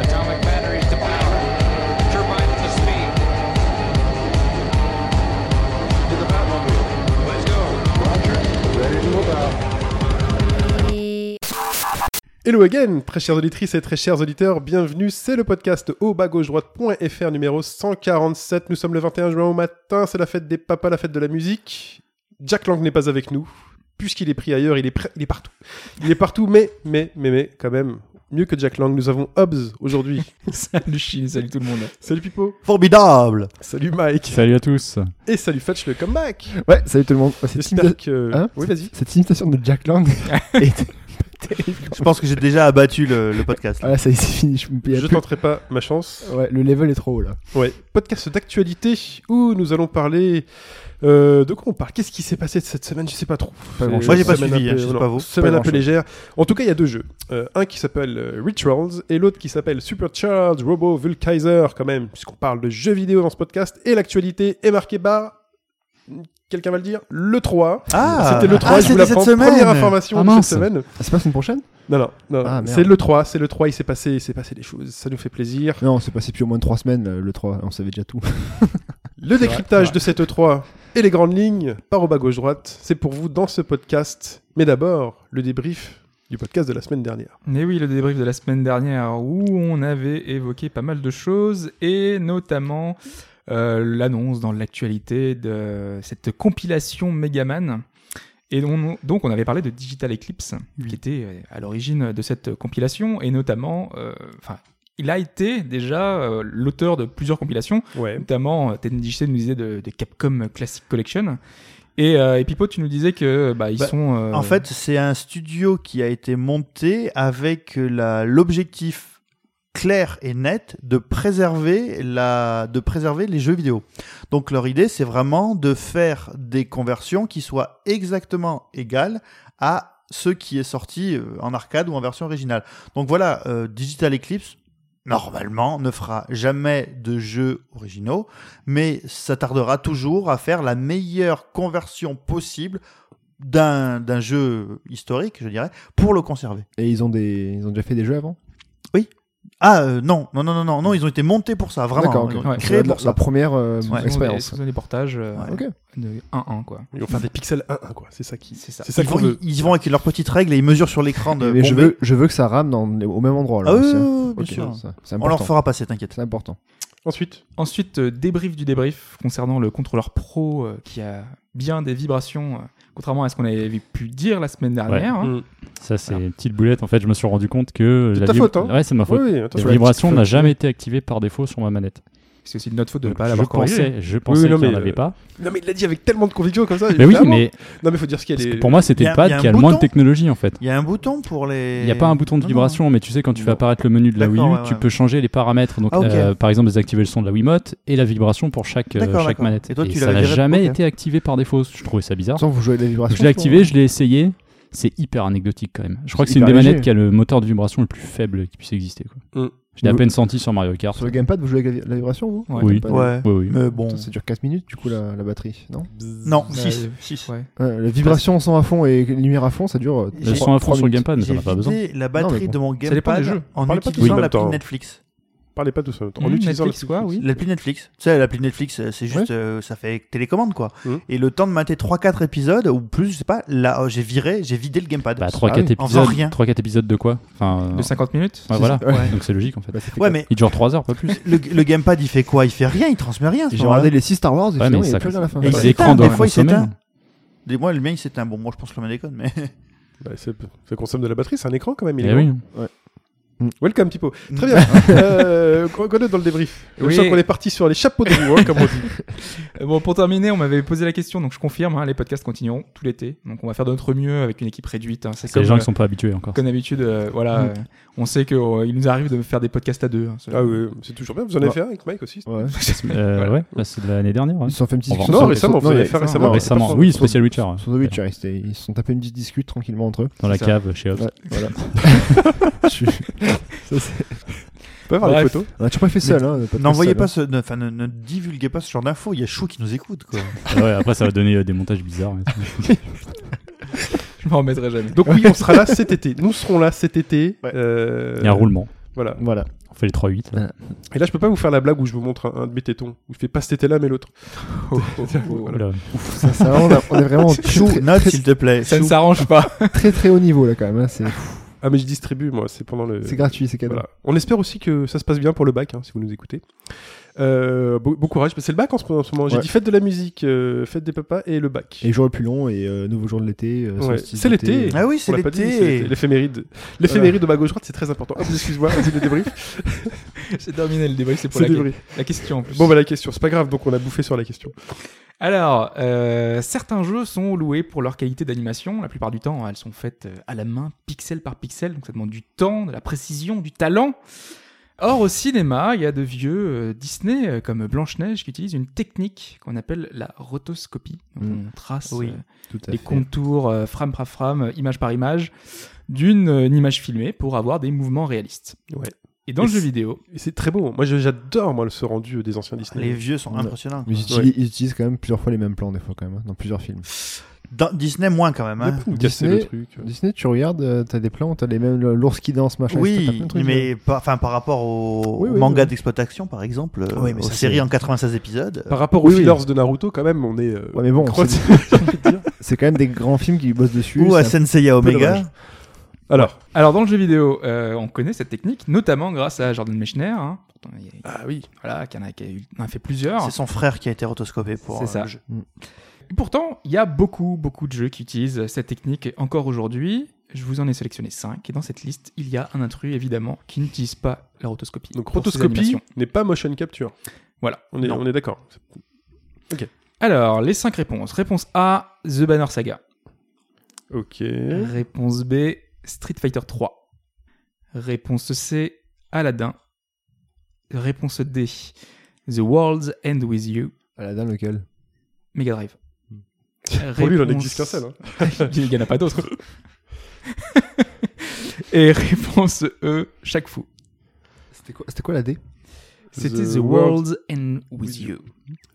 Atomic batteries to power. Turbines to speed. To the Batmobile. Let's go. I, I, Hello again, très chères auditrices et très chers auditeurs, bienvenue, c'est le podcast au bas gauche droite.fr numéro 147. Nous sommes le 21 juin au matin, c'est la fête des papas, la fête de la musique. Jack Lang n'est pas avec nous, puisqu'il est pris ailleurs, il est, pr- il est partout. Il est partout, mais, mais, mais, mais, quand même, mieux que Jack Lang, nous avons Hobbs aujourd'hui. Salut Chine, salut tout le monde. salut Pipo, Formidable salut Mike, Salut à tous. et salut Fetch le comeback. Ouais, salut tout le monde. Ouais, cette, J'espère imita- que. Hein oui, vas-y. cette imitation de Jack Lang est terrible. Je pense que j'ai déjà abattu le, le podcast. Ah là, ça y est, c'est fini. Je, me paye Je plus. tenterai pas ma chance. Ouais, le level est trop haut là. Ouais, podcast d'actualité où nous allons parler euh, de quoi on parle. Qu'est-ce qui s'est passé de cette semaine Je sais pas trop. Pas grand-chose. Moi, j'ai pas Semaine suivi, un hein, peu- je sais non, pas vous. Semaine Pas un peu grand-chose. légère. En tout cas, il y a deux jeux. Euh, un qui s'appelle euh, Rituals et l'autre qui s'appelle Supercharged Robo Vulkaiser, quand même, puisqu'on parle de jeux vidéo dans ce podcast. Et l'actualité est marquée par. Quelqu'un va le dire Le 3. Ah, C'était le 3, ah, je vous c'était la cette prends. semaine. Première information Ah, de cette mince. semaine. Ah, c'est pas la semaine prochaine Non, non, non. Ah, merde. c'est le 3, c'est le 3, il s'est passé, il s'est passé des choses. Ça nous fait plaisir. Non, c'est passé plus au moins de 3 semaines euh, le 3, on savait déjà tout. Le décryptage de cette E3 et les grandes lignes par au bas gauche droite, c'est pour vous dans ce podcast. Mais d'abord, le débrief du podcast de la semaine dernière. Mais Eh oui, le débrief de la semaine dernière où on avait évoqué pas mal de choses et notamment euh, l'annonce dans l'actualité de cette compilation Megaman. Et on- donc on avait parlé de Digital Eclipse qui était euh, à l'origine de cette compilation et notamment, euh, enfin, il a été déjà euh, l'auteur de plusieurs compilations Ouais. notamment euh, Ted Nugent nous disait de, de Capcom Classic Collection et, euh, et Pipo tu nous disais que bah, ils Bah, sont euh, En fait, c'est un studio qui a été monté avec euh, la- l'objectif clair et net de préserver, la, de préserver les jeux vidéo. Donc leur idée, c'est vraiment de faire des conversions qui soient exactement égales à ce qui est sorti euh, en arcade ou en version originale. Donc voilà, euh, Digital Eclipse, normalement, ne fera jamais de jeux originaux, mais s'attardera toujours à faire la meilleure conversion possible d'un d'un jeu historique, je dirais, pour le conserver. Et ils ont, des... ils ont déjà fait des jeux avant Ah euh, non, non, non, non, non, non, ils ont été montés pour ça, vraiment. D'accord, Ils ok. ont Ouais. créé la, pour la ça. première euh, ils ont des- expérience. ils ont des portages euh, Ouais. Ok. de 1-1 quoi Ils vont faire des pixels 1-1, quoi. C'est ça qui. c'est ça C'est ça ils, qu'on vont, veut. ils- ils vont avec leurs petites règles et ils mesurent sur l'écran de. Mais je Bombay. veux, je veux que ça rame dans- au même endroit. Là, Ah oui, aussi, oui, hein. oui, bien Ok, sûr. ça- C'est On leur important. fera passer, t'inquiète. C'est important. Ensuite, ensuite euh, débrief du débrief concernant le contrôleur pro euh, qui a bien des vibrations euh, contrairement à ce qu'on avait pu dire la semaine dernière hein. Mm. Ça, c'est Voilà. une petite boulette. En fait, je me suis rendu compte que. C'est de la ta vib- faute, hein. Ouais, c'est de ma oui, faute. oui, La attention. vibration petite n'a faute. jamais été activée par défaut sur ma manette. c'est aussi de notre faute de ne Donc, pas Euh, je l'avoir corrigé pensais, je pensais non, qu'il n'y mais, en avait euh, pas. Non, mais il l'a dit avec tellement de conviction comme ça. Mais oui, évidemment. mais Non, mais faut dire ce qu'il parce y a que des. pour moi, c'était Il y a- le pad il y a qui un a le moins de bouton technologie en fait. Il y a un bouton pour les. Il n'y a pas un bouton de Non, vibration, mais tu sais, quand tu fais Non. apparaître le menu de la Wii U, D'accord, ouais, tu ouais. peux changer les paramètres. Donc, Ah, ok. euh, par exemple, désactiver le son de la Wiimote et la vibration pour chaque, euh, D'accord, chaque d'accord. manette. Et toi, tu ça l'avais n'a viré- jamais ok. été activé par défaut. Je trouvais ça bizarre. Sans vous jouez de la vibration. hein. Je l'ai activé, je l'ai essayé. C'est hyper anecdotique quand même. Je crois C'est que c'est une des hyper manettes léger. qui a le moteur de vibration le plus faible qui puisse exister. Quoi. Mm. Je l'ai à Oui. peine senti sur Mario Kart. Sur le gamepad, vous jouez avec la, la vibration vous Ouais. Oui. Pas de- Ouais. Oui, oui. Mais bon. Ça dure 4 minutes du coup la, la batterie, non Non, Ouais, 6. euh, ouais. Ouais, La vibration son à fond et lumière à fond, ça dure. Le Le J'ai- son à fond sur le gamepad, gamepad mais ça n'a pas besoin. la batterie bon. de mon dépend des gamepad jeux. en Parle pas tous en utilisant même l'appli temps. Netflix. Parlez pas tous en même temps. En Mmh, utilisant Netflix, la- quoi, oui. L'appli Netflix. Tu sais, l'appli Netflix, euh, c'est juste, euh, ça fait télécommande quoi. Mhm. Et le temps de mater 3-4 épisodes ou plus, je sais pas, là, euh, j'ai viré, j'ai vidé le gamepad. Bah, 3-4 Ah oui. Enfin, épisodes. rien. 3-4 épisodes de quoi Enfin. euh, de 50 minutes ouais, voilà. Ouais. Donc c'est logique en fait. ouais, mais Il dure 3 heures, pas plus. le, le gamepad il fait quoi Il fait rien, il transmet rien. à ce J'ai moment-là. regardé les 6 Star Wars Ouais, et finalement, mais il n'y ça- a plus rien à la fin. Et Les s'éteint, écrans des dorment fois, en il s'éteint. sommeil. Des- Moi, le mien, il s'éteint. Bon, moi, je pense que le mien déconne, mais. Bah, c'est- ça consomme de la batterie, c'est un écran quand même. Il est Eh oui. Mmh. Welcome, Pipo. Très bien. euh, qu'on qu'on est dans le débrief. Je Oui. sens qu'on est parti sur les chapeaux de roue, hein, comme on dit. Euh, Bon, pour terminer, on m'avait posé la question, donc je confirme, hein, les podcasts continueront tout l'été. Donc on va faire de notre mieux avec une équipe réduite. hein. C'est C'est comme, les gens euh, qui sont Mm. pas habitués encore. comme d'habitude, euh, voilà, euh, on sait qu'il nous arrive de faire des podcasts à deux. hein, c'est- Ah oui, c'est toujours bien. Vous en avez Ouais. fait un avec Mike aussi. Ouais. Euh, Voilà. Ouais, bah, c'est de l'année dernière. ouais. Ils se sont fait une petite On va discussion. en sur- Non, récemment, sur- vous en non, avez fait non, récemment. c'est Récemment. pas Oui, sur- Special Witcher. Sur The Witcher, ils étaient- ils se sont tapés une petite discute tranquillement entre eux. Dans la C'est ça. cave chez Hobbs. Ouais, voilà. Je suis- Ça, c'est- peut avoir des Bref. photos. Ah, tu préfères Mais- seul, hein. le podcast N'envoyez seul, pas ce, ne, enfin, ne, ne divulguez pas ce genre d'infos. Il y a Chou qui nous écoute, quoi. Ouais, après, ça va donner euh, des montages bizarres. mais- Je m'en remettrai jamais. Donc oui, on sera là cet été. Nous serons là cet été. Ouais. Euh, Il y a un roulement. Voilà. hein. Voilà. On fait les 3-8. là. Et là, je peux pas vous faire la blague où je vous montre un, un de mes tétons. Vous faites pas cet été-là, mais l'autre. Oh, Voilà. Oula. Ça, ça, on, a- on est vraiment Chou, très, note, très, s'il te plaît. Ça ne Chou. s'arrange pas. très, très haut niveau là quand même. hein. C'est Ah, mais je distribue, moi. C'est pendant le. c'est gratuit, c'est cadeau. Voilà. On espère aussi que ça se passe bien pour le bac, hein, si vous nous écoutez. Euh, bon, bon courage, c'est le bac en ce, en ce moment. J'ai Ouais. dit fête de la musique, euh, fête des papas et le bac. Et jour le plus long et euh, nouveau jour de l'été. euh, Ouais. solstice C'est d'été. l'été. Ah oui, On c'est l'a pas dit, c'est l'été, l'été. l'éphéméride. L'éphéméride de ma gauche droite, c'est très important. Ah, Excuse-moi, vas-y, le débrief. J'ai terminé le débrief, c'est pour C'est le la, débrief. la question en plus. Bon, bah la question, c'est pas grave, donc on a bouffé sur la question. Alors, euh, certains jeux sont loués pour leur qualité d'animation. La plupart du temps, elles sont faites euh, à la main, pixel par pixel. Donc, ça demande du temps, de la précision, du talent. Or, au cinéma, il y a de vieux euh, Disney euh, comme Blanche-Neige qui utilisent une technique qu'on appelle la rotoscopie. Donc, Mm. On trace Oui. euh, Tout à les fait. contours euh, frame par frame, euh, image par image, d'une euh, une image filmée pour avoir des mouvements réalistes. Ouais. Et dans le Et jeu c'est- vidéo, Et c'est très beau. Moi, je- j'adore moi, ce rendu des anciens Disney. Ah, Les vieux sont Ouais. impressionnants. Mais ils quoi. utilisent, ils utilisent quand même plusieurs fois les mêmes plans des fois quand même hein, dans plusieurs films. Dans Disney, moins quand même. Il y a hein. plus de nous casser Disney- le truc. Disney, tu regardes, euh, t'as des plans, t'as les mêmes l'ours qui danse machin. etc., t'as Oui, plein de trucs, hein. mais par, enfin, par rapport au Oui, oui, manga oui. d'exploitation, par exemple, euh, Oui, mais aux ça, séries c'est- en 96 épisodes. Par rapport aux Oui, oui. fillers de Naruto, quand même, on est. euh, Ouais, mais bon, crotte- c'est quand même des grands films qui bossent dessus. Ou à c'est un- Senseiya peu Omega. dommage. Alors, Alors dans le jeu vidéo, euh, on connaît cette technique, notamment grâce à Jordan Mechner, hein, pourtant, il y a- ah oui, voilà, qui en a, qui a eu- en a fait plusieurs. C'est son frère qui a été rotoscopé pour C'est euh, ça. le jeu. Et pourtant, il y a beaucoup, beaucoup de jeux qui utilisent cette technique encore aujourd'hui. Je vous en ai sélectionné 5, et dans cette liste, il y a un intrus, évidemment, qui n'utilise pas la rotoscopie. donc pour ses rotoscopie animations. n'est pas motion capture. Voilà. On est, Non. on est d'accord. Alors, les 5 réponses. Réponse A, The Banner Saga. Ok. Réponse B, Street Fighter 3. Réponse C, Aladdin. Réponse D, The World's End With You. Aladdin lequel Mega Drive. Pour lui, il en Réponse- existe qu'un seul. hein. il n'y en a pas d'autres. Et réponse E, chaque fou. C'était quoi, c'était quoi la D C'était The The, World and With With You.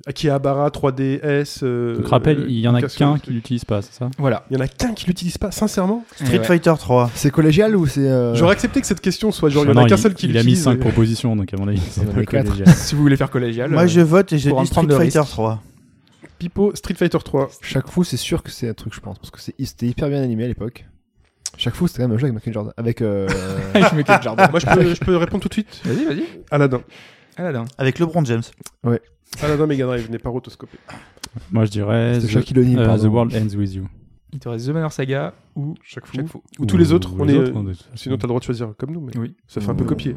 Akihabara 3DS. euh, Donc, rappel, euh, il y en a Lucas qu'un Film, qui l'utilise pas, c'est ça Voilà. Il y en a qu'un qui l'utilise pas, sincèrement. Street Eh ouais. Fighter 3. C'est collégial ou c'est. euh, J'aurais accepté que cette question soit genre, il y en Non, a qu'un seul qui Il a mis l'utilise. 5 euh, propositions, donc à mon avis, Il y c'est en pas a quatre. collégial. Si vous voulez faire collégial. Moi, euh, je vote et je pour en dis prendre Street le Fighter risque. 3. Pipo, Street Fighter 3. Chaque fou, c'est sûr que c'est un truc, je pense. Parce que c'est- c'était hyper bien animé à l'époque. Chaque fou, c'était quand même un jeu avec Michael Jordan. Avec. euh, je me quitte le jardin. Moi, je peux, je peux répondre tout de suite. Vas-y, vas-y. Aladdin. Aladdin. Avec LeBron James. Aladdin Mega Drive n'est pas rotoscopé. Moi, je dirais c'était The, Shaquille O'Neal. euh, pardon. The World Ends With You. Il te reste The Banner Saga ou Chaque fois. chaque fou. Ou, tous les autres. ou on les est, euh, autres, hein, de toute façon. Sinon, t'as le droit de choisir comme nous, mais Oui. ça fait un peu copier.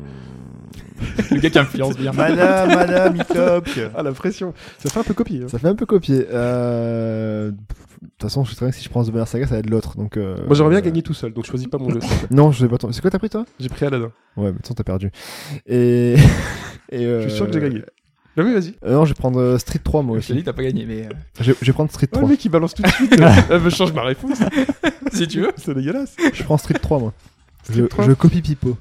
Le gars qui influence bien. Madame, Madame, Icoc. Ah, la pression. Ça fait un peu copier. hein. Ça fait un peu copier. Euh, De toute façon, je sais très bien que si je prends The Banner Saga, ça va être l'autre. Donc, euh, Moi, j'aurais bien euh, gagné tout seul, donc je choisis pas mon jeu. Non, je vais pas. t'en- C'est quoi t'as pris toi J'ai pris Aladdin. Ouais, mais de toute façon, t'as perdu. Et. Je et, euh, suis sûr que j'ai gagné. Bah oui, vas-y. euh, non, je vais prendre euh, Street 3 moi Je te dis, aussi. t'as pas gagné, mais euh, Je, je vais prendre Street Oh, 3. le mec, il balance tout de suite. Elle me change ma réponse. si tu veux. C'est dégueulasse. Je prends Street 3 moi. Je, 3. je copie Pipo.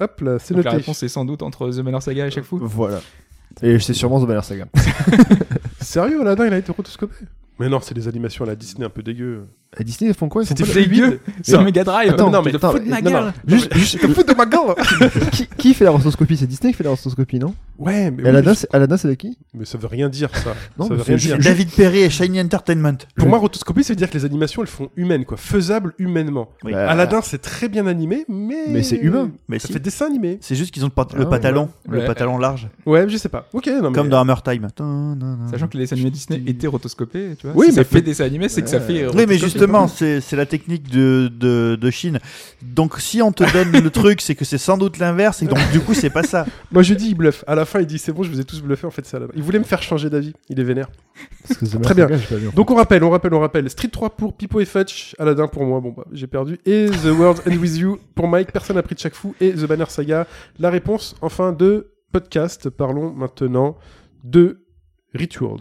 Hop là, c'est Donc la noté. réponse est sans doute entre The Banner Saga et chaque fou. Voilà. Et c'est sûrement The Banner Saga. Sérieux, Aladdin, il a été rotoscopé Mais non, c'est des animations à la Disney un peu dégueu. Et Disney, ils font quoi Ils font C'était pas- dégueu sur Mega Drive. Attends, non, mais attends, te fous de ma non, gueule. Juste, juste, de ma gueule qui, qui fait la rostoscopie C'est Disney qui fait la rostoscopie, non Ouais, mais, Et Aladdin, oui, c'est Aladdin, c'est de qui mais ça veut rien dire, ça. Non, ça mais veut c'est rien juste- dire. David Perry et Shiny Entertainment. Pour moi, rotoscopie, ça veut dire que les animations, elles font humaines, quoi. Faisables humainement. Oui. Bah, Aladdin, c'est très bien animé, Euh. mais. Mais c'est humain. Mais Ça si. fait dessin animé. C'est juste qu'ils ont le, pat- Ah, le pantalon, ouais. le Ouais. pantalon large, Ouais, je sais pas. Ok, non, mais. comme dans Hammer Time. Sachant que les dessins animés Disney étaient rotoscopés, tu vois. Oui, Si ça mais- fait dessin animé, c'est que ça fait. euh, Oui, mais rotoscopé. justement, c'est c'est la technique de, de, de Chine. Donc, si on te donne le truc, c'est que c'est sans doute l'inverse, et donc du coup, c'est pas ça. Moi, je dis, il bluffe. À la fin, il dit, c'est bon, je vous ai tous bluffé, en fait, c'est Aladdin. Il voulait me faire changer d'avis. Il est vénère. Parce que The Banner Très bien. Saga, j'ai pas vu. Donc on rappelle, on rappelle, on rappelle. Street 3 pour Pipo et Fetch, Aladdin pour moi, bon bah j'ai perdu. Et The World and With You pour Mike, personne n'a pris de chaque fou. Et The Banner Saga, la réponse en fin de podcast. Parlons maintenant de Rituals.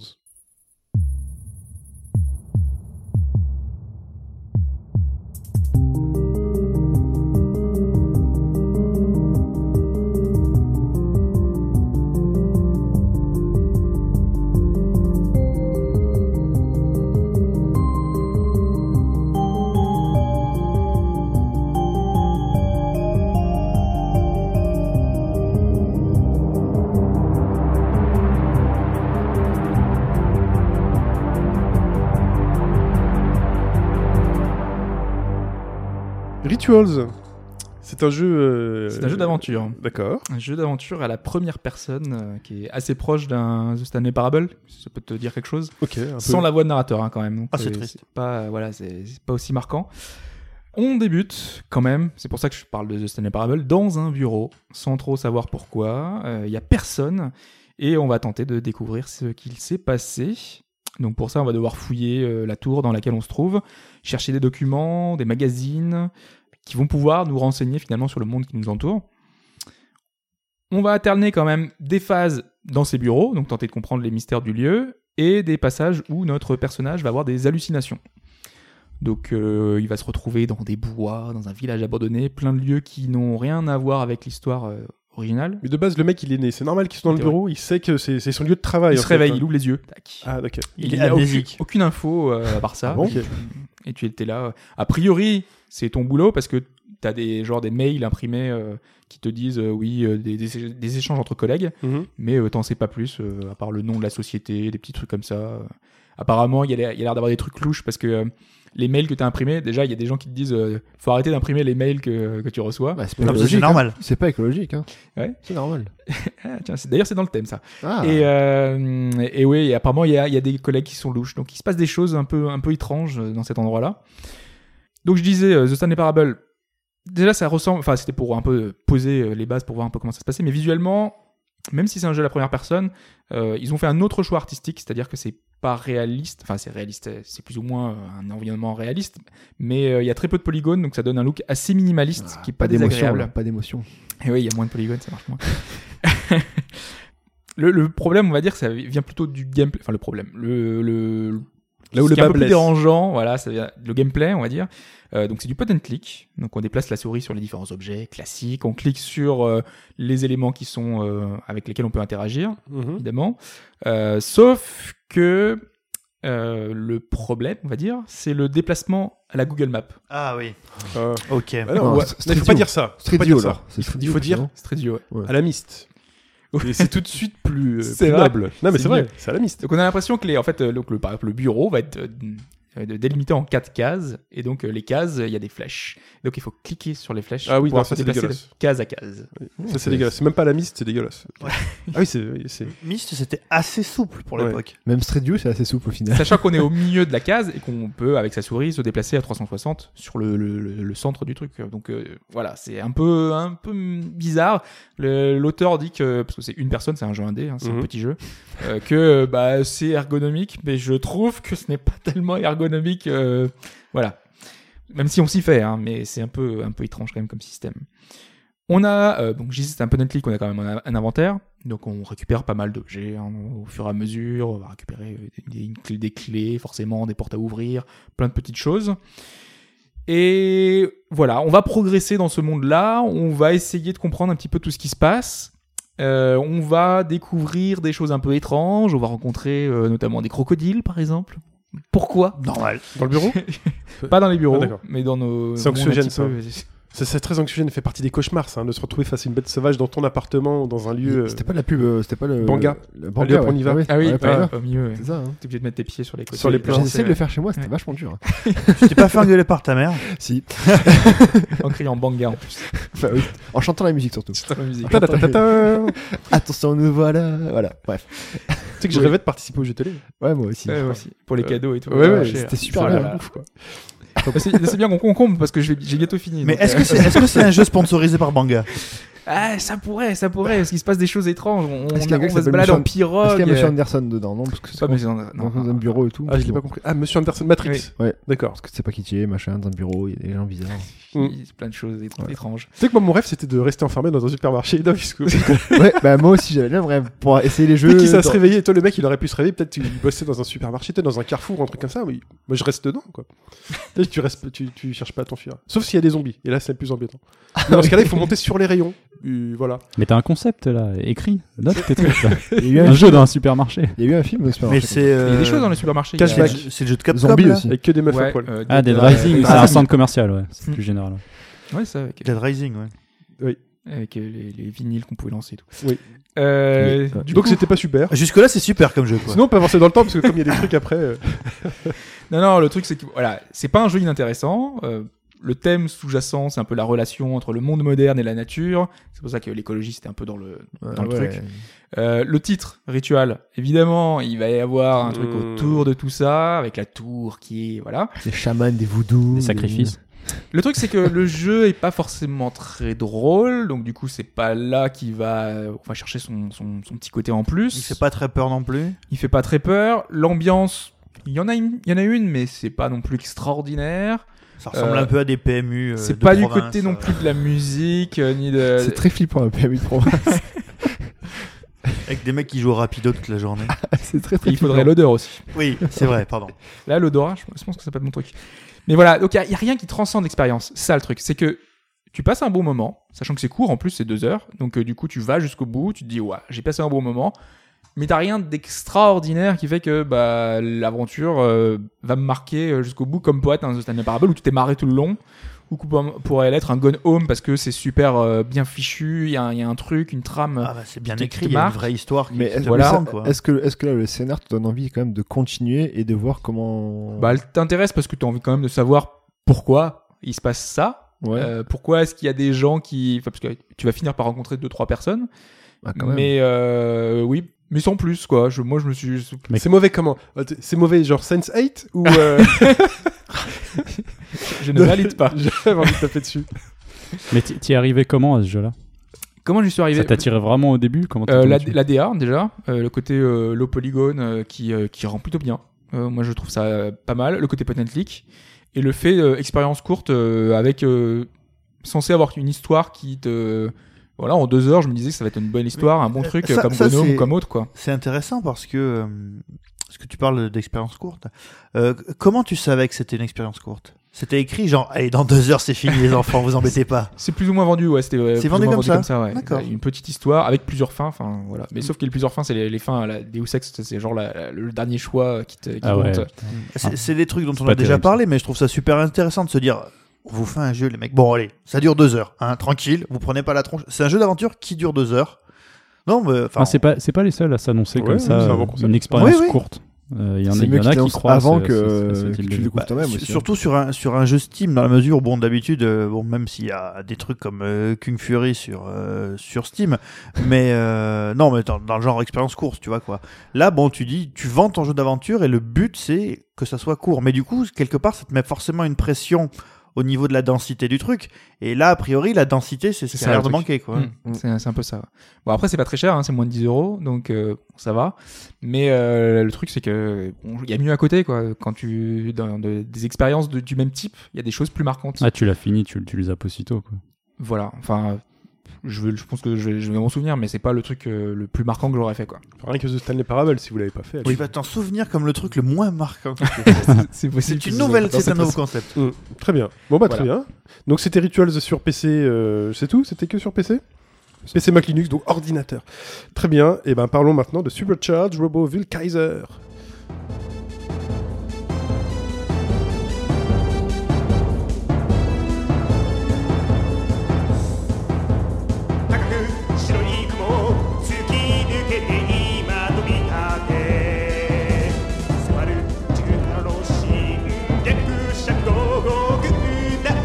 Rituals. C'est un jeu. euh, C'est un jeu d'aventure. D'accord. Un jeu d'aventure à la première personne euh, qui est assez proche d'un Stanley Parable. Ça peut te dire quelque chose. Ok. un peu. Sans la voix de narrateur hein, quand même. Donc, Ah, c'est euh, triste. Pas, euh, voilà, c'est c'est pas aussi marquant. On débute quand même, c'est pour ça que je parle de The Stanley Parable, dans un bureau, sans trop savoir pourquoi. Il n'y a personne et on va tenter de découvrir ce qu'il s'est passé. Donc pour ça, on va devoir fouiller euh, la tour dans laquelle on se trouve, chercher des documents, des magazines qui vont pouvoir nous renseigner finalement sur le monde qui nous entoure. On va alterner quand même des phases dans ces bureaux, donc tenter de comprendre les mystères du lieu, et des passages où notre personnage va avoir des hallucinations. Donc euh, il va se retrouver dans des bois, dans un village abandonné, plein de lieux qui n'ont rien à voir avec l'histoire euh, originale. Mais de base, le mec, il est né. C'est normal qu'il soit dans le Théorie. bureau. Il sait que c'est c'est son lieu de travail. Il Ah, en se fait. hein. euh, réveille, il ouvre les yeux. Tac. Ah, ok. Il n'y est a aucune, amnésique. aucune info euh, à part ça. Ah bon Et tu- et tu étais là. euh, A priori, c'est ton boulot parce que t'as des genre des mails imprimés euh, qui te disent euh, oui euh, des, des- des échanges entre collègues, Mhm. mais euh, t'en sais pas plus euh, à part le nom de la société, des petits trucs comme ça. Euh, Apparemment, il y a l'air il y a l'air d'avoir des trucs louches parce que euh, les mails que t'as imprimés, déjà il y a des gens qui te disent euh, faut arrêter d'imprimer les mails que, Ah, que tu reçois. Bah, c'est pas Non, mais ça, écologique, Ah, C'est hein. normal. C'est pas écologique, hein. Ouais. C'est normal. Ah, tiens, c'est- D'ailleurs, c'est dans le thème ça. Ah. Et, euh, et oui, et apparemment, il y a, il y a des collègues qui sont louches. Donc, il se passe des choses un peu, un peu étranges euh, dans cet endroit-là. Donc, je disais, euh, The Stanley Parable, déjà, ça ressemble. Enfin, c'était pour un peu poser euh, les bases pour voir un peu comment ça se passait. Mais visuellement, même si c'est un jeu à la première personne, euh, ils ont fait un autre choix artistique, c'est-à-dire que c'est pas réaliste. Enfin, c'est réaliste, euh, c'est plus ou moins euh, un environnement réaliste. Mais euh, il y a très peu de polygones, donc ça donne un look assez minimaliste, Ah, qui est pas, d'émotion, désagréable. là, pas d'émotion. Et oui, il y a moins de polygones, ça marche moins. le, le problème, on va dire, ça vient plutôt du gameplay. Enfin, le problème. Le, le, Là où ce le qui est bas un peu plus blesse. dérangeant, voilà, ça vient le gameplay, on va dire. Euh, donc, c'est du point and click. Donc, on déplace la souris sur les différents objets classiques. On clique sur euh, les éléments qui sont euh, avec lesquels on peut interagir Mhm. évidemment. Euh, sauf que euh, le problème, on va dire, c'est le déplacement à la Google Map. Ah oui, Bah. Ah. ok. Ah non, Non, ouais, c'est- il faut Street pas View. dire ça. Faut C'est pas idiot, dire ça. alors. C'est Il faut idiot, dire non C'est très dur, ouais. à la miste. Et c'est tout de suite plus, euh, C'est plus vrai. noble. Non, mais C'est c'est vrai, mieux. c'est à la miste. Donc on a l'impression que les, en fait, euh, donc le, par exemple, le bureau va être euh, euh, délimité en quatre cases, et donc euh, les cases, euh, il y a des flèches. Donc il faut cliquer sur les flèches Ah oui, pour non, pouvoir ça, se c'est déplacer de dégueulasse. case à case. Ça, c'est dégueulasse. C'est même pas la miste, c'est dégueulasse. Ouais. Ah oui, c'est. oui, c'est- Myst, c'était assez souple pour Ouais. l'époque. Même Street View, c'est assez souple au final. Sachant qu'on est au milieu de la case et qu'on peut, avec sa souris, se déplacer à 360 sur le, le- le- le centre du truc. Donc euh, voilà, c'est un peu, un peu bizarre. Le- L'auteur dit que, parce que c'est une personne, c'est un jeu indé, hein, c'est un Mhm. petit jeu, euh, que euh, bah, c'est ergonomique, mais je trouve que ce n'est pas tellement ergonomique. euh, voilà. Même si on s'y fait, hein, mais c'est un peu, un peu étrange quand même comme système. On a, euh, donc je disais, c'est un point and click, on a quand même un, un inventaire, donc on récupère pas mal d'objets hein, au fur et à mesure, on va récupérer euh, des, une clé- des clés, forcément, des portes à ouvrir, plein de petites choses. Et voilà, on va progresser dans ce monde-là, on va essayer de comprendre un petit peu tout ce qui se passe. Euh, on va découvrir des choses un peu étranges, on va rencontrer euh, notamment des crocodiles par exemple. Pourquoi Normal. Dans le bureau Pas dans les bureaux, Ah, d'accord. mais dans nos... C'est anxiogène, mondes un petit peu- Ça, C'est très anxiogène, fait partie des cauchemars, ça, hein, de se retrouver face à une bête sauvage dans ton appartement ou dans un lieu. euh, C'était pas la pub, euh, c'était pas le. Banga. Le Allez, Banga. hop, on y va. ouais. Ah oui, Ouais, ouais, Banga. au milieu, ouais. C'est ça, hein. T'es obligé de mettre tes pieds sur les côtés. Sur les plans, gens, J'essaie de ouais, le faire chez moi, c'était Ouais. vachement dur. hein. Tu t'es pas fait engueuler par ta mère si. En criant banga en plus. Enfin, oui. En chantant la musique surtout. C'est la musique. ta- ta- ta- ta- ta. Tu Attention, nous voilà. Voilà, bref. sais que je rêvais de participer au jeu télé. Ah, Ouais, moi aussi. Ouais, aussi. Pour les cadeaux et tout. Ouais, ouais, Ah, c'était cher. super Oh là bien, là. ouf, quoi. Bah, C'est c'est bien qu'on concombre parce que je vais- j'ai bientôt fini. Mais donc, est-ce euh, que c'est est -ce c'est un jeu sponsorisé par Banga Ah, ça pourrait, ça pourrait, parce qu'il se passe des choses étranges. On, on- Est-ce qu'il y a un on gars qui va se s'appelle balader Monsieur- en Oh, Est-ce qu'il y a pirogue. Monsieur euh, Anderson dedans Non, parce que c'est Pas qu'on- Monsieur Anderson, dans non, dans non. un bureau et tout. Ah, je l'ai bon. pas compris. Ah, Monsieur Anderson, Matrix. Oui. D'accord. Parce que tu sais pas qui tu es, machin, dans un bureau, il y a des gens bizarres. Il y a plein de choses étr- Ouais. étranges. Tu sais que moi, mon rêve, c'était de rester enfermé dans un supermarché. Non, parce que- ouais, bah moi aussi j'avais le même rêve pour essayer les jeux. Peut-être qu'il ça se dans- réveillait. Toi, le mec, il aurait pu se réveiller. Peut-être qu'il bossait dans un supermarché, peut-être dans un carrefour, un truc comme ça. Mais moi, je reste dedans, quoi. Peut-être que tu, restes, tu, tu cherches pas à t'enfuir. Sauf s'il y a des zombies. Et là, c'est plus embêtant. Mais dans ce cas-là, il faut monter sur les rayons. Et voilà. Mais t'as un concept là, écrit. Note tes trucs là. Il y a eu un un, jeu dans un supermarché. il y a eu un film Mais d'expérience. c'est. Il y a euh, des choses dans les supermarchés. il y a- C'est le Cashback. jeu- c'est le jeu de Capcom. Zombie là aussi. Avec que des meufs à Ouais, poil. euh, Ah, Dead euh, Rising, c'est ah, un centre commercial, ouais. C'est Hmm. plus général. ouais. Ouais, ça, avec, Dead Rising, ouais. avec, euh, les, les vinyles qu'on pouvait lancer et tout. Oui. Euh, Mais, ouais. du Donc, coup- c'était pas super. Jusque-là, c'est super comme jeu, quoi. Sinon, on peut avancer dans le temps, parce que comme il y a des trucs après. euh, Non, non, le truc, c'est que voilà, c'est pas un jeu inintéressant. euh, le thème sous-jacent, c'est un peu la relation entre le monde moderne et la nature. C'est pour ça que l'écologie, c'était un peu dans le, dans le truc. Euh, le titre, Ritual, évidemment, il va y avoir un truc Hmm. Mmh. autour de tout ça, avec la tour qui est... Voilà. Des chamans, des voodoo. Des sacrifices. Le truc, c'est que le jeu est pas forcément très drôle, donc du coup, c'est pas là qu'il va... euh, On va chercher son, son, son petit côté en plus. Il fait pas très peur non plus. Il fait pas très peur. L'ambiance, il y en a une, il y en a une, mais c'est pas non plus extraordinaire. Ça ressemble Euh, un peu à des PMU. euh, de c'est pas du province, côté non euh. plus de la musique euh, ni de. C'est très flippant un PMU de province. Avec des mecs qui jouent au rapido toute la journée. c'est très Et très il faudrait flippant. l'odeur aussi. oui, c'est vrai, pardon. Là, l'odorat, je je pense que ça peut être mon truc. Mais voilà, donc il y a- il y, a rien qui transcende l'expérience. C'est Ça le truc, c'est que tu passes un bon moment, sachant que c'est court, en plus c'est deux heures, donc euh, du coup tu vas jusqu'au bout, tu te dis ouais, j'ai passé un bon moment, mais t'as rien d'extraordinaire qui fait que bah l'aventure euh, va me marquer euh, jusqu'au bout comme poète, hein, The Stanley Parable où tu t'es marré tout le long. Ou que pour- pourrait l'être un Gone Home parce que c'est super euh, bien fichu, il y, a un- il y a un truc, une trame. Ah bah, c'est bien Qui- écrit, qui il y a une marque. vraie histoire. Qui, Mais qui est-ce te Voilà. prend, quoi. est-ce que, est que là, le scénar te donne envie quand même de continuer et de voir comment. Bah, elle t'intéresse parce que t'as envie quand même de savoir pourquoi il se passe ça. ouais, Euh, pourquoi est-ce qu'il y a des gens qui. Enfin, parce que tu vas finir par rencontrer deux trois personnes. bah, quand même. Mais euh, oui, mais sans plus, quoi. Je, moi, je me suis. Mais- C'est mauvais comment Euh, t- C'est mauvais genre Sense 8 ou euh, Je ne valide pas. J'avais envie de taper dessus. Mais t'y t'y es arrivé comment à ce jeu-là Comment j'y suis arrivé Ça t'attirait vraiment au début Comment t'es Euh, tombé la, dessus la DA, déjà. euh, le côté euh, low polygone euh, qui, euh, qui rend plutôt bien. Euh, moi, je trouve ça euh, pas mal. Le côté point and click. Et le fait euh, expérience courte euh, avec. euh, censé avoir une histoire qui te. Voilà, en deux heures, je me disais que ça va être une bonne histoire, un bon euh, truc, ça- euh, comme ça, Gnome c'est- ou comme autre, quoi. C'est intéressant parce que. euh, Parce que tu parles d'expérience courte. Euh, comment tu savais que c'était une expérience courte C'était écrit genre, allez, dans deux heures, c'est fini, les enfants, vous embêtez pas. C'est plus ou moins vendu, ouais. C'était euh, C'est plus ou vendu moins comme ça ouais. D'accord. Une petite histoire avec plusieurs fins, enfin voilà. Mais sauf qu'il y a plusieurs fins, c'est les, les fins, à la Deus Ex, c'est genre la- la- le dernier choix qui te qui Ah ouais. compte. C'est c'est des trucs dont C'est on pas a déjà terrible, parlé, mais je trouve ça super intéressant de se dire on vous fait un jeu, les mecs. Bon, allez, ça dure deux heures, hein, tranquille, vous prenez pas la tronche. C'est un jeu d'aventure qui dure deux heures. Non, mais enfin. Enfin, Ah, c'est pas, c'est pas les seuls à s'annoncer Ouais, comme ça, c'est un euh, bon concept. une expérience Oui, oui. courte. Euh, Il y en a, C'est il y mieux en qu'ils a qui annoncent croient avant ce- que, ce- ce- ce euh, type que de tu jeu. découvres bah, toi-même su- aussi, hein. surtout sur un, sur un jeu Steam, dans la mesure où, bon, d'habitude, euh, bon, même s'il y a des trucs comme euh, Kung Fury sur, euh, sur Steam, mais euh, non, mais dans, dans le genre expérience course, tu vois quoi. Là, bon, tu dis, tu vends ton jeu d'aventure et le but, c'est que ça soit court. Mais du coup, quelque part, ça te met forcément une pression au niveau de la densité du truc. Et là, a priori, la densité, c'est ce C'est qui ça, a l'air le de truc. manquer, quoi. Mm. C'est c'est un peu ça. Bon après c'est pas très cher, hein, c'est moins de 10 euros, donc euh, ça va. Mais euh, le truc c'est que bon, il y a mieux à côté quoi. Quand tu dans de- des expériences de- du même type, il y a des choses plus marquantes. Ah, tu l'as fini, tu, tu les as aussitôt. Quoi. Voilà. Enfin, je, veux, je pense que je vais, je vais m'en souvenir, mais c'est pas le truc euh, le plus marquant que j'aurais fait quoi. Rien que The Stanley Parable si vous l'avez pas fait. Tu vas t'en souvenir comme le truc le moins marquant. C'est possible c'est une que ce soit nouvelle, dans c'est un cette nouveau concept. Mm, très bien. Bon bah très bien. Donc c'était Rituals sur PC, euh, c'est tout C'était que sur PC PC Mac Linux, donc ordinateur. Très bien, et ben parlons maintenant de Supercharge Robo Vulkaiser. 高く白い雲を突き抜けて今飛び立て迫る地球からの震源不釈道極楽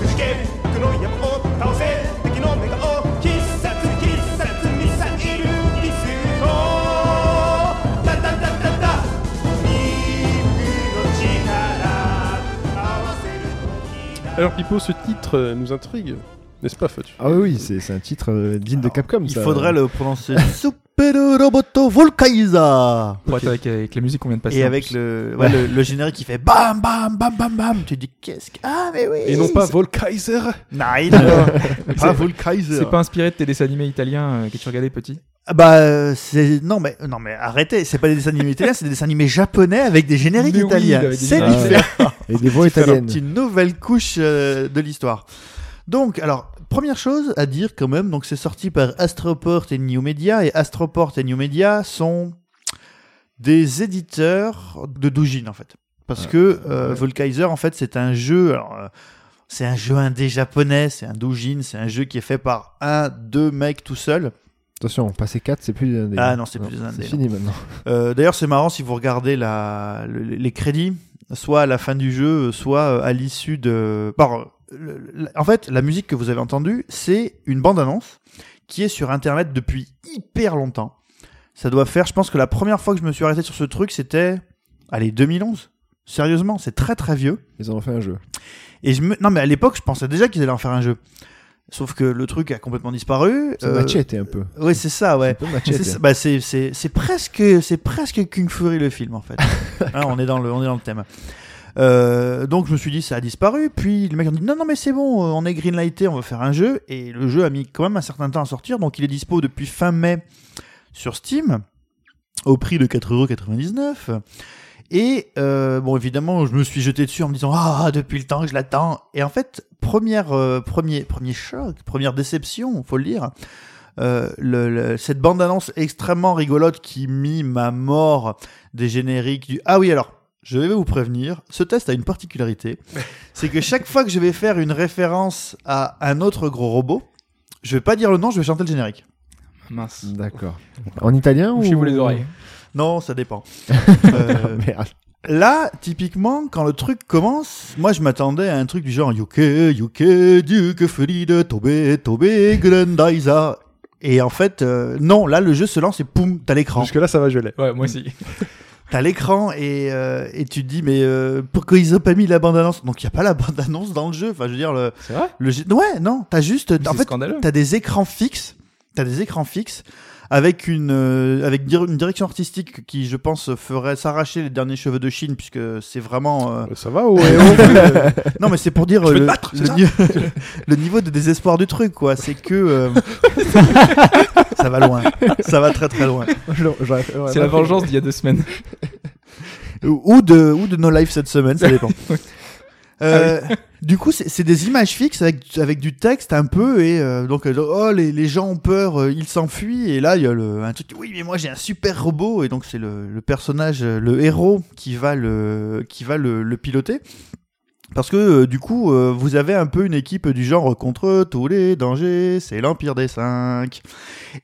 くじけ悪の山を倒せ敵のメガを必殺必殺ミサイルリストタタタタタリの力合わせる時だ Alors Pipo, ce titre euh, nous intrigue, n'est-ce pas Fatu Ah oui, oui, c'est c'est un titre euh, digne de Capcom. Il ça. faudrait le prononcer Super Roboto Volcaiza Pour être avec, avec la musique qu'on vient de passer. Et en avec plus. le, ouais, le, le générique qui fait bam bam bam bam bam, tu te dis qu'est-ce que ah mais oui Et non pas Volkaiser Nein. pas C'est- Volcaiser C'est pas inspiré de tes dessins animés italiens euh, que tu regardais petit Ah bah euh, c'est non mais non mais arrêtez c'est pas des dessins animés italiens c'est des dessins animés japonais avec des génériques Mais oui, italiens avec des c'est génériques différent Et des voix C'est une italiennes. petite nouvelle couche euh, de l'histoire. Donc, alors, première chose à dire quand même, donc c'est sorti par Astroport et New Media, et Astroport et New Media sont des éditeurs de doujin en fait. Parce que euh, Volkaiser, en fait, c'est un jeu. alors, euh, c'est un jeu indé japonais, c'est un doujin, c'est un jeu qui est fait par un, deux mecs tout seul. Attention, passer 4, c'est plus des indés. Ah non, c'est plus des indés, C'est fini maintenant. Euh, D'ailleurs, c'est marrant si vous regardez la, le- les crédits. soit à la fin du jeu, soit euh, à l'issue de. par- euh, le- le- en fait, la musique que vous avez entendue, c'est une bande-annonce qui est sur Internet depuis hyper longtemps. Ça doit faire, je pense que la première fois que je me suis arrêté sur ce truc, c'était, allez, 2011. Sérieusement, c'est très très vieux. Ils en ont fait un jeu. Et je me... non, mais à l'époque, je pensais déjà qu'ils allaient en faire un jeu. Sauf que le truc a complètement disparu. Ça machette un peu. Oui, c'est ça, Euh, ouais. Un peu C'est machette. ça- bah, c'est- c'est c'est presque c'est presque Kung Fury le film en fait. Hein, on est dans le on est dans le thème. Euh, donc je me suis dit ça a disparu. Puis le mec a dit non non mais c'est bon, euh, on est greenlighté, on va faire un jeu et le jeu a mis quand même un certain temps à sortir. Donc il est dispo depuis fin mai sur Steam au prix de 4,99€. Et euh, bon évidemment je me suis jeté dessus en me disant ah depuis le temps que je l'attends. Et en fait première euh, premier premier choc, première déception, faut le dire. Euh, le- le- cette bande-annonce extrêmement rigolote qui mime à mort des génériques du... Ah oui, alors, je vais vous prévenir, ce test a une particularité, c'est que chaque fois que je vais faire une référence à un autre gros robot, je vais pas dire le nom, je vais chanter le générique. Ah, Mince. D'accord. En italien ou Ah, Bouchez-vous les oreilles. Non, ça dépend. Euh, Merde. Là, typiquement, quand le truc commence, moi je m'attendais à un truc du genre Yuke, Yuke, Duke, Fride, Tobé, Tobé, Grandaisa. Et en fait, euh, non, là le jeu se lance et poum, t'as l'écran. Jusque-là, ça va, je l'ai. Ouais, moi aussi. T'as l'écran et, euh, et tu te dis, mais euh, pourquoi ils ont pas mis la bande-annonce Donc il n'y a pas la bande-annonce dans le jeu. Enfin, je veux dire, le. C'est vrai le jeu- ouais, non, t'as juste. En C'est fait, scandaleux. t'as des écrans fixes. T'as des écrans fixes avec une euh, avec dir- une direction artistique qui je pense ferait s'arracher les derniers cheveux de Chine puisque c'est vraiment euh, Ça va, ouais. euh, non mais c'est pour dire Je vais euh, te le, battre, c'est le ça ni- le niveau de désespoir du truc quoi c'est que euh, ça va loin ça va très très loin C'est la vengeance d'il y a deux semaines. ou ou de ou de No Life cette semaine, ça dépend. Euh, Du coup, c'est c'est des images fixes avec, avec du texte un peu et euh, donc euh, oh les, les gens ont peur, euh, ils s'enfuient et là il y a le, un truc oui mais moi j'ai un super robot et donc c'est le, le personnage, euh, le héros qui va le qui va le, le piloter parce que euh, du coup euh, vous avez un peu une équipe du genre contre tous les dangers, c'est l'empire des cinq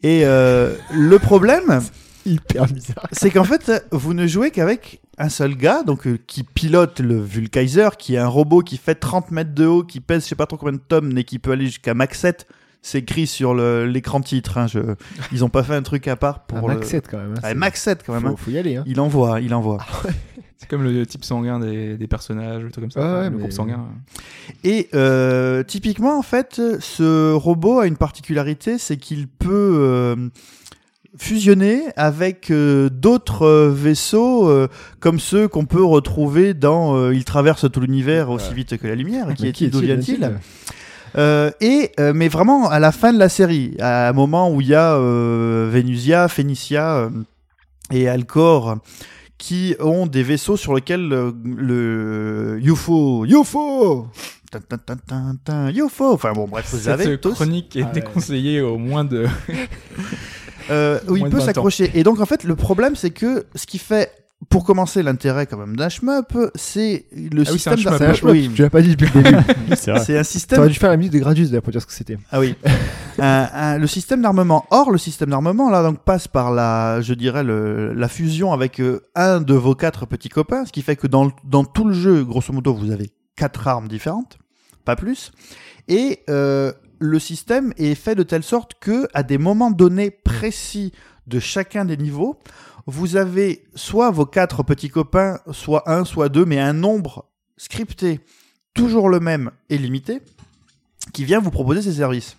et euh, le problème Hyper bizarre. c'est qu'en fait, vous ne jouez qu'avec un seul gars, donc euh, qui pilote le Vulkaiser, qui est un robot qui fait 30 mètres de haut, qui pèse je sais pas trop combien de tonnes, mais qui peut aller jusqu'à Mach 7. C'est écrit sur le- l'écran titre. hein, je- Ils ont pas fait un truc à part pour Un le... Mac 7 quand même. hein, Ouais, c'est- Mach 7 quand même. hein. Faut, faut y aller. Hein. Il envoie, il envoie. C'est comme le type sanguin des, des personnages, le truc comme ça. Ouais, Enfin, ouais, le mais- groupe sanguin. Et euh, typiquement, en fait, ce robot a une particularité, c'est qu'il peut euh, fusionner avec euh, d'autres euh, vaisseaux euh, comme ceux qu'on peut retrouver dans euh, Il traverse tout l'univers aussi vite que la lumière, qui Mais est-il, d'où vient-il vient-il Euh, et euh, mais vraiment à la fin de la série, à un moment où il y a euh, Vénusia, Phénicia euh, et Alcor qui ont des vaisseaux sur lesquels euh, le UFO, UFO, Tin, tin, tin, tin, tin, UFO, enfin bon bref, vous avez Cette tous. chronique est Ah ouais. déconseillée au moins de. Euh, où il Moins de peut 20 ans. s'accrocher. Et donc, en fait, le problème, c'est que ce qui fait, pour commencer, l'intérêt quand même d'un shmup, c'est le Ah oui, c'est un système shmup. d'ar- C'est un shmup, Oui, tu l'as pas dit depuis le début. C'est vrai. c'est un système. T'aurais dû faire la musique de Gradius d'ailleurs pour dire ce que c'était. Ah oui. Un- un- le système d'armement. Or, le système d'armement, là, donc, passe par la, je dirais, le, la fusion avec euh, un de vos quatre petits copains, ce qui fait que dans, le- dans tout le jeu, grosso modo, vous avez quatre armes différentes, pas plus. Et euh, le système est fait de telle sorte que, à des moments donnés précis de chacun des niveaux, vous avez soit vos quatre petits copains, soit un, soit deux, mais un nombre scripté, toujours le même et limité, qui vient vous proposer ses services.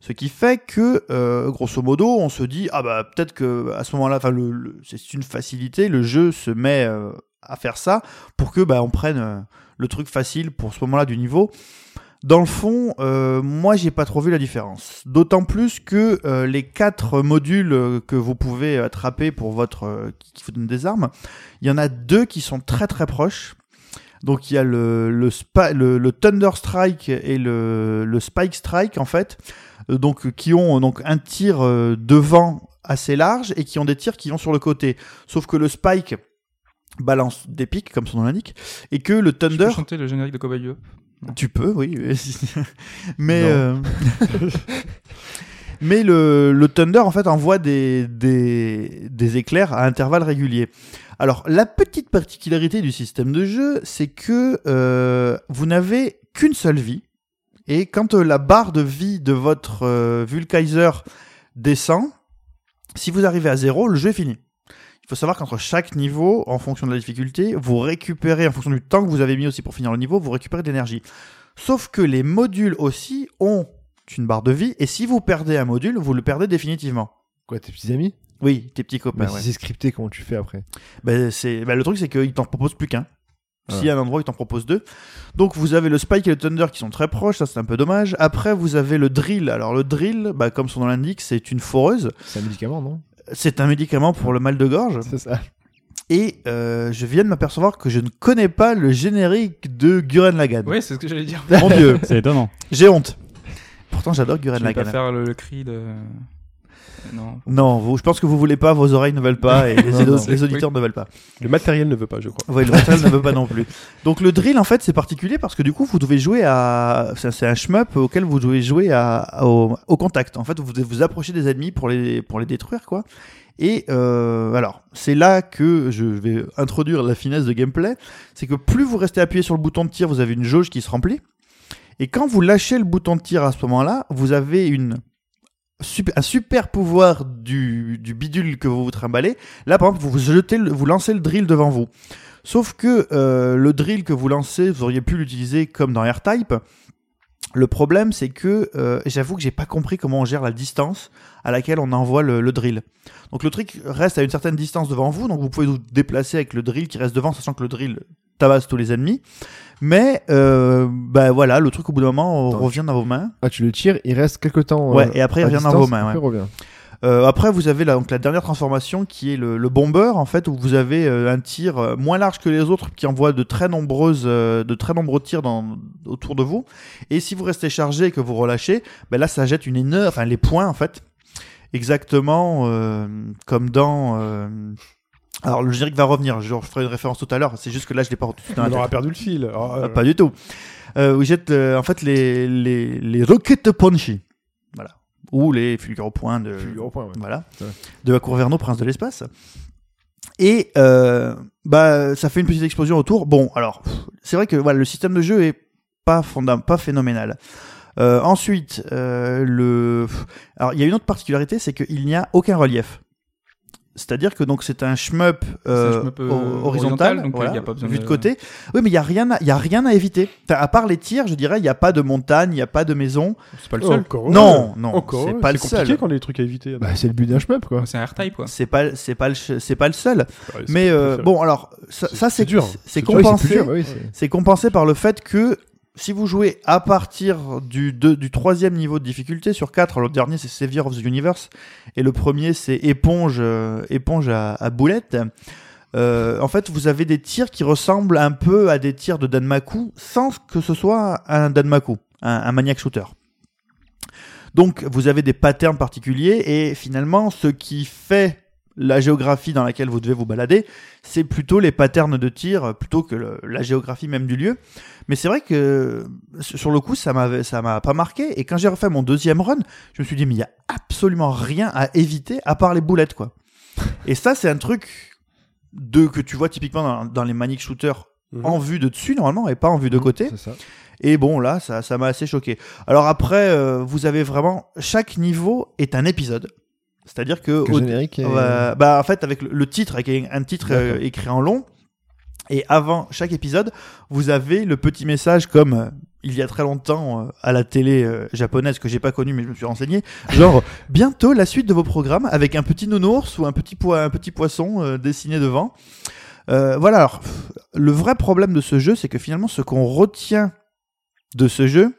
Ce qui fait que, euh, grosso modo, on se dit ah bah peut-être que à ce moment-là, enfin le, le- c'est une facilité, le jeu se met euh, à faire ça pour que bah on prenne euh, le truc facile pour ce moment-là du niveau. Dans le fond, euh, moi j'ai pas trop vu la différence. D'autant plus que euh, les quatre modules euh, que vous pouvez attraper pour votre euh, qui qui vous donnent des armes, il y en a deux qui sont très très proches. Donc il y a le, le, spa- le, le Thunder Strike et le, le Spike Strike en fait, euh, donc euh, qui ont euh, donc un tir euh, devant assez large et qui ont des tirs qui vont sur le côté. Sauf que le Spike balance des pics comme son nom l'indique et que le Je peux Thunder chanter le générique de Cowboy Bebop tu peux, oui. mais Non. euh, Mais le, le Thunder, en fait, envoie des, des, des éclairs à intervalles réguliers. Alors, la petite particularité du système de jeu, c'est que euh, vous n'avez qu'une seule vie. Et quand euh, la barre de vie de votre euh, Vulkaiser descend, si vous arrivez à zéro, le jeu est fini. Il faut savoir qu'entre chaque niveau, en fonction de la difficulté, vous récupérez, en fonction du temps que vous avez mis aussi pour finir le niveau, vous récupérez de l'énergie. Sauf que les modules aussi ont une barre de vie, et si vous perdez un module, vous le perdez définitivement. Quoi, tes petits amis Oui, tes petits copains. Mais Bah ouais. si c'est scripté, comment tu fais après Ben, c'est, ben, le truc, c'est qu'il t'en propose plus qu'un. Ah. S'il y a un endroit, il t'en propose deux. Donc, vous avez le Spike et le Thunder qui sont très proches, ça c'est un peu dommage. Après, vous avez le Drill. Alors, le Drill, bah, comme son nom l'indique, c'est une foreuse. C'est un médicament, non C'est un médicament pour le mal de gorge. C'est ça. Et euh, je viens de m'apercevoir que je ne connais pas le générique de Guren Lagan. Ouais, c'est ce que j'allais dire. Mon dieu, C'est étonnant. j'ai honte. Pourtant, j'adore Je Guren vais Lagan. pas faire le, le cri de. euh, Non. Non, vous- je pense que vous voulez pas, vos oreilles ne veulent pas et les, Non, non. les auditeurs ne veulent pas. Le matériel ne veut pas, je crois. Ouais, le mental ne veut pas non plus. Donc le drill, en fait, c'est particulier parce que du coup, vous devez jouer à. C'est c'est un shmup auquel vous devez jouer à... au... au contact. En fait, vous devez vous approcher des ennemis pour les, pour les détruire, quoi. Et euh, alors, c'est là que je vais introduire la finesse de gameplay. C'est que plus vous restez appuyé sur le bouton de tir, vous avez une jauge qui se remplit. Et quand vous lâchez le bouton de tir à ce moment-là, vous avez une. sup- un super pouvoir du, du bidule que vous vous trimballez. Là, par exemple, vous, vous jetez le- vous lancez le drill devant vous. Sauf que euh, le drill que vous lancez, vous auriez pu l'utiliser comme dans AirType. Le problème, c'est que euh, j'avoue que j'ai pas compris comment on gère la distance à laquelle on envoie le, le drill. Donc le truc reste à une certaine distance devant vous, donc vous pouvez vous déplacer avec le drill qui reste devant, sachant que le drill tabasse tous les ennemis. Mais euh, bah voilà, le truc au bout d'un moment Attends, revient dans vos mains. Ah, tu le tires, il reste quelque temps. Ouais, euh, et après, il à revient dans distance, vos mains, après, ouais. il revient. Euh, après, vous avez la, donc, la dernière transformation qui est le, le bomber, en fait, où vous avez euh, un tir euh, moins large que les autres qui envoie de très, nombreuses, euh, de très nombreux tirs dans, autour de vous. Et si vous restez chargé et que vous relâchez, ben là, ça jette une énorme. Enfin, les points, en fait. Exactement euh, comme dans. euh, alors, le générique va revenir, je ferai une référence tout à l'heure, c'est juste que là, je l'ai pas retenu dans la On tête. aura perdu le fil. Alors, euh, Ah, Pas du tout. Euh, vous jette euh, en fait les, les, les roquettes punchy. Voilà. Ou les fulgures points de. Puis, au point, ouais. Voilà. Ouais. De la Cour Verneau, prince de l'espace. Et euh, bah, ça fait une petite explosion autour. Bon, alors, pff, c'est vrai que voilà, le système de jeu est pas, fonda- pas phénoménal. Euh, ensuite, euh, le... pff, alors, il y a une autre particularité, c'est qu'il n'y a aucun relief. C'est-à-dire que donc c'est un shmup, euh, C'est un shmup, euh, ho- horizontal, horizontal, donc, euh, voilà, il y a pas besoin vu de- de côté. Oui, mais il y a rien, à- il y a rien à éviter. Enfin, À part les tirs, je dirais, il n'y a pas de montagne, il n'y a pas de maison. C'est pas le seul. encore heureux. Non, non, Encore c'est heureux, pas le compliqué seul. quand il y a des trucs à éviter. hein. Bah, c'est le but d'un shmup, quoi. C'est un air-type, quoi. C'est pas, c'est pas le, ch- c'est pas le seul. Ouais, c'est Mais pas euh, préféré. bon, alors ça, C'est- ça, c'est c'est dur. C'est Ouais, c'est plus compensé. dur, bah oui, c'est- C'est compensé par le fait que si vous jouez à partir du, deux- du troisième niveau de difficulté sur quatre, le dernier c'est Savior of the Universe et le premier c'est éponge, euh, éponge à, à boulette. euh, en fait, vous avez des tirs qui ressemblent un peu à des tirs de Danmaku sans que ce soit un Danmaku, un, un maniac shooter. Donc, vous avez des patterns particuliers et finalement, ce qui fait la géographie dans laquelle vous devez vous balader, c'est plutôt les patterns de tir euh, plutôt que le- la géographie même du lieu. Mais c'est vrai que euh, sur le coup, ça m'avait, ça m'a pas marqué. Et quand j'ai refait mon deuxième run, je me suis dit, mais il y a absolument rien à éviter à part les boulettes, quoi. Et ça, c'est un truc de, que tu vois typiquement dans, dans les manic shooters Mhm. en vue de dessus, normalement, et pas en vue de côté. c'est ça. Et bon, là, ça, ça m'a assez choqué. Alors après, euh, vous avez vraiment, chaque niveau est un épisode. C'est-à-dire que, Que au- générique. et- Ouais, bah en fait avec le- le titre avec un- un titre euh, D'accord. écrit en long et avant chaque épisode vous avez le petit message comme euh, il y a très longtemps euh, à la télé euh, japonaise que j'ai pas connu mais je me suis renseigné genre bientôt la suite de vos programmes avec un petit nounours ou un petit poi- un petit poisson euh, dessiné devant Euh, voilà alors pff, le vrai problème de ce jeu c'est que finalement ce qu'on retient de ce jeu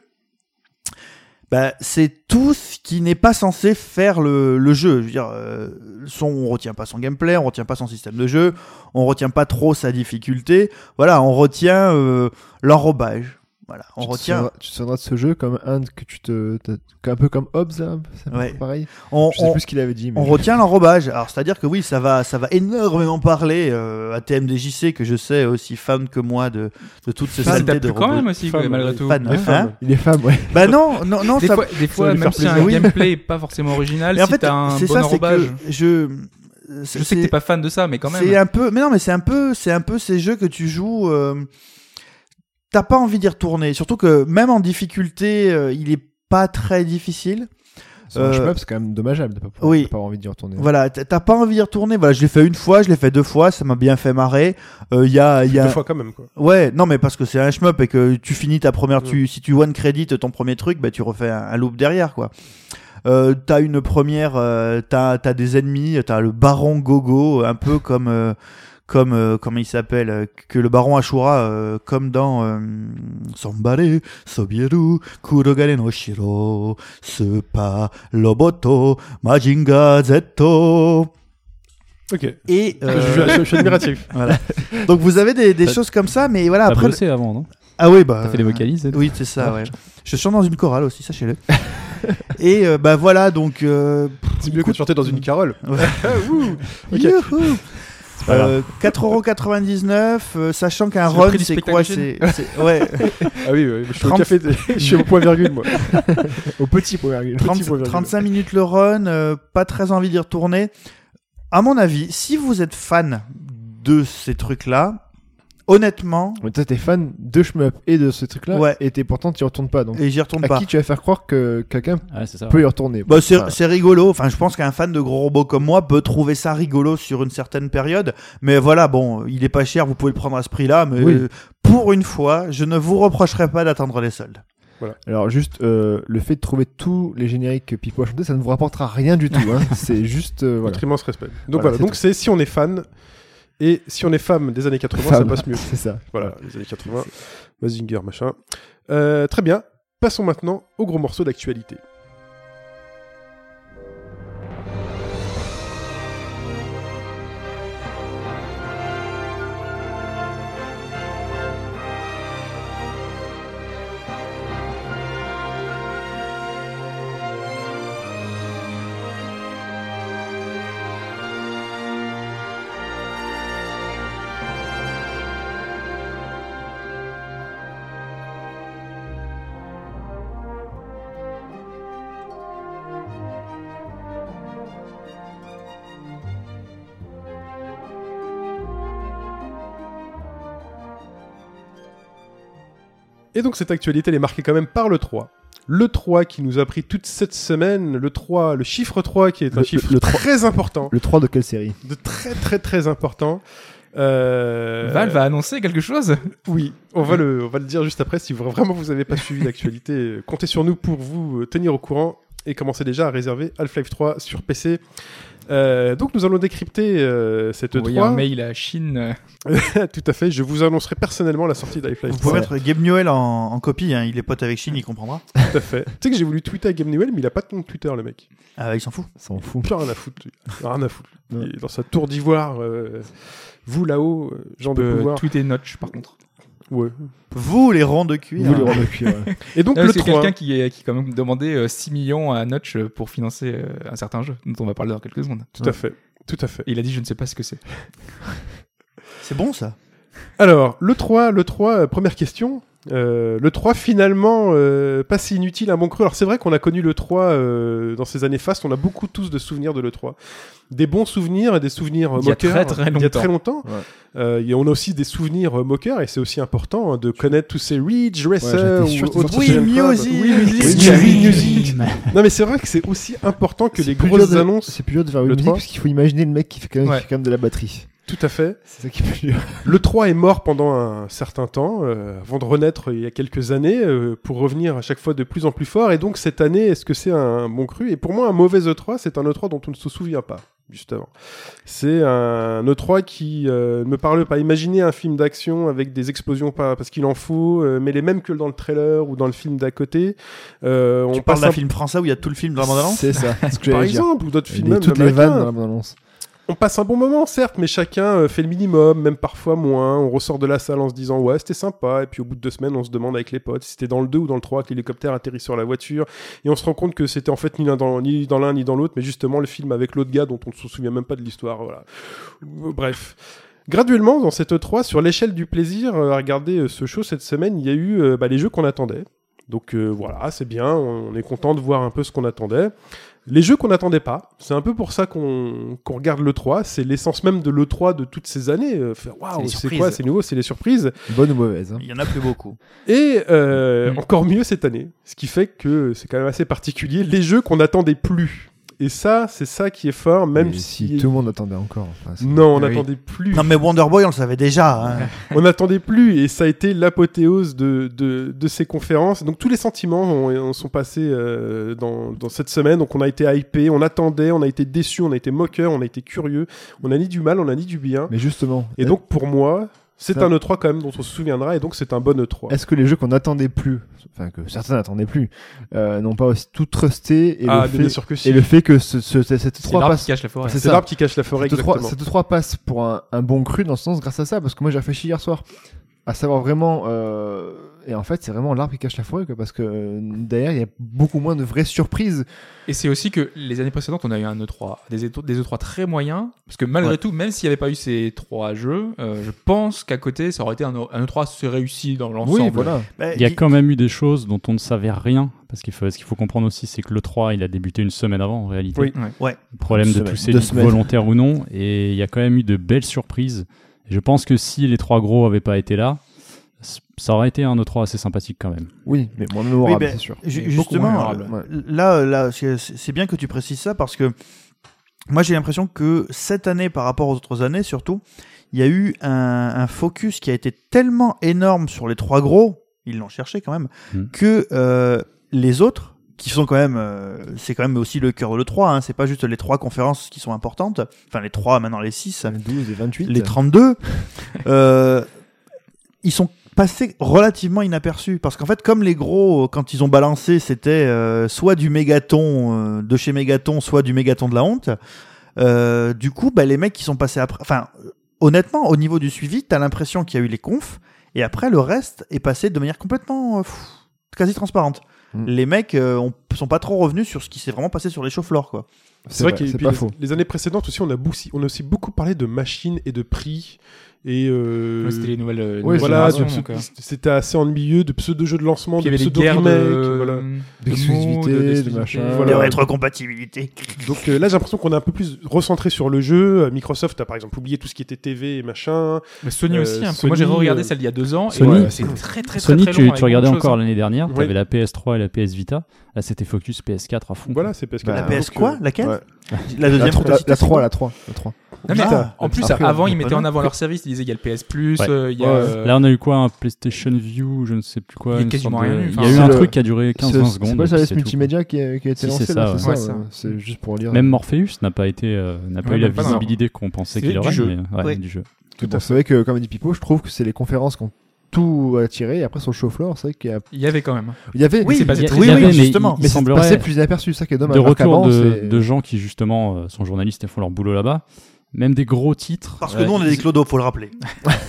bah, c'est tout ce qui n'est pas censé faire le, le jeu. Je veux dire, euh, son, on retient pas son gameplay, on retient pas son système de jeu, on retient pas trop sa difficulté. Voilà, on retient euh, l'enrobage. Voilà, on tu te retient. souviendras- tu te souviendras de ce jeu comme un que tu te, t'as- un peu comme Hobbes là, c'est un peu Ouais. pareil. On, Je sais on- plus ce qu'il avait dit. Mais on retient l'enrobage. Alors, c'est-à-dire que oui, ça va, ça va énormément parler euh, à TMDJC, que je sais aussi fan que moi de, de toute cette Ça saleté tape de quand robots. même aussi, Femme, malgré tout. Fan, Les hein. femmes. Il est femme, ouais. Bah non, non, non, Des ça, fois, des fois lui même faire si un plaisir. Oui, mais- gameplay est pas forcément original, Mais en si fait, t'as un c'est bon ça, c'est enrobage, que je. c'est- je sais que c'est- t'es pas fan de ça, mais quand C'est même. un peu, mais non, mais c'est un peu, c'est un peu ces jeux que tu joues. euh, T'as pas envie d'y retourner, surtout que même en difficulté, euh, il est pas très difficile. Sur un Euh, shmup, c'est quand même dommageable de pas pouvoir, oui. de pas avoir envie d'y retourner. Voilà, t'as t'as pas envie d'y retourner. Voilà, je l'ai fait une fois, je l'ai fait deux fois, ça m'a bien fait marrer. Euh, Il y a, il y Deux a, fois quand même, quoi. ouais, non, mais parce que c'est un shmup et que tu finis ta Mm. première, tu, si tu one credit ton premier truc, bah tu refais un, un loop derrière, quoi. Euh, t'as une première, euh, t'as, t'as des ennemis, t'as le baron Gogo, un peu comme, euh, comme, euh, comment il s'appelle, euh, que le baron Ashura, euh, comme dans euh, Somebody, Sobieru, Kurogane no Shiro, Supa, Loboto, Majinga Zeto. Ok. Et Je, euh, je- je suis admiratif. voilà. Donc vous avez des, des choses comme ça, mais voilà T'as après. bossé avant, non Ah oui, bah. T'as fait des vocalises et tout Oui, c'est ça, ouais. Je chante dans une chorale aussi, sachez-le. et euh, bah voilà, donc. euh, C'est mieux que de chanter dans une carole. Ouh. Ok. youhou pas grave. Euh, 4,99€, euh, sachant qu'un C'est le run prix du c'est spectacle quoi chez c'est, c'est- Ouais, Ah oui, oui, je suis au 30. café, je suis au point virgule, moi. Au petit point virgule. 30 point virgule. 35 minutes le run, euh, pas très envie d'y retourner. À mon avis, si vous êtes fan de ces trucs-là, honnêtement, Mais toi, t'es fan de shmup et de ce truc-là, Ouais. et t'es pourtant t'y retournes pas. Donc, et j'y retourne à pas. qui tu vas faire croire que quelqu'un Ouais, Ah, c'est ça. peut y retourner Bah, c'est, Enfin, c'est rigolo. Enfin, je pense qu'un fan de gros robots comme moi peut trouver ça rigolo sur une certaine période. Mais voilà, bon, il est pas cher, vous pouvez le prendre à ce prix-là. Mais Oui. euh, pour une fois, je ne vous reprocherai pas d'attendre les soldes. Alors juste euh, le fait de trouver tous les génériques que Pipo a chanté, ça ne vous rapportera rien du tout. hein. c'est juste euh, voilà. Notre immense respect. Donc Voilà, voilà, c'est donc c'est si on est fan, et si on est femme des années 80, ça Femme. passe mieux. C'est ça. Voilà, les années 80, Mazinger, machin. Euh, très bien, passons maintenant au gros morceau d'actualité. Et donc cette actualité elle est marquée quand même par le 3. Le 3 qui nous a pris toute cette semaine, le 3, le chiffre 3 qui est un Le- chiffre le 3. très important, Le 3 de quelle série de très très très important. Euh, Valve va annoncer quelque chose Oui, on va, le, on va le dire juste après. Si vra- vraiment vous n'avez pas suivi l'actualité, euh, comptez sur nous pour vous euh, tenir au courant et commencez déjà à réserver Half-Life 3 sur PC. Euh, donc nous allons décrypter euh, cette Envoyer 3. un mail à Chine. euh, Tout à fait, je vous annoncerai personnellement la sortie d'Half-Life Vous pouvez 3. mettre Gabe Newell en, en copie. hein. Il est pote avec Chine, il comprendra. Tout à fait. Tu sais que j'ai voulu tweeter à Game Newell, mais il a pas de compte Twitter, le mec. Ah, il s'en fout. S'en fout. Plus rien à foutre. lui. Rien à foutre. Ouais. Il est dans sa tour d'ivoire. euh, vous là-haut, euh, gens de peut pouvoir. tweeter Notch par contre. Ouais. Vous les ronds de Vous cuir. euh, voulez rendre le hein. cul, ouais. Et donc Ah, le C'est 3. quelqu'un qui, est- qui quand même demandait euh, 6 millions à Notch euh, pour financer euh, un certain jeu dont on va parler dans quelques secondes. Tout à fait. Tout à fait. Et il a dit je ne sais pas ce que c'est. C'est bon ça. Alors, le 3, le 3, euh, première question. Euh, le 3, finalement, euh, pas si inutile à mon cru. Alors, c'est vrai qu'on a connu le 3 euh, dans ces années fastes. On a beaucoup tous de souvenirs de le 3. Des bons souvenirs et des souvenirs euh, Il y a moqueurs. très, très Il y a très longtemps. longtemps. Euh, et on a aussi des souvenirs euh, moqueurs et c'est aussi important hein, de connaître tous ces Ridge Racer j'étais sûr ou qu'ils autres sortaient jeux le Ah, bah, comme ça. music. Oui, music. Oui, Oui, music. Non, mais c'est vrai que c'est aussi important que C'est les plus grosses dur de- annonces. C'est plus dur de faire une Le musique 3. parce qu'il faut imaginer le mec qui fait quand même, qui Ouais. fait quand même de la batterie. Tout à fait. C'est ça qui est plus dur. Le 3 est mort pendant un certain temps, euh, avant de renaître il y a quelques années, euh, pour revenir à chaque fois de plus en plus fort. Et donc cette année, est-ce que c'est un bon cru Et pour moi, un mauvais E3, c'est un E3 dont on ne se souvient pas, justement. C'est un E3 qui euh, ne me parle pas. Imaginez un film d'action avec des explosions, pas parce qu'il en faut, euh, mais les mêmes que dans le trailer ou dans le film d'à côté. Euh, On on parle passe d'un un- film français où il y a tout le film dans la bande-annonce. C'est ça. ce que Par j'allais dire. exemple, ou d'autres films Il y a même toutes les vannes américains. dans la bande-annonce. on passe un bon moment, certes, mais chacun euh, fait le minimum, même parfois moins. On ressort de la salle en se disant ouais, c'était sympa. Et puis au bout de deux semaines, on se demande avec les potes si c'était dans le 2 ou dans le 3 que l'hélicoptère atterrit sur la voiture. Et on se rend compte que c'était en fait ni l'un dans ni dans l'un ni dans l'autre, mais justement le film avec l'autre gars dont on ne se souvient même pas de l'histoire. Voilà. Euh, Bref. Graduellement, dans cette E3, sur l'échelle du plaisir euh, à regarder euh, ce show cette semaine, il y a eu euh, bah, les jeux qu'on attendait. Donc euh, voilà, c'est bien, on est content de voir un peu ce qu'on attendait. Les jeux qu'on n'attendait pas, c'est un peu pour ça qu'on qu'on regarde l'E3, c'est l'essence même de l'E3 de toutes ces années. Euh, faire, Waouh, c'est quoi, surprises. c'est nouveau, c'est les surprises. Bonne ou mauvaise. hein. Il y en a plus beaucoup. Et euh, Mm. encore mieux cette année, ce qui fait que c'est quand même assez particulier, les jeux qu'on n'attendait plus. Et ça, c'est ça qui est fort, même Mais si... si tout le monde attendait encore. Enfin, c'est- Non, on Ah oui. n'attendait plus. non mais Wonder Boy, on le savait déjà. hein. on n'attendait plus et ça a été l'apothéose de, de, de ces conférences. Donc tous les sentiments ont, ont- sont passés euh, dans, dans cette semaine. Donc on a été hypé, on attendait, on a été déçu, on a été moqueur, on a été curieux, on a ni du mal, on a ni du bien. Mais justement, Et est- donc pour moi, c'est Ça- un E3 quand même dont on se souviendra et donc c'est un bon E E3. est-ce que les jeux qu'on n'attendait plus, enfin que certains n'attendaient plus, euh, n'ont pas aussi tout trusté et, ah, le, mais fait, bien sûr que si. et le fait que ce, ce- cette- cette Bah, C'est 3 l'arbre qui passe, cache la forêt. c'est C'est ça. E l'arbre qui cache la forêt, cette exactement. 3, cette 3 passe pour un, un bon cru dans ce sens grâce à ça, parce que moi j'ai réfléchi hier soir à savoir vraiment, euh, et en fait c'est vraiment l'arbre qui cache la forêt, quoi, parce que euh, derrière il y a beaucoup moins de vraies surprises. Et c'est aussi que les années précédentes, on a eu un E3, des, E3, des E3 très moyens, parce que malgré Ouais. tout, même s'il n'y avait pas eu ces trois jeux, euh, je pense qu'à côté, ça aurait été un, O- un E3 assez réussi dans l'ensemble. Oui, voilà. Euh, Bah, Il y a il- quand même eu des choses dont on ne savait rien, parce qu'il faut, ce qu'il faut comprendre aussi, c'est que le 3, il a débuté une semaine avant en réalité. Oui. Ouais. Ouais. Le problème Une de semaine, tous ces deux leaks semaines. volontaires ou non, et il y a quand même eu de belles surprises. Et je pense que si les trois gros avaient pas été là, c- ça aurait été un E3 assez sympathique quand même. Oui, mais moins mémorable, ben, c'est sûr. Ju- Et beaucoup Justement, moins mémorable. Ouais. là, euh, là c'est c'est bien que tu précises ça parce que moi j'ai l'impression que cette année par rapport aux autres années surtout, il y a eu un, un focus qui a été tellement énorme sur les trois gros, ils l'ont cherché quand même, Hmm. Mm. que euh, les autres, qui sont quand même, euh, c'est quand même aussi le cœur de le 3, hein, c'est pas juste les trois conférences qui sont importantes, enfin les trois, maintenant les six, Les 12 et 28. les 32, euh, ils sont passés relativement inaperçus. Parce qu'en fait, comme les gros, euh, quand ils ont balancé, c'était euh, soit du mégaton euh, de chez mégaton, soit du mégaton de la honte, euh, du coup, bah, les mecs qui sont passés après. Enfin, euh, honnêtement, au niveau du suivi, t'as l'impression qu'il y a eu les confs, et après, le reste est passé de manière complètement. euh, pff, quasi transparente. Mm. Les mecs euh, ont- sont pas trop revenus sur ce qui s'est vraiment passé sur les chauffe-lore, quoi. c'est vrai, qu'il y a- c'est puis pas les, faux. les années précédentes aussi, on a, boussi- on a aussi beaucoup parlé de machines et de prix. Et euh, C'était les nouvelles. euh, Oui, nouvelles voilà, générations, de donc, euh. pseu- c'était assez ennuyeux de pseudo-jeux de lancement, Puis il y de avait des guerres pseudo-remakes. de, voilà. D'exclusivité, de mots, de d'exclusivité. machin. Voilà. De rétrocompatibilité. Donc euh, là, j'ai l'impression qu'on est un peu plus recentré sur le jeu. Euh, Microsoft a par exemple oublié tout ce qui était TV et machin. Mais Sony Euh, aussi, hein, parce que moi j'ai Sony, regardé euh, celle il y a deux ans, Sony, et euh, c'est très très très, Sony, très tu, long hein, tu avec regardais beaucoup de encore choses, l'année dernière, Oui. tu avais la PS3 et la PS Vita. Là, c'était focus PS4 à fond. Voilà, c'est parce que Bah, La Ah, PS quoi Donc, euh, Laquelle Ouais. La La, deuxième tro- la, petite la 3, la 3, la 3. hein. Ah, Non, mais, Putain. en plus, Après, avant, on ils est mettaient pas en là. avant leur service, ils disaient il y a le PS Plus, Ouais. euh, il y a. Ouais. euh, Là, on a eu quoi Un PlayStation View, je ne sais plus quoi. Il y a une quasiment sorte de- rien eu. Il y Enfin, a eu c'est un le- truc qui a duré C'est- 15-20 secondes. C'est et pas le puis service c'est tout, multimédia qui a, qui a été Si, lancé c'est là, ça, c'est ouais. ça. Ouais, euh, C'est juste pour dire. quoi. Même Morpheus n'a pas été, euh, n'a pas Ouais, eu la même pas, non. visibilité qu'on pensait C'est qu'il du aurait. jeu. mais- ouais, Ouais. du jeu. Tout à C'est vrai que, comme a dit Pipo, je trouve que c'est les conférences qui ont tout attiré. Et après, sur le show floor, c'est vrai qu'il y, a- Il y avait quand même. hein. il y avait. Oui, mais c'est pas- Il y a- oui, il y oui, avait, mais justement. il- mais Il c'est passé semblerait plus inaperçu, ça qui est dommage. de Alors retour qu'avant, de, c'est- de gens qui justement euh, sont journalistes et font leur boulot là-bas. Même des gros titres. Parce que euh, nous, on est ils- des clodos, faut le rappeler.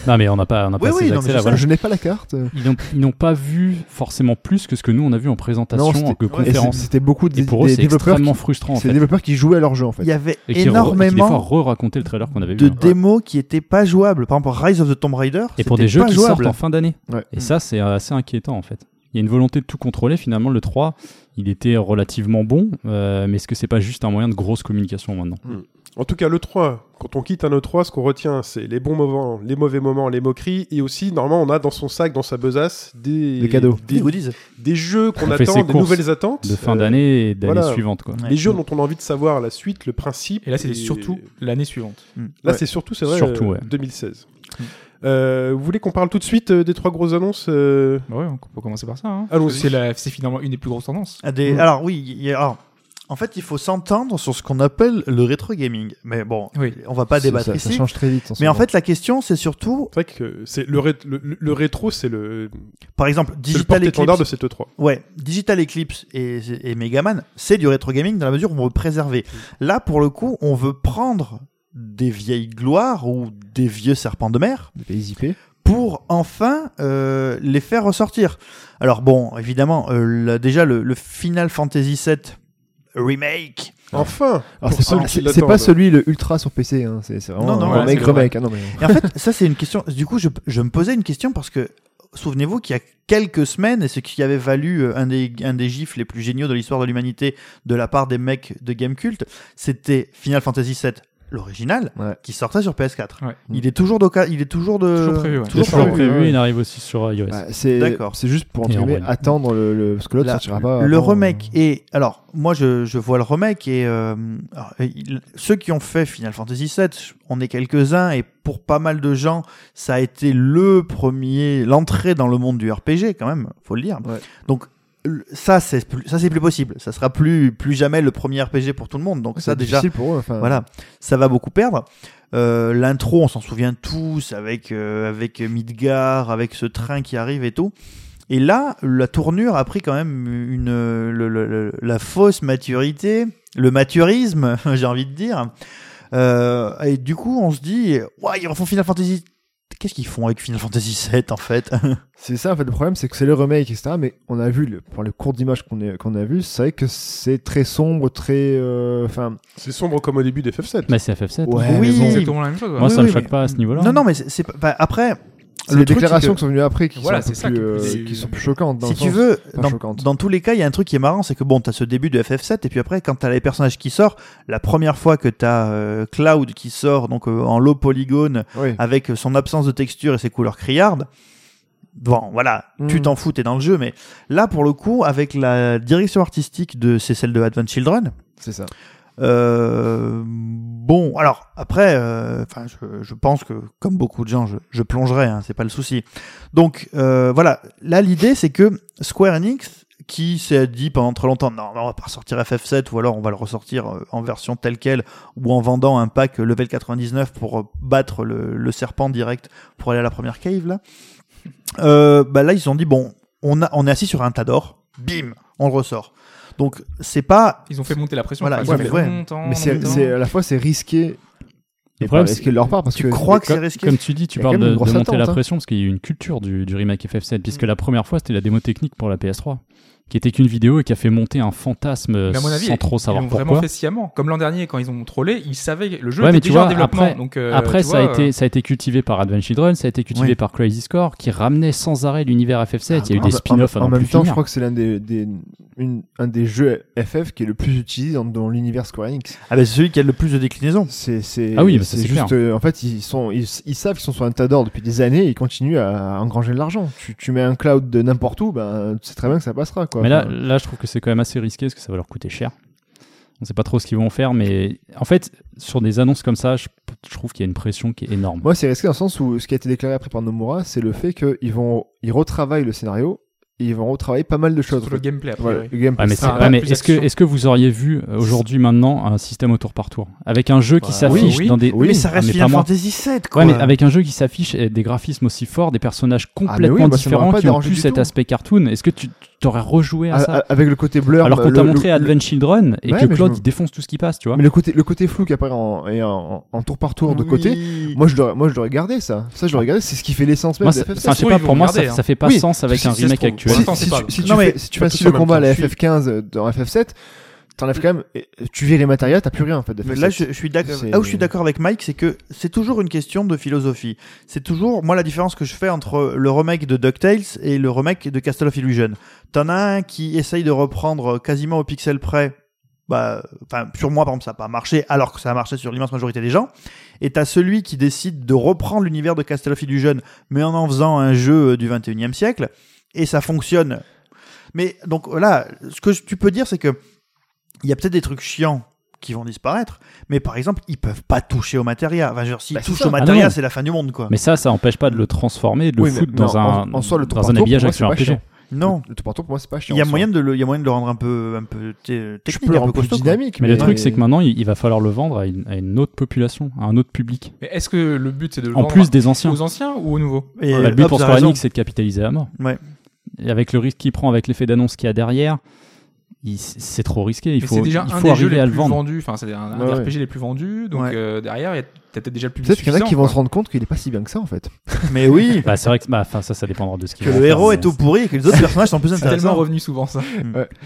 Non mais on n'a pas, on n'a Oui, pas oui, ces non, mais accès-là. je voilà. Je n'ai pas la carte. Ils n'ont- ils n'ont pas vu forcément plus que ce que nous on a vu en présentation, Non, c'était- en que Et c'est- conférence. C'était beaucoup de Et pour eux, des c'est développeurs. extrêmement qui- frustrant en C'est fait. des développeurs qui jouaient à leur jeu, en Il y fait. avait Et qui énormément re raconter le trailer qu'on avait de vu. hein. démos qui étaient pas jouables. Par exemple, Rise of the Tomb Raider, Et pour des c'était jeux pas qui jouable. sortent en fin d'année. Ouais. Et ça, c'est euh, assez inquiétant en fait. Il y a une volonté de tout contrôler. Finalement, le 3, il était relativement bon. euh, mais est-ce que c'est pas juste un moyen de grosse communication maintenant En tout cas, l'E3, quand on quitte un E3, ce qu'on retient, c'est les bons moments, les mauvais moments, les moqueries. Et aussi, normalement, on a dans son sac, dans sa besace, des, Des cadeaux. Des Des, goodies. des jeux qu'on On fait ses attend, des courses nouvelles attentes. De fin Euh, d'année et d'année voilà. suivante quoi. Les jeux dont on a envie de savoir la suite, le principe. Et là, c'était surtout euh, l'année suivante. Là, Ouais. c'est surtout, c'est vrai, Surtout, euh, ouais. 2016. Euh, vous voulez qu'on parle tout de suite euh, des trois grosses annonces euh, Bah ouais, on peut commencer par ça. hein. Allons-y. C'est la- c'est finalement une des plus grosses tendances. Ah, Mm. des- Alors oui, il y a- alors, en fait, il faut s'entendre sur ce qu'on appelle le rétro gaming. Mais bon, Oui. on va pas Ça- débattre ça, ça ici. change très vite. ce mais en moment. fait, la question, c'est surtout, C'est vrai que c'est le, ré- le, le- le rétro, c'est le, par exemple, c'est le Digital porte-étendard Eclipse. de cette E E3. Ouais, Digital Eclipse et, et Megaman, c'est du rétro gaming dans la mesure où on veut préserver. Là, pour le coup, on veut prendre des vieilles gloires ou des vieux serpents de mer Les IP. pour enfin euh, les faire ressortir. Alors bon, évidemment, euh, là, déjà le, le Final Fantasy VII remake. Enfin Alors, Pour c'est ceux pas, qui c'est- c'est l'attendent. pas celui le ultra sur PC, hein. c'est c'est vraiment Non, non, un ouais, mec c'est remake. hein. Non, mais... Et en fait, ça c'est une question. Du coup, je, je me posais une question parce que souvenez-vous qu'il y a quelques semaines, et ce qui avait valu euh, un des, un des gifs les plus géniaux de l'histoire de l'humanité de la part des mecs de Game Cult, c'était Final Fantasy VII l'original Ouais. qui sortait sur PS4. Ouais. Il est toujours d'oca- il est toujours de Euh, Toujours prévu, ouais. toujours Toujours prévu. prévu. prévu, ouais. il arrive aussi sur euh, iOS. Bah, c'est D'accord. c'est juste pour entre Et en guillemets, vrai. attendre le, le- parce que l'autre La- sortira pas. Le avant, euh, remake et alors moi je, je vois le remake et euh, alors, il- ceux qui ont fait Final Fantasy VII, je- on est quelques uns et pour pas mal de gens ça a été le premier l'entrée dans le monde du RPG quand même, faut le dire. Ouais. Donc l- ça c'est plus- ça c'est plus possible, ça sera plus plus jamais le premier RPG pour tout le monde. Donc euh, ça c'est déjà difficile pour eux. Enfin, voilà, ça va beaucoup perdre. Euh, L'intro, on s'en souvient tous, avec, euh, avec Midgar, avec ce train qui arrive et tout. Et là, la tournure a pris quand même une, euh, le- le- le- la fausse maturité, le maturisme, j'ai envie de dire. Euh, et du coup, on se dit, ouais, ils refont Final Fantasy. Qu'est-ce qu'ils font avec Final Fantasy VII en fait C'est ça en fait le problème, c'est que c'est le remake etc. Mais on a vu le, pour le cours d'image qu'on est- qu'on a vu, c'est vrai que c'est très sombre, très euh, enfin. C'est sombre comme au début d'FF7. Mais c'est FF7. Ouais, hein. mais Oui. C'est bon. exactement la même chose. ouais. Moi, ça Oui, me oui, choque mais- pas à ce niveau-là. Non, non, mais c'est- c'est pas. bah, après, C'est les truc, c'est déclarations que- qui sont venues après qui Voilà, sont un peu c'est ça plus, qui est euh, plus- qui sont plus choquantes. dans si le tu sens- veux, pas dans, choquante. dans tous les cas, il y a un truc qui est marrant, c'est que bon, t'as ce début de FF7, et puis après, quand t'as les personnages qui sortent, la première fois que t'as euh, Cloud qui sort donc euh, en low polygone Oui. avec euh, son absence de texture et ses couleurs criardes, bon, voilà, Mm. tu t'en fous, t'es dans le jeu, mais là, pour le coup, avec la direction artistique de, c'est celle de Advent Children, c'est ça. euh, bon, alors après, euh, enfin, je, je pense que comme beaucoup de gens, je, je plongerai, hein, c'est pas le souci. Donc euh, voilà, là l'idée c'est que Square Enix, qui s'est dit pendant très longtemps, non, on va pas ressortir FF7 ou alors on va le ressortir euh, en version telle quelle ou en vendant un pack level 99 pour euh, battre le, le serpent direct pour aller à la première cave là. Euh, bah là ils se sont dit bon, on a, on est assis sur un tas d'or, bim, on le ressort. Donc c'est pas Ils ont fait monter la pression. Voilà, enfin, ils ont ils fait- ont ouais. fait longtemps. Mais c'est longtemps. c'est- à la fois c'est risqué. Le Et problème, pas risqué de leur part parce Tu que crois que Comme- c'est risqué Comme tu dis, tu Il y a quand parles même de, une grosse de monter la attente, hein. Mm. pression parce qu'il y a eu une culture du, du remake FF7, puisque la première fois c'était la démo technique pour la PS3, qui était qu'une vidéo et qui a fait monter un fantasme Mais à mon avis, sans trop Ils savoir l'ont vraiment pourquoi. fait sciemment. Comme l'an dernier, quand ils ont trollé, ils savaient que le jeu Ouais, mais était tu déjà en vois, développement. après- donc, euh, Après, tu ça, vois, a été, ça a été cultivé par Advent Children, ça a été cultivé Oui. par Crazy Score, qui ramenait sans arrêt l'univers FF7. Ah, Il y a eu en- des spin-offs en, à en n'en même plus temps, je finir. crois que c'est l'un des, des- une- un des jeux FF qui est le plus utilisé dans, dans l'univers Square Enix. Ah bah c'est celui qui a le plus de déclinaisons. C'est c'est Ah oui, bah ça, c'est c'est clair. juste euh, en fait ils sont ils, ils savent qu'ils sont sur un tas d'or depuis des années et ils continuent à engranger de l'argent. Tu, tu mets un cloud de n'importe où, ben tu sais très bien que ça passera quoi. Mais là, Enfin, là, je trouve que c'est quand même assez risqué parce que ça va leur coûter cher. On sait pas trop ce qu'ils vont faire, mais en fait, sur des annonces comme ça, je, je trouve qu'il y a une pression qui est énorme. moi c'est risqué dans le sens où ce qui a été déclaré après par Nomura, c'est le fait qu'ils vont ils retravaillent le scénario et ils vont retravailler pas mal de choses. sur le gameplay. a Voilà, priori. le gameplay. Ouais, Ah, mais Ça c'est- va ouais, mais plus est-ce que, action. est que vous auriez vu euh, aujourd'hui maintenant un système au tour par tour avec un jeu qui Bah, s'affiche oui, dans des oui. mais ça reste Ah, mais Final pas moi. Fantasy VII quoi. Ouais, mais avec un jeu qui s'affiche et des graphismes aussi forts, des personnages Ah, mais complètement oui, moi, ça différents m'aurait pas qui ont dérangé plus du cet tout. aspect cartoon, est-ce que tu t'aurais rejoué à, A- ça a- avec le côté blur. Alors qu'on le- t'a le- montré le- Advent Children et Ouais, que mais je Claude me- il défonce tout ce qui passe, tu vois. Mais le côté, le côté flou qui apparaît en, et en, en tour par tour de côté, moi je l'aurais, moi je l'aurais gardé ça. Ça je l'aurais gardé, c'est ce qui fait l'essence même Moi, de ça- FF7. enfin, je sais Oui, pas, ils vont pour moi, regarder, ça, hein. ça fait pas Oui. sens avec Si- un si ça se remake trouve, actuel. pour Si, l'instant, si c'est pas- tu, si Non, tu mais fais, si tu pas fais tous le en même combat à la temps. FF15 euh, dans FF7, t'enlèves quand même, et tu vires les matériels, t'as plus rien en fait. De Mais FF7. là, je, je suis d'accord. C'est- Là où je suis d'accord avec Mike, c'est que c'est toujours une question de philosophie. C'est toujours, moi, la différence que je fais entre le remake de DuckTales et le remake de Castle of Illusion. T'en as un qui essaye de reprendre quasiment au pixel près. Bah, enfin, sur moi, par exemple, ça n'a pas marché, alors que ça a marché sur l'immense majorité des gens. Et t'as celui qui décide de reprendre l'univers de Castle of Illusion, mais en en faisant un jeu euh, du 21e siècle. Et ça fonctionne. Mais donc là, ce que je- tu peux dire, c'est que il y a peut-être des trucs chiants qui vont disparaître, mais par exemple, ils peuvent pas toucher au matériel. Enfin, je veux dire, s'ils Bah, c'est touchent ça. au Ah, matériel, non. c'est la fin du monde, quoi. Mais ça, ça empêche pas de le transformer, et de le Oui, mais- foutre dans non, un en- en soi, le tour dans par un tour, habillage pour moi, action c'est pas RPG. chiant. non, Le tour par tour pour moi c'est pas chiant. il y a en soi. moyen de le, il y a moyen de le rendre un peu, un peu t- tu technique, peux le un peu rendre plus costaud, quoi. dynamique. Mais le truc, euh, c'est que maintenant, il il va falloir le vendre à une à une autre population, à un autre public, Mais est-ce que le but, c'est de le en hein. vendre plus des anciens. aux anciens ou aux nouveaux Et Bah, le but hop, pour t'as Square raison. Enix, c'est de capitaliser à mort. Ouais. Et avec le risque qu'il prend, avec l'effet d'annonce qu'il y a derrière, il- c'est trop risqué. Il Mais faut, c'est déjà il un faut des jeux arriver les à plus le vendre. vendus. Enfin, c'est un, un Ouais, des ouais. RPG les plus vendus. Donc Ouais. euh, derrière, il y a peut-être déjà le public. Peut-être qu'il y en a suffisant, qui vont quoi. se rendre compte qu'il est pas si bien que ça en fait. Mais oui, Bah, c'est vrai que bah, enfin, ça, ça dépendra de ce qu'il que va le faire, héros mais- est tout pourri et que les autres personnages sont plus C'est tellement intéressants. revenu souvent ça.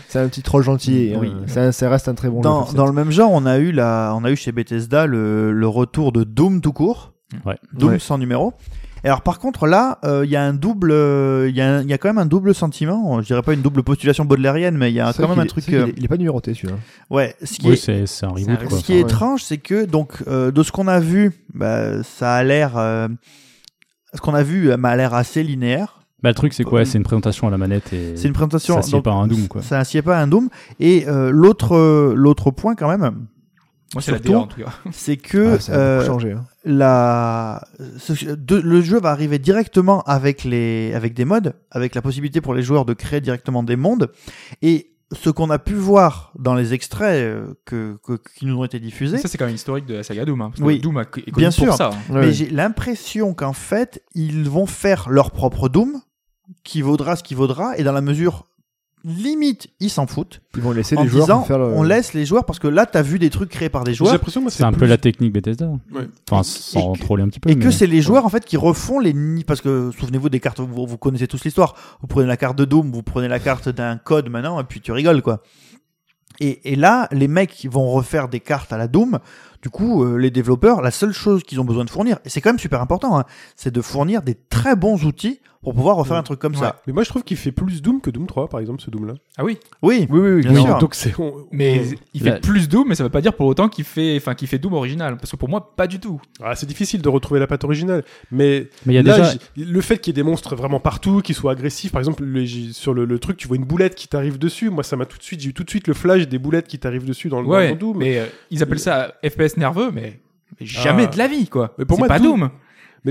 C'est un petit troll gentil. et, Oui. euh, c'est un- ça reste un très bon Dans, jeu. dans le même genre, on a eu la, on a eu chez Bethesda le, le retour de Doom tout court, Ouais. Doom Ouais. sans numéro. Et alors par contre là, euh, il y a un double, euh, il y, a un- il y a quand même un double sentiment. Je dirais pas une double postulation baudelairienne, mais il y a quand même un truc. Il, euh, est, il est pas numéroté celui-là. ouais, ce qui Oui, est, c'est c'est un reboot. reboot. quoi. ce qui est Ouais. étrange, c'est que donc euh, de ce qu'on a vu, bah, ça a l'air, euh, ce qu'on a vu euh, m'a l'air assez linéaire. Bah, le truc, c'est quoi C'est une présentation à la manette et C'est une présentation. ça s'y est donc, pas à un Doom. Quoi. Ça s'y est pas à un Doom. Et euh, l'autre, euh, l'autre point quand même, Moi, c'est la Surtout- DA en tout cas. c'est que Ah, ça a euh, beaucoup changé. hein. la ce- de- le jeu va arriver directement avec les avec des modes, avec la possibilité pour les joueurs de créer directement des mondes et ce qu'on a pu voir dans les extraits euh, que, que- qui nous ont été diffusés, Ça, c'est quand même historique de la saga Doom. hein, parce que Oui. Doom a- est connu Bien pour sûr. ça. hein. Ouais, mais ouais. j'ai l'impression qu'en fait, ils vont faire leur propre Doom qui vaudra ce qui vaudra et dans la mesure limite, ils s'en foutent Ils vont laisser en les joueurs disant faire le- on laisse les joueurs parce que là t'as vu des trucs créés par des J'ai joueurs l'impression, moi, C'est un peu plus- la technique Bethesda. Ouais. Enfin, sans Et que- troller un petit peu. Et que mais- c'est les joueurs en fait qui refont les nids parce que souvenez-vous des cartes vous, vous connaissez tous l'histoire vous prenez la carte de Doom vous prenez la carte d'un code maintenant et puis tu rigoles quoi et, et là les mecs ils vont refaire des cartes à la Doom du coup euh, les développeurs la seule chose qu'ils ont besoin de fournir et c'est quand même super important hein, c'est de fournir des très bons outils pour pouvoir refaire un truc comme ça Mais moi, je trouve qu'il fait plus Doom que Doom 3, par exemple, ce Doom-là. Ah oui. oui Oui, oui, oui. Bien oui. sûr. Donc, c'est. on- Mais il fait La- plus Doom, mais ça veut pas dire pour autant qu'il fait, enfin, qu'il fait Doom original. Parce que pour moi, pas du tout. Ah, c'est difficile de retrouver la patte originale. Mais Mais il y a là, déjà. Ah j- le fait qu'il y ait des monstres vraiment partout, qu'ils soient agressifs, par exemple, le- j- sur le, le truc, tu vois une boulette qui t'arrive dessus. Moi, ça m'a tout de suite, j'ai eu tout de suite le flash des boulettes qui t'arrivent dessus dans le dans Ouais. le Doom. Mais, Mais euh, ils appellent ça FPS nerveux, mais. mais jamais Ah. de la vie, quoi. Mais pour C'est moi, pas Doom- Doom.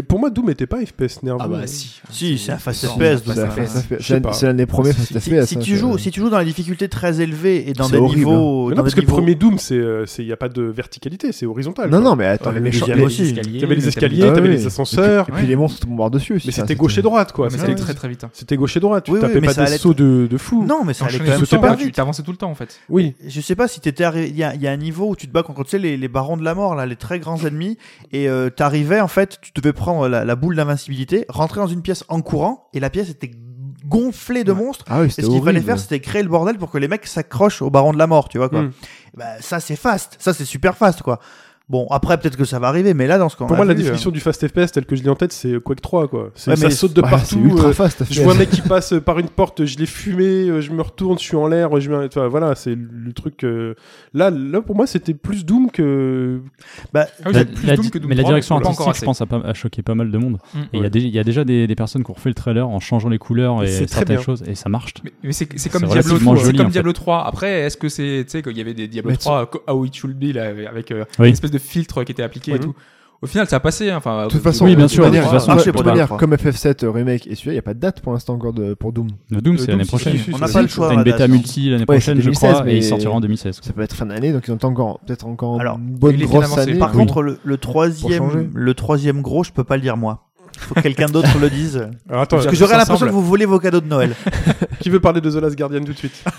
pour moi, Doom n'était pas FPS nerveux. Ah bah si. si c'est un fast Non, FPS pas donc, C'est un- ça c'est fait- un- c'est un- je sais pas. C'est l'un des premiers Si- Fast si, FPS, si hein, tu c'est- joues si tu joues dans les difficultés très élevées et dans C'est des horrible, niveaux Mais dans non, parce des que le niveaux- premier Doom, c'est, euh, c'est, il n'y a pas de verticalité, c'est horizontal. Non, quoi. non, mais attends, les le méchants. deuxième les- aussi. Il y avait les escaliers, Ah, t'avais oui. les ascenseurs, Et puis Ouais. les monstres te bombardent dessus aussi. mais Enfin, c'était gauche et droite, quoi. Mais ça allait C'était- très très vite. C'était gauche et droite, tu Oui, oui, tapais mais pas ça des allait- sauts de, de fou. non mais ça allait quand T'enchaînais même tout le temps, hein. super tu vite t'avançais tout le temps en fait. Oui. Je sais pas si t'étais arri- il y a, il y a un niveau où tu te bats contre tu sais, les, les barons de la mort là, les très grands ennemis et euh, t'arrivais en fait, tu devais prendre la, la boule d'invincibilité, rentrer dans une pièce en courant et la pièce était gonflée de Ouais. monstres. Ah oui, Et c'était ce qu'il fallait horrible. faire, c'était créer le bordel pour que les mecs s'accrochent aux barons de la mort, tu vois quoi. Mm. Bah, ça c'est fast, ça c'est super fast quoi. Bon après peut-être que ça va arriver, mais là dans ce qu'on Pour a moi, la vu, euh, définition du fast FPS telle que je l'ai en tête, c'est Quake 3, quoi. C'est, Ouais, ça mais- saute de Ouais, partout. c'est ultra euh, fast. je vois un mec qui passe euh, par une porte, je l'ai fumé, euh, je me retourne, je suis en l'air, je mets- enfin, voilà, c'est le- le truc. euh, Là, là, pour moi, c'était plus Doom que. bah, Ah oui, la- c'est plus la- Doom que Doom mais la 3, direction mais pas encore artistique, je assez. pense, a, pas- a choqué pas mal de monde. Mm. Et il y a des- il y, a déjà des, des personnes qui ont refait le trailer en changeant les couleurs et C'est très certaines bien. choses, et ça marche. Mais, mais c'est c'est comme C'est Diablo relativement 3. C'est joli, comme en fait. Diablo 3. Après, est-ce que c'est, tu sais, qu'il y avait des Diablo Mais tu- 3, co- How It Should Be, là, avec euh, Oui. une espèce de filtre qui était appliqué et Mhm. tout. Au final, ça a passé. hein, Enfin, De toute façon, euh, Oui, bien de sûr, toute de manière, toute façon, de je toute sais pas. manière, comme FF7 remake et celui-là, il n'y a pas de date pour l'instant encore de, pour Doom. Le Doom, Euh, c'est Doom, l'année si, prochaine. si, si, on si, n'a si. pas le choix. T'as la une date, bêta non. multi l'année Ouais, c'est prochaine, je 2016, crois, et mais- il sortira en 2016. Ça peut être fin d'année, donc ils ont encore peut-être encore Alors, une bonne il est bien grosse avancé. année. par Oui. contre le, le changer. troisième, le troisième gros, je peux pas le dire moi. Faut que quelqu'un d'autre le dise. Alors, attends, Parce Bien que tous j'aurais l'impression ensemble. que vous volez vos cadeaux de Noël. qui veut parler de The Last Guardian tout de suite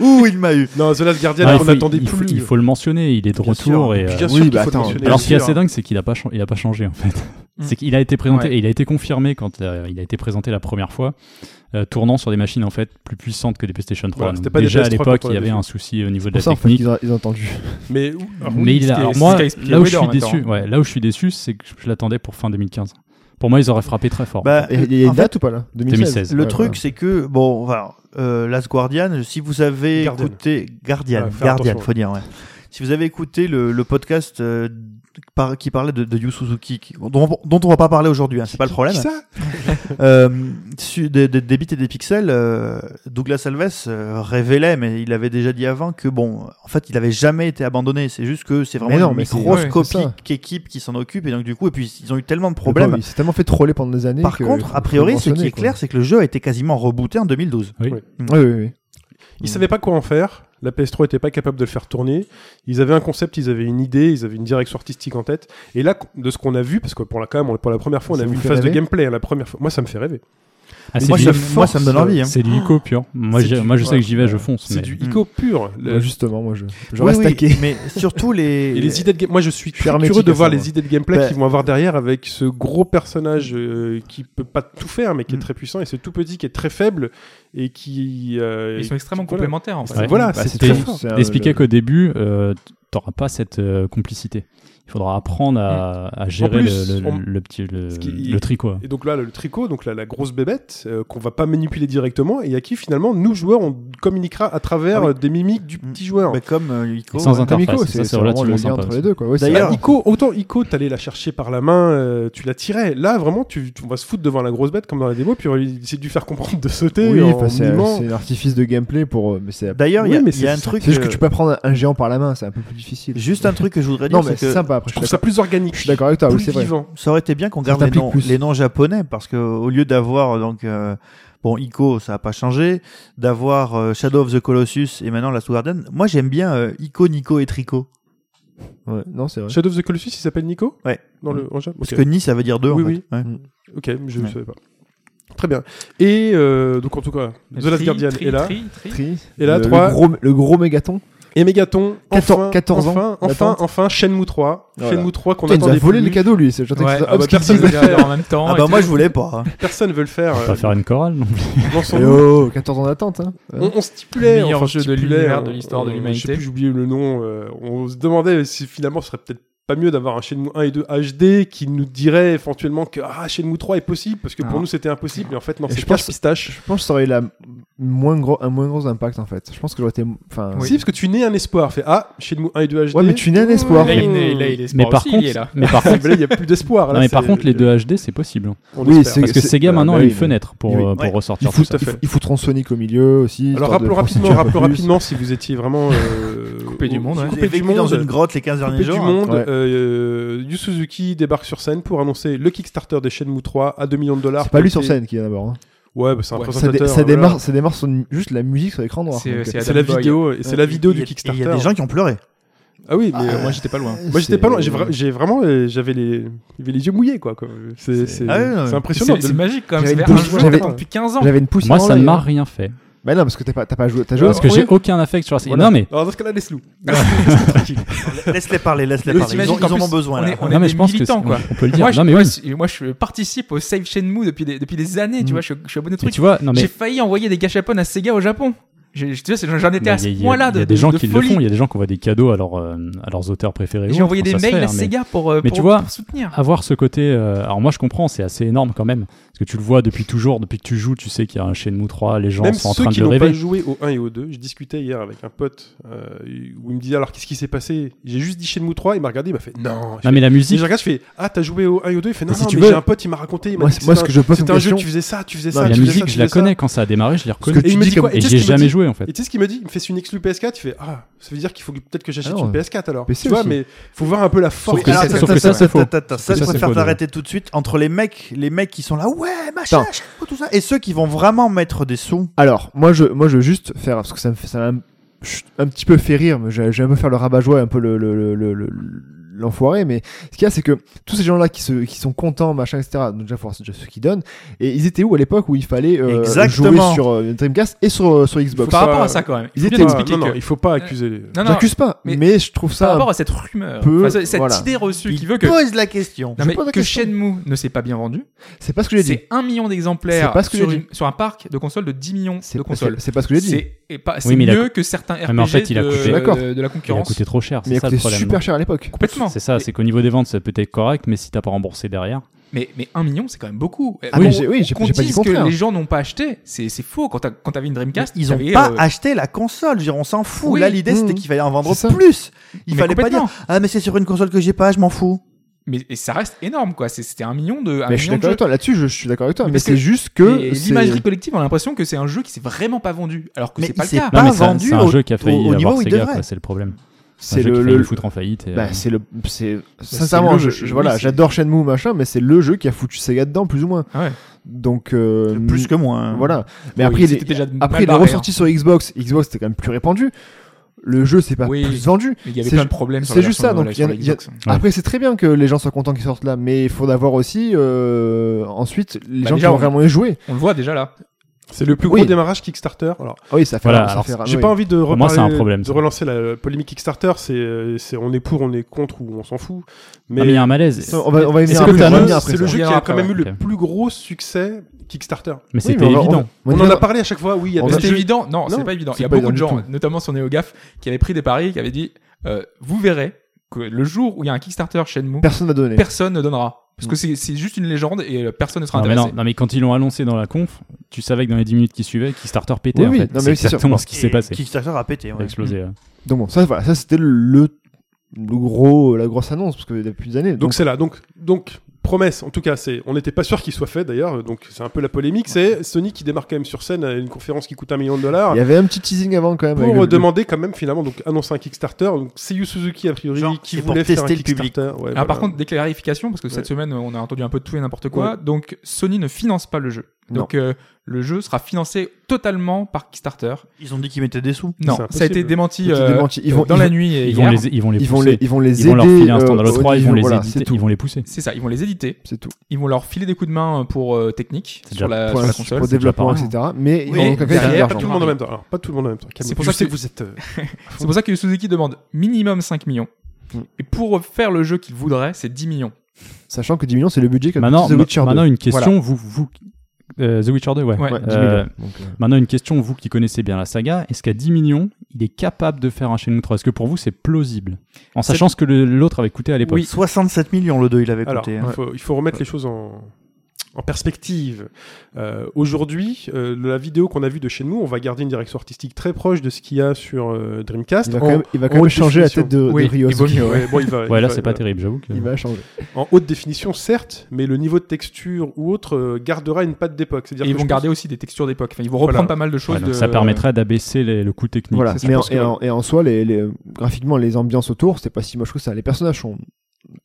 Ouh, il m'a eu. Non, The Last Guardian, Ah, il on faut- attendait il faut- plus. Il faut le mentionner, il est de Bien retour. sûr. et, euh, Bien sûr Oui, qu'il bah, faut le attends. mentionner, Alors, bien ce qui est sûr. assez dingue, c'est qu'il a pas, chan- il a pas changé en fait. Mm. c'est qu'il a été présenté, Ouais. et il a été confirmé quand euh, il a été présenté la première fois, euh, tournant sur des machines en fait plus puissantes que des PlayStation 3. Voilà, Donc c'était pas des déjà à PS3 l'époque, quand on il y l'a avait fait. un souci au niveau de Pour la ça, en fait, technique. ils ont, ils ont entendu. Mais, alors, oui, mais il est ce là. qui est- Alors c'est moi, ce qu'a expliqué là où je suis Whedon en même temps. déçu, ouais, là où je suis déçu, c'est que je- je l'attendais pour fin 2015. Pour moi, ils auraient frappé très fort. Bah, Et Il y a en une fait, date ou pas là 2016. Le Ouais, truc, ouais. c'est que, bon, enfin, euh, Last Guardian, si vous avez Guardian. écouté. Guardian, Ouais, faire Guardian, attention. faut dire, ouais. Si vous avez écouté le, le podcast euh, par- qui parlait de, de Yu Suzuki, qui- dont, dont on va pas parler aujourd'hui, hein, c'est pas le problème. qui ça Euh, su- des, des, des bits et des pixels, euh, Douglas Alves euh, révélait, mais il avait déjà dit avant que bon, en fait, il avait jamais été abandonné. C'est juste que c'est vraiment Mais non, une mais c'est- microscopique ouais, c'est équipe qui s'en occupe et donc du coup, et puis ils ont eu tellement de problèmes. Il s'est tellement fait troller pendant des années. Par que- contre, faut- a faut priori, le ce qui mentionner, est clair, c'est que le jeu a été quasiment rebooté en 2012. quoi. Oui, oui, oui. Ils savaient pas quoi en faire. La PS3 était pas capable de le faire tourner. Ils avaient un concept, ils avaient une idée, ils avaient une direction artistique en tête. Et là, de ce qu'on a vu, parce que pour la, quand même, on- pour la première fois, on Ça a vu vous une fait phase de rêver gameplay. hein, la première fois. Moi, ça me fait rêver. Ah, c'est moi, du- ça, force, moi, ça me donne envie. hein. C'est du ICO pur. Moi, C'est j'ai- du- moi je sais ouais. que j'y vais, je fonce. C'est mais- du ICO pur. Le- Bah, justement, moi je, je Oui, reste oui, taqué. Mais surtout les. Et les idées de game- Moi, je suis Je suis très curieux hermétique de à voir ça, les moi. idées de gameplay Bah. qu'ils vont avoir derrière avec ce gros personnage euh, qui peut pas tout faire, mais qui est Mm. très puissant, et ce tout petit qui est très faible et qui. euh, Ils sont et- extrêmement voilà. complémentaires en C'est- fait. Ouais. Voilà, Bah, c'est c'était- très fort. c'est un- Expliquer le- qu'au début, euh, t'auras pas cette euh, complicité. Il faudra apprendre à, à gérer plus, le, le, on- le petit le, ce qui- le tricot. là. Et donc là, le tricot, donc la, la grosse bébête euh, qu'on va pas manipuler directement et à qui finalement nous joueurs on communiquera à travers Ah oui. euh, des mimiques du Mm. petit joueur. Bah, comme euh, Ico, Et sans ouais. interface, Amico, ça, c'est c'est c'est vraiment le relativement lien sympa entre aussi. les deux. quoi. Ouais, c'est- Bah, D'ailleurs- Ico, autant Ico, t'allais la chercher par la main, euh, tu la tirais. Là, vraiment, tu, tu- on va se foutre devant la grosse bête comme dans la démo, puis on va lui- essayer de lui faire comprendre de sauter. oui, en enfin, c'est mimant. c'est un artifice de gameplay pour. euh, Mais c'est D'ailleurs, il y a- Oui, mais il y, a c'est- un truc. c'est juste que euh, tu peux pas prendre un géant par la main, c'est un peu plus difficile. Juste un truc que je voudrais dire, Non, mais c'est c'est que sympa après. Je trouve ça plus organique. Je suis d'accord avec toi, oui, plus c'est vrai. vivant. ça aurait été bien qu'on garde Ça les t'implique noms, plus. les noms japonais parce que au lieu d'avoir donc euh, bon Ico, ça a pas changé, d'avoir euh, Shadow of the Colossus et maintenant la Sous Garden. Moi, j'aime bien euh, Ico, Nico et Trico Ouais, Non, c'est vrai. Shadow of the Colossus, il s'appelle Nico Ouais. Dans le... en jeu parce Ok. que Ni ça veut dire deux Oui, en fait. oui. Ouais. Ok, je ne Ouais. savais pas. Très bien. Et euh, donc, en tout cas, The Last Tri- Guardian tri- est là. tri- tri- Tri, Et là, le, trois. Le gros, le gros mégaton. Et Mégaton, Quator- enfin, 14 ans enfin, enfin, d'attente. enfin, Shenmue 3. Voilà. Shenmue 3 qu'on Putain, il nous attendait a volé plus. le cadeau lui. c'est- J'entends Ouais, que ça- ah hop, bah, ce qu'il personne disait. ne le fait en même temps. Ah et bah tout. moi je voulais pas. hein. Personne veut le faire. euh, On va faire une chorale. non Dans son- Eh oh, 14 ans d'attente. hein. on, on stipulait. Meilleur enfin, jeu de stipulait, l'univers, hein, de l'histoire de on- l'humanité. Je sais plus, j'ai oublié le nom. euh, on se demandait si finalement ce serait peut-être pas mieux d'avoir un Shenmue 1 et 2 HD qui nous dirait éventuellement que ah, Shenmue 3 est possible parce que pour Non. nous c'était impossible mais en fait non Et c'est je pense- cache pistache. Je pense que ça aurait eu la moins gros, un moins gros impact en fait. Je pense que j'aurais été. Enfin, Oui. Si parce que tu nais un espoir fait ah Shenmue 1 et 2 HD. Ouais, mais tu nais un espoir. Là, il est, là, il est Mais sport par aussi, contre, il est là. mais par Ah, contre, mais là, il n'y a plus d'espoir. là, non, mais par c'est- contre, les deux HD, c'est possible. hein. on Oui, espère. c'est- Parce que Sega bah, maintenant bah a une oui, mais- fenêtre pour, oui, euh, pour ouais. ressortir Ils, tout foutent, ça. à fait. ils- ils foutront Sonic au milieu aussi. Alors histoire de rappelons prostituer rapidement, un peu rappelons plus. rapidement si vous étiez vraiment euh, Coupé du au- monde, ouais. J'ai coupé du vécu monde, euh, dans une grotte les 15 derniers coupé du jours. monde. Ouais. euh, Yu Suzuki débarque sur scène pour annoncer le Kickstarter de Shenmue 3 à 2 millions de dollars. C'est pas lui sur Et- scène qui est d'abord. hein. Ouais, bah, c'est un Ouais. Ça, dé- présentateur. ça hein, démarre, voilà. ça démarre sur une- juste la musique sur l'écran noir. C'est- donc, c'est euh, à- C'est la Boy. vidéo et c'est Euh, la vidéo il y du a- et Kickstarter. Il y a des gens qui ont pleuré. Ah oui, mais Euh, euh, moi j'étais pas loin. moi j'étais pas loin. c'est- J'ai vra- J'ai vraiment, euh, j'avais les, j'avais les yeux mouillés quoi. quoi. C'est C'est- c'est- Ah ouais, non, c'est mais impressionnant. C'est- de- C'est magique quand même. J'avais C'est une un douche, jeu j'avais- qu'on attend depuis 15 ans. J'avais une pousse. Moi, dans ça ne l'œil. m'a rien fait. Bah euh, non, parce que t'as pas, t'as pas joué. T'as joué. Parce que au j'ai premier aucun affect sur la Voilà. Non, mais Alors dans ce cas-là, laisse-nous. Laisse-les parler, laisse-les Mais parler. Ils, t'imagines ont, ils qu'en en ont plus, besoin. on là. est- non, mais des je pense que c'est- militants, quoi. on peut le dire. Moi, je, non, mais moi, oui. je- moi, je participe au Save Shenmue depuis des, depuis des années, tu Mm. vois, je, je suis abonné au Mais truc. tu vois, non mais J'ai failli envoyer des gâchapones à Sega au Japon. J'ai- je- Tu vois, c'est- j'en mais étais à ce il y a- il point-là y de, a des de- gens de qui le folie. font. Il y a des gens qui envoient des cadeaux à, leur, euh, à leurs auteurs préférés. J'ai envoyé des Ça se mails fait, à hein, mais- Sega pour, euh, mais pour, tu vois- pour Bah, soutenir. avoir ce côté euh, alors moi je comprends c'est assez énorme quand même parce que tu le vois depuis toujours depuis que tu joues tu sais qu'il y a un Shenmue 3 les gens Même sont en ceux train de qui le n'ont pas rêver joué au 1 et au 2, je discutais hier avec un pote euh, où il me disait alors qu'est-ce qui s'est passé J'ai juste dit Shenmue 3, il m'a regardé, il m'a fait Ah, non. Je non mais la fais- Et musique je regarde, je fais ah t'as joué au 1 et au 2, il fait non, Et si non tu mais veux- j'ai un pote, il m'a raconté, il m'a Moi, dit c'est- moi, ce que je pose c'était comme un jeu, question- tu faisais ça, tu faisais Non, ça. mais la tu faisais ça, musique tu je la faisais ça. connais quand ça a démarré je l'ai reconnue tu il me dis dit comme- quoi et tu sais j'ai ce qu'il me jamais dit joué en Et fait tu sais ce qu'il me dit Il me fait c'est une exclu PS4, tu fais ah ça veut dire qu'il faut que- peut-être que j'achète Ah non. une PS4 alors. Mais tu c'est vois, aussi. mais faut voir un peu la force. Oui, que alors, c'est- attends, sauf que attends, ça, c'est attends, faux. attends, attends, ça, que ça, je c'est préfère faux, t'arrêter tout de suite entre les mecs, les mecs qui sont là, ouais, machin, Attends. achète-moi tout ça, et ceux qui vont vraiment mettre des sous. Alors, moi je, moi, je veux juste faire, parce que ça me fait, ça m'a un- chut, un petit peu fait rire, mais j'ai- j'aime un peu faire le rabat-joie, et un peu le, le- le- le- le- l'enfoiré, mais ce qu'il y a, c'est que tous ces gens-là qui, se, qui sont contents, machin, etc., donc déjà, faut voir déjà ceux qui donnent, et ils étaient où à l'époque où il fallait euh, jouer Exactement. sur euh, Dreamcast et sur, euh, sur Par Xbox pas- rapport à ça, quand même. Ils Il faut bien étaient- expliquer non, non, que- il faut pas accuser les. Non, non, J'accuse pas, mais- mais, je trouve par ça... rapport à cette rumeur, peu- enfin, cette voilà. idée reçue qui Ils veut que. posent la question. Non, mais pose la que question. Shenmue ne s'est pas bien vendu, C'est pas ce que j'ai dit. c'est un million d'exemplaires C'est pas ce que sur, j'ai une- sur un parc de consoles de 10 millions C'est de consoles. c'est- c'est pas ce que j'ai dit. C'est et pas- c'est mais il a Ah, mieux que certains RPG mais en fait, il a de, coûté- D'accord. de- de la il a concurrence. coûté trop cher Mais c'est ça écoutez, le problème hein. super cher à l'époque. Complètement. c'est ça Mais- c'est qu'au niveau des ventes ça peut être correct mais si t'as pas remboursé derrière Mais, mais un million, c'est quand même beaucoup. Ah, Qu'on- mais j'ai- oui, j'ai- qu'on j'ai pas dit dise contraire. que les gens n'ont pas acheté, c'est c'est faux. Quand t'as- quand t'avais une Dreamcast, Ils ont t'avais, pas euh, acheté la console, je veux dire, on s'en fout. Oui. Là, l'idée, c'était Mmh. qu'il fallait en vendre C'est ça. plus. Il mais fallait pas dire, complètement. ah, mais c'est sur une console que j'ai pas, je m'en fous. Mais et ça reste énorme, quoi. C'est- C'était un million de. un Mais je suis million de d'accord avec jeux. toi, là-dessus, je, je suis d'accord avec toi, Ah, Mais mais, parce que- c'est juste Et que... c'est- L'imagerie collective, on a l'impression que c'est un jeu qui s'est vraiment pas vendu, alors que Mais c'est pas il le s'est cas. pas non mais c'est un- vendu c'est un, au- jeu qui a failli au- au avoir niveau où il Sega devrait. quoi, c'est le problème c'est C'est un jeu qui le... a failli le- le foutre en faillite et, euh, Bah, c'est le c'est le sincèrement je, jeu, je- oui, voilà c'est- Ah j'adore Shenmue machin mais c'est le jeu qui a foutu Sega dedans plus ou moins Ouais. donc euh, Plus que moi. hein. voilà mais Oui, après il c'était est, déjà après mal il est barré, hein. ressorti sur Xbox Xbox c'était quand même plus répandu le jeu c'est pas Oui. plus vendu. Mais il y avait C'est plein ju- de problèmes sur c'est la juste version ça, de- donc sur il y a- la il y a- Xbox. Ouais. Après c'est très bien que les gens soient contents qu'ils sortent là, mais il faut d'avoir aussi euh, ensuite les Bah, gens déjà, qui ont on- vraiment joué. On le voit déjà là. C'est le plus gros Oui. démarrage Kickstarter. Alors, Ah oui, ça fait. Voilà, ça alors, fait j'ai oui. pas envie de reparler, moi, c'est un problème, de ça. relancer la polémique Kickstarter. C'est, euh, c'est, on est pour, on est contre ou on s'en fout. Ah, mais il y a un malaise. Ça, on va, on va y Est-ce venir que après, t'as on va un- y venir c'est après, le ça. jeu qui On a verra quand même eu après, le ok. plus gros succès Kickstarter. Mais Oui, c'était mais on va- évident. on On, va- en va- a parlé à chaque fois. Oui, il y On avait a- C'est des jeux- évident. Non, Non, c'est pas évident. c'est Il y a pas beaucoup de évident du gens, notamment sur NeoGaf, qui avaient pris des paris, qui avaient dit euh, Vous verrez que le jour où il y a un Kickstarter Shenmue, Personne Mm. n'a donné. personne ne donnera. Parce que c'est c'est juste une légende et euh, personne ne sera Non mais, intéressé. non, non, mais quand ils l'ont annoncé dans la conf, tu savais que dans les 10 minutes qui suivaient, Kickstarter pétait Oui, en oui. fait. Non, C'est mais c'est sûr. exactement ce qui Et s'est passé. Kickstarter a pété. Ça Mm. ouais. a explosé. ouais. Donc bon, ça voilà, ça c'était le, le gros, la grosse annonce parce que depuis des années. Donc c'est là. Donc donc promesse. En tout cas, c'est on n'était pas sûr qu'il soit fait d'ailleurs. Donc c'est un peu la polémique. C'est Sony qui démarre quand même sur scène à une conférence qui coûte un million de dollars. il y avait un petit teasing avant quand même. avec Pour le- le- demander quand même finalement donc annoncer un Kickstarter. Donc c'est Yu Suzuki a priori Genre, qui c'est pour voulait faire un tester le public. Kickstarter. Ouais, Alors, Ah, par voilà. contre, des clarifications, parce que Ouais. cette semaine, on a entendu un peu de tout et n'importe quoi. Donc, Sony ne finance pas le jeu. Donc, euh, le jeu sera financé totalement par Kickstarter. Ils ont dit qu'ils mettaient des sous. Non, impossible. ça a été démenti, C'était euh, démenti. Ils vont- dans ils la vont- nuit et Ils hier. vont les, ils vont les ils pousser. vont les, ils vont les Ils aider. vont leur filer un standard euh, au au 3, ils vont niveau, les voilà, éditer, c'est tout. ils vont les pousser. C'est ça, ils vont les éditer. C'est tout. Ils vont leur filer des coups de main pour euh, technique C'est déjà sur la, Pour sur la l'instant, console. pour développement, c'est déjà etc. Mais ils Oui, vont donc derrière, faire de pas l'argent. tout le monde en même temps. Alors, pas tout le monde en même temps. C'est pour ça que c'est- vous êtes. euh, C'est pour ça que Suzuki demande minimum 5 millions. Mm. Et pour faire le jeu qu'il voudrait, c'est 10 millions. Sachant que 10 millions, c'est le budget qu'a Maintenant, coûté The Witcher 2. maintenant une question, Voilà. vous, vous euh, The Witcher 2, ouais. Ouais. Ouais, 10 millions. Euh, Donc, euh, Maintenant, une question, vous qui connaissez bien la saga, est-ce qu'à 10 millions, il est capable de faire un Shenmue 3 Est-ce que pour vous, c'est plausible En C'est- sachant ce que le- l'autre avait coûté à l'époque. 67 millions le 2 il avait Alors, coûté. hein. il, faut, il faut remettre les choses en, en perspective. Euh, Aujourd'hui, euh, la vidéo qu'on a vue de chez nous, on va garder une direction artistique très proche de ce qu'il y a sur euh, Dreamcast. il va En- quand même, il va quand en même haute changer la définition. tête de, de Oui, il vaut Ryosuke. mieux, ouais. Ouais, bon, il va- Ouais, il là, va- c'est pas terrible, j'avoue que. Il va changer. En haute définition, certes, mais le niveau de texture ou autre euh, gardera une patte d'époque. Et ils vont garder aussi des textures d'époque. Enfin, ils vont reprendre Voilà. pas mal de choses. Ouais, donc de- Ça permettra d'abaisser les- le coût technique. Voilà. c'est ça, Mais en, parce que- et, en, et en soi, les, les- graphiquement, les ambiances autour, c'est pas si moche que ça. Les personnages sont.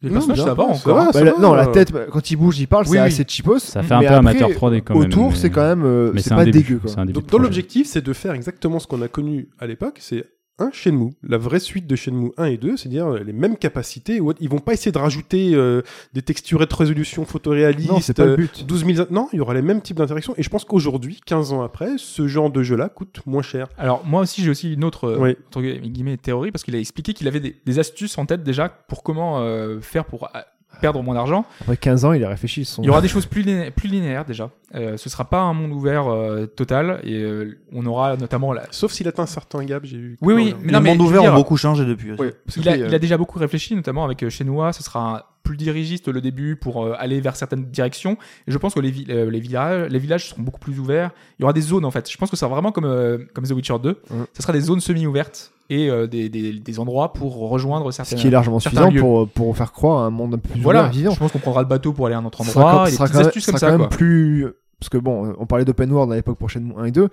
Les personnages, Non, ça va ça encore. va. hein. Bah, la- non, la tête, bah, quand il bouge, il parle, Oui, c'est oui. assez cheapos. Ça fait un mais peu après, amateur 3D quand même. Autour, mais- c'est quand même. euh, Mais C'est un pas début, dégueu, quoi. c'est un début Donc, de dans projet. l'objectif, c'est de faire exactement ce qu'on a connu à l'époque, c'est un Shenmue, la vraie suite de Shenmue 1 et 2, c'est-à-dire euh, les mêmes capacités. ou autre. Ils vont pas essayer de rajouter euh, des textures de résolution photoréalistes. Non, c'est pas euh, le but. 12 000... Non, il y aura les mêmes types d'interactions. Et je pense qu'aujourd'hui, 15 ans après, ce genre de jeu-là coûte moins cher. Alors, moi aussi, j'ai aussi une autre euh, Oui. entre guillemets, théorie, parce qu'il a expliqué qu'il avait des, des astuces en tête déjà pour comment euh, faire pour euh, perdre moins d'argent. Après 15 ans, il a réfléchi. Son... Il y aura des choses plus, liné- plus linéaires déjà. Euh, ce sera pas un monde ouvert euh, total et euh, on aura notamment la. Sauf s'il atteint un certain gap, j'ai vu. Oui, oui, Les non, mais mondes je veux ouverts dire- ont beaucoup changé depuis. aussi. Il a, euh, il a déjà beaucoup réfléchi, notamment avec euh, Shenhua. Ce sera un- plus dirigiste le début pour euh, aller vers certaines directions. Et je pense que les, vi- euh, les, villages, les villages seront beaucoup plus ouverts. Il y aura des zones en fait. Je pense que ça sera vraiment comme, euh, comme The Witcher 2. Mhm. Ce sera des zones semi-ouvertes et euh, des, des- des endroits pour rejoindre Ce certaines. qui est largement certains suffisant lieux. pour, pour faire croire à un monde un peu plus Voilà, ouvert, vivant. je pense qu'on prendra le bateau pour aller à un autre Ce sera quand- endroit. ce et des sera petites quand même- astuces ce comme sera ça. quand quoi. même plus parce que bon on parlait d'open world à l'époque pour Shenmue 1 et 2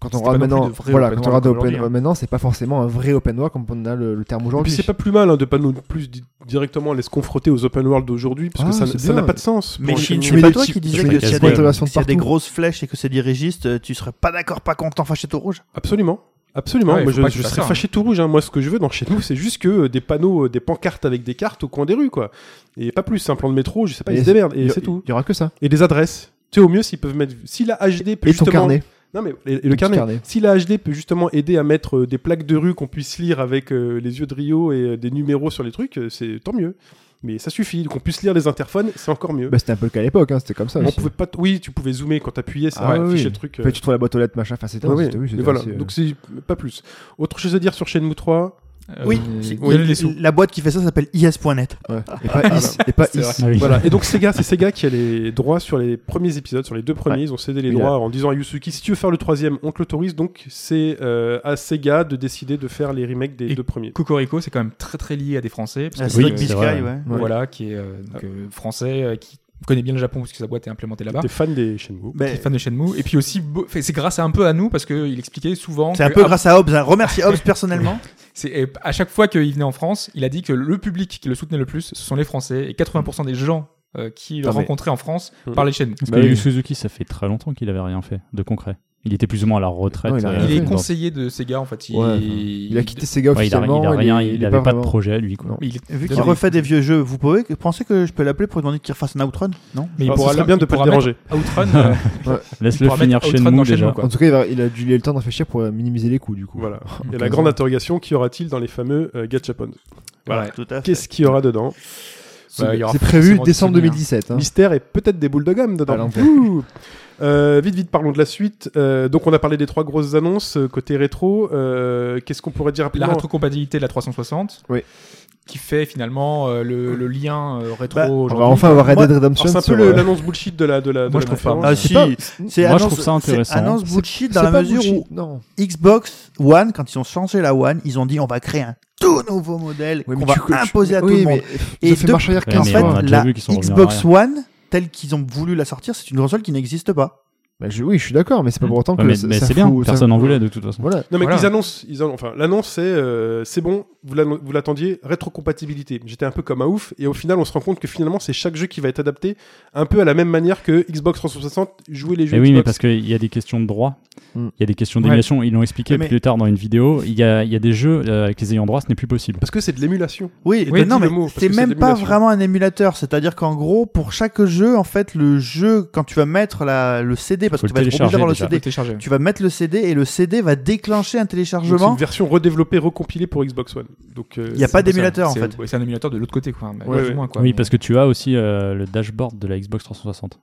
quand on C'était pas regarde non plus maintenant de vrai voilà open quand on world regarde comme open aujourd'hui, hein. maintenant c'est pas forcément un vrai open world comme on a le, le Et terme puis aujourd'hui c'est pas plus mal hein, de pas nous plus di- directement aller se confronter aux open world d'aujourd'hui parce Ah, que ça- c'est ça n'a bien. pas de sens. Mais Pour- Chine, tu c'est mets pas des toi petits- qui tu disais mets que des s'il y a petites des- décorations de s'il y a des partout. grosses flèches et que c'est dirigiste, tu serais pas d'accord pas quand t'en fâchais tout rouge Absolument. Absolument, Ah ouais, moi faut je, pas que je tu fasses serais ça, fâché tout rouge. hein. Moi, ce que je veux dans chez nous, c'est juste que euh, des panneaux, euh, des pancartes avec des cartes au coin des rues, quoi. Et pas plus, c'est un plan de métro, je sais pas, Et ils se c'est- démerdent, il et y- c'est tout. il y aura que ça Et des adresses. Tu sais, au mieux, s'ils peuvent mettre. Si la HD peut et ton justement. carnet Non, mais et- et le Ton carnet. carnet. Si la HD peut justement aider à mettre euh, des plaques de rue qu'on puisse lire avec euh, les yeux de Rio et euh, des numéros sur les trucs, euh, c'est tant mieux. Mais ça suffit. Qu'on puisse lire les interphones, c'est encore mieux. bah, c'était un peu le cas à l'époque hein, c'était comme ça On aussi. pouvait pas t- oui, tu pouvais zoomer quand t'appuyais, ça Ah ouais, affichait oui. le truc. euh, Après, tu trouves la boîte aux lettres machin enfin c'était ouais, ouais. c'était- oui, Mais c'était voilà, assez, euh, donc c'est pas plus. Autre chose à dire sur Shenmue 3 Euh, Oui, il y a il- les sous. la boîte qui fait ça s'appelle IS.net. ouais. et pas is et pas C'est vrai. is Ah oui. Voilà. Et donc Sega, c'est Sega qui a les droits sur les premiers épisodes, sur les deux premiers. Ils ont cédé les Oui, droits en disant à Yusuki, si tu veux faire le troisième, on te l'autorise. Donc c'est euh, à Sega de décider de faire les remakes des Et deux premiers. Cocorico, c'est quand même très très lié à des Français. parce que Oui, c'est, euh, c'est vrai. Ah, Ouais. Voilà, qui est euh, donc, euh, français, euh, qui connaît bien le Japon parce que sa boîte est implémentée là-bas. T'es fan des Shenmue. Ben, qui est fan de Shenmue. Et puis aussi, beau- fait, c'est grâce à un peu à nous parce qu'il expliquait souvent. C'est un que peu à- grâce à Hobbes. hein. Remercie Hobbes personnellement. c'est- et à chaque fois qu'il venait en France, il a dit que le public qui le soutenait le plus, ce sont les Français. Et 80% des gens euh, qui le Non, Ah, mais- Mm. rencontraient en France Mhm. parlaient Shenmue. Parce Bah que oui. Yu Suzuki, ça fait très longtemps qu'il avait rien fait de concret. Il était plus ou moins à la retraite. Non, il a rien euh, Il est fait. dans- conseiller de Sega en fait. Il, Ouais, enfin, Il a quitté Sega Ouais, il a, il a officiellement. rien, est- il est n'avait pas, de vraiment- projet lui. Quoi. Non. Mais il est- Vu dans qu'il les- refait des vieux jeux, vous pouvez pensez que je peux l'appeler pour lui demander qu'il refasse un outrun Non Il mais il pourra pourra bien de pas il te pourra mettre déranger. Outrun, euh, Laisse-le pourra finir mettre chez Outrun nous dans Shenmue, déjà. quoi. En tout cas, il, va- il a dû il a eu le temps de réfléchir pour euh, minimiser les coûts du coup. Voilà. Et la grande interrogation, qu'y aura-t-il dans les fameux euh, Gachapon Ah, Voilà. Tout à fait. Qu'est-ce qu'il y aura dedans C'est Bah, il y aura c'est prévu forcément des décembre souvenirs. 2017. hein. Mystère et peut-être des boules de gomme À dedans. l'envers. Ouh. Euh, vite, vite, parlons de la suite. Euh, donc, on a parlé des trois grosses annonces euh, côté rétro. Euh, Qu'est-ce qu'on pourrait dire la rapidement rétrocompatibilité de la 360. Oui. Qui fait finalement euh, le, le lien euh, rétro. Bah, On aujourd'hui. va enfin avoir Red Moi- Dead Redemption. Alors, C'est un peu sur, le- euh, l'annonce bullshit de la de la, de Moi, la je préfère. conférence. Ah si, pas- c'est Moi, je annonce- trouve ça intéressant. c'est annonce C'est- bullshit c'est dans la pas mesure bullshit, où Non. Xbox One, quand ils ont changé la One, ils ont dit on va créer un tout nouveau modèle Oui, mais qu'on va tu- tu- imposer à oui, tout le monde. mais ça Et fait de- marche arrière Ouais, 15 mais en fois. on a fait, déjà la vu qu'ils sont revenus en Xbox One, telle qu'ils ont voulu la sortir, c'est une console qui n'existe pas. Bah, je- oui, je suis d'accord, mais c'est pas pour autant Ouais, que mais ça- mais ça c'est bien, fout- ça- personne n'en voulait de toute façon. Voilà. Non mais Voilà. ils annoncent, ils annoncent- enfin l'annonce c'est euh, c'est bon, vous l'annon- vous l'attendiez, rétrocompatibilité. J'étais un peu comme un ouf et au final on se rend compte que finalement c'est chaque jeu qui va être adapté un peu à la même manière que Xbox 360 jouer les jeux. Mais Eh oui, mais Xbox. parce qu'il y a des questions de droit, il Mm. y a des questions Ouais. d'émulation. Ils l'ont expliqué Mais- plus tard dans une vidéo. Il y a, il y a des jeux euh, avec les ayants droit, ce n'est plus possible. Parce que c'est de l'émulation. Oui, Oui, mais non, dis le mais mot, parce c'est que même c'est de pas l'émulation. vraiment un émulateur. C'est-à-dire qu'en gros, pour chaque jeu, en fait, le jeu, quand tu vas mettre la, le CD, parce Faut le que tu vas être obligé télécharger d'avoir le déjà. CD, Téléchargé. tu vas mettre le CD et le CD va déclencher un Donc, C'est une téléchargement. version redéveloppée, recompilée pour Xbox One. Donc euh, Il n'y a pas C'est- d'émulateur, en c'est- fait. ouais, C'est un émulateur de l'autre côté, quoi. mais Ouais, plus ou ouais. moins, quoi. oui, Mais- parce que tu as aussi euh, le dashboard de la Xbox 360.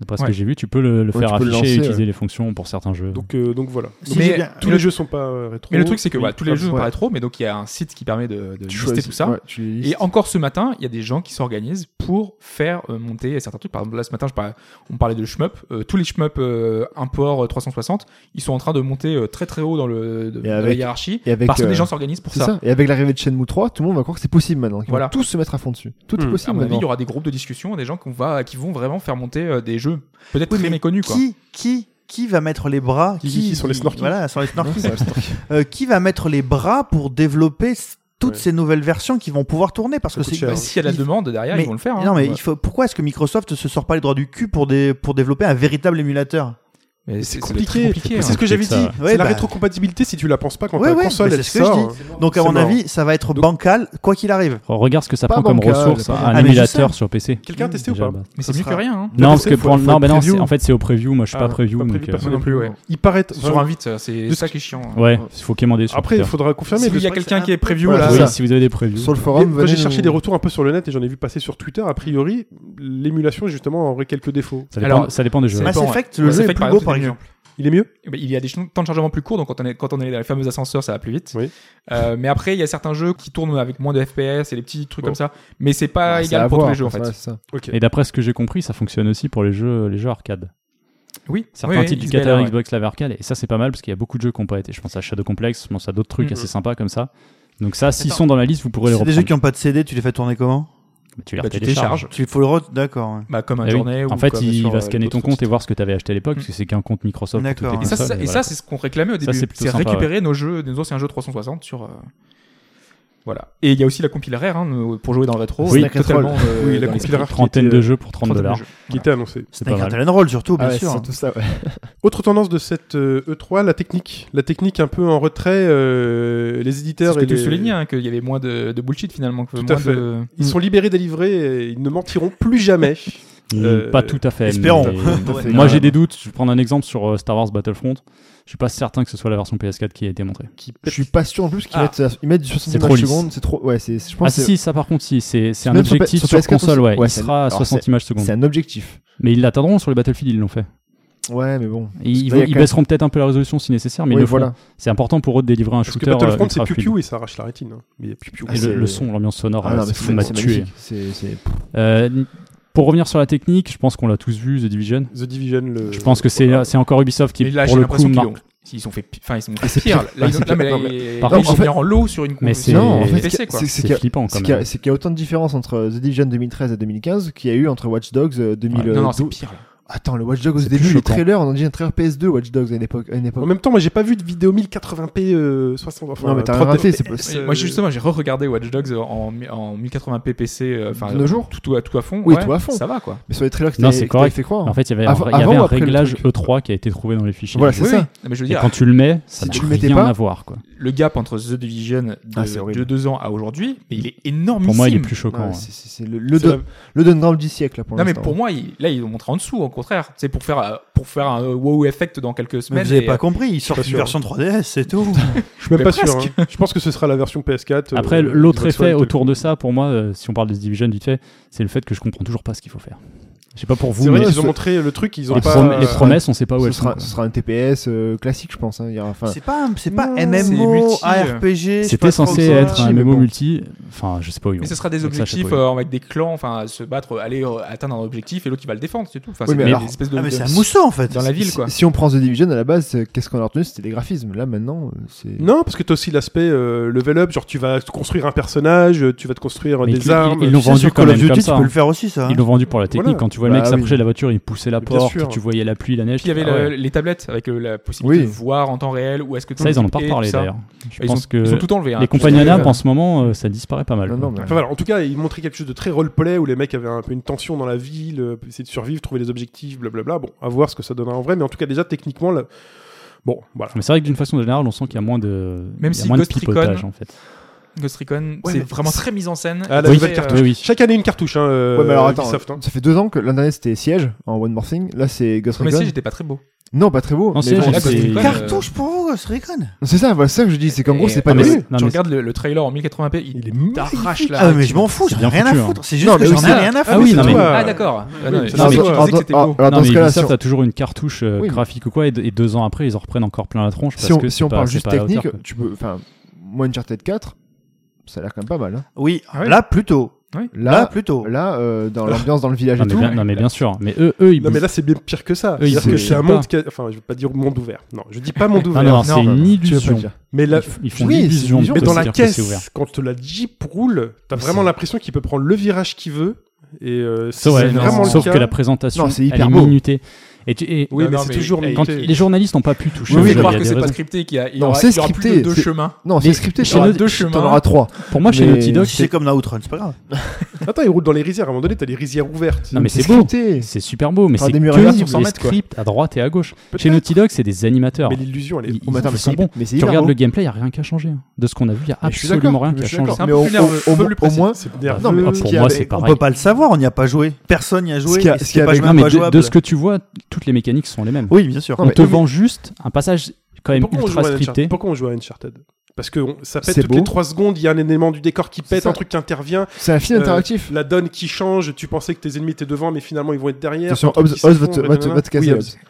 D'après ce Ouais. que j'ai vu, tu peux le, le Ouais, faire tu afficher peux le et lancer, utiliser les fonctions pour certains jeux. donc euh, donc voilà. Si Mais j'ai bien- Tous les jeux sont pas euh, rétro. Mais le truc, c'est que Oui. voilà, tous les jeux sont Ouais. pas rétro, mais donc il y a un site qui permet de, de Tu lister choisis- tout ça. ouais, tu les listes. Et encore ce matin, il y a des gens qui s'organisent pour faire euh, monter certains trucs. Par exemple, là ce matin, je parlais- on parlait de shmup. Euh, tous les shmup euh, import euh, 360, ils sont en train de monter euh, très très haut dans, le, de- Et dans la avec- hiérarchie et avec, parce que euh, des gens s'organisent pour C'est ça. ça. Et avec l'arrivée de Shenmue 3, tout le monde va croire que c'est possible maintenant. Ils Voilà. vont tous se mettre à fond dessus. Tout Hmm. est À possible mon avis, maintenant. il y aura des groupes de discussion, des gens qu'on va, qui vont vraiment faire monter euh, des jeux peut-être Oui, très mais méconnus. Quoi. Qui, qui, qui va mettre les bras Qui- qui sont les snorkies. Voilà, sont les Ouais, snorkies. ça va, c'est- Euh, qui va mettre les bras pour développer s- toutes Ouais. ces nouvelles versions qui vont pouvoir tourner Parce Ça que coûte c'est cher. Bah, S'il y a de la il- demande derrière, mais- ils vont le faire. hein. Non mais Ouais. il faut... pourquoi est-ce que Microsoft se sort pas les droits du cul pour, des... pour développer un véritable émulateur Mais c'est c'est ça doit être très compliqué. compliqué. Mais C'est hein. ce que j'avais dit. Ça, ouais. Ouais, c'est la bah. rétrocompatibilité si tu la penses pas quand Ouais, ta ouais, console mais elle c'est ce que je sort. dis. Donc à C'est mon mort. avis, ça va être Donc- bancal quoi qu'il arrive. Regarde ce que ça Pas prend comme bancal, ressource, pas un bancal. Ah, mais je sais. émulateur sur PC. Quelqu'un a testé ou Déjà, pas bah. Mais ça c'est mieux sera- que rien. hein. Non, Non, parce c'est- que faut- prendre- faut non, être mais non, preview. c'est- en fait, c'est au preview. Moi, je suis Ah, pas preview. pas donc, prévu, euh, personne non non plus, plus, ouais. Il paraît. Sur un vite, c'est de ça ce- qui est chiant. hein. ouais, il faut quémander sur Après, il Twitter. faudra confirmer. S'il de y a ce- quelqu'un qui est preview Voilà, là, euh, c'est Oui, ça. si vous avez des previews. Sur le Et forum, Quand j'ai venez cherché nous- des retours un peu sur le net et j'en ai vu passer sur Twitter, a priori, l'émulation justement aurait quelques défauts. Ça dépend, Alors, ça dépend des jeux. c'est- Mass dépend, Effect, ouais. le Mass jeu est Effect, plus par beau exemple, par c'est mieux. exemple. Il est mieux Eh ben, il y a des ch- temps de chargement plus courts, donc quand on est, quand on est dans les fameux ascenseurs, ça va plus vite. Oui. Euh, mais après, il y a certains jeux qui tournent avec moins de FPS et des petits trucs Bon. comme ça. Mais c'est Bah, pas Ouais, Bah, c'est à Ah, égal pour tous voir, les jeux en fait. ouais, c'est ça. Et d'après ce que j'ai compris, ça fonctionne aussi pour les jeux, les jeux arcade. Oui, Certains oui, titres du Isabelle, catalogue ouais. Xbox Live Arcade, et ça c'est pas mal parce qu'il y a beaucoup de jeux qui n'ont pas été. Je pense à Shadow Complex, je pense à d'autres trucs Mhm. assez sympas comme ça. Donc ça, s'ils Attends. sont dans la liste, vous pourrez les C'est des reprendre. jeux qui ont pas de CD, tu les fais tourner comment Bah, tu les Bah, tu télécharges. télécharges. Tu faut le re... d'accord. ouais. Bah, comme euh, un Ah oui. journée. En fait, il va scanner ton compte et voir ce que tu avais acheté à l'époque, Mhm. parce que c'est qu'un compte Microsoft. pour D'accord, toutes les Et ça, consoles, c'est- et voilà. ça, c'est ce qu'on réclamait au Ça, début. c'est plutôt C'est sympa, récupérer nos jeux, nos anciens jeux 360 sur. euh, Voilà. Et il y a aussi la compile rare hein, nous- pour jouer dans le rétro. Oui, euh, totalement. euh, Oui, la dans les- compile rare qui trentaine était- de jeux pour 30 30 dollars. jeux. qui était annoncé. C'est Snake pas and mal. Roll surtout, bien Ah ouais, sûr. c'est tout ça, ouais. Autre tendance de cette euh, E3, la technique. La technique un peu en retrait, euh, les C'est éditeurs ce et que tu les- soulignais, hein, qu'il y avait moins de, de bullshit finalement. Que Tout à moins fait. de- Ils sont libérés des livrets et ils ne mentiront plus jamais. Mm, Euh, pas tout à fait. espérons. mais- Tout à fait, Moi quand j'ai même. des doutes. Je vais prendre un exemple sur euh, Star Wars Battlefront. Je suis pas certain que ce soit la version PS4 qui a été montrée. Je suis pas sûr en plus qu'ils Ah. mettent, ils mettent du 60 trop images lisse. secondes. C'est trop. Ouais, c'est. Je Ah pense. que c'est- si, ça par contre, si, c'est c'est un Même sur objectif P- sur, sur PS4 console, ouais. aussi. Ouais, il c'est- sera à alors, 60 c'est- images secondes. C'est un objectif. Mais ils l'attendront sur les Battlefield, ils l'ont fait. Ouais, mais bon. Et Ils, Parce que là, il y a ils quand même- baisseront peut-être un peu la résolution si nécessaire, mais ils Oui, le feront. voilà. C'est important pour eux de délivrer un Parce que shooter euh, Battlefront, c'est ultra fluide. piu-piu et ça arrache la rétine. hein. Mais il y a piu-piu. Ah, Et le, c'est- le son, l'ambiance sonore, Ah euh, non, mais ça m'a c'est c'est tué. magnifique. C'est c'est- Euh, pour revenir sur la technique, je pense qu'on l'a tous vu, The Division. The Division, le... Je pense que c'est Voilà. c'est encore Ubisoft qui, Mais là, pour j'ai le coup, l'impression qu'ils marque. l'ont. Ils sont fait, pi- enfin, ils sont fait pire. Là, ils ont, là, mais là, ils- Par ils contre, sont en fait- mis en lot sur une Mais console c'est- Non, en fait, PC, ce qu'il y a- quoi. c'est- c'est qu'il y C'est a- flippant quand ce qu'il y a- même. c'est qu'il y a autant de différence entre The Division 2013 et 2015 qu'il y a eu entre Watch Dogs euh, 2012. Non, non, c'est pire. là. Attends, le Watch Dogs au C'est début, plus les choquant. trailers, on en dit un trailer PS2 Watch Dogs à une époque. À une époque. En même temps, moi j'ai pas vu de vidéo 1080p euh, 60. Enfin, non, mais t'as rien 30. raté, c'est pas. Oui, Moi, justement, j'ai re-regardé Watch Dogs en, en 1080p PC, euh, enfin, De nos jours tout, tout à, tout à fond. Oui, ouais, tout à fond. Ça va, quoi. Mais sur les trailers que Non, t'as c'est que t'as correct. fait croire. En fait, il y avait Avant- un, il y avant avait ou un après le réglage truc E3 qui a été trouvé dans les fichiers. Voilà, c'est Oui, ça. oui. Mais je veux Et dire, quand tu le mets, ça Si n'a tu le mettais rien pas- à voir. Quoi. le gap entre The Division de, Ah, c'est horrible. de deux ans à aujourd'hui, mais il est énormissime. Pour moi, il est plus Ouais, choquant. hein. ouais. c'est- c'est c'est le, le, C'est la- dun- le Dungeon du siècle, là, pour Non mais l'instant. pour moi, il- là ils ont montré en dessous, au contraire. C'est pour faire euh, pour faire un euh, wow effect dans quelques hein. Mais semaines. vous avez et, pas euh, compris, ils pas sortent une sûr. version 3DS, c'est tout. Je suis même Mais pas sûr. presque. hein. Je pense que ce sera la version PS4. euh, Après, l'autre Xbox One, effet tel- autour de ça, pour moi, euh, si on parle de The Division vite fait, c'est le fait que je comprends toujours pas ce qu'il faut faire. Je sais pas pour C'est vous, vrai, mais ils les, ont montré euh, le truc, ils ont pas. prom- les promesses, on sait pas où ce elles sont. sera, quoi. ce sera un TPS euh, classique, je pense. hein. Il y aura, enfin, C'est pas, un- c'est pas Non, c'est MMO, multi, euh. ARPG. je sais C'était pas trop censé quoi. être un mais MMO bon. multi. Enfin, je sais pas où ils Mais ce vont. sera des Donc ça, je sais objectifs pas. euh, avec des clans, enfin se battre, aller euh, atteindre un objectif et l'autre il va le défendre, c'est tout. Enfin, Oui, c'est mais des alors- espèces de, Ah, mais de- c'est un mousseau en fait. dans la ville si- quoi. Si on prend The Division à la base, euh, qu'est-ce qu'on a retenu C'était les graphismes. Là, maintenant, euh, c'est. Non, parce que t'as aussi l'aspect euh, level up, genre tu vas te construire un personnage, euh, tu vas te construire euh, Mais des ils- armes. ils l'ont Tu sais, vendu sur quand Call of même Duty, comme tu ça, peux hein. le faire aussi, ça. hein. Ils l'ont vendu pour la technique. Voilà. Quand tu vois le Bah mec s'approcher oui. de la voiture, il poussait la Bien porte, sûr. tu voyais la pluie, la neige. Puis il y avait tu- ah le- ouais. les tablettes avec euh, la possibilité Oui. de voir en temps réel où est-ce que Ça, ils en ont pas et reparlé tout ça. d'ailleurs. Je Ils ont, pense que ils ont tout enlevé. hein. les Tout compagnies enlevé. en ce moment, euh, ça disparaît pas mal. Non, quoi. non, mais- Enfin voilà, en tout cas, ils montraient quelque chose de très roleplay où les mecs avaient un peu une tension dans la ville, euh, essayer de survivre, trouver des objectifs, blablabla. Bon, à voir ce que ça donnera en vrai, mais en tout cas, déjà techniquement, là- bon, voilà. Mais c'est vrai que d'une façon générale, on sent qu'il y a moins de, Même il y a si moins de Ghost Recon- pipotage en fait. Ghost Recon, Ouais, c'est mais- vraiment très mise en scène. Ah, la Très, nouvelle euh, cartouche. Oui, oui. Chaque année une cartouche, hein. euh, Ouais, mais alors attends, Ubisoft, hein. ça fait deux ans que l'internetète c'était Siège en One More Thing. Là, c'est Ghost Mais si Recon. j'étais pas très beau. Non, pas très beau. Non, mais Siège, bon, là, c'est- c'est- Recon, euh, Cartouche pour vous, ce Recon. c'est ça, voilà, c'est ça que je dis. C'est qu'en Et- gros, c'est pas Ah, mais nul. c'est- Tu non, mais regardes le, le trailer en 1080p, il, t'arrache là. Ah, mais je m'en fous, j'en ai bien rien foutu, à hein. foutre. C'est juste Non, que mais j'en oui, ai c'est- rien à Ah foutre. oui, c'est non, mais- toi. Ah d'accord. Ah, non, Oui, mais- c'est non, mais toi. tu disais que c'était beau. alors, non, dans mais ce cas-là, Ubisoft si on- a toujours une cartouche euh, Oui, mais- graphique ou quoi, et, de- et deux ans après, ils en reprennent encore plein la tronche. si parce on, que si c'est on pas- parle c'est juste pas à la hauteur, technique, quoi. tu peux, enfin, moi, Uncharted 4, ça a l'air quand même pas mal. hein. Oui, Ah ouais. là plutôt. Là Là, plutôt. là, euh, dans l'ambiance dans le village Non, et mais tout. bien, non, mais bien sûr. Mais eux, eux ils Non, mais bougent. là, c'est bien pire que ça. Eux, ils C'est-à-dire que se- c'est un pas. monde qui a- Enfin, je vais pas dire monde ouvert. Non, je dis pas monde Ah, ouvert. non, non, c'est bah, une Tu veux pas le illusion. dire. Mais là, Ils f- Ils font Oui, une c'est illusion. une illusion, de mais dans la dire que c'est ouvert. caisse, quand la Jeep roule, t'as Mais vraiment c'est- l'impression qu'il peut prendre le virage qu'il veut. Et euh, C'est c'est vrai, non, vraiment sauf le que cas. la présentation Non, c'est elle hyper est beau. minutée. Et tu- et Oui, Non, mais non, c'est mais- toujours eh, quand limité. les journalistes n'ont pas pu toucher. Oui, au oui, jeu, il Je y crois a que des c'est pas raisons. scripté, qu'il y a, il y Non, aura, c'est il y aura plus scripté, de deux c'est- chemins. Non, c'est scripté. chez t'en nous, auras- deux T'en chemins. auras trois. Pour moi, chez Mais- Naughty Dog, Si c'est comme dans Outrun, c'est pas grave. Attends, ils roulent dans les rizières. À un moment donné, t'as les rizières ouvertes. Non, mais c'est beau. scripté. c'est super beau, mais T'auras c'est des que murailles sur 100 les mètres, quoi. scripts à droite et à gauche. Chez Peut-être. Naughty Dog, c'est des animateurs. Mais l'illusion, elle est. Ils- Oh, mais attends, ils mais sont c'est- bons. mais c'est Tu hyper regardes beau. le gameplay, il n'y a rien qui a changé. hein. De ce qu'on a vu, il n'y a Mais je suis absolument d'accord, rien mais qui a je suis changé. d'accord. C'est un Mais peu au- plus nerveux, au- un peu au- plus au précis. moins, C'est Non, nerveux. mais Ah, ce pour qu'il y moi, avait- c'est On pareil. peut pas le savoir, on n'y a pas joué. Personne n'y a Ce joué. qu'il y a- et ce c'est qu'il y pas avait- Non, même mais pas de, jouable. de ce que tu vois, toutes les mécaniques sont les mêmes. Oui, bien sûr. On te mais- vend juste un passage quand même Pourquoi on, joue ultra à Uncharted scripté. Pourquoi on joue à Uncharted Parce que on- ça pète C'est toutes beau. les 3 secondes, il y a un élément du décor qui C'est pète, ça. un truc qui intervient, C'est un film Euh, interactif. la donne qui change, tu pensais que tes ennemis étaient devant mais finalement ils vont être derrière. Attention, un truc Hobbs qui Hobbs va s'effondre, te- va te- nanana. va te Oui, casser. Hobbs. Hobbs.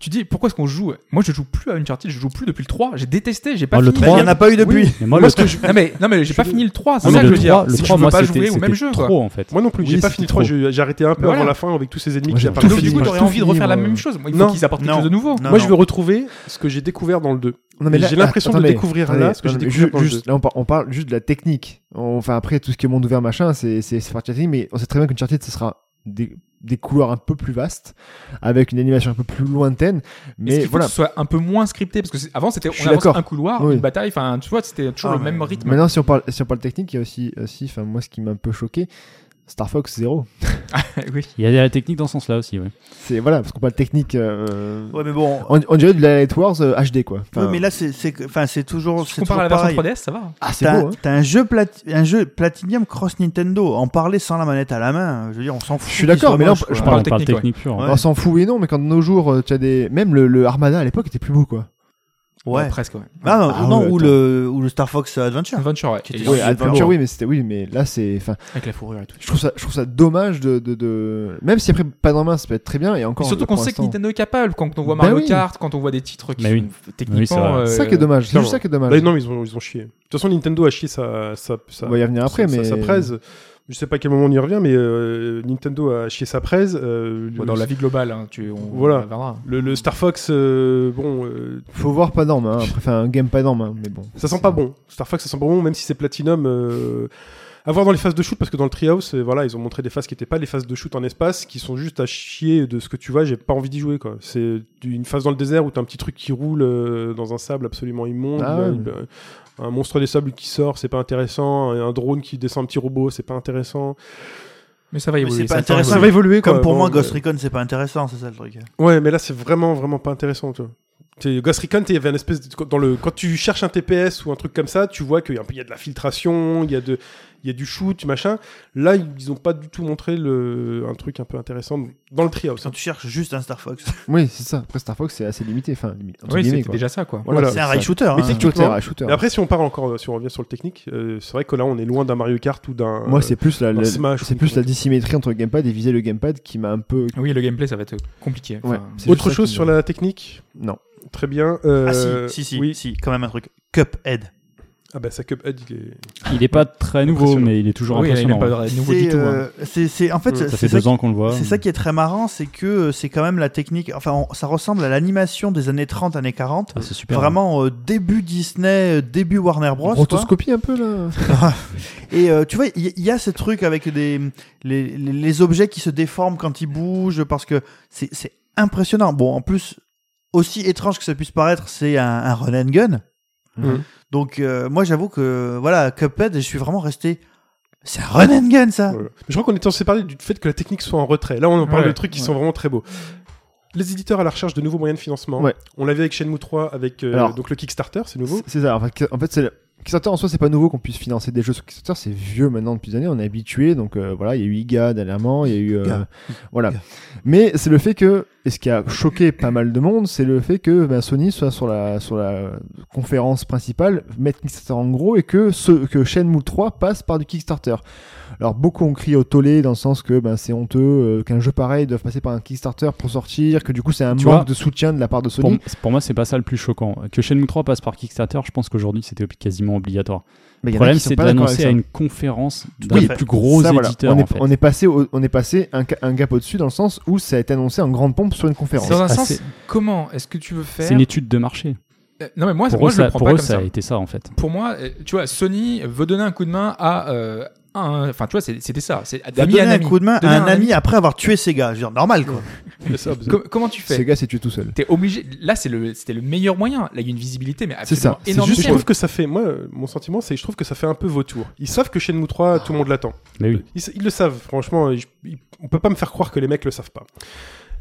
Tu dis pourquoi est-ce qu'on joue Moi je joue plus à Uncharted, je joue plus depuis le 3, j'ai détesté, j'ai pas Ah, le fini. Mais Il n'y en a pas eu depuis. Mais Moi, moi, le ce que je- Non mais, non, mais j'ai pas fini le 3, c'est Non, mais ça que je le veux dire. 3, le Si 3 je moi, veux pas jouer c'était au même jeu c'était quoi. trop en fait. Moi non plus, Oui, j'ai pas c'était fini 3, trop. j'ai j'ai arrêté un peu Voilà. avant la fin avec tous ces ennemis Moi, qui j'ai apparaissent. Donc du coup Moi, t'aurais j'ai envie de tout refaire la fini, même moi. chose. Moi, Il Non. faut qu'ils apportent quelque Non. chose de nouveau. Non, Moi non. je veux retrouver ce que j'ai découvert dans le 2. Non, mais Et là- j'ai l'impression de attendez, découvrir attendez, là ce que j'ai attendez, découvert ju- dans le juste- jeu. Là, on, par- on parle juste de la technique. On- Enfin, après, tout ce qui est monde ouvert, machin, c'est c'est- c'est parti de la technique, mais on sait très bien qu'Uncharted, ce sera des, des couloirs un peu plus vastes, avec une animation un peu plus lointaine. Mais Mais qu'il faut que voilà. ce soit un peu moins scripté parce que c'est- avant c'était Je on suis avance d'accord. un couloir, Oui. une bataille, enfin tu vois c'était toujours Ah, le même mais- rythme. Maintenant, si on parle, si on parle technique, il y a aussi, aussi, enfin, moi, ce qui m'a un peu choqué, Star Fox 0. oui. Il y a de la technique dans ce sens-là aussi. ouais. C'est, voilà, parce qu'on parle technique, euh, Ouais, mais bon. on, on dirait de la Light Wars euh, HD, quoi. Enfin, Ouais, mais là, c'est- c'est enfin, c'est toujours. Si c'est on parle à la toujours version pareil. 3DS, ça va. ah, c'est T'as beau, hein. t'as un jeu plat- un jeu Platinum Cross Nintendo. En parler sans la manette à la main, je veux dire, on s'en fout. suis d'accord, qu'il soit mais là, moche, on- quoi. je On parle parle technique, technique, pure. Ouais. On s'en fout, oui, non, mais quand de nos jours, euh, tu as des, même le, le Armada à l'époque était plus beau, quoi. Ouais. presque. Ouais. Ah non, Ah non, ouais, ou attends. le ou le Star Fox Adventure. Adventure, ouais. Qui Et était- Oui, c'est Adventure, vraiment- oui, mais c'était, oui, mais là, c'est, enfin, Avec la fourrure et tout. je trouve ça, je trouve ça dommage de, de, de- même si après pas dans main, ça peut être très bien et encore. Et surtout pour qu'on sait que l'instant- Nintendo est capable quand on voit Bah Mario oui. Bah Kart, quand on voit des titres qui Mais oui. sont techniquement. Oui, c'est vrai. euh, C'est ça qui est dommage. C'est clairement. juste ça qui est Bah, dommage. non, mais ils ont, ils ont chié. De toute façon, Nintendo a chié sa, sa, sa- on va y revenir après, ça, mais. ça presse. Je sais pas à quel moment on y revient, mais euh, Nintendo a chié sa presse. euh, Bon, le- dans la vie globale, hein, tu, on Voilà. on verra. le, le Star Fox, euh, bon, euh, Faut voir pas d'armes, hein. Après, enfin, un game pas d'armes, hein, mais bon. ça sent pas bon. Star Fox, ça sent pas bon, même si c'est Platinum. euh, À voir dans les phases de shoot, parce que dans le Treehouse, euh, voilà, ils ont montré des phases qui n'étaient pas les phases de shoot en espace, qui sont juste à chier de ce que tu vois, j'ai pas envie d'y jouer, quoi. C'est une phase dans le désert où t'as un petit truc qui roule euh, dans un sable absolument immonde, Ah ouais, euh, mais- un monstre des sables qui sort, c'est pas intéressant, un drone qui descend un petit robot, c'est pas intéressant. Mais ça va Mais évoluer. c'est pas ça attend intéressant. Ça d'évoluer. va évoluer, quoi. Comme pour Bon, euh, moi, mais- Ghost Recon, c'est pas intéressant, c'est ça le truc. Ouais, mais là, c'est vraiment, vraiment pas intéressant, tu vois. T'es- Ghost Recon, t'es- il y avait un espèce de- dans le, quand tu cherches un TPS ou un truc comme ça, tu vois qu'il y a un peu- il y a de la filtration, il y a de, il y a du shoot, machin. Là, ils ont pas du tout montré le, un truc un peu intéressant dans le Treehouse. Quand tu cherches juste un Star Fox, Oui, c'est ça. Après, Star Fox, c'est assez limité. Enfin, limite. entre Oui, guillemets, c'était quoi. déjà ça, quoi. Voilà, c'est un rail shooter. Ah, Mais hein. c'est- Tout est Techniquement. rail shooter. Mais après, si on part encore, si on revient sur le technique, euh, c'est vrai que là, on est loin d'un Mario Kart ou d'un. Moi, c'est plus la, la- Smash c'est ou plus la quelque dissymétrie entre le gamepad et viser le gamepad qui m'a un peu. Oui, le gameplay, ça va être compliqué. Ouais, Enfin, c'est Autre juste ça chose qui sur me- la technique, Non. très bien. Ah euh, si, si, si, Oui. si, quand même un truc. Cuphead. Ah bah, ça Cuphead, il est. Il est pas très nouveau, Impressionnant. mais il est toujours oui, il n'est impressionnant. pas de nouveau C'est, du tout. hein. euh, c'est- c'est- en fait, Ouais, c'est Ça fait ça deux qui- ans qu'on le voit. C'est ça qui est très marrant, c'est que euh, c'est quand même la technique. Enfin, on- ça ressemble à l'animation des années 30, années 40. Ah, c'est super. Vraiment euh, début Disney, euh, début Warner Bros. quoi. Rotoscopie un peu là. Et euh, tu vois, il y, il y a ce truc avec des, les, les- les objets qui se déforment quand ils bougent, parce que c'est c'est impressionnant. Bon, en plus, aussi étrange que ça puisse paraître, c'est un, un run and gun. Mmh. Mhm. Donc, euh, moi, j'avoue que, voilà, Cuphead, je suis vraiment resté. C'est un run and gun, ça! Voilà. Mais Je crois qu'on était censé parler du fait que la technique soit en retrait. Là, on en parle Ouais, de trucs qui ouais. sont vraiment très beaux. Les éditeurs à la recherche de nouveaux moyens de financement. Ouais. On l'a vu avec Shenmue 3, avec euh, Alors. donc le Kickstarter, c'est nouveau. C'est ça. En fait, en fait, c'est le- Kickstarter en soi, c'est pas nouveau qu'on puisse financer des jeux sur Kickstarter. C'est vieux maintenant depuis des années. On est habitué. Donc euh, voilà, il y a eu IGA dernièrement. Il y a eu euh, Iga. voilà. Iga. Mais c'est le fait que et ce qui a choqué pas mal de monde, c'est le fait que ben, Sony soit sur la sur la conférence principale, mette Kickstarter en gros et que ce que Shenmue 3 passe par du Kickstarter. Alors beaucoup ont crié au tollé dans le sens que ben c'est honteux euh, qu'un jeu pareil doive passer par un Kickstarter pour sortir, que du coup c'est un Tu manque vois, de soutien de la part de Pour, Sony. pour moi, c'est pas ça le plus choquant. Que Shenmue 3 passe par Kickstarter, je pense qu'aujourd'hui c'était quasiment obligatoire. Mais il Le Bah, y en problème, a qui sont c'est pas d'accord avec d'annoncer ça. à une conférence d'un Oui, des fait. plus gros Ça, voilà. éditeur. On est, en fait. on est passé, au- on est passé un, ca- un gap au-dessus dans le sens où ça a été annoncé en grande pompe sur une conférence. Dans un c'est sens, assez- comment est-ce que tu veux faire C'est une étude de marché. Euh, Non, mais moi, Pour moi eux, je le ça, prends pour pas eux, comme ça ça. a été ça en fait. Pour moi, euh, tu vois, Sony veut donner un coup de main à. euh, un- Enfin, tu vois, c'est- c'était ça. C'est Vous d'ami à donnez un ami. coup de main à Donner un ami après avoir tué ses gars. Je veux dire, normal, quoi. C'est ça, parce que- Com- comment tu fais Ce gars s'est tué tout seul. T'es obligé. Là, c'est le, c'était le meilleur moyen. Là, il y a une visibilité, mais C'est ça. absolument C'est énorme. je trouve que ça fait, moi, euh, mon sentiment, c'est que je trouve que ça fait un peu vautour. Ils savent que Shenmue 3, tout le monde l'attend. Mais oui. Ils, ils le savent, franchement. euh, je- ils- on peut pas me faire croire que les mecs le savent pas.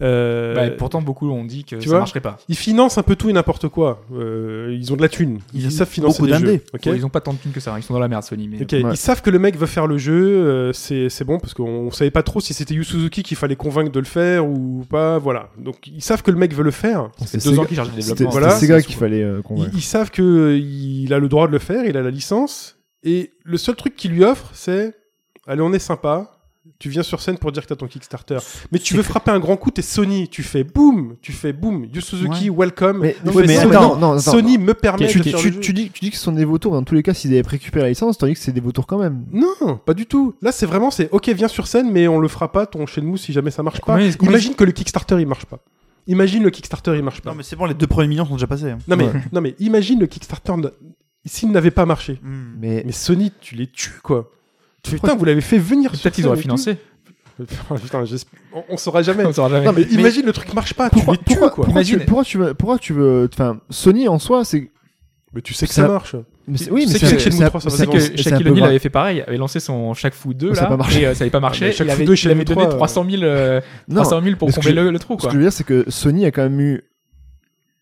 Euh, Bah, pourtant, beaucoup ont dit que tu ça vois marcherait pas. Ils financent un peu tout et n'importe quoi. Euh, ils ont de la thune. Ils, Ils ont savent financer beaucoup des d'indés. jeux. ok Ils ont pas tant de thunes que ça. hein. Ils sont dans la merde, Sony. Mais Ok, Ouais. Ils savent que le mec veut faire le jeu, euh, c'est c'est bon parce qu'on savait pas trop si c'était Yu Suzuki qu'il fallait convaincre de le faire ou pas, voilà. Donc ils savent que le mec veut le faire. C'est deux ans Sega, qu'ils chargent le c'était- développement. Voilà. c'était Sega C'est qu'il sous- fallait euh, Ils, convaincre. ils savent que euh, il a le droit de le faire, il a la licence et le seul truc qu'il lui offre c'est allez on est sympa. Tu viens sur scène pour dire que t'as ton Kickstarter, mais tu C'est veux frapper un grand coup, t'es Sony, tu fais boum, tu fais boum, Yu Suzuki, welcome. Mais, Tu non, fais mais Sony, attends, non, attends, Sony me permet tu, de faire tu- le jeu. tu dis, tu dis que ce sont des vautours. Dans tous les cas, s'ils avaient récupéré la licence, tandis que c'est des vautours quand même. Non, pas du tout. Là, c'est vraiment, c'est ok, viens sur scène, mais on le fera pas ton Shenmue si jamais ça marche pas. Combien- combien- Imagine que le Kickstarter il marche pas. Imagine le Kickstarter il marche pas. Non, mais c'est bon, les deux premiers millions sont déjà passés. hein. Non mais, non, mais imagine le Kickstarter ne- s'il n'avait pas marché. Hmm. Mais Mais Sony, tu les tues quoi. Tu fais, Putain, vous l'avez fait venir. sur Peut-être ils scène auraient et financé. tout. Putain, j'espère- on, on saura jamais. On saura jamais. Non mais Mais- imagine le truc marche pas, pourquoi, tu les tues pourquoi, quoi. pourquoi tu, Imagine. pourquoi tu veux, pourquoi tu veux, enfin, Sony en soi, c'est, Mais tu sais que ça, Ça- marche. mais c'est- Tu oui, sais mais que c'est- Shenmue c'est un- 3, ça va c'est C'est un devant. que peu- c'est un Shaquille peu O'Neal grave. avait fait pareil, avait lancé son chaque fou 2 Ça a là, pas marché. Ah, et euh, ça avait pas marché. mais Shaq il avait, Fu 2 il chez avait nous donné trois, euh, 300 000, euh, Non, 300 000 pour parce que combler je- le, le trou Ce quoi. que je veux dire, c'est que Sony a quand même eu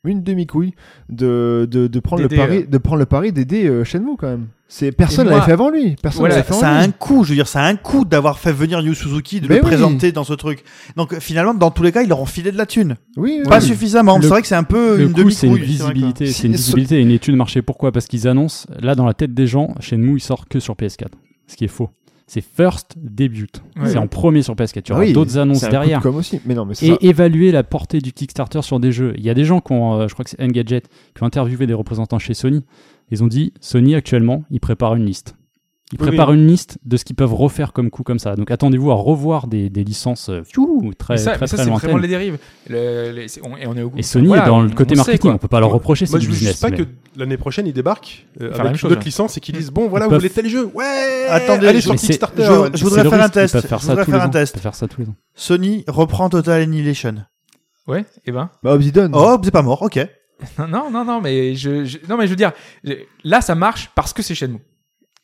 une demi-couille de, de, de prendre, le D'aider, pari, de prendre le pari d'aider euh, Shenmue quand même. C'est, personne Et l'avait moi- fait avant lui. Personne Voilà, l'avait ça, fait ça a avant un lui. coût, je veux dire, ça a un coût d'avoir fait venir Yu Suzuki, de Mais le oui. présenter dans ce truc. Donc euh, finalement, dans tous les cas, ils leur ont filé de la thune. Oui, oui, Pas oui. suffisamment. Le- C'est vrai que c'est un Euh, peu Le une coup, c'est une demi-couille. c'est vrai, quoi. visibilité, Si- c'est une ce- visibilité et une étude marché. Pourquoi Parce qu'ils annoncent là dans la tête des gens, Shenmue il sort que sur PS4, ce qui est faux. C'est first debut, Ouais. c'est en premier sur PS4. Tu Ah auras oui, d'autres annonces c'est un coup de derrière. com' aussi. Mais non, mais c'est ça. et évaluer la portée du Kickstarter sur des jeux. Il y a des gens qui ont, euh, je crois que c'est Engadget, qui ont interviewé des représentants chez Sony. Ils ont dit Sony actuellement, ils préparent une liste. Ils Oui, préparent une liste de ce qu'ils peuvent refaire comme coup comme ça. Donc attendez-vous à revoir des, des licences euh, fiou, très, Mais ça, très, mais ça, très c'est vraiment les lointaines. dérives. Le- les- c'est- on- et on est au- Et Sony voilà, est dans le on- côté on sait, marketing, quoi. on peut pas leur reprocher, c'est Moi, du je veux business. juste pas mais- que l'année prochaine, ils débarquent euh, Faire la même avec chose, d'autres ouais. licences et qu'ils disent Bon, voilà, Ils vous peuvent- voulez tel jeu Ouais Attendez, Allez sur mais c'est- Kickstarter je- je C'est voudrais le faire un risque, ils test. peuvent faire Je ça voudrais tous les faire un ans. Ils test. peuvent faire ça tous les ans. Sony reprend Total Annihilation. Ouais, et ben. Bah, Obsidian. Oh, c'est pas mort, ok. Non, Non, non, non, mais je, je- non, mais je veux dire, je- là, ça marche parce que c'est Shenmue.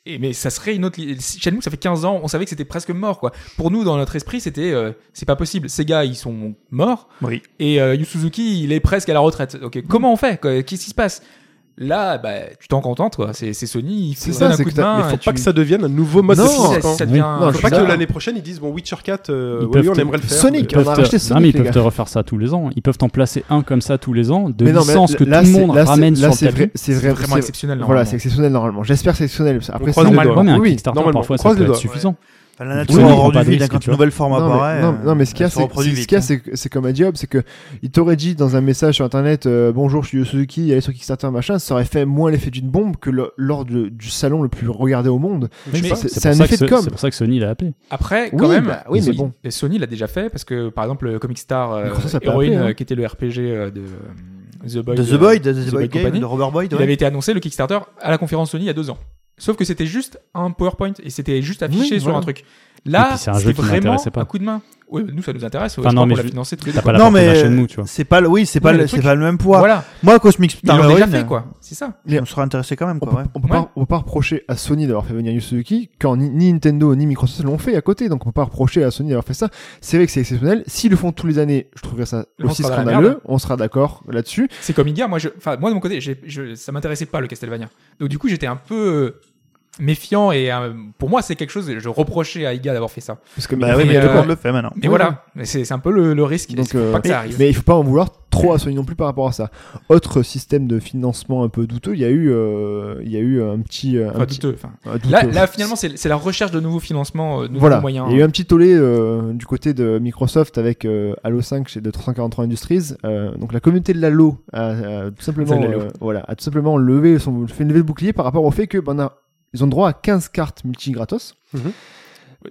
Et, mais ça serait une autre. li- si- Shenmue, ça fait 15 ans, on savait que c'était presque mort, quoi. Pour nous, dans notre esprit, c'était. euh, c'est pas possible. Ces gars, ils sont morts. Oui. Et euh, Yu Suzuki, il est presque à la retraite. Ok, comment on fait quoi Qu'est-ce qui se passe Là, bah, tu t'en contentes, quoi. C'est c'est Sony, il C'est faut ça, donner un c'est coup que de t'as- main. Il faut et pas tu- que ça devienne un nouveau mode de Non, si, ça- financement. si ça devient- Non, je Faut suis pas que d'accord. l'année prochaine ils disent bon Witcher 4 euh, Ils oui, peuvent on te- aimerait le faire. Sonic, mais- Ils on a peuvent te- racheté non, mais ils Sonic, les peuvent gars. te refaire ça tous les ans. Ils peuvent t'en placer un comme ça tous les ans, de Mais non, mais licences que là, tout c'est- le monde là, c'est- ramène là, sur c'est le tapis. vrai- C'est C'est vrai, vraiment c'est- exceptionnel. Voilà, normalement. c'est exceptionnel normalement. J'espère que c'est exceptionnel. Après, croise ça, les on- doigts. Ouais, mais un Oui, Kickstarter, normalement, parfois, on ça croise peut les être doigts. suffisant. Enfin, la Oui, nature on a prend rendu pas de vide, hein, risque, quand tu une nouvelle forme Non, apparaît. mais, non, mais- non, mais ce euh, qu'il y a, elle se c'est que- reproduit c'est- ce vite, qu'il y a, hein. c'est que- c'est comme a dit Hobbes, c'est que il t'aurait dit dans un message sur internet euh, bonjour, je suis Suzuki, allez sur Kickstarter, machin, ça aurait fait moins l'effet d'une bombe que le- lors de- du salon le plus regardé au monde. je sais mais- pas. C'est C'est c'est pour un ça effet que de ce- com. C'est pour ça que Sony l'a appelé. Après, Oui, quand même, bah, oui, mais bon. et Sony l'a déjà fait parce que par exemple, euh, Comic Star, euh, Microsoft l'a Heroine, appelé, hein. euh, qui était le RPG euh, de euh, The Boy, De The euh, Boy, de The The Boy Boy Game, Company. de Robert Boyd. il ouais. avait été annoncé le Kickstarter à la conférence Sony il y a deux ans. Sauf que c'était juste un PowerPoint et c'était juste affiché Oui, sur voilà. un truc. Et Là, puis c'est un jeu c'était qui vraiment n'intéressait pas. un coup de main. Oui, nous ça nous intéresse. Enfin, je non, crois mais qu'on l'a je- financé tous les T'as deux. pas la Non, portée mais- d'un Shenmue, tu vois. C'est pas, le- oui, c'est pas, mais le- le c'est truc- pas le même poids. Voilà, Moi, Cosmic ils l'ont déjà Star fait quoi. C'est ça. on sera intéressé quand même, On quoi. ouais. peut, on peut pas, on peut pas reprocher à Sony d'avoir fait venir Yu Suzuki quand ni, ni Nintendo ni Microsoft l'ont fait à côté, donc on peut pas reprocher à Sony d'avoir fait ça. C'est vrai que c'est exceptionnel. S'ils le font tous les années, je trouverais ça Là, on aussi sera dans la scandaleux. merde. On sera d'accord là-dessus. C'est comme Igar. Moi, je, enfin, moi de mon côté, j'ai- je, ça m'intéressait pas le Castlevania. Donc du coup, j'étais un peu euh, méfiant et euh, pour moi, c'est quelque chose. Je reprochais à Iga d'avoir fait ça. Parce que Bah oui, Mais, mais tout le euh, monde le fait maintenant. Mais voilà, mais c'est c'est un peu le, le risque. Donc, il faut euh, pas que ça arrive. Mais il faut pas en vouloir trop à Sony non plus par rapport à ça. Autre système de financement un peu douteux, il y a eu, euh, il y a eu un petit, euh, un Enfin, petit- douteux, enfin. euh, douteux. Là, là, finalement, c'est c'est la recherche de nouveaux financements, euh, nouveaux voilà. moyens. Il y a eu un petit tollé euh, du côté de Microsoft avec euh, Halo 5 chez de 343 Industries. Euh, donc la communauté de l'Halo a, a tout simplement, Celle de Halo. euh, voilà, a tout simplement levé son, fait une levée de bouclier par rapport au fait que ben, on a- ils ont droit à 15 cartes multi gratos.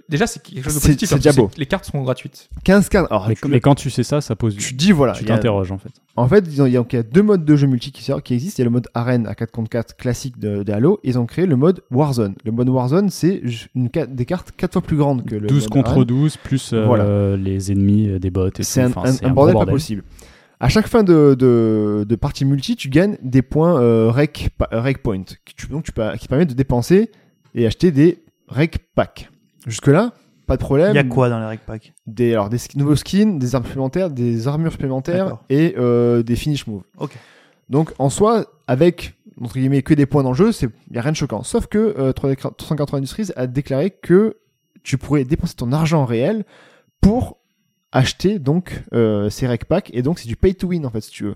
Déjà, c'est quelque chose de C'est- positif. hein, c'est parce que déjà beau. Les cartes sont gratuites. 15 cartes. Alors Mais tu, mais quand tu sais ça, ça pose. tu dis voilà, Tu Ah, il y a- t'interroges en fait. En fait, ils ont- il y a, il y a deux modes de jeu multi qui, sortent- qui existent. Il y a le mode arène à 4 contre 4 classique de, de Halo. Ils ont créé le mode Warzone. Le mode Warzone, c'est ju- une, ca- des cartes 4 fois plus grandes que le 12 mode contre arène. 12, plus euh, Voilà. les ennemis euh, des bots et tout. C'est un, Enfin, un- un gros bordel pas possible. À chaque fin de, de, de partie multi, tu gagnes des points euh, rec, pa- euh, rec point qui, tu- donc tu pa- qui permettent de dépenser et acheter des rec packs. Jusque-là, pas de problème. Il y a quoi dans les rec packs des, alors, des sk- nouveaux skins, des armes supplémentaires, des armures supplémentaires D'accord. et euh, des finish moves. Ok. Donc en soi, avec entre guillemets que des points dans le jeu, c'est y a rien de choquant. Sauf que euh, 340 Industries a déclaré que tu pourrais dépenser ton argent réel pour acheter donc euh, ces rec packs et donc c'est du pay to win en fait si tu veux.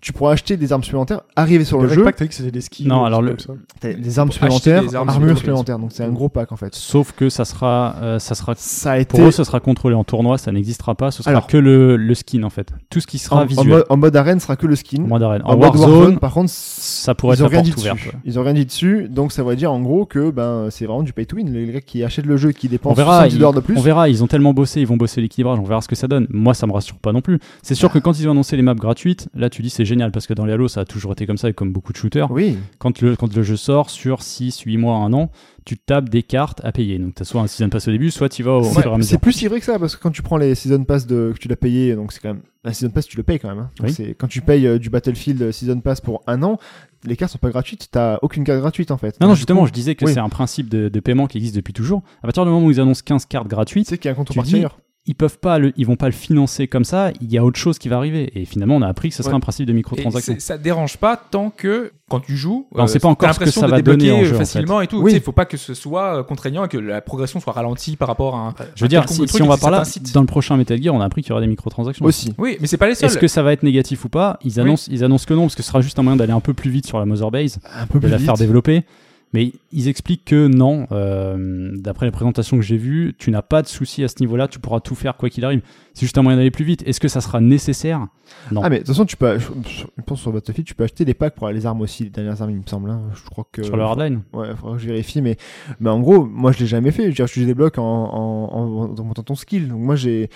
Tu pourras acheter des armes supplémentaires, arriver sur le, Le jeu, jeu, t'as dit que c'était des skins. Non, ou alors des le- trucs comme ça. t'as des armes acheter des supplémentaires, armes armures supplémentaires. supplémentaires. Donc c'est un gros pack en fait. Sauf que ça sera, euh, ça sera Ça a été Pour eux, ce sera contrôlé en tournoi, ça n'existera pas. Ce sera Alors. que le, le skin en fait. Tout ce qui sera en, en visuel. mode, en mode arène sera que le skin. En mode arène. En, En Hmm. mode Warzone, Warzone, par contre, ça pourrait ils ont être la rien dit porte dessus. ouverte. ouais. Ils ont rien dit dessus, donc ça veut dire en gros que ben c'est vraiment du pay to win. Les gars qui achètent le jeu, qui dépensent On verra, 70 ils, dollars de plus. on verra, ils ont tellement bossé, ils vont bosser l'équilibrage, on verra ce que ça donne. Moi, ça me rassure pas non plus. C'est Ah. sûr que quand ils ont annoncé les maps gratuites, là tu dis c'est génial parce que dans les Halo, ça a toujours été comme ça et comme beaucoup de shooters. Oui, Quand, le, quand le jeu sort sur 6, 8 mois, 1 an, tu tapes des cartes à payer. Donc tu as soit un season pass au début, soit tu vas au C'est- au fur et à c'est mesure. plus si vrai que ça parce que quand tu prends les season pass de, que tu l'as payé, donc c'est quand même un season pass, tu le payes quand même. hein. Donc Oui. c'est- quand tu payes euh, du Battlefield euh, season pass pour un an, les cartes sont pas gratuites. T'as aucune carte gratuite en fait. Non, non, Donc, justement, je disais que oui. c'est un principe de, de paiement qui existe depuis toujours. À partir du moment où ils annoncent 15 cartes gratuites, tu sais qu'il y a un contrepartie dis- ailleurs. ils peuvent pas le, ils vont pas le financer comme ça, il y a autre chose qui va arriver. Et finalement, on a appris que ce serait Ouais. un principe de Et microtransaction. c'est- ça dérange pas tant que quand tu joues, euh, On sait pas encore t'as ce que l'impression ça de va débloquer euh, donner en jeu, en facilement et tout. Oui. Il faut pas que ce soit euh, contraignant et que la progression soit ralentie par rapport à un. Je veux dire, quelconque si, truc si on et va que par ça là, t'incite. dans le prochain Metal Gear, on a appris qu'il y aurait des microtransactions. Aussi. Oui, mais c'est pas les seuls. Est-ce que ça va être négatif ou pas Ils Oui. annoncent, ils annoncent que non, parce que ce sera juste un moyen d'aller un peu plus vite sur la Mother Base, Un peu de plus la faire vite. développer. Mais ils expliquent que non, euh, d'après les présentations que j'ai vues, tu n'as pas de souci à ce niveau-là, tu pourras tout faire quoi qu'il arrive. C'est juste un moyen d'aller plus vite. Est-ce que ça sera nécessaire Ah, mais de toute façon, tu peux. Je je pense sur Battlefield, tu peux acheter des packs pour les armes aussi, les dernières armes, il me semble. hein. Je crois que. sur le hardline Ouais, faudra que je vérifie, mais, mais en gros, moi je l'ai jamais fait. Je veux dire, tu débloques en, en, en, en montant ton skill. Donc moi j'ai.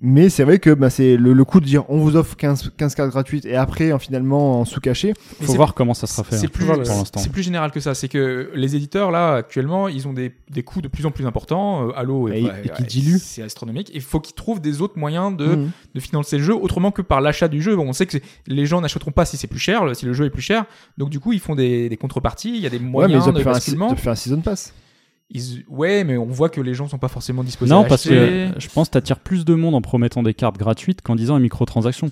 Mais c'est vrai que bah, c'est le, le coup de dire on vous offre 15, 15 cartes gratuites et après en, finalement en sous-caché. Mais Faut c'est- voir comment ça sera fait C'est hein, plus, pour l'instant. c'est plus général que ça. C'est que les éditeurs, là, actuellement, ils ont des, des coûts de plus en plus importants. Euh, Halo Et- est- Bah, et qui ouais, diluent. C'est astronomique. Il faut qu'ils trouvent des autres moyens de, Mhm. de financer le jeu autrement que par l'achat du jeu. Bon, on sait que c'est- les gens n'achèteront pas si c'est plus cher, le- si le jeu est plus cher. Donc, du coup, ils font des, des contreparties. Il y a des Ouais, mais moyens ils ont de pu faire, un, ils basculement. ont pu faire un season pass. Ils- ouais, mais on voit que les gens sont pas forcément disposés Non, à parce acheter. que je pense que tu attires plus de monde en promettant des cartes gratuites qu'en disant une microtransaction.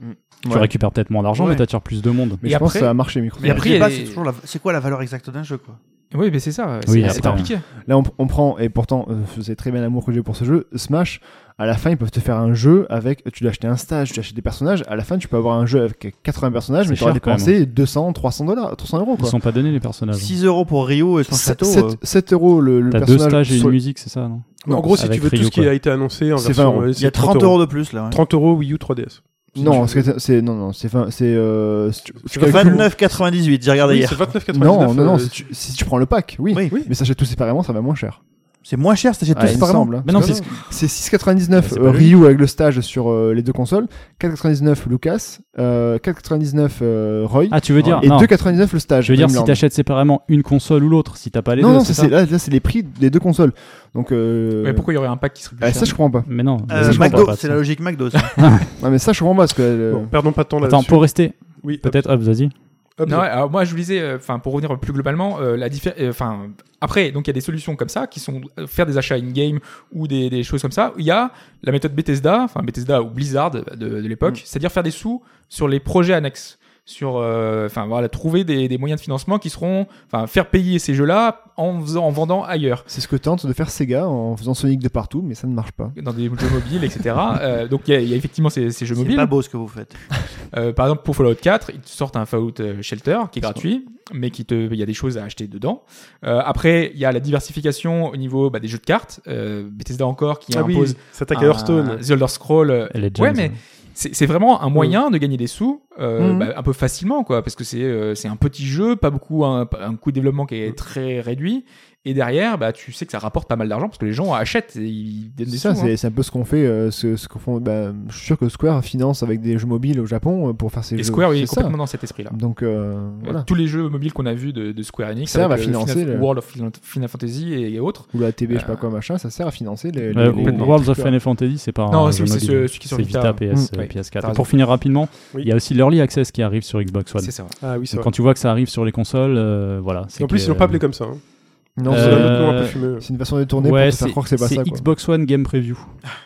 Mm. Tu Ouais. récupères peut-être moins d'argent, Ouais. mais tu attires plus de monde. Mais Et je pense après- que ça a marché, micro. Mais Mais après, après, il y a c'est des- toujours la- c'est quoi la valeur exacte d'un jeu, quoi Oui, mais c'est ça. C'est Oui, c'est après- hein. compliqué. Là, on, on prend, et pourtant, euh, c'est très bien l'amour que j'ai pour ce jeu. Smash, à la fin, ils peuvent te faire un jeu avec. Tu dois acheter un stage, tu dois acheter des personnages. À la fin, tu peux avoir un jeu avec 80 personnages, C'est mais tu auras cher, quand même. dépensé 200, 300 dollars, 300 euros Ils quoi. sont pas donnés les personnages. 6 euros pour Rio et son château. 7, euh, euros le, le T'as deux personnage. stages et sur- une musique, c'est ça non en gros, si avec tu veux Rio, tout ce qui quoi. a été annoncé en C'est 20 version. euros. euh, Il y a c'est 30 euros de plus, là. ouais. 30 euros Wii U 3DS. Non, parce que c'est- c'est non non, c'est vingt- c'est euh, si tu- tu calcules- 29,98, j'ai regardé Oui, hier. c'est 29,99. Non, non, non, euh, si tu, si tu prends le pack, oui. Oui. Mais ça, j'ai tout séparément, ça va moins cher. C'est moins cher, t'achètes Ah, tout il me séparément. semble, hein. Mais non, Parce c'est que ce c'est 6,99 C'est euh, pas lui. Ryu avec le stage sur euh, les deux consoles, 4,99 Lucas, euh, 4,99 euh, Roy Ah, tu veux dire et non. 2,99 le stage. Je veux dire, si Dreamland. t'achètes séparément une console ou l'autre, si t'as pas les non, deux, non, c'est ça, ça c'est là, là, c'est les prix des deux consoles. Donc euh, Mais pourquoi il y aurait un pack qui serait plus ah, cher ça je comprends pas. Mais non. Euh, mais je comprends McDo, pas, c'est ça. la logique McDo. ça. Non, mais ça je comprends pas parce que euh, Bon, perdons pas de temps là-dessus. Attends, pour rester, Oui, hop, peut-être, hop, vas-y. hop, Non, ouais, alors moi je vous disais, euh, enfin pour revenir plus globalement, euh, la diffé- euh, enfin après donc il y a des solutions comme ça qui sont euh, faire des achats in game ou des, des choses comme ça. Il y a la méthode Bethesda, enfin Bethesda ou Blizzard de, de l'époque, Mm. c'est-à-dire faire des sous sur les projets annexes, sur euh, enfin voilà trouver des, des moyens de financement qui seront, enfin faire payer ces jeux-là en faisant- en vendant ailleurs. c'est ce que tente de faire Sega en faisant Sonic de partout, mais ça ne marche pas. dans des jeux mobiles, etc. Euh, donc il y, a- il y a effectivement ces, ces jeux C'est mobiles. pas beau ce que vous faites. Euh, par exemple, pour Fallout 4, ils te sortent un Fallout euh, Shelter qui est gratuit, mais qui te, il y a des choses à acheter dedans. Euh, après, il y a la diversification au niveau bah, des jeux de cartes. Euh, Bethesda encore qui Ah oui, impose ça attaque à un- Hearthstone. The Elder Scroll. euh, Elle est ouais, James, mais hein. c'est c'est vraiment un moyen de gagner des sous euh, Mm. bah, un peu facilement, quoi, parce que c'est euh, c'est un petit jeu, pas beaucoup, un, un coût de développement qui Mhm. est très réduit. Et derrière, bah, tu sais que ça rapporte pas mal d'argent parce que les gens achètent et ils donnent des C'est ça, sous. hein. c'est c'est un peu ce qu'on fait, euh, ce, ce qu'on font. bah, je suis sûr que Square finance avec des jeux mobiles au Japon euh, pour faire ces Et jeux. Square oui, c'est est ça. complètement dans cet esprit-là. Donc euh, Euh, voilà. Tous les jeux mobiles qu'on a vus de, de Square Enix, Ça avec, va euh, financer Final- le- World of Final, Final Fantasy et, et autres. Ou la TB, je sais Euh, pas quoi, machin, ça sert à financer les. les- Euh, les- les- Worlds of les- Final Fantasy, c'est pas Non, un c'est- jeu c'est mobile. celui- celui qui est sur C'est Vita. PS, Mm. euh, Ouais, t'as PS4. Et raison. pour finir rapidement, Oui. il y a aussi l'Early Access qui arrive sur Xbox One. C'est ça. Ah oui, c'est Donc, vrai. quand tu vois que ça arrive sur les consoles, euh, voilà. c'est En plus, que- ils l'ont pas appelé comme ça. hein. Non, C'est c'est- un autre nom un peu Euh, fumeux. c'est une façon détournée Ouais, pour te faire croire que c'est pas ça. quoi. Xbox One Game Preview.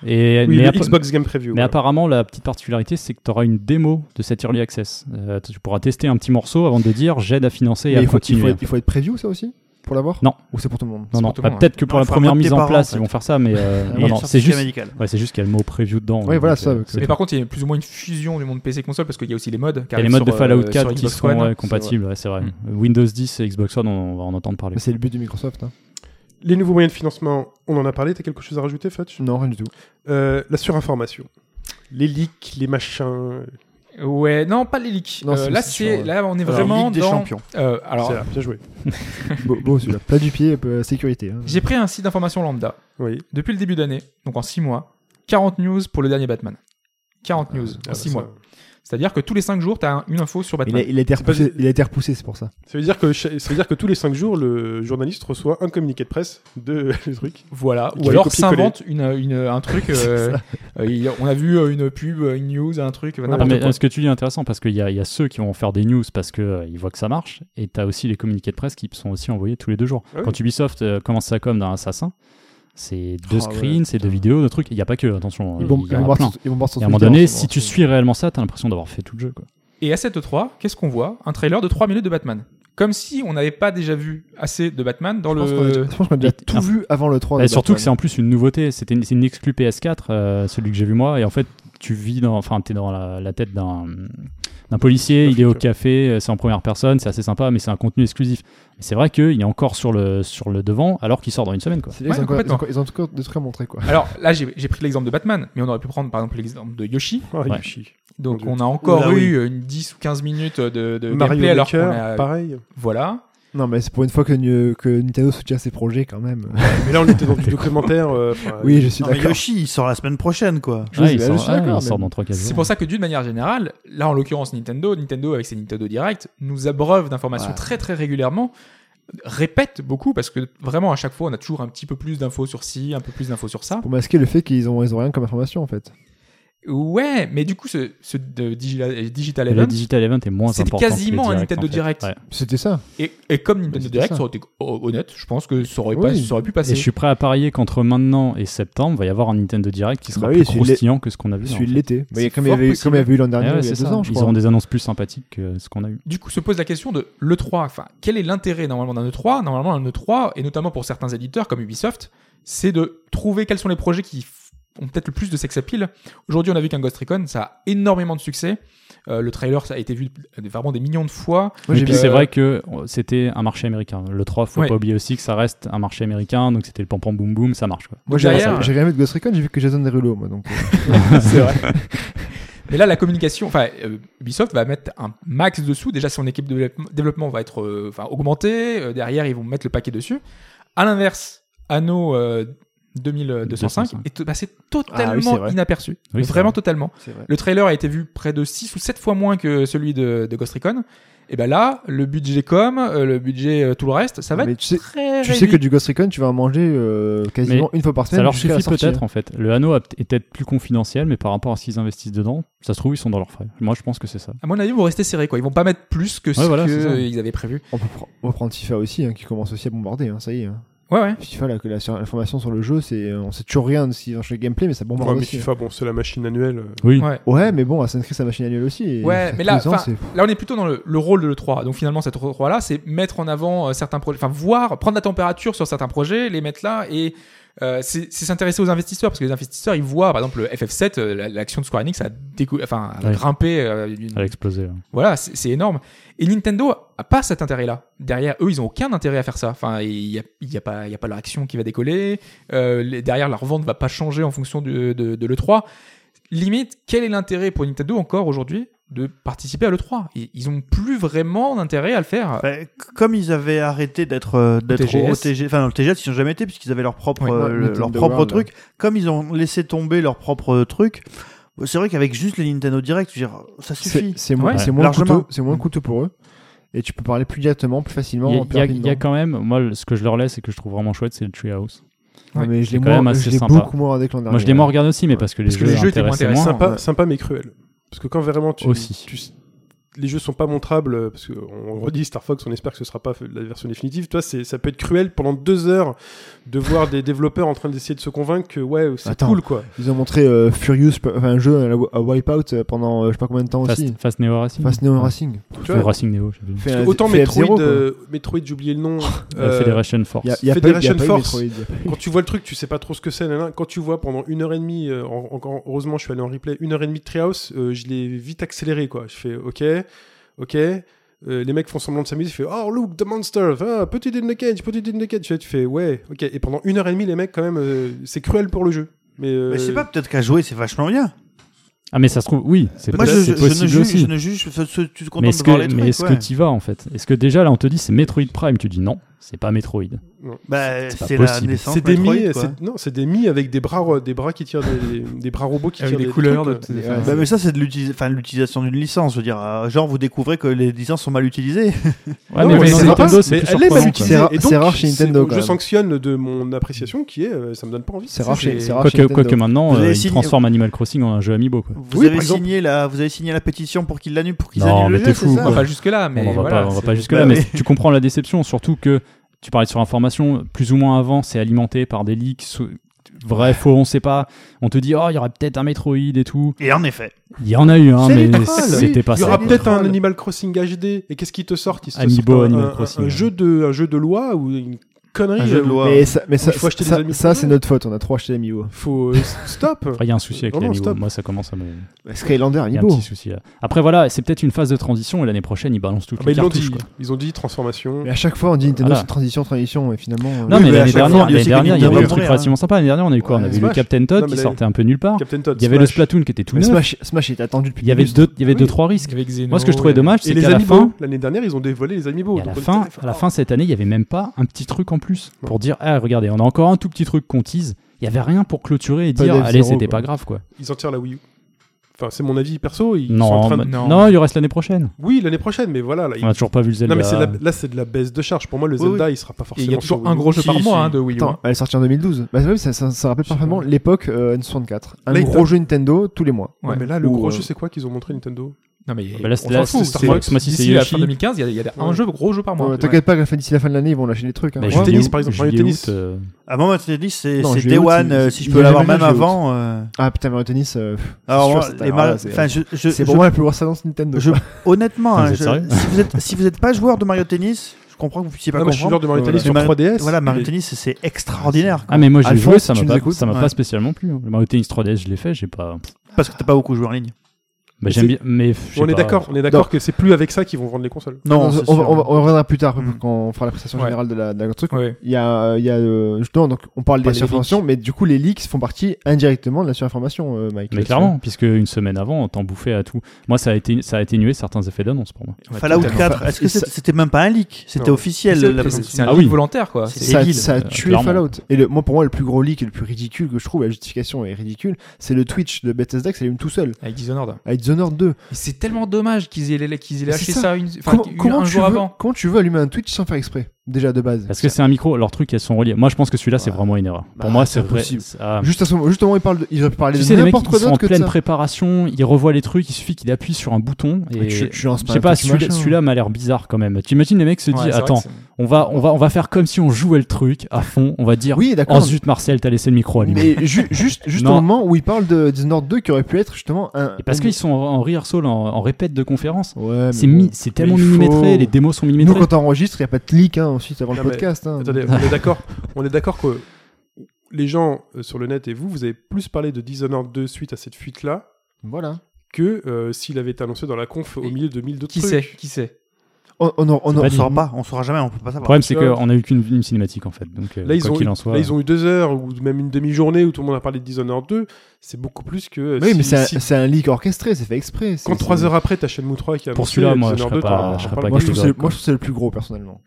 Et, Oui, mais le appa- Xbox Game Preview. Mais ouais. apparemment, la petite particularité, c'est que tu auras une démo de cet Early Access. Euh, tu pourras tester un petit morceau avant de dire j'aide à financer et Mais à il, faut, il, faut continuer. être, il faut être preview, ça aussi Pour l'avoir Non. Ou c'est pour tout le monde Non, non, pour tout bah, le monde. peut-être que pour Non, la il faut première avoir mise tes en parents, place, en fait. ils vont faire ça, mais euh, Et non, le non, c'est certificat juste, médical. ouais, c'est juste qu'il y a le mot preview dedans. Ouais, donc, voilà, euh, ça, c'est c'est- Mais tout. par contre, il y a plus ou moins une fusion du monde PC console parce qu'il y a aussi les mods. Il y a les modes de euh, Fallout 4 qui sont ouais, euh, hein. One. compatibles, ouais, c'est vrai. Windows 10 et Xbox One, on, on va en entendre parler. Mm. Mais c'est le but de Microsoft. hein. Les nouveaux moyens de financement, on en a parlé. T'as quelque chose à rajouter, Fetch Non, rien du tout. Euh, La surinformation. Les leaks, les machins. Ouais, non, pas les leaks. Non, Euh, c'est- là, c'est c'est sur, euh, là, on est Alors, vraiment Ligue des dans. champions. euh, alors, C'est là, bien joué. Beau, beau celui-là. Plat du pied, euh, sécurité. hein. j'ai pris un site d'information lambda Oui. depuis le début d'année, donc en 6 mois. 40 news pour le dernier Batman. 40 news Ah, en bah, 6 ça- mois. C'est-à-dire que tous les 5 jours, t'as un- une info sur Il a, Batman. il a été C'est pas repoussé, du- il a été repoussé, c'est pour ça. Ça veut dire que cha- ça veut dire que tous les 5 jours, le journaliste reçoit un communiqué de presse de le truc. Voilà, Qui ou fait alors copier-coller. s'invente une, une, un truc. euh, euh, il- on a vu euh, une pub, euh, une news, un truc. Ah, n'importe mais, quoi. euh, ce que tu dis est intéressant parce qu'il y, a- il y a ceux qui vont faire des news parce qu'ils voient que ça marche et tu as aussi les communiqués de presse qui sont aussi envoyés tous les deux jours. Ah oui. Quand Ubisoft euh, commence ça comme d'un assassin, c'est deux Oh, ouais, screens, c'est deux vidéos, deux trucs. Il n'y a pas que, attention, Ils il y en a bombardent plein. sur- ils bombardent sur Et à un moment Twitter, donné, c'est si bon, tu c'est- suis réellement ça, t'as l'impression d'avoir fait tout le jeu. Quoi. Et à cette 3, qu'est-ce qu'on voit Un trailer de 3 minutes de Batman. Comme si on n'avait pas déjà vu assez de Batman dans Je pense qu'on a- le. je pense qu'on a déjà euh, Et- tout vu avant le 3. Et surtout que c'est en plus une nouveauté. C'était une, c'est une exclue PS4, euh, celui que j'ai vu moi. Et en fait, tu vis dans, enfin, t'es dans la, la tête d'un d'un policier. Un Il est au flic, café, euh, c'est en première personne, c'est assez sympa, mais c'est un contenu exclusif. Mais c'est vrai qu'il est encore sur le, sur le devant alors qu'il sort dans une semaine. Quoi. C'est bien, Ouais, ils, ont encore- ils ont complètement. encore- ils ont encore des trucs à montrer, quoi. Alors là, j'ai j'ai pris l'exemple de Batman, mais on aurait pu prendre par exemple l'exemple de Yoshi. Oh, il Ouais. chie. Donc Mon on a encore Oula, oui. eu euh, une 10 ou 15 minutes de, de Mario gameplay alors qu'on Maker, a... pareil. Voilà. Non, mais c'est pour une fois que, Ni- que Nintendo soutient ses projets, quand même. Mais là, on était dans du documentaire. euh, enfin, oui, je suis Non, mais d'accord. Yoshi, il sort la semaine prochaine, quoi. Je Ouais, sais, Ah, il je sort, suis ouais, d'accord, il sort mais- dans 3-4 C'est jours. pour ça que d'une manière générale, là en l'occurrence Nintendo, Nintendo avec ses Nintendo Direct nous abreuve d'informations Ouais. très très régulièrement, répète beaucoup parce que vraiment à chaque fois on a toujours un petit peu plus d'infos sur ci, un peu plus d'infos sur ça. Pour masquer le fait qu'ils ont, ils ont rien comme information, en fait. Ouais, mais du coup ce, ce de Digital, Digital Et Event, Le Digital Event est moins C'est important. quasiment que un les Nintendo directs, Direct. en fait. Ouais. C'était ça. et, et comme Nintendo c'était Direct, ça. ça aurait été ho- honnête, je pense que ça aurait, pas, Oui. ça aurait pu Et passer. je suis prêt à parier qu'entre maintenant et septembre, il va y avoir un Nintendo Direct qui sera Bah oui, plus celui de l'é- croustillant que ce qu'on a vu. là, Celui de en fait. l'été. Bah, il y a- C'est comme il y fort avait eu- possible. comme il y avait eu l'an Ah dernier, ouais, il y a c'est deux ça. ans, je Ils crois. auront des annonces plus sympathiques que ce qu'on a eu. Du coup, se pose la question de l'E3. Enfin, quel est l'intérêt normalement d'un E3 Normalement, un E3, et notamment pour certains éditeurs comme Ubisoft, c'est de trouver quels sont les projets qui f- ont peut-être le plus de sex appeal. Aujourd'hui, on a vu qu'un Ghost Recon, ça a énormément de succès. Euh, le trailer, ça a été vu euh, vraiment des millions de fois. Moi, Et j'ai puis vu- c'est vrai que euh, c'était un marché américain. Le 3, faut Ouais. pas oublier aussi que ça reste un marché américain, donc c'était le pam pam boum boum, ça marche quoi. Moi, j'ai derrière- j'ai rien vu de Ghost Recon, j'ai vu que Jason Derulo, moi, donc. euh, c'est vrai. Mais là, la communication, enfin, euh, Ubisoft va mettre un max dessous. Déjà, son équipe de développe- développement va être euh, enfin, augmentée. Euh, derrière, ils vont mettre le paquet dessus. À l'inverse, Anno euh, 2205 205. est to- passé Ah oui, totalement c'est vrai. inaperçu. Oui, c'est vraiment vrai. totalement. Le trailer a été vu près de 6 ou 7 fois moins que celui de, de Ghost Recon. Et ben là, le budget com, euh, le budget euh, tout le reste, ça va Ah, mais être tu sais, très tu sais que réduit. du Ghost Recon, tu vas en manger euh, quasiment une fois par semaine. Ça leur jusqu'à suffit la sortie. peut-être en fait. Le Hano a peut- est peut-être plus confidentiel, mais par rapport à ce qu'ils investissent dedans, ça se trouve ils sont dans leurs frais. Moi je pense que c'est ça. À mon avis, ils vont rester serrés. Quoi. Ils vont pas mettre plus que ce voilà, c'est ça. qu'ils avaient prévu. On peut pre- on peut prendre FIFA aussi, hein, qui commence aussi à bombarder, hein, ça y est. hein. Ouais, ouais. FIFA, là, que la sur- l'information sur le jeu, c'est euh, on sait toujours rien de si dans le gameplay, mais ça bombarde Ouais, mais aussi. hein. FIFA, bon, c'est la machine annuelle. euh. Oui. Ouais. Ouais, mais bon, Assassin's Creed, sa machine annuelle aussi. et Ouais, ça mais fait là, deux ans, enfin, c'est- Là, on est plutôt dans le, le rôle de l'E3. Donc finalement, cet E3-là, c'est mettre en avant euh, certains projets, enfin voir, prendre la température sur certains projets, les mettre là et euh, c'est c'est s'intéresser aux investisseurs parce que les investisseurs, ils voient, par exemple, le FF7, euh, la- l'action de Square Enix a, décou- enfin, a Ouais. grimpé. euh, d'une- Elle a explosé. hein. ouais. Voilà, c'est c'est énorme. Et Nintendo a pas cet intérêt-là. Derrière eux, ils ont aucun intérêt à faire ça. Enfin, il y a, il y a pas, il y a pas leur action qui va décoller. Euh, les- derrière, leur vente va pas changer en fonction du- de, de l'E3. Limite, quel est l'intérêt pour Nintendo encore aujourd'hui de participer à l'E3 Ils ils ont plus vraiment d'intérêt à le faire. Enfin, Bah, c- comme ils avaient arrêté d'être euh, d'être TGS. au TGS, enfin non, le TGS ils ont jamais été puisqu'ils avaient leur propre Ouais, euh, le- Nintendo leur propre World, truc. Comme ils ont laissé tomber leur propre truc, c'est vrai qu'avec juste les Nintendo Direct, je veux dire, ça c'est suffit. c'est moins, Ouais. c'est moins Largement. coûteux, c'est moins coûteux pour eux. Et tu peux parler plus directement, plus facilement. Il y a- plus il y a, il rapidement. y a quand même, moi le- ce que je leur laisse et que je trouve vraiment chouette, c'est le Treehouse. Ouais, mais je l'ai quand même moins, assez je l'ai sympa. beaucoup moins regardé que l'an dernier. Moi je les moins regarde aussi, mais Bah, euh, Ouais. parce que les Parce que jeux, les jeux étaient moins intéressaient intéressants. moins. Enfin, Sympa, ouais. sympa, mais cruel. Parce que quand vraiment tu, Aussi. tu- les jeux sont pas montrables, euh, parce qu'on redit Star Fox, on espère que ce sera pas la version définitive. Toi, c'est- ça peut être cruel pendant deux heures de voir des développeurs en train d'essayer de se convaincre que ouais, c'est Attends. cool quoi. Ils ont montré euh, Furious, enfin, un jeu à la- à Wipeout euh, pendant euh, je sais pas combien de temps aussi. Fast, Fast Neo Racing. Fast Neo Racing. Tu Fast vois, Racing Neo. j'avais dit. Fait parce un- que autant fait Metroid, F-Zero, quoi. euh, Metroid, j'ai oublié le nom. Euh, euh, Federation Force. Il y a- il y a pas eu- il y a Federation pas eu Force. Metroid, il y a pas eu- quand tu vois le truc, tu sais pas trop ce que c'est. nanana. Quand tu vois pendant une heure et demie, euh, en- encore- heureusement, je suis allé en replay, une heure et demie de Treehouse, euh, je l'ai vite accéléré, quoi. Je fais OK, OK. Euh, les mecs font semblant de s'amuser, je fais Oh, look, the monster, ah, petit in the cage, petit in the cage. Tu, vois, tu fais Ouais, OK. Et pendant une heure et demie, les mecs, quand même, euh, c'est cruel pour le jeu. Mais, euh, Mais je sais pas, peut-être qu'à jouer c'est vachement bien. Ah mais ça se trouve, oui, c'est Moi je, c'est je- je ne possible juge, aussi. je ne juge, je- je- tu te contentes Mais de est-ce voir les que, trucs. mais est-ce que ouais. t'y vas en fait Est-ce que déjà là on te dit c'est Metroid Prime Tu dis non, c'est pas Metroid. Bah, c'est pas c'est la possible. naissance C'est des Metroid, mi, quoi. c'est- non, c'est des mi avec des bras, ro- des bras qui tirent des, des- des bras robots qui Avec tirent des des couleurs trucs, euh, de- là. des- Bah, mais ça c'est de l'utilisa- enfin, l'utilisation d'une licence, je veux dire, euh, genre vous découvrez que les licences sont mal utilisées. Ouais, Ah Non, Ah, mais, mais mais c'est Nintendo pas- c'est mais plus elle est mal surprenant, quoi. utilisée. utilisée. C'est ra- Et donc, c'est rare chez c'est- Nintendo, quand Je même. sanctionne de mon appréciation qui est, euh, ça me donne pas envie. C'est rare chez c'est rare chez Quoique, Nintendo. quoique maintenant, Vous avez euh, ils signé- transforment Animal Crossing en un jeu amiibo. Quoi. Vous Oui, avez par exemple. signé la, vous avez signé la pétition pour qu'ils l'annulent, pour qu'ils Non, annulent le mais jeu, t'es c'est fou, ça On quoi. va pas jusque là, mais hein. on va voilà, pas, on va c'est- pas jusque là, Bah mais oui. tu comprends la déception, surtout que tu parlais de surinformation, plus ou moins avant, c'est alimenté par des leaks, sou- vrai, faux, on sait pas. On te dit, oh, il y aurait peut-être un Metroid et tout. Et en effet. Il y en a eu un, C'est les mais trolls, c'était pas Il y aura ça. quoi. peut-être un Troll. Animal Crossing HD. Et qu'est-ce qu'ils te sortent Ils te Amiibo sortent un, Animal un- Crossing, un ouais. jeu de, un jeu de loi ou une connerie. Un jeu de euh, loi. Mais ça, mais ça, faut acheter des ça, amis ça, pour c'est jouer. notre faute. On a trop acheté d'amiibo. Faut euh, stop. Après, il y a un souci avec Non, les non, amiibo. stop. Moi, ça commence à me. Skylander, Il y a un amiibo. petit souci là. Après, voilà, c'est peut-être une phase de transition et l'année prochaine, ils balancent toutes Ah bah, les ils l'ont dit. cartouches. quoi. Ils ont dit transformation. Mais à chaque fois, on dit Nintendo, Voilà. c'est transition, transition, et finalement. euh, Non, mais Oui, mais à l'année chaque fois, dernière, on dit l'année aussi que dernière, il y Nintendo avait va des trucs mourir, relativement sympas. L'année dernière, on a eu quoi Ouais, On a eu le Smash. Captain Todd Non, mais qui l'année- sortait un peu nulle part. Captain Todd. Il y avait le Smash. Splatoon qui était tout mais neuf. Smash, Smash était attendu depuis. Il y avait plus deux, il y avait Oui. deux trois risques. Avec Xeno, Moi, ce que je trouvais il y dommage, Et c'est les qu'à la amiibo. fin, L'année dernière, ils ont dévoilé les amiibo. et à la Donc, fin, putain, à la fin cette année, il n'y avait même pas un petit truc en plus pour dire ah regardez, on a encore un tout petit truc qu'on tease. Il y avait rien pour clôturer et Pas dire d'F0, allez, c'était quoi. pas grave quoi. Ils en tirent la Wii U. Enfin, c'est mon avis perso. Ils sont en Non, train de- mais- Non. non, il reste l'année prochaine. Oui, l'année prochaine, mais voilà. Là, ils- On a toujours pas vu le Zelda. Non, mais c'est de la- là, c'est de la baisse de charge. Pour moi, le Oui, Zelda, il sera pas Et forcément. il y a sur toujours Wii un U. gros jeu Si, par si. mois hein, de Wii U. Attends, elle est sortie en 2012. Bah, c'est vrai, ça, ça, ça rappelle Je sais parfaitement pas. l'époque euh, N64. Un Là, ils gros jeu Nintendo tous les mois. Ouais, hein. Ouais. euh, mais là, le Ou, gros euh, jeu, c'est quoi qu'ils ont montré Nintendo Non, mais Bah là, c'est- on là, s'en fout. c'est Star Fox, moi, si c'est D'ici la fin Yoshi. 2015, il y a- il y a un Ouais. jeu gros jeu par mois. Ouais, Euh, T'inquiète pas, qu'à la fin d'ici la fin de l'année, ils vont lâcher des trucs. hein. Bah, Ouais. Mario juillet, Tennis, août, par exemple, juillet, Mario Tennis. août, euh, À Ah, moi, Mario Tennis, c'est Non, c'est j'ai Day eu autre, One. il- euh, si je il peux a l'avoir jamais même joué, j'ai avant. euh, Ah putain, Mario Tennis. euh, pff, Alors, sûr, moi, c'est- les alors Mar- là, c'est- enfin, je- je- C'est je- pour moi la plus grosse annonce Nintendo. je- Honnêtement, Vous hein, êtes je- sérieux si vous êtes- si vous n'êtes pas joueur de Mario Tennis, je comprends que vous puissiez pas Non, mais je suis joueur comprendre. de Mario Euh, Voilà. Tennis sur Mais Mar- 3DS. Voilà, Mario il est- Tennis, c'est extraordinaire. quoi. Ah mais moi j'ai Alphonse, joué, ça m'a tu nous pas, écoutes ça m'a Ouais. pas spécialement plu. hein. Le Mario Tennis 3DS, je l'ai fait, j'ai pas. Parce que t'as pas beaucoup joué en ligne. Bah, j'aime bien, mais pff, je sais On est pas. d'accord, on est d'accord que c'est plus avec ça qu'ils vont vendre les consoles. Non, on, c'est on- sûr. on- on reviendra plus tard Mm. quand on fera la prestation Ouais. générale de la, de la truc. Ouais. Il y a, euh, il y a euh, justement, donc on parle des Pas les surinformations, mais du coup les leaks font partie indirectement de la surinformation, euh, Mike. Mais clairement, puisque une semaine avant, on t'en bouffait à tout. Moi, ça a été, ça a atténué certains effets d'annonce pour moi. Ouais, Fallout totalement. 4, est-ce que Ça- c'est- c'était même pas un leak C'était Non. officiel. C'est- la- c'est- C'est un Ah leak oui. volontaire quoi. C'est- C'est- ça, débile, ça a euh, tué clairement. Fallout. Et le, moi, pour moi, le plus gros leak et le plus ridicule que je trouve, la justification est ridicule, c'est le Twitch de Bethesda qui s'allume tout seul Avec Dishonored. avec Dishonored 2. Et C'est tellement dommage qu'ils aient, qu'ils aient Mais lâché c'est ça. ça, une, enfin, comment, une- comment un tu jour veux, avant. comment tu veux allumer un Twitch sans faire exprès déjà de base Parce que c'est un micro, leurs trucs, elles sont reliées. Moi, je pense que celui-là, c'est Ouais. vraiment une erreur. Bah, pour moi, c'est c'est vrai. impossible. c'est- ah. Juste à ce moment, justement, ils parlent de, ils auraient pu Tu parler de sais, les mecs, n'importe ils quoi sont en d'autre que de pleine ça. préparation, ils revoient les trucs, il suffit qu'il appuie sur un bouton. Mais Et tu- tu lances je sais un pas, petit celui-là machin. hein. celui-là m'a l'air bizarre quand même. Tu imagines les mecs se Ouais, disent c'est vrai Attends, que c'est- on va, on, va, on va faire comme si on jouait le truc à fond, on va dire Oui, d'accord. Oh zut, Marcel, t'as laissé le micro allumé. Mais ju- juste, juste Non. au moment où ils parlent de Dishonored 2 qui aurait pu être justement un. Et parce un- qu'ils sont en, en rehearsal, en, en répète de conférence. Ouais, mais C'est bon. mi- c'est tellement Mais il faut- millimétré, les démos sont Nous, millimétrées. quand on enregistre, il n'y a pas de leak hein, ensuite avant Non, le mais- podcast. hein. Attendez, on est d'accord. On est d'accord que les gens euh, sur le net et vous, vous avez plus parlé de Dishonored 2 suite à cette fuite-là Voilà. que euh, s'il avait été annoncé dans la conf au Et milieu de 1000 d'autres Qui trucs. sait Qui sait On, on, on- on- pas On dit. saura pas, on saura jamais, on peut pas Le savoir. problème, c'est tu vois. qu'on a eu qu'une une cinématique en fait. Donc, euh, Là ils, quoi ont qu'il eu, en soit. là, ils ont eu deux heures ou même une demi-journée où tout le monde a parlé de Dishonored 2. C'est beaucoup plus que. euh, Oui, si- mais c'est un, si- c'est un leak orchestré, c'est fait exprès. c'est- quand c'est- 3 heures après, t'as Shenmue 3 qui a Pour annoncé celui-là, moi, Dishonored je serais 2, pas- t'en- je t'en serais parles pas Moi je, trouve Doc, c'est- quoi. moi, je trouve que c'est le plus gros personnellement.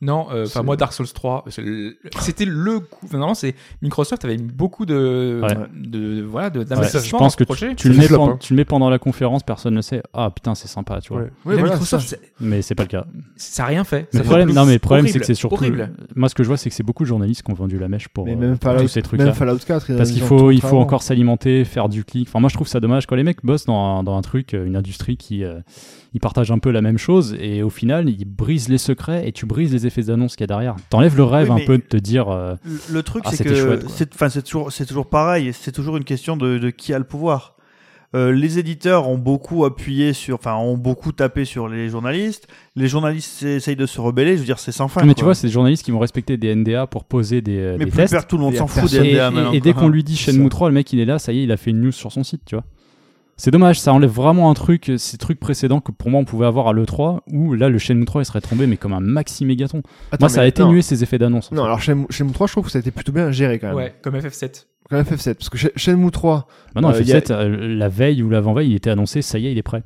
Non, euh, enfin C'est- moi Dark Souls 3, c'est le- c'était le coup. Enfin, normalement, c'est Microsoft avait mis beaucoup de, Ouais. de voilà, de euh, Ouais, d'investissement. je pense que dans tu, ce projet. tu le Ça mets floppe, pen- hein. tu le mets pendant la conférence, personne ne sait. Ah putain, c'est sympa, tu vois. Ouais. Là, voilà, Microsoft, ça, c'est- Mais c'est pas le cas. ça a rien fait. Mais Ça le fait problème, plus non, mais le problème, c'est horrible, que c'est surtout. horrible. Moi, ce que je vois, c'est que c'est beaucoup de journalistes qui ont vendu la mèche pour Mais euh, même pour Fallout, tous ces trucs-là. même Fallout 4. ils- Parce ils qu'il ont faut, tout il fait faut avant. encore s'alimenter, faire du clic. Enfin, moi, je trouve ça dommage quand les mecs bossent dans un, dans un truc, euh, une industrie qui, euh, ils partagent un peu la même chose et au final, ils brisent les secrets et tu brises les effets d'annonce qu'il y a derrière. T'enlèves le rêve Oui, un mais- peu de te dire. euh, Le- Le truc, Ah, c'est c'était chouette, que quoi. c'est enfin, c'est toujours, c'est toujours pareil, c'est toujours une question de, de qui a le pouvoir. Euh, les éditeurs ont beaucoup appuyé sur, enfin, ont beaucoup tapé sur les journalistes. Les journalistes essayent de se rebeller. Je veux dire, c'est sans fin. mais quoi. tu vois, c'est des journalistes qui vont respecter des NDA pour poser des, euh, mais des plus tests. personne- tout le monde Et s'en fout des personne- Et, NDA et- maintenant, et dès quoi. qu'on lui dit Shenmue 3, le mec il est là, ça y est, il a fait une news sur son site, tu vois. C'est dommage, ça enlève vraiment un truc, euh, ces trucs précédents que pour moi on pouvait avoir à l'E3, où là le Shenmue 3 il serait tombé mais comme un maxi mégaton. Attends, Moi ça a mais- atténué ses effets d'annonce. en Non, non, fait. alors Shenmue, Shenmue 3, je trouve que ça a été plutôt bien géré quand même. Ouais, comme FF7. Quand même FF7. Parce que Shen- Shenmue 3, Maintenant, euh, FF7, euh, la veille ou l'avant-veille, il était annoncé, ça y est, il est prêt.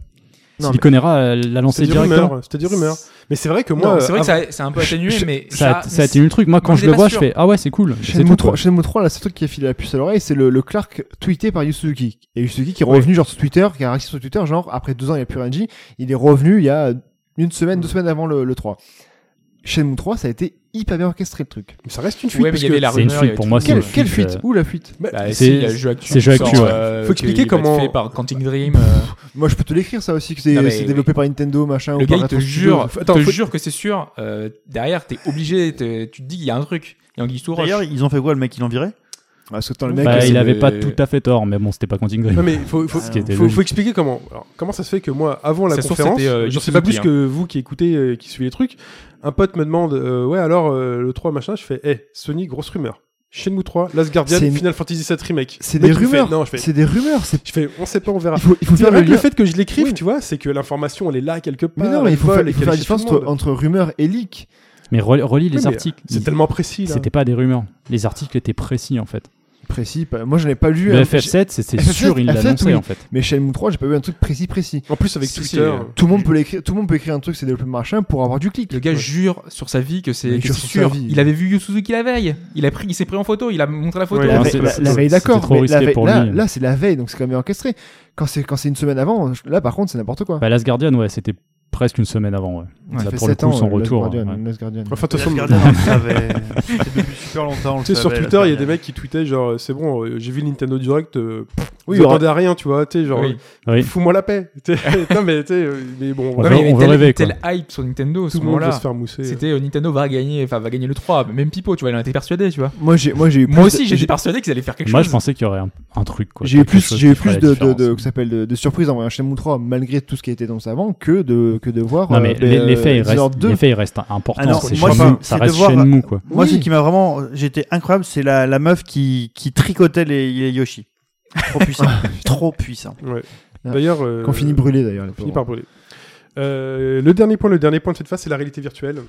Non, Siliconera euh, l'a lancé C'était des directement. rumeurs. C'était des rumeurs. Mais c'est vrai que Non, moi. c'est vrai euh, que ça a- c'est un peu je- atténué, je- mais Ça, a- ça a atténué le truc. Moi, quand on je n'est le pas vois, sûr. je fais Ah ouais, c'est cool. C'est Shenmue tout, 3, quoi. Shenmue 3, là, c'est le truc qui a filé la puce à l'oreille, c'est le, le Clark tweeté par Yusuki. Et Yusuki qui est revenu genre sur Twitter, qui a réactionné sur Twitter, genre après deux ans, il n'y a plus Renji. Il est revenu il y a une semaine, deux semaines avant le, le 3. Shenmue 3, ça a été hyper bien orchestré le truc. Ça reste une fuite. Ouais, mais parce il y avait que- la c'est une rumeur. il fuite y avait pour tout. moi. Quelle, c'est quelle une fuite euh, Où la fuite Bah, C'est- si, il y a le jeu actuel. c'est jeu qui actu, sort, ouais. euh, Faut qui- expliquer qui va être comment- Bah, fait par Quantic Dream. euh, Moi, je peux te l'écrire ça aussi, que c'est Non, mais- c'est développé par Nintendo, machin. euh, Le ou par gars, il te Retro Studios. jure, Attends, te faut- jure que c'est sûr. euh, derrière, t'es obligé, t'es- tu te dis qu'il y a un truc. Il y a Anguille sous roche. D'ailleurs, ils ont fait quoi Le mec, ils l'ont viré Parce que tant le mec, Bah, c'est il avait le- pas tout à fait tort, mais bon, c'était pas Quentin Non Grimm. mais il faut, Euh, faut, Ce qui était faut, faut logique. expliquer comment. Alors, comment ça se fait que moi, avant la Ça se trouve, conférence, c'était, euh, je sais pas plus Suzuki, que vous qui écoutez, euh, qui suivez les trucs, un pote me demande, euh, ouais alors euh, le 3 machin, je fais, eh Sony, grosse rumeur. Shenmue 3, Last Guardian, C'est une- Final Fantasy VII Remake. C'est Le des mec, il me fait, rumeurs. non, je fais, C'est des rumeurs. c'est- je fais, on sait pas, on verra. Il faut, il faut C'est faire le vrai que lien. le fait que je l'écrive, Oui. tu vois, c'est que l'information, elle est là quelque part. Mais non, mais il elle faut, vole faire, et il faut qu'elle faire la gifle tout le différence entre, monde. entre rumeur et leak. Mais re- relis Oui, les mais articles. C'est tellement précis là. C'était pas des rumeurs. Les articles étaient précis en fait. Précis. pas- Moi, je n'ai pas lu. Le hein. FF7, c'était FF7, sûr, il FF7, l'annonçait oui. en fait. Mais Shenmue 3, j'ai pas vu un truc précis précis. En plus avec Si, si, Twitter. euh, Tout le monde peut l'écrire. Tout le monde peut écrire un truc, c'est développé machin pour avoir du clic. Le gars Ouais. jure sur sa vie que c'est Il que jure c'est sur sa sûr. vie. Il avait vu Yu Suzuki la veille. Il a pris, il s'est pris en photo. Il a montré la photo. Ouais, La, Non, veille- c'est- la- c'est- la veille, c'était d'accord. trop mais risqué la veille- pour là, lui. hein. là, c'est la veille, donc c'est quand même orchestré. Quand c'est quand c'est une semaine avant, je- là, par contre, c'est n'importe quoi. Bah, Last Guardian, ouais, c'était presque une semaine avant. Ouais. Ouais, Là, Ça fait pour le sept coup, ans, euh, son Last retour. hein. Guardian, ouais. Last Guardian. Enfin, de toute façon, Regardez, on le savait. C'était depuis super longtemps. on le Tu sais, sur savait, la Twitter, il y a des dernière. mecs qui tweetaient genre euh, c'est bon, euh, j'ai vu le Nintendo Direct, euh, pff, Oui, vous il y aura- attendez à rien, tu vois, tu sais, genre Oui. Oui. fous-moi la paix. tu sais. non mais tu sais, euh, mais bon, On voilà, veut- il y avait on veut tel- rêver, quoi. tel hype sur Nintendo à ce tout le monde va se moment-là. faire mousser. C'était euh, Nintendo va gagner, enfin va gagner le 3. Même Pipo, tu vois, il en était persuadé, tu vois. Moi, j'ai, moi, j'ai eu Moi plus aussi, de- j'étais persuadé qu'ils allaient faire quelque Moi, je chose. pensais qu'il y aurait un, un truc. quoi, J'ai eu quelque plus, chose j'ai eu qui ferait plus la de, de, de, différence. que s'appelle de, de surprises en voyant Shenmue 3, malgré tout ce qui a été annoncé avant, que de, que de voir. Non, mais euh, les, les euh, faits, ils Dishonored restent, 2. les faits, ils restent importants. Ah non, c'est moi, Shenmue, c'est- ça c'est reste de voir- euh, Shenmue, quoi. Moi, Oui. ce qui m'a vraiment. J'étais incroyable, c'est la, la meuf qui, qui tricotait les, les Yoshi. Trop puissant. Trop puissant. Ouais. D'ailleurs, euh, Qu'on finit brûlé d'ailleurs. les on finit pauvres. par brûler. Euh, le dernier point, le dernier point de cette phase, c'est la réalité virtuelle.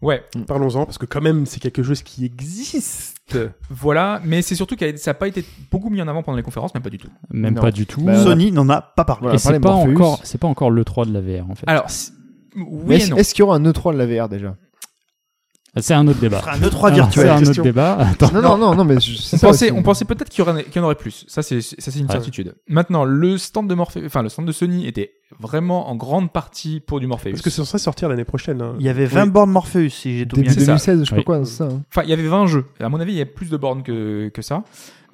Ouais, Parlons-en parce que quand même, c'est quelque chose qui existe. voilà. Mais c'est surtout que ça n'a pas été beaucoup mis en avant pendant les conférences, même pas du tout. Même Non. pas du tout. Bah, Sony n'en a pas parlé. Voilà, et on parlait c'est pas, Morpheus. encore, c'est pas encore le 3 de la VR, en fait. Alors, c- Mais oui et est-ce, non. est-ce qu'il y aura un E3 de la VR déjà C'est un autre débat. Ce sera Ah, un E3 Alors, virtuel. C'est un autre Question. débat. non, non, non, non, mais je- c'est On ça pensait, aussi. on pensait peut-être qu'il y, aurait- qu'il y en aurait plus. Ça, c'est ça, c'est une Ouais. certitude. Maintenant, le stand de Morpheus, enfin le stand de Sony était vraiment en grande partie pour du Morpheus. Parce que c'est censé sortir l'année prochaine. hein. Il y avait 20 bornes Morpheus, si j'ai tout Début bien. c'est ça. 2016, je sais pas Oui. quoi, c'est ça. hein. Enfin, il y avait 20 jeux. À mon avis, il y a plus de bornes que, que ça.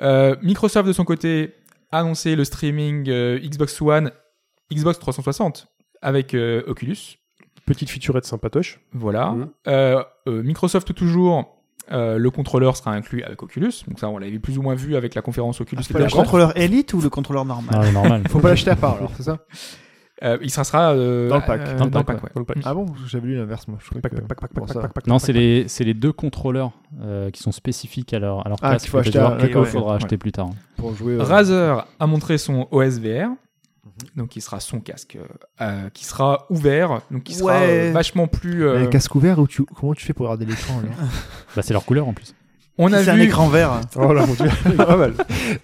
Euh, Microsoft, de son côté, a annoncé le streaming euh, Xbox One, Xbox 360 avec euh, Oculus. Petite featurette sympatoche. Voilà. Mhm. Euh, euh, Microsoft, toujours, euh, le contrôleur sera inclus avec Oculus. Donc, ça, on l'avait plus ou moins vu avec la conférence Oculus. qui était Le après. contrôleur Elite ou le contrôleur Ah, normal Non, normal. Faut pas l'acheter à part alors, c'est ça Euh, il sera, sera, euh, Dans le pack. euh, Dans le dans le pack, pack, ouais. Dans le pack. Ah bon J'avais lu l'inverse, moi. Je crois que... bon, ça. Non, c'est les, c'est les deux contrôleurs euh, qui sont spécifiques à leur, à leur Ah, casque. qu'il faut acheter Peut-être à- qu'il ok, ouais. faudra Ouais. acheter plus tard. hein. Pour jouer. euh, Razer a montré son OSVR, Mhm. donc qui sera son casque, euh, euh, qui sera ouvert, donc qui sera Ouais. euh, vachement plus. euh, Un casque ouvert ou tu... comment tu fais pour regarder l'écran là Bah, c'est leur couleur en plus. on a C'est un vu, écran vert. Oh là, mon dieu, pas mal.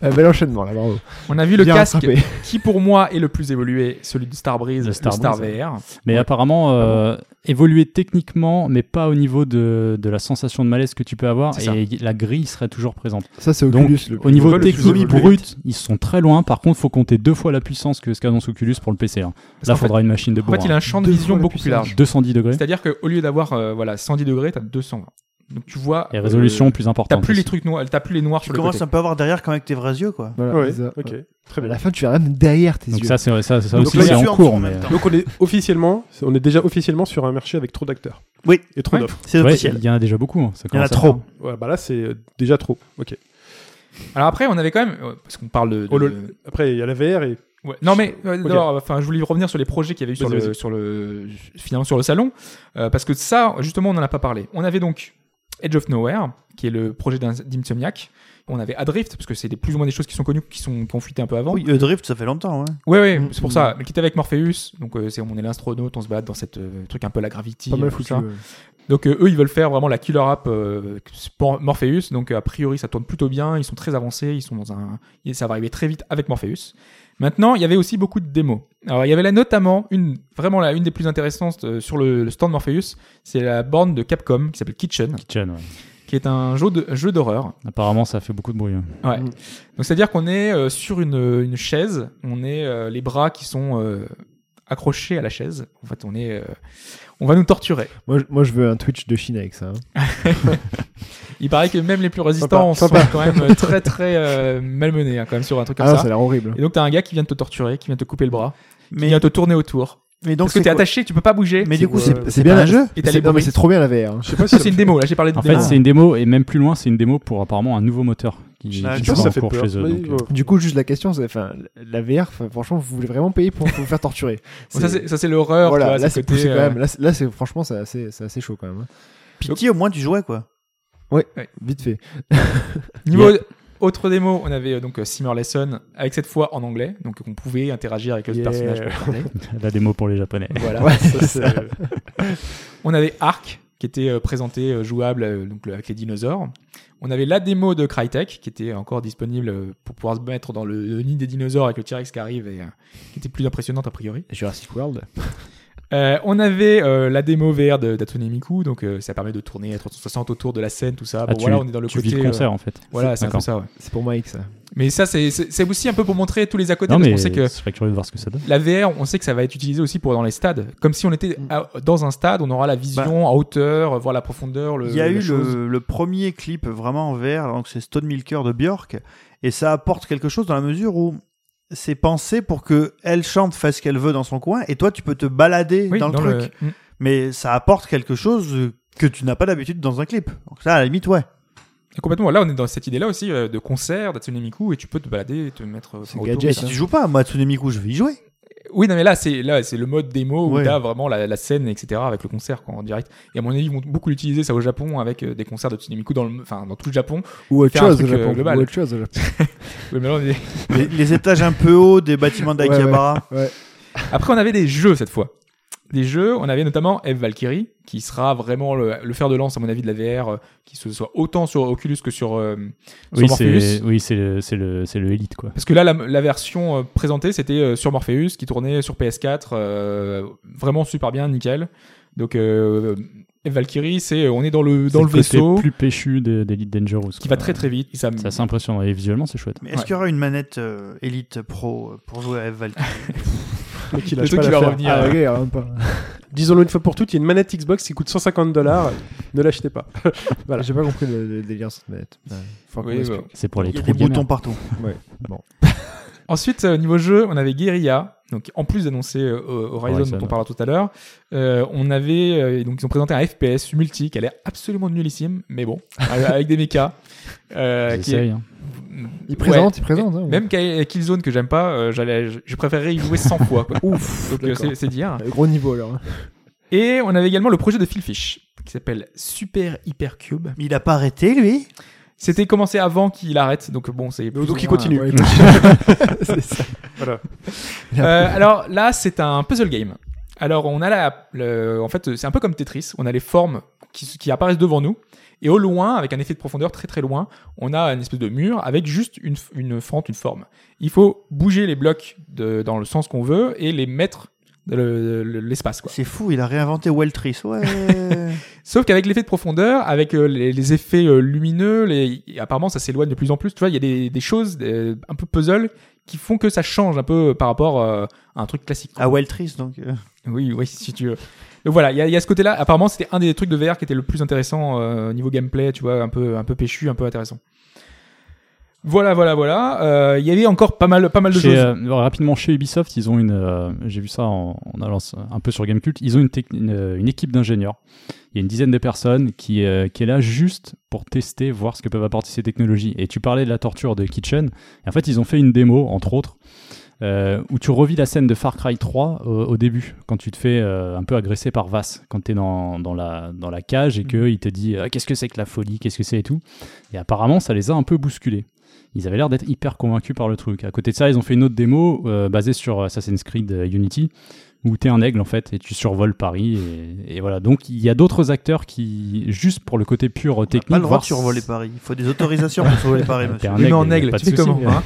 Un bel enchaînement là, bravo. on a vu le Bien casque rattrapé. qui pour moi est le plus évolué, celui de Starbreeze, Le le Star, Starbreeze, VR. Mais apparemment, euh, évoluer techniquement, mais pas au niveau de, de la sensation de malaise que tu peux avoir. C'est ça. Et la grille serait toujours présente. Ça, c'est Donc, Oculus. le- au niveau le plus technique évolué. brut, ils sont très loin. Par contre, faut compter deux fois la puissance que ce qu'annonce Oculus pour le PC. hein. Parce Là, qu'en faudra une machine de fait, en bourrin. fait, il a un champ de Deux fois vision la beaucoup plus puissance. large. 210 degrés C'est-à-dire qu'au lieu d'avoir euh, voilà 110 degrés, t'as 220. Donc tu vois. et euh, résolution plus T'as importante. plus les aussi. trucs noirs, t'as plus les noirs Tu sur le côté. commences un peu à voir derrière quand même avec tes vrais yeux, quoi. Voilà, Ouais, c'est ça. ok, très À bien. la fin, tu verras même derrière tes Donc yeux. ça, c'est ça, ça Donc aussi, là, c'est tu en en cours. prends en mais, même temps. Donc on est officiellement, on est déjà officiellement sur un marché avec trop d'acteurs. Oui. Et trop Ouais. d'offres. C'est euh, ouais, officiel. il y en a déjà beaucoup. hein. Ça Il y en a commence à trop. faire. Ouais, bah là c'est euh, déjà trop. Ok. Alors après, on avait quand même euh, parce qu'on parle de. de- Oh, lol. Après il y a la VR et Ouais. Non mais euh, Ok. d'abord, enfin, je voulais revenir sur les projets qu'il y avait eu sur Vas-y, le, vas-y. sur le finalement sur le salon euh, parce que ça justement on n'en a pas parlé. On avait donc Edge of Nowhere qui est le projet d'In- d'Insomniac. On avait Adrift parce que c'est des- plus ou moins des choses qui sont connues qui sont qui ont fuité un peu avant. Oui, euh, Drift, ça fait longtemps, ouais. Ouais ouais, Mm, c'est pour mm. ça. Mais qui était avec Morpheus donc euh, c'est on est l'astronaute, on se bat dans cette euh, truc un peu la gravity. Pas euh, mal tout foutu. ça. ouais. Donc euh, eux, ils veulent faire vraiment la killer app euh, pour Morpheus. Donc euh, a priori, ça tourne plutôt bien. Ils sont très avancés. Ils sont dans un, et ça va arriver très vite avec Morpheus. Maintenant, il y avait aussi beaucoup de démos. Alors il y avait là notamment une vraiment là une des plus intéressantes euh, sur le, le stand Morpheus, c'est la borne de Capcom qui s'appelle Kitchen, Kitchen, ouais. qui est un jeu de jeu d'horreur. Apparemment, ça fait beaucoup de bruit. hein. Ouais. Mm. Donc c'est-à-dire qu'on est euh, sur une, une chaise, on est euh, les bras qui sont euh, accrochés à la chaise. En fait, on est euh, on va nous torturer. Moi, je- moi, je veux un Twitch de Chine avec ça. hein. Il paraît que même les plus Sympa, résistants sont sympa. quand même euh, très très euh, malmenés hein, quand même sur un truc comme Ah, non, ça. ça a l'air horrible. Et donc t'as un gars qui vient de te torturer, qui vient de te couper le bras, qui Mais, vient te tourner autour. mais donc, Parce que c'est t'es quoi attaché, tu peux pas bouger. Mais du coup, Ouais. c'est C'est c'est bien pas un un jeu Et t'as euh, C'est- les Non, mais bruits. c'est trop bien la VR. hein. je sais pas si Ça, ça c'est me une fait- démo. Là j'ai parlé de En démo. fait, c'est une démo, et même plus loin, c'est une démo pour apparemment un nouveau moteur qui, Ah, Je qui pense que sont ça en cours chez eux. Oui, donc, euh, ouais. Du coup, juste la question, c'est, enfin, la VR, enfin, franchement, vous voulez vraiment payer pour pour vous faire torturer. Ça, c'est- ça, c'est l'horreur. tu vois, voilà, là, ce c'est côté, poussé quand euh, même. Là, c'est- là, c'est, franchement, c'est assez, c'est assez chaud quand même. hein. Pitié, au moins tu jouais quoi. Vite fait. Niveau autre démo, on avait euh, donc euh, Simmer Lesson, avec cette fois en anglais, donc on pouvait interagir avec le Yeah. personnage. qu'on incarnait. euh, La démo pour les Japonais. Voilà. Ouais, ça, c'est ça. c'est- on avait Ark, qui était euh, présenté euh, jouable euh, donc, le- avec les dinosaures. On avait la démo de Crytek, qui était encore disponible euh, pour pouvoir se mettre dans le, le nid des dinosaures avec le T-Rex qui arrive et euh, qui était plus impressionnante a priori. Jurassic World. Euh, on avait euh, la démo VR de d'Atsune Miku, donc euh, ça permet de tourner à 360 autour de la scène, tout ça. Ah, bon, tu, voilà, on est dans le tu côté. vis le euh, concert en fait. voilà, c'est un peu D'accord. ça, ouais. C'est pour Mike, ça. Mais ça, c'est- c'est c'est aussi un peu pour montrer tous les à côté, Non parce mais qu'on sait que je serais curieux de voir ce que ça donne. la VR, on sait que ça va être utilisé aussi pour dans les stades. Comme si on était à- dans un stade, on aura la vision à hauteur, voir la profondeur. Le, Bah Il y a la eu chose. le, le premier clip vraiment en VR, donc c'est Stone Milker de Björk, et ça apporte quelque chose dans la mesure où c'est pensé pour que elle chante, fasse ce qu'elle veut dans son coin, et toi tu peux te balader Oui, dans le truc. le- Mm. Mais ça apporte quelque chose que tu n'as pas d'habitude dans un clip. Donc ça, à la limite, ouais. Et complètement. Là, on est dans cette idée-là aussi euh, de concert, d'Atsune Miku, et tu peux te balader, et te mettre. euh, C'est autour gadget, de Mais ça. si tu joues pas, moi, Tsunemiku, je vais y jouer. Oui, non, mais là, c'est là, c'est le mode démo où Ouais. t'as vraiment la, la scène, etc., avec le concert quoi, en direct. Et à mon avis, ils vont beaucoup l'utiliser ça au Japon avec euh, des concerts de Tsunemiku dans le, enfin, dans tout le Japon. Ou autre Faire un chose, au truc, euh, Japon. global. Ou autre chose, au Japon. Oui, mais là, on est- les, les étages un peu hauts des bâtiments Ouais, ouais. d'Akihabara. Après, on avait des jeux cette fois. Des jeux, on avait notamment Eve Valkyrie, qui sera vraiment le, le fer de lance, à mon avis, de la VR, euh, qui se soit autant sur Oculus que sur, euh, sur Oui, c'est Morpheus. oui, c'est le c'est le c'est le Elite quoi. Parce que là, la, la version euh, présentée, c'était euh, sur Morpheus, qui tournait sur PS4, euh, vraiment super bien, nickel. Donc, euh, Eve Valkyrie, c'est euh, on est dans le, dans C'est le côté vaisseau, plus péchu de- d'Elite Dangerous. qui quoi. va très très vite. Ça, C'est assez impressionnant et visuellement c'est chouette. Mais est-ce qu'il y aura une manette euh, Elite Pro euh, pour jouer à Valkyrie Ah, Mais qui Le lâche truc pas qui va l'affaire. revenir. Ah, ok, alors, même pas. Disons-le une fois pour toutes, il y a une manette Xbox qui coûte 150 dollars. ne l'achetez pas. Voilà. J'ai pas compris le, le délire sur cette manette. Ouais, faut qu'on Oui, m'explique. ouais. C'est pour les Il y a trous des boutons gamers. partout. Ensuite, euh, niveau jeu, on avait Guerilla, donc en plus d'annoncer euh, Horizon, Horizon, dont on ouais. parlera tout à l'heure, euh, on avait euh, donc ils ont présenté un FPS multi qui a l'air absolument nullissime, mais bon, avec avec des mechas. euh, qui est- J'essaye, hein. Il Ouais. présente, il présente. hein. Même Ki- Killzone que j'aime pas, euh, j'allais, je- je préférerais y jouer 100 fois. quoi. Ouf. Donc euh, d'accord. c'est, c'est dire. Euh, Gros niveau alors. hein. Et on avait également le projet de Phil Fish qui s'appelle Super Hyper Cube. Mais il a pas arrêté, lui C'était commencé avant qu'il arrête, donc bon, c'est. plus Donc, ou il moins- continue. Ouais, c'est ça. Euh, alors là, c'est un puzzle game. Alors on a la, le- en fait, c'est un peu comme Tetris. On a les formes qui, s- qui apparaissent devant nous, et au loin, avec un effet de profondeur très très loin, on a une espèce de mur avec juste une, f- une fente, une forme. Il faut bouger les blocs de- dans le sens qu'on veut et les mettre dans le- le- l'espace. quoi. C'est fou, il a réinventé Weltris. Ouais. Sauf qu'avec l'effet de profondeur, avec euh, les, les effets euh, lumineux, les, apparemment ça s'éloigne de plus en plus. Tu vois, il y a des, des choses euh, un peu puzzle qui font que ça change un peu par rapport euh, à un truc classique. quoi. à Weltris, donc. euh. Oui, oui, si tu veux. Donc voilà, il y, a- il y a ce côté-là. Apparemment, c'était un des trucs de VR qui était le plus intéressant euh, niveau gameplay, tu vois, un peu, un peu péchu, un peu intéressant. Voilà, voilà, voilà. Euh, Il y avait encore pas mal, pas mal de Chez, choses. euh, rapidement chez Ubisoft, ils ont une. euh, J'ai vu ça en, en allant s- un peu sur Gamecult. Ils ont une, techni- une, euh, une équipe d'ingénieurs. Il y a une dizaine de personnes qui, euh, qui est là juste pour tester, voir ce que peuvent apporter ces technologies. Et tu parlais de la torture de Kitchen. Et en fait, ils ont fait une démo, entre autres, euh, où tu revis la scène de Far Cry 3 au, au début, quand tu te fais euh, un peu agresser par Vass, quand tu es dans, dans, la, dans la cage Mm. et qu'il te dit Ah, qu'est-ce que c'est que la folie, qu'est-ce que c'est et tout. Et apparemment, ça les a un peu bousculés. Ils avaient l'air d'être hyper convaincus par le truc. À côté de ça, ils ont fait une autre démo euh, basée sur Assassin's Creed euh, Unity, où tu es un aigle en fait et tu survoles Paris. Et, et voilà, donc il y a d'autres acteurs qui, juste pour le côté pur euh, On a technique, pas le droit voir de survoler Paris. Il faut des autorisations pour survoler Paris, T'es monsieur. un Oui, mais en y a aigle, pas de tu sais souci. comment. hein.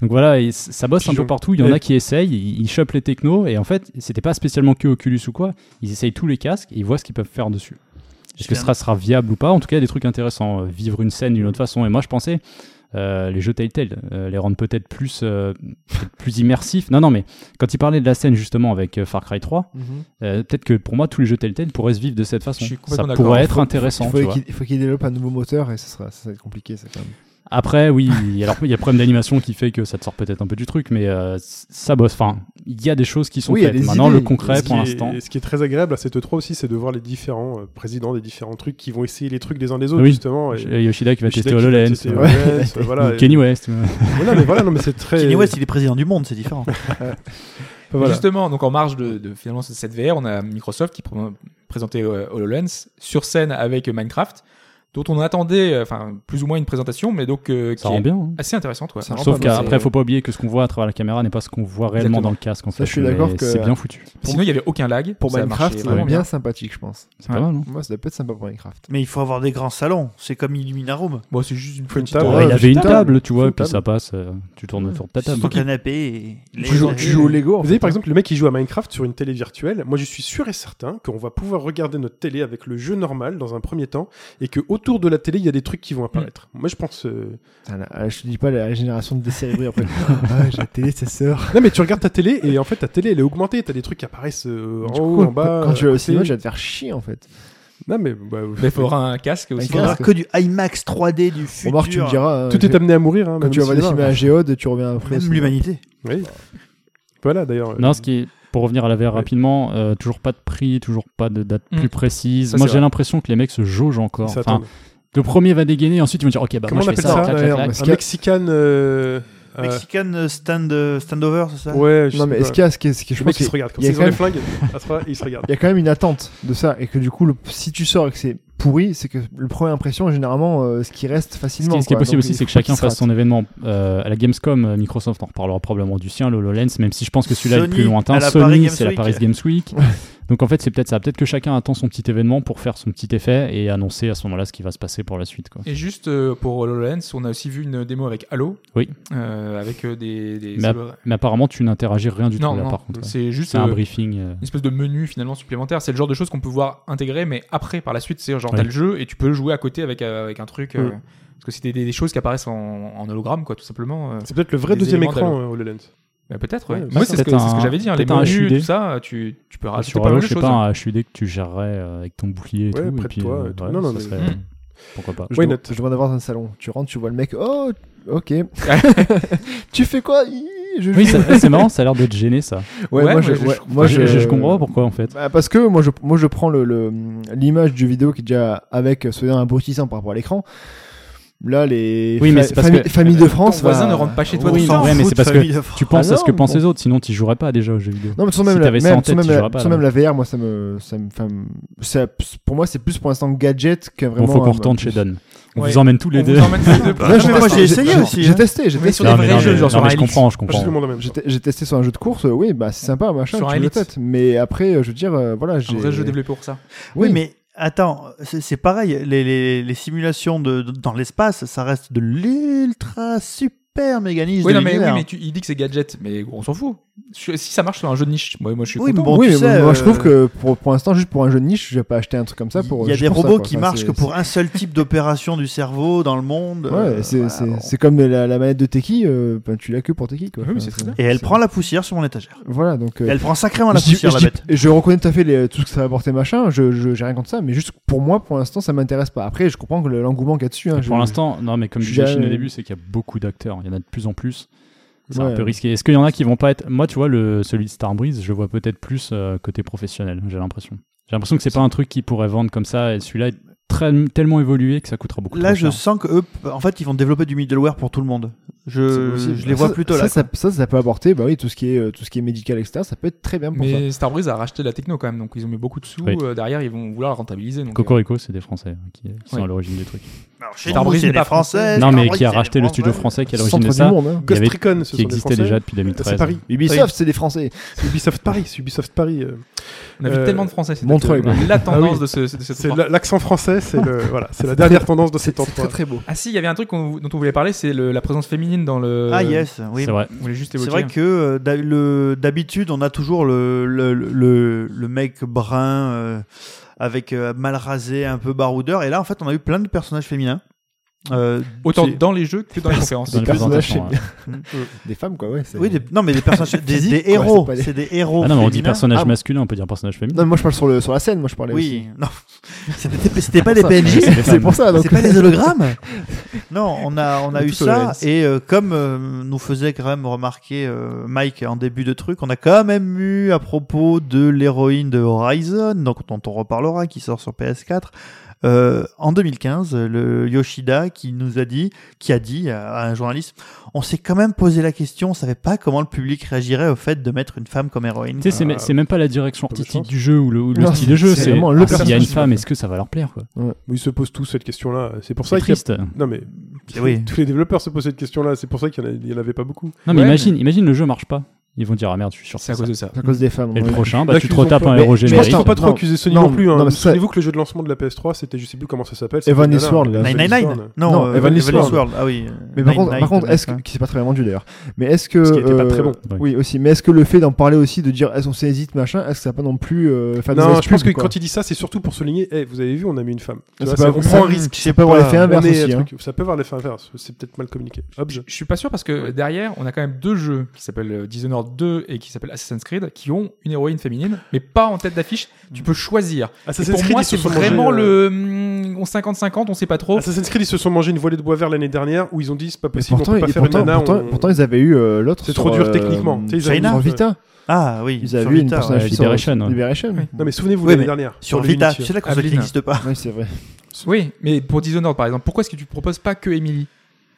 Donc voilà, et c- ça bosse un Pigeon. peu partout. Il y en Et- a qui essayent, ils, ils chopent les technos, et en fait, c'était pas spécialement que Oculus ou quoi. Ils essayent tous les casques et ils voient ce qu'ils peuvent faire dessus. Est-ce que Je ça sera viable ou pas En tout cas, des trucs intéressants. Euh, Vivre une scène d'une autre façon. Et moi, je pensais, euh, les jeux Telltale, euh, les rendre peut-être plus, euh, peut-être plus immersifs. Non, non, mais quand il parlait de la scène justement avec euh, Far Cry 3, Mhm. euh, peut-être que pour moi, tous les jeux Telltale pourraient se vivre de cette façon. Je suis complètement Ça d'accord. pourrait être Faut- intéressant. Il tu faut vois. qu'il- il faut qu'il développe un nouveau moteur et ça sera, ça va être compliqué, ça quand même. Après, oui, alors il y a le problème d'animation qui fait que ça te sort peut-être un peu du truc, mais euh, ça bosse. Enfin, il y a des choses qui sont Oui, il y a faites. des Maintenant, idées. le concret, Ce qui pour est- l'instant. et Ce qui est très agréable à cette E3 aussi, c'est de voir les différents euh, présidents des différents trucs qui vont essayer les trucs des uns des autres, Oui. justement. Et, Et Yoshida qui va Yoshida tester qui va HoloLens. tester E euh, HoloLens, euh, voilà. ou Kenny West. euh. Voilà, mais voilà, non, mais c'est très. Kenny West, il est président du monde, c'est différent. voilà. Justement, donc en marge de, de finalement cette VR, on a Microsoft qui pr- présentait euh, HoloLens sur scène avec Minecraft, dont on attendait, euh, enfin, plus ou moins une présentation, mais donc euh, qui Ça rend est bien. hein. assez intéressante. ouais. Vraiment Sauf pas mal, qu'après, c'est- faut pas oublier que ce qu'on voit à travers la caméra n'est pas ce qu'on voit réellement Exactement. dans le casque. En fait. je suis d'accord mais que- C'est bien foutu. Sinon, il y avait aucun lag. Pour ça Minecraft, marchait c'est vraiment bien sympathique, je pense. C'est pas mal, hein. non Moi, ça peut être sympa pour Minecraft. Mais il faut avoir des grands salons. C'est comme Illuminarum. Bon, c'est juste une Faut une petite. table. Ouais, Ouais, Il y avait une table. table, tu vois, Une et puis table. ça passe. euh, Tu tournes autour de ta C'est table. ton canapé. et les- Tu joues, les- tu joues au Lego. en Vous fait, hein. avez par exemple le mec qui joue à Minecraft sur une télé virtuelle. Moi, je suis sûr et certain qu'on va pouvoir regarder notre télé avec le jeu normal dans un premier temps et que autour de la télé, il y a des trucs qui vont apparaître. Mm. Moi, je pense. euh, Ah, Putain, là, là, je te dis pas la génération de décérébrés après. ah, j'ai la télé, c'est sœur. Non, mais tu regardes ta télé et en fait, ta télé, elle est augmentée. T'as des trucs qui apparaissent euh, en Du haut, coup, en bas. quand tu à vas au côté. cinéma, tu vas te faire chier en fait. Non, mais bah, euh, Mais il faudra un casque aussi. Il faudra Parce que- que du IMAX 3D du futur. Remarque, tu me diras. hein, tout j'ai- est amené à mourir. hein, Quand même tu vas voir au des films cinéma. à Géode, tu reviens après. Même c'est- l'humanité. Oui. Voilà, d'ailleurs. euh, Non, ce qui est, pour revenir à la VR Ouais. rapidement, euh, toujours pas de prix, toujours pas de date Mm. plus précise. Ça, Moi, c'est j'ai vrai. l'impression que les mecs se jaugent encore. ils Enfin, s'attendent. le premier va dégainer, ensuite ils vont dire Ok, bah Comment moi on je fais appelle ça, clac, clac, d'ailleurs, clac. parce Un que- Mexican. euh, euh, Mexican stand, euh, standover, c'est ça Ouais, je Non, sais mais pas. est-ce qu'il y a ce qui est- ce qui est- je Le pense mec, il qu'il se regarde. Comme il y a s'ils ont quand les flingues, à ce moment-là, il se regarde. y a quand même une attente de ça et que du coup, le- si tu sors et que c'est pourri, c'est que le premier impression est généralement euh, ce qui reste Ce facilement. qui, ce qui est quoi. possible Donc, aussi, il c'est que faut qu'il chacun se fasse rate. son événement. Euh, à la Gamescom, euh, Microsoft en reparlera probablement du sien, le HoloLens, même si je pense que celui-là est le plus Sony, lointain. à la Paris Sony, Games c'est la Week. Paris Games Week. Donc en fait, c'est peut-être ça. Peut-être que chacun attend son petit événement pour faire son petit effet et annoncer à ce moment-là ce qui va se passer pour la suite. Quoi. Et juste euh, pour HoloLens, on a aussi vu une démo avec Halo. Oui. Euh, avec euh, des. des- Mais Mais apparemment, tu n'interagis rien du Non, tout là, non. par contre. C'est juste C'est un euh, briefing. euh, une espèce de menu finalement supplémentaire. C'est le genre de choses qu'on peut voir intégrer, mais après, par la suite, c'est genre Oui. t'as le jeu et tu peux jouer à côté avec, euh, avec un truc. euh, Parce que c'était des, des choses qui apparaissent en, en hologramme, quoi, tout simplement. euh. C'est peut-être le vrai Des deuxième éléments écran, euh, HoloLens. Bah, peut-être, ouais. Ouais, Moi, ça, c'est ce que, peut-être c'est ce que un- j'avais dit, hein, les peut-être un menus, HUD. tout ça, tu, tu peux rajouter Ah, sur pas Halo, mal de je sais choses. pas, un hein. HUD que tu gérerais euh, avec ton bouclier et Ouais, tout. près et de puis, toi euh, et tout. ouais, Non, non, ça mais- serait- euh, Mm. Pourquoi pas Je Why demande- not Je demande d'avoir un salon. Tu rentres, tu vois le mec. Oh, ok. tu fais quoi Hi, Je Oui, joue. ça- c'est marrant, ça a l'air de te gêner ça. Ouais, Ouais, moi, je, mais je- ouais, je- moi, je, je comprends pas pourquoi en fait. Bah, parce que moi je, moi je prends le- le l'image du vidéo qui est déjà avec soyons abrutissant par rapport à l'écran. Là les Oui, mais fa- c'est parce famille, que famille de France Ton voisin va- ne rentre pas chez toi Oui, tout le non, temps. ouais, mais c'est parce que euh, Tu penses Ah à ce que non, pensent on- les autres, sinon tu jouerais pas déjà aux jeux vidéo. Non mais sans même, si la- t'avais ça en même, sans tête, même tu la- jouerais pas, sans là. même la VR moi ça me ça me enfin, me- ça- pour moi c'est plus pour l'instant gadget que Bon, vraiment faut qu'on euh, retourne chez Don. On Ouais. vous emmène tous On les vous deux. emmène tous les deux. Là, j'ai mais moi, testé, j'ai essayé j'ai- aussi, J'ai hein. testé, j'ai On est testé. sur des Non, vrais mais, non, jeux, mais- genre non, sur mais un je Elite. comprends, je Je suis tout le comprends. monde en même. J'ai te- j'ai testé sur un jeu de course, euh, oui, bah c'est sympa, machin, Sur tu un le Elite. têtes. Mais après, euh, je veux dire, euh, voilà, Un j'ai. vrai jeu développé pour ça. Oui, Oui, mais mais attends, c'est c'est pareil. Les, les- les simulations de, de- dans l'espace, ça reste de l'ultra super mécanisme. Oui, non, mais, oui, mais tu- il dit que c'est gadget, mais on s'en fout. Je- Si ça marche sur un jeu de niche, moi, moi je suis Oui, mais content. bon, oui, tu mais sais, moi euh, je trouve que pour, pour l'instant, juste pour un jeu de niche, je vais pas acheter un truc comme ça pour. Il y a juste des pour ça, robots quoi. qui Enfin, marchent c'est- que pour un seul type d'opération du cerveau dans le monde. c'est- euh, Ouais, c'est voilà, c'est- bon. Ah c'est comme la, la manette de Teki, euh, ben, tu l'as que pour Teki quoi. Oui, mais Enfin, c'est très bien. Et elle prend la poussière sur mon étagère. Voilà, donc. euh, Elle prend sacrément la je dis- poussière, je la dis- bête. je reconnais tout à fait les- tout ce que ça va apporter, machin. Je je- j'ai rien contre ça, mais juste pour moi, pour l'instant, ça m'intéresse pas. Après, je comprends que le- l'engouement qu'il y a dessus. hein, je- Pour l'instant, non, mais comme je disait suis Chine au jamais- début, c'est qu'il y a beaucoup d'acteurs. Il y en a de plus en plus. C'est Ouais. un peu risqué. Est-ce qu'il y en a qui vont pas être. Moi, tu vois, le, celui de Starbreeze, je le vois peut-être plus euh, côté professionnel, j'ai l'impression. J'ai l'impression que c'est pas un truc qui pourrait vendre comme ça. Et celui-là est très- tellement évolué que ça coûtera beaucoup Là, trop je cher. sens que eux, en fait, ils vont développer du middleware pour tout le monde. C'est Je, possible. euh, je les Ça, vois plutôt ça, là. Ça, ça, ça peut apporter, bah oui, tout ce qui est, euh, tout ce qui est médical, etc. Ça peut être très bien pour ça. Mais Starbreeze a racheté la techno quand même, donc ils ont mis beaucoup de sous. Oui. euh, derrière, ils vont vouloir la rentabiliser. Donc, euh, Cocorico, c'est des Français hein, qui, qui sont Ouais. à l'origine des trucs. Alors, chez nous, Starbreeze c'est n'est les pas Français. français. Non, mais Starbreeze, qui a Euh, c'est racheté les le studio Français. français qui est à l'origine Centre de du ça, monde, hein. Il y Ghost avait- Recon, ce qui sont des existait Français. Euh, déjà depuis C'est 2013. Paris. Ubisoft, c'est des Français. Ubisoft Paris, c'est Ubisoft Paris. euh. on a vu Euh, tellement de Français. c'était Montreuil, quoi. La tendance Ah oui. de, ce, de cette C'est la- l'accent français, c'est le voilà, c'est la dernière tendance de ces temps. très très beau. Ah si, il y avait un truc qu'on- dont on voulait parler, c'est le- la présence féminine dans le. Ah, yes, oui. C'est vrai. On voulait juste C'est évoquer. vrai que euh, d'ha- le- d'habitude, on a toujours le, le, le, le mec brun euh, avec euh, mal rasé, un peu baroudeur. Et là, en fait, on a eu plein de personnages féminins. Euh, Autant c'est- dans les jeux que dans les conférences. Dans les personnages, présentations, c'est ouais. Des femmes, quoi, ouais. c'est- Oui, des- non, mais des personnages, des, Physique, des quoi, héros. c'est pas des- C'est des héros. Ah non, mais on dit féminins. personnage Ah. masculin, on peut dire personnage féminin. Non, mais moi je parle sur, le, sur la scène, moi je parlais Oui, non. C'était c'était pas des Ça, PNJ, aussi. C'est pour ça, Ah, donc. c'est pas des hologrammes. non, on a on a Tout eu ça tolérance. et euh, comme euh, nous faisait quand même remarquer euh, Mike en début de truc, on a quand même eu à propos de l'héroïne de Horizon, donc dont on reparlera, qui sort sur PS4. euh, en 2015, le Yoshida qui nous a dit, qui a dit à à un journaliste, on s'est quand même posé la question, on savait pas comment le public réagirait au fait de mettre une femme comme héroïne. Tu sais, c'est Ah, mé- c'est même pas la direction pas de artistique chance. du jeu ou le, ou le Non, style de jeu. c'est C'est vraiment le ah, s'il y a une personnage. femme, est-ce que ça va leur plaire quoi Ils se posent tous cette question-là. C'est pour C'est ça qu'il y a- triste. Non, mais Eh oui. tous les développeurs se posent cette question-là. C'est pour ça qu'il n'y en, avait pas beaucoup. Non, mais Ouais, imagine, imagine le jeu marche pas. Ils vont dire ah merde, je suis sûr. que C'est à cause de ça. à cause des femmes. Et le ouais. prochain, bah, Là, tu qu'ils te ont retapes fait- un Mais héros Je pense générique. qu'il ne faut pas trop Non. accuser Sony Non, non, plus. Hein. non, mais ça- Souvenez-vous que le jeu de lancement de la PS3, c'était, je sais plus comment ça s'appelle. c'était Evan une is nana. World, là. Nine 999 Non, Non, euh, Evan's Evan's World. World. Ah oui. Mais par Nine- contre, par Nine- contre, est-ce que Nine- qui s'est pas très bien vendu d'ailleurs. Mais est-ce que euh, Ce qui était pas très bon. Ouais. Oui aussi. Mais est-ce que le fait d'en parler aussi, de dire est-ce qu'on s'hésite machin, est-ce que ça a pas non plus euh, faire des Non, espèces je pense que quoi. quand il dit ça, c'est surtout pour souligner Eh, vous avez vu, on a mis une femme. Tu C'est vois, pas- ça- on c'est- prend un risque. Je c'est sais pas avoir pas. l'effet On inverse est un aussi. hein. truc- Ça peut avoir l'effet inverse. C'est peut-être mal communiqué. Hop, je- Je suis pas sûr parce que derrière, on a quand même deux jeux qui s'appellent euh, Dishonored 2 et qui s'appellent Assassin's Creed qui ont une héroïne féminine, mais pas en tête d'affiche. Tu peux choisir. Et Assassin's pour Creed, moi, ils se c'est sont mangés, vraiment euh, Ah, le mm, on 50-50, on sait pas trop. Assassin's Creed, ils se sont mangés une volée de bois vert l'année dernière où ils ont dit c'est pas Mais possible, pourtant, on peut pas et faire pourtant, une nana. pourtant- on- pourtant, ils avaient eu euh, l'autre. C'est sur, trop dur euh, techniquement. Tu sais, ils avaient China Sur une- Vita, Ah oui. ils sur avaient eu une Vita, ouais. personnage ouais, sur- Liberation. sur Liberation. Oui. Non, mais souvenez-vous Oui, l'année mais dernière. Sur Limite, Vita, tu- c'est la console qui Aveline. n'existe pas. Oui, c'est vrai. Oui, mais pour Dishonored par exemple, pourquoi est-ce que tu proposes pas que Emily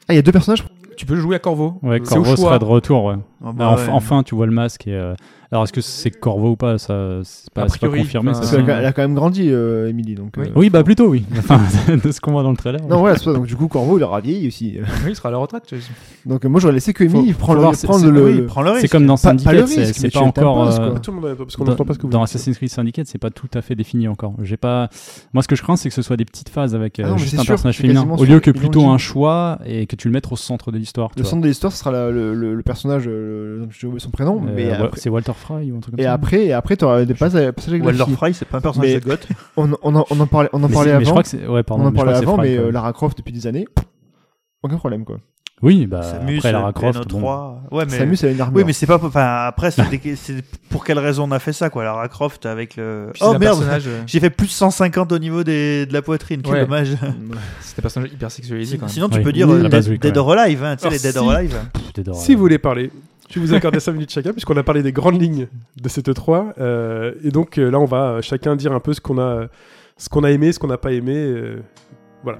Ah, il y a deux personnages. Tu peux jouer à Corvo. Ouais, C'est au Corvo choix. sera de retour. Ouais. Bah, Ah bah enf- ouais. Enfin, tu vois le masque. Et, euh, Alors, est-ce que c'est Corvo ou pas Ça, c'est pas, A c'est pas priori, confirmé. ça, enfin, Parce Ah. qu'elle c'est- a- elle a quand même grandi, euh, Emily. Donc. Oui. euh, Oui, bah plutôt oui. Enfin, de ce qu'on voit dans le trailer. Non voilà, c'est ça. Donc du coup, Corvo, il aura vieilli aussi. Oui, il sera à la retraite. je- Donc euh, moi, j'aurais laissé que Emily Faut- prendre faut le voir, c'est- prendre c'est- le- oui, le- prends le C'est risque. comme dans pas- pas le Syndicate, c'est risque, mais c'est tu pas le tapes encore. pas, c'est euh, quoi. Tout le monde en a- parce qu'on Dans, n'entend pas ce que vous dans dites. Assassin's Creed Syndicate, c'est pas tout à fait défini encore. J'ai pas. Moi, ce que je crains, c'est que ce soit des petites phases avec euh, Ah non, mais juste c'est un sûr, personnage c'est féminin, quasiment au sûr, lieu que ils l'ont plutôt dit. un choix et que tu le mettes au centre de l'histoire. tu Le vois. centre de l'histoire, ce sera la- le, le- le personnage, euh, j'ai oublié son prénom, Euh, mais Wa- après- c'est Walter Fry ou un truc comme et ça. après, et après, t'auras des passages passages avec la Walder fille. Fry, c'est pas un personnage Mais- de goth. On, on en, on en parlait, on en Mais parlait c'est- mais je avant, crois que c'est. Ouais, pardon. on en mais je crois parlait que c'est avant, Fry, mais quoi. euh, Lara Croft depuis des années, aucun problème quoi. Oui, bah. Samus, après Lara Croft. bon. PNO3. Ouais, mais... Samus, elle a une armure. Oui, mais c'est pas. Enfin, après, c'est des- c'est pour quelle raison on a fait ça, quoi. Lara Croft avec le. Puis c'est Oh un merde, personnage, euh, j'ai fait plus de 150 au niveau des... de la poitrine. Quel Ouais. dommage. C'est un personnage hyper sexualisé quand même. Sinon, tu Oui. peux dire Oui, euh, la base, Dead, oui, quand Dead même. or Alive, hein, tu sais, Alors, les Dead si- or Alive. Pff, t'es dehors, Si ouais. vous voulez parler, je vais vous accorder 5 minutes chacun, puisqu'on a parlé des grandes lignes de cette E3. euh, et donc euh, là, on va euh, chacun dire un peu ce qu'on a, ce qu'on a aimé, ce qu'on n'a pas aimé. euh, voilà.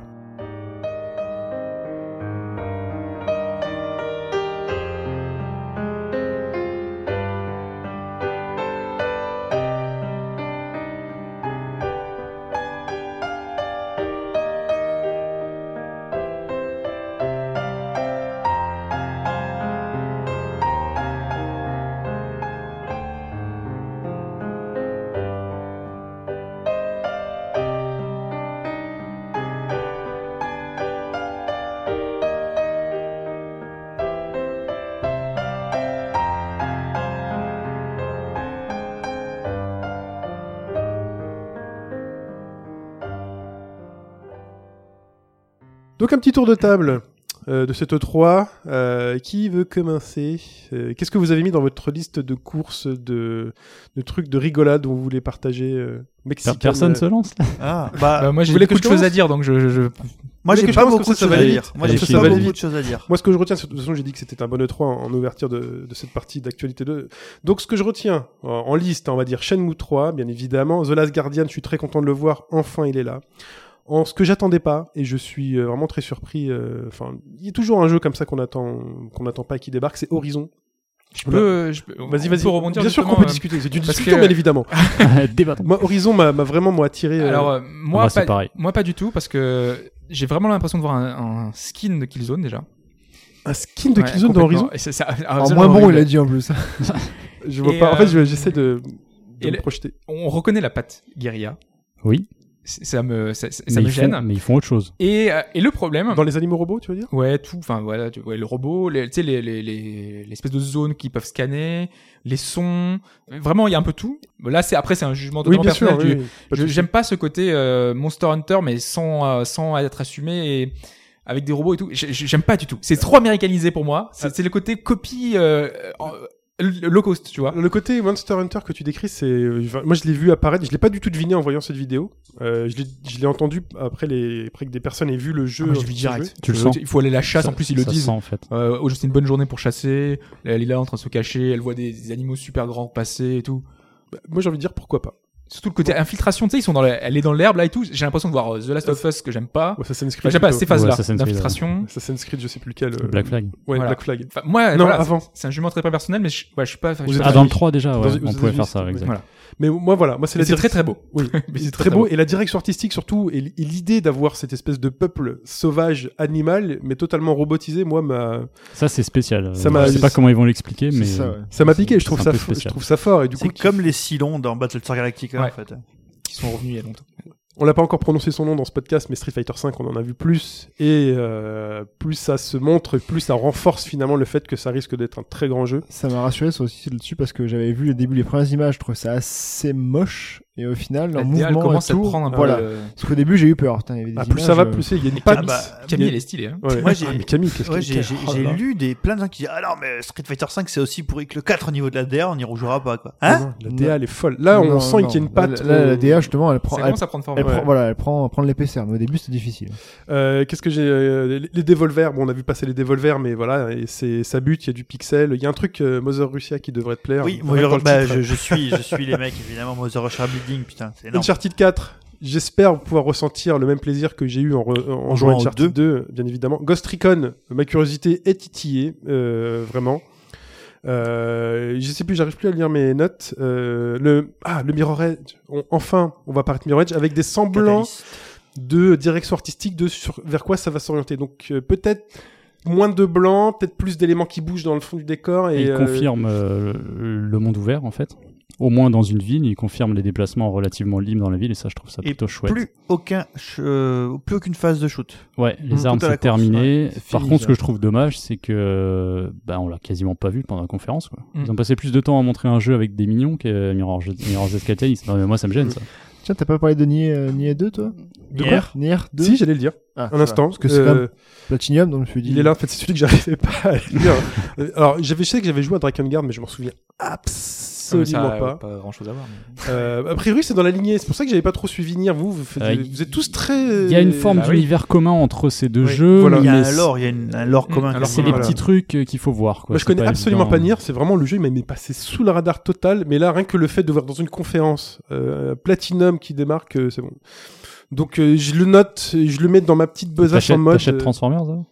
Donc un petit tour de table euh, de cette E3. Euh, qui veut commencer Euh, Qu'est-ce que vous avez mis dans votre liste de courses, de, de trucs de rigolade dont vous voulez partager euh, Per- mexicaine, Personne euh, se lance là Ah, bah, Bah, moi j'ai voulez beaucoup que de je choses à dire donc je, je- je- moi, mais j'ai que je pas pense que ça, beaucoup de ça choses va à aller dire. vite. Moi, Allez, j'ai ça pas va aller beaucoup vite. de choses à dire. Moi, ce que je retiens, c'est- de toute façon, j'ai dit que c'était un bon E3 en, en ouverture de, de cette partie d'actualité 2. Donc, ce que je retiens en, en liste, hein, on va dire Shenmue 3, bien évidemment. The Last Guardian, je suis très content de le voir. Enfin, il est là. En ce que j'attendais pas, et je suis euh, vraiment très surpris. euh, Enfin, il y a toujours un jeu comme ça qu'on attend, qu'on n'attend pas et qui débarque. C'est Horizon. je peux, je peux- Vas-y, on vas-y. peut rebondir Bien sûr qu'on justement, peut euh, discuter. C'est une parce discussion, que- bien évidemment. Débattons. Moi, Horizon m'a m'a vraiment moi attiré. euh, Alors euh, moi, moi, c'est pas, pareil. moi pas du tout parce que j'ai vraiment l'impression de voir un, un skin de Killzone déjà. un skin de Ouais, Killzone dans complètement. Horizon. Et c'est- c'est En absolument Ah, moins bon, horrible. il a dit en plus. Je vois Et, pas. En fait, euh, je- j'essaie de, de et me le- projeter. On reconnaît la patte guérilla. Oui. C'est- Ça me ça, ça- mais ça me ils font- gêne. Mais ils font autre chose. Et, euh, et le problème. Dans les animaux robots, tu veux dire? Ouais, tout. Enfin, voilà, tu- ouais, le robot, les- tu sais, les, les, les, l'espèce de zones qui peuvent scanner, les sons. Vraiment, il y a un peu tout. Là, c'est après, c'est un jugement totalement personnel du- oui, oui. Pas de Je- souci. J'aime pas ce côté euh, Monster Hunter, mais sans, euh, sans être assumé. Et avec des robots et tout. J'ai- j'ai- J'aime pas du tout. C'est trop américanisé pour moi. Ah. C'est c'est le côté copie euh, en- low cost, tu vois. Le côté Monster Hunter que tu décris, c'est euh, enfin, moi je l'ai vu apparaître, je l'ai pas du tout deviné en voyant cette vidéo. Euh, je l'ai- je l'ai entendu après les après que des personnes aient vu le jeu. Ah, moi, j'ai euh, vu se direct. jouer. Tu le sens. Il faut aller à la chasse. en plus, ils le Ça disent. sent, en fait. Euh, aujourd'hui, c'est une bonne journée pour chasser. Elle est là en train de se cacher. Elle voit des, des animaux super grands passer et tout. Bah, moi j'ai envie de dire pourquoi pas. Surtout le côté infiltration, tu sais, ils sont dans la- elle est dans l'herbe là et tout. J'ai l'impression de voir euh, The Last of Us que j'aime pas. Ou Assassin's Creed. Enfin, j'aime Bah, pas plutôt. ces phases Ouais, là Assassin's Creed, d'infiltration. Assassin's Creed, je sais plus lequel. euh, Black Flag. Ouais, Voilà. Black Flag. Enfin, moi, Non, voilà, avant. c'est un jugement très personnel, mais je, ouais, je suis pas. je suis Vous êtes pas- Ah, dans le 3 déjà, Dans- ouais, aux on pouvait États-Unis, faire ça, c'était- exact. Voilà. Mais moi voilà, moi c'est la Mais c'est direction- très très beau. Oui, mais c'est très beau. Et la direction artistique surtout, et, l- et l'idée d'avoir cette espèce de peuple sauvage, animal, mais totalement robotisé, moi, m'a, Ça, c'est spécial. Ça Euh, m'a- je sais pas comment ils vont l'expliquer, C'est mais. ça, ouais. ça m'a C'est- piqué. Je trouve c'est ça, un peu fo- je spécial. trouve ça fort. Et du coup, C'est comme les Silons dans Battlestar Galactica, Ouais. en fait. Qui sont revenus il y a longtemps. on l'a pas encore prononcé son nom dans ce podcast, mais Street Fighter 5, on en a vu plus, et euh, plus ça se montre, plus ça renforce finalement le fait que ça risque d'être un très grand jeu. Ça m'a rassuré sur aussi dessus parce que j'avais vu les débuts, les premières images, je trouvais ça assez moche et au final, leur La DA, elle mouvement commence et à tout, prendre un voilà. peu. le- Parce qu'au début, j'ai eu peur. Putain, il y avait des Ah, plus images, ça va, euh, plus il y a une Ah patte. bah, Camille, elle est stylée. Hein. Ouais. Moi, j'ai- Ah, mais Camille, qu'est-ce Ouais, qu'elle- j'ai quelle- j'ai- oh j'ai là là. lu des, plein de gens qui disent Ah non, mais Street Fighter 5 c'est aussi pourri que le 4 au niveau de la DR, on n'y rejouera pas quoi. Hein Non, La DA, elle est folle. Là, on non, sent non. qu'il y a une Là, patte. Là, euh, la DA, justement, elle prend. Ça Elle, commence à prendre forme. elle ouais. prend, voilà, elle prend, prend de l'épaisseur, mais au début c'était difficile. Euh, qu'est-ce que j'ai euh, les- Les Devolver, bon, on a vu passer les Devolver, mais voilà, et c'est ça bute, il y a du pixel, il y a un truc euh, Mother Russia qui devrait te plaire. Oui, Rien moi, que dans je, le bah, titre. je, je suis, je suis les mecs, évidemment, Mother Russia Building, putain, c'est énorme. Uncharted 4, j'espère pouvoir ressentir le même plaisir que j'ai eu en, re- en jouant à jouant au Uncharted 2. bien évidemment. Ghost Recon, ma curiosité est titillée, euh, vraiment. Euh, je sais plus, j'arrive plus à lire mes notes. Euh, le ah, le Mirror Edge. On- enfin, on va parler de Mirror Edge avec des semblants Catalyst. de direction artistique, de sur, vers quoi ça va s'orienter. Donc euh, peut-être moins de blanc, peut-être plus d'éléments qui bougent dans le fond du décor et Et il euh, confirme euh, le le monde ouvert, en fait. Au moins dans une ville, il confirme les déplacements relativement libres dans la ville, et ça, je trouve ça Et plutôt chouette. Plus aucun, ch- euh, plus aucune phase de shoot. Ouais, Tout les à armes, la c'est course, terminé. ouais, c'est Par fini, contre, ce ça. que je trouve dommage, c'est que bah, on l'a quasiment pas vu pendant la conférence. Quoi. Mm. Ils ont passé plus de temps à montrer un jeu avec des mignons qu'à Mirror's Mirror's Edge Catalyst. Non, mais moi, ça me gêne, ça. Tiens, t'as pas parlé de Nier, euh, Nier 2 toi De Hier, Nier 2 si j'allais le dire Ah, un instant Parce que c'est Euh, quand même Platinum, donc je me suis dit. Il est là, en fait, c'est celui que j'arrivais pas à lire. Euh, Alors, j'avais, je sais que j'avais joué à Drakengard, mais je m'en souviens Ouais, mais ça, absolument euh, pas. Pas grand chose à voir. mais- Euh, a priori, c'est dans la lignée. C'est pour ça que j'avais pas trop suivi Nier. Vous, vous, faites- Euh, vous êtes tous très. Ah Il y a une forme bah oui. d'univers commun entre ces deux Oui. jeux. Voilà. il y a mais un lore, il y a une- un lore Mm, commun. un lore C'est des Voilà. petits trucs euh, qu'il faut voir. Quoi. Moi, je C'est connais pas absolument évident. pas Nier. C'est vraiment le jeu, il m'a mis passé sous le radar total. Mais là, rien que le fait de voir dans une conférence euh, Platinum qui démarque, euh, c'est bon. Donc, euh, je le note, je le mets dans ma petite besace T'achètes en mode. t'achètes euh, Transformers hein alors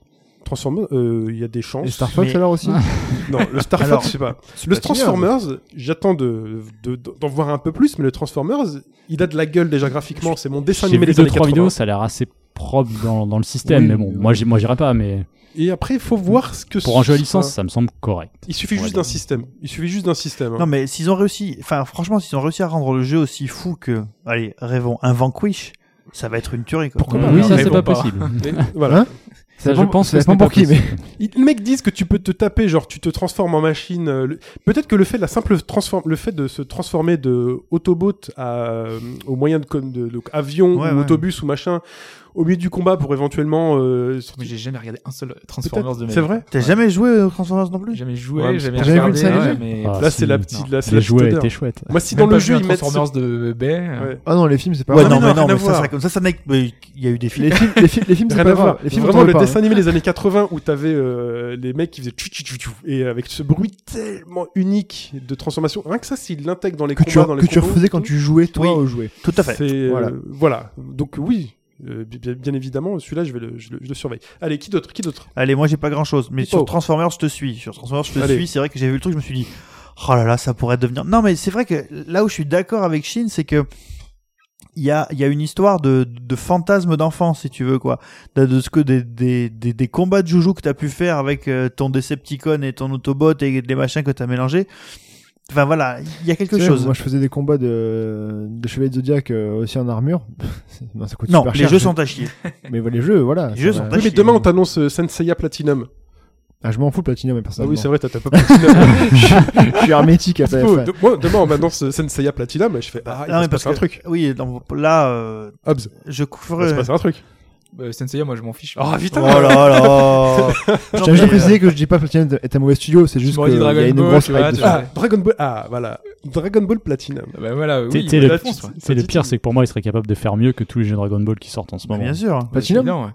Transformers, euh, il y a des Et chances. Star Fox Mais- alors aussi Non, le Star Alors, Fox, je sais pas. C'est Le Platinum. Transformers, j'attends de, de- d'en voir un peu plus, mais le Transformers, il a de la gueule déjà graphiquement. C'est mon dessin J'ai animé vu des deux années trois 80. vidéos, ça a l'air assez propre dans, dans le système, Oui. mais bon, moi, j'y- moi j'irai pas, mais Et après, il faut voir ce que pour un jeu à ce- licence, ça me semble correct. Il suffit Ouais, juste d'un donc. système. Il suffit juste d'un système. hein. Non mais s'ils ont réussi, enfin franchement s'ils ont réussi à rendre le jeu aussi fou que, allez rêvons un Vanquish, ça va être une tuerie quoi. Pourquoi pas oui, Non, ça mais c'est bon, pas pas. possible. Mais voilà. Hein Ça, dépend- je pense ça que ce dépend n'est pas pour qui, mais possible. Il- Les mecs disent que tu peux te taper, genre tu te transformes en machine. euh, le- Peut-être que le fait, de la simple transform... le fait de se transformer de Autobot à euh, au moyen de, comme de, de avion Ouais, ou ouais. autobus ou machin au milieu du combat pour éventuellement. euh, sortir- Mais j'ai jamais regardé un seul Transformers de Peut-être. ma C'est vie. vrai. T'as jamais joué aux Transformers non plus Jamais joué, Ouais, mais jamais j'ai jamais vu regardé. le ouais, salon. mais... Ah, Là, si. c'est la petite. Là, c'est Les la petite jouets odeur. étaient chouettes. Moi, si Même dans le pas vu jeu un ils mettent. Transformers de Bay. ce- euh, Ouais. Ah non, les films c'est pas. Ouais grave. non, non, mais non rien à mais ça voir. serait comme ça, ça n'a mais il y a eu des films. Les films, les films, les films c'est Rien pas hein. à voir. grave. Les films Vraiment, on le parle, dessin animé des années 80 où t'avais euh, les mecs qui faisaient tchou, tchou, tchou, tchou, et avec ce bruit tellement unique de transformation. Rien que ça, s'il l'intègre dans les hein. que combats, tu, dans les que tu combos, refaisais quand tu jouais toi Oui. au jouet. Tout à fait. C'est, Voilà. euh, voilà. Donc oui, euh, bi- bien, bien évidemment, celui-là, je vais le, je le, je le surveille. Allez, qui d'autre Qui d'autre Allez moi j'ai pas grand chose, mais Oh. sur Transformers je te suis, sur Transformers je te Allez. suis. C'est vrai que j'ai vu le truc, je me suis dit, oh là là ça pourrait devenir. Non mais c'est vrai que là où je suis d'accord avec Shin, c'est que il y a, il y a une histoire de, de fantasme d'enfant, si tu veux, quoi. De, de ce que des, des, des, des combats de joujou que t'as pu faire avec euh, ton Decepticon et ton Autobot et des machins que t'as mélangés. Enfin voilà, il y a quelque C'est vrai, chose. Moi, je faisais des combats de, de chevaliers de Zodiac euh, aussi en armure. Non, ça coûte non, super les cher, jeux je- sont à chier. Mais voilà, les jeux, voilà. Les jeux ça sont va. pas Oui, mais chier. demain, on t'annonce euh, Senseiya Platinum. Ah, je m'en fous, Platinum, mais Ah personne. oui, c'est vrai, t'as t'as pas Platinum. Je suis hermétique à ça. Oh, de- moi, demain, on m'annonce euh, Senseiya Platinum et je fais Ah, il Non, va mais se parce passer un que- truc. Oui, non, là, euh, Hobbs, je il va se couvre. passer un truc. Euh, Senseiya, moi je m'en fiche. Oh, Oh putain là là euh, Je tiens juste à préciser que je dis pas que Platinum est un mauvais studio, c'est juste m'aurais qu'il dit y a Dragon une Ball, grosse tu vois, hype tu dessus. vois. Ah, Dragon Ball. Ah, voilà. Dragon Ball Platinum. Ah Bah voilà, oui. T'es- t'es bah, le, là, tu- t'es ça le dit- pire, c'est que pour moi, il serait capable de faire mieux que tous les jeux Dragon Ball qui sortent en ce moment. Bien sûr. Ouais, c'est Platinum évident,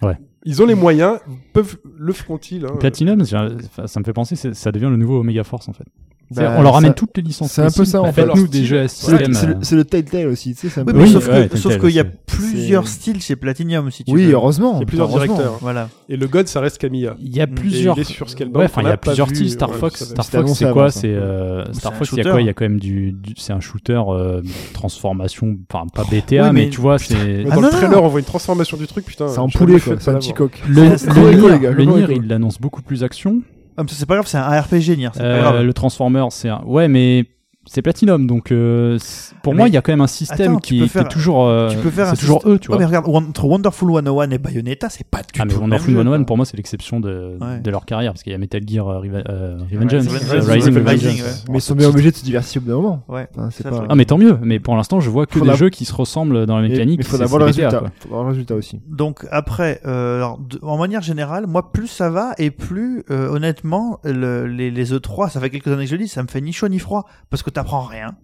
ouais. Ils ont les moyens, peuvent le feront-ils hein, Platinum, j'ai un- enfin, ça me fait penser, c'est- ça devient le nouveau Omega Force en fait. C'est-à-dire, Bah, on leur ramène ça- toutes les licences. c'est un peu possibles. ça, en fait. Faites-nous des Leur jeux à C'est le- système. c'est euh, le- c'est le Telltale aussi, tu sais, c'est un Oui, peu- mais Oui, sauf ouais, que- Telltale, sauf qu'il y a c'est- plusieurs c'est- styles chez Platinum, si tu Oui, veux. heureusement. Il y a plusieurs heureusement. directeurs. Voilà. Et le god, ça reste Camilla. Il y a il plusieurs. est sur Scalebound, Ouais, enfin, il on y l'a a pas plusieurs vu, styles. Star ouais, Fox, ça va. Star C'était Fox, annoncé c'est quoi avant, ça. C'est euh, C'est Star un Fox. Il y a shooter. quoi Il y a quand même du, du- c'est un shooter, euh, transformation, enfin pas BTA, oui, mais, mais- tu vois, c'est Dans Ah, le non, trailer, non. on voit une transformation du truc, putain. C'est un je poulet, l'ai fait quoi. de C'est pas un l'avoir. petit coq. le C'est trop rigolo, les gars, Euh, le, le Nier, rigolo. il l'annonce beaucoup plus action. Ah, mais ça, c'est pas grave, c'est un RPG, Nier. C'est pas Euh, grave. le Transformer, c'est un. Ouais, mais c'est Platinum, donc euh, c'est- pour Ah, Mais moi, il y a quand même un système attends, tu qui, peux qui faire- est toujours. euh, tu peux faire un c'est toujours système- eux, tu Ouais, vois. mais regarde, Won- entre Wonderful 101 et Bayonetta, c'est pas du Ah mais tout. le Wonderful même jeu, 101 quoi. pour moi c'est l'exception de, Ouais. de leur carrière parce qu'il y a Metal Gear euh, Reve- euh, Revengeance, Revengeance, euh, Rising, Rising Rising, Revengeance. ouais. Mais ils sont bien obligés de se diversifier au bout d'un moment. Ouais. Hein, c'est Ça, pas- je- Ah mais tant mieux, mais pour l'instant je vois que Faut des la- jeux qui se ressemblent dans la Mais- mécanique. Mais faut c'est- avoir le c'est BTA, résultat. quoi. Faut avoir le résultat aussi. Donc après, euh, alors, de- en manière générale, moi plus ça va et plus euh, honnêtement le- les, les E3, ça fait quelques années que je le dis, ça me fait ni chaud ni froid parce que t'apprends rien.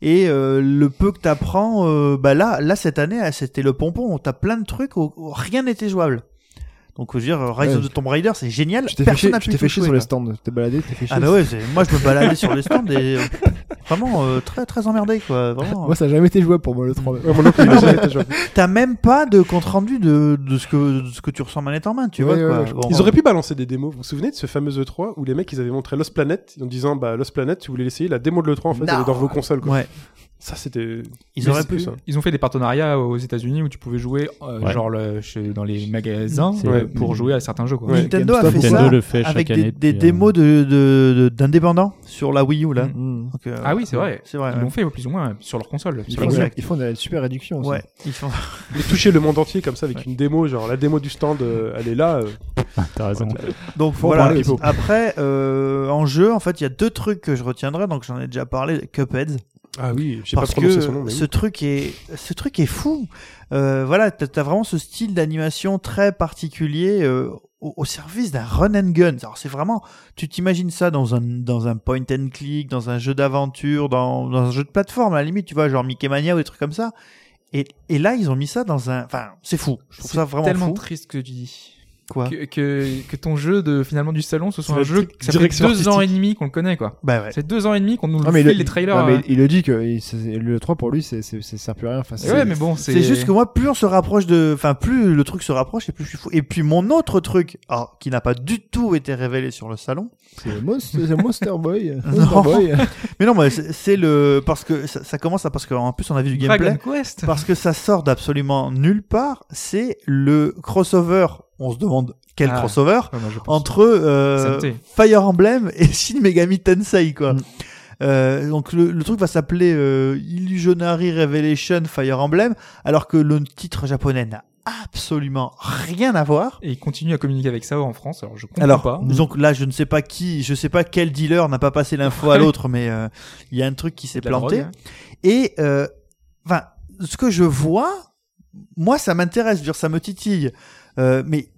Et euh, le peu que t'apprends, euh, bah là, là cette année, ah, c'était le pompon. T'as plein de trucs où, où rien n'était jouable. Donc je veux dire, euh, Rise Ouais. of the Tomb Raider, c'est génial. Tu t'es fait Personne chier- n'a tu pu t'es fait y chier toucher, sur quoi. les stands. T'es baladé, t'es fait chier. Ah bah ouais, c'est- moi je me baladais sur les stands et euh, vraiment euh, très très emmerdé quoi. Vraiment. Moi, ça a jamais été jouable pour moi, le 3. Ouais, mon oncle, il a jamais été joué. T'as même pas de compte rendu de, de ce que de ce que tu ressens manette en main, tu Ouais, vois ouais, quoi. ouais. Bon, Ils auraient pu balancer des démos. Vous vous souvenez de ce fameux E3 où les mecs ils avaient montré Lost Planet en disant bah Lost Planet, si vous voulez l'essayer, la démo de l'E3 en fait, elle est dans vos consoles quoi. Ouais. Ça c'était. Ils Mais auraient c'est pu. ça. Ils ont fait des partenariats aux États-Unis où tu pouvais jouer euh, Ouais. genre le- chez- dans les magasins C'est- euh, pour ouais. jouer à certains jeux. Quoi. Ouais. Nintendo a GameStop, fait Nintendo ça le fait avec chaque des, année. des depuis, euh, démos de de- de- d'indépendants sur la Wii U là. Mm. Donc, euh, Ah oui, c'est vrai. C'est vrai. Ils l'ont fait plus ou moins sur leur console. Ils font, sur la des, console. Exact. ils font des super réductions. ouais. aussi. Ouais, ils font- Mais toucher le monde entier comme ça avec Ouais. une démo, genre la démo du stand, euh, elle est là. euh. T'as raison. Donc Faut voilà. parler aux people. Après, euh, en jeu, en fait, il y a deux trucs que je retiendrai. Donc j'en ai déjà parlé. Cuphead. Ah oui, j'ai pas parce prononcé que son nom. Mais oui. ce truc est ce truc est fou. Euh, voilà, t'as t'as vraiment ce style d'animation très particulier euh, au, au service d'un run and gun. Alors c'est vraiment, tu t'imagines ça dans un dans un point and click, dans un jeu d'aventure, dans, dans un jeu de plateforme à la limite, tu vois, genre Mickey Mania ou des trucs comme ça. Et, et là, ils ont mis ça dans un. Enfin, c'est fou. Ah. Je trouve C'est ça vraiment tellement fou. triste que tu dis. Quoi que, que, que ton jeu de finalement du salon, ce C'est soit un la jeu petite que ça fait deux direction ans et artistique. demi qu'on le connaît quoi. Bah ouais. C'est deux ans et demi qu'on nous Non, file il, les trailers. non, mais euh. il le dit que il- c'est- le 3 pour lui, c'est, c'est, ça sert plus à rien. Enfin, c'est- Ouais, mais bon, c'est C'est juste que moi, plus on se rapproche de, enfin, plus le truc se rapproche et plus je suis fou. Et puis mon autre truc, alors, qui n'a pas du tout été révélé sur le salon, c'est Monster, c'est Monster Boy. Non. Monster Boy. Mais non, mais c'est c'est le parce que ça, ça commence à parce qu'en plus on a vu du gameplay Dragon Quest. parce que ça sort d'absolument nulle part. C'est le crossover. On se demande quel Ah. crossover Ouais, moi, je pense. entre euh, Santé. Fire Emblem et Shin Megami Tensei quoi. Mm. Euh, donc le, le truc va s'appeler euh, Illusionary Revelation Fire Emblem alors que le titre japonais n'a absolument rien à voir. Et ils continuent à communiquer avec ça en France, alors je comprends Alors, pas. donc là, je ne sais pas qui, je sais pas quel dealer n'a pas passé l'info à l'autre, mais euh, il y a un truc qui s'est De la planté. drogue, hein. Et euh, enfin, ce que je vois, moi, ça m'intéresse, je veux dire, ça me titille. Euh, mais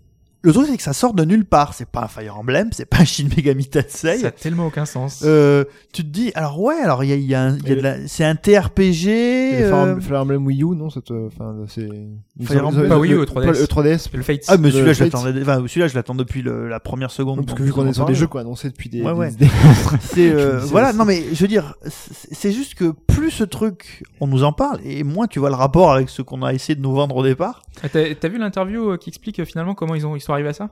le truc, c'est que ça sort de nulle part. C'est pas un Fire Emblem, c'est pas un Shin Megami Tensei. Ça a tellement aucun sens. Euh, tu te dis, alors ouais, alors il y a, il y a un- il y a de la- c'est un TRPG. Et le euh, Fire- Fire Emblem Wii U, non, ça te- enfin, c'est. il me Fire semble- Emblem- le- Pas Wii U, le- le 3DS. pas Le 3DS. Le Fate. ah mais celui-là je Fate. l'attendais, enfin celui-là je l'attends depuis le- la première seconde. Parce que vu Donc, qu'on on est sur en des parle. jeux qu'on annonçait depuis des. Ouais, ouais. des- c'est euh, Je sais, voilà c'est- non mais je veux dire c'est c'est juste que plus ce truc on nous en parle et moins tu vois le rapport avec ce qu'on a essayé de nous vendre au départ Ah, T'as t'as vu l'interview euh, qui explique euh, finalement comment ils, ont, ils sont arrivés à ça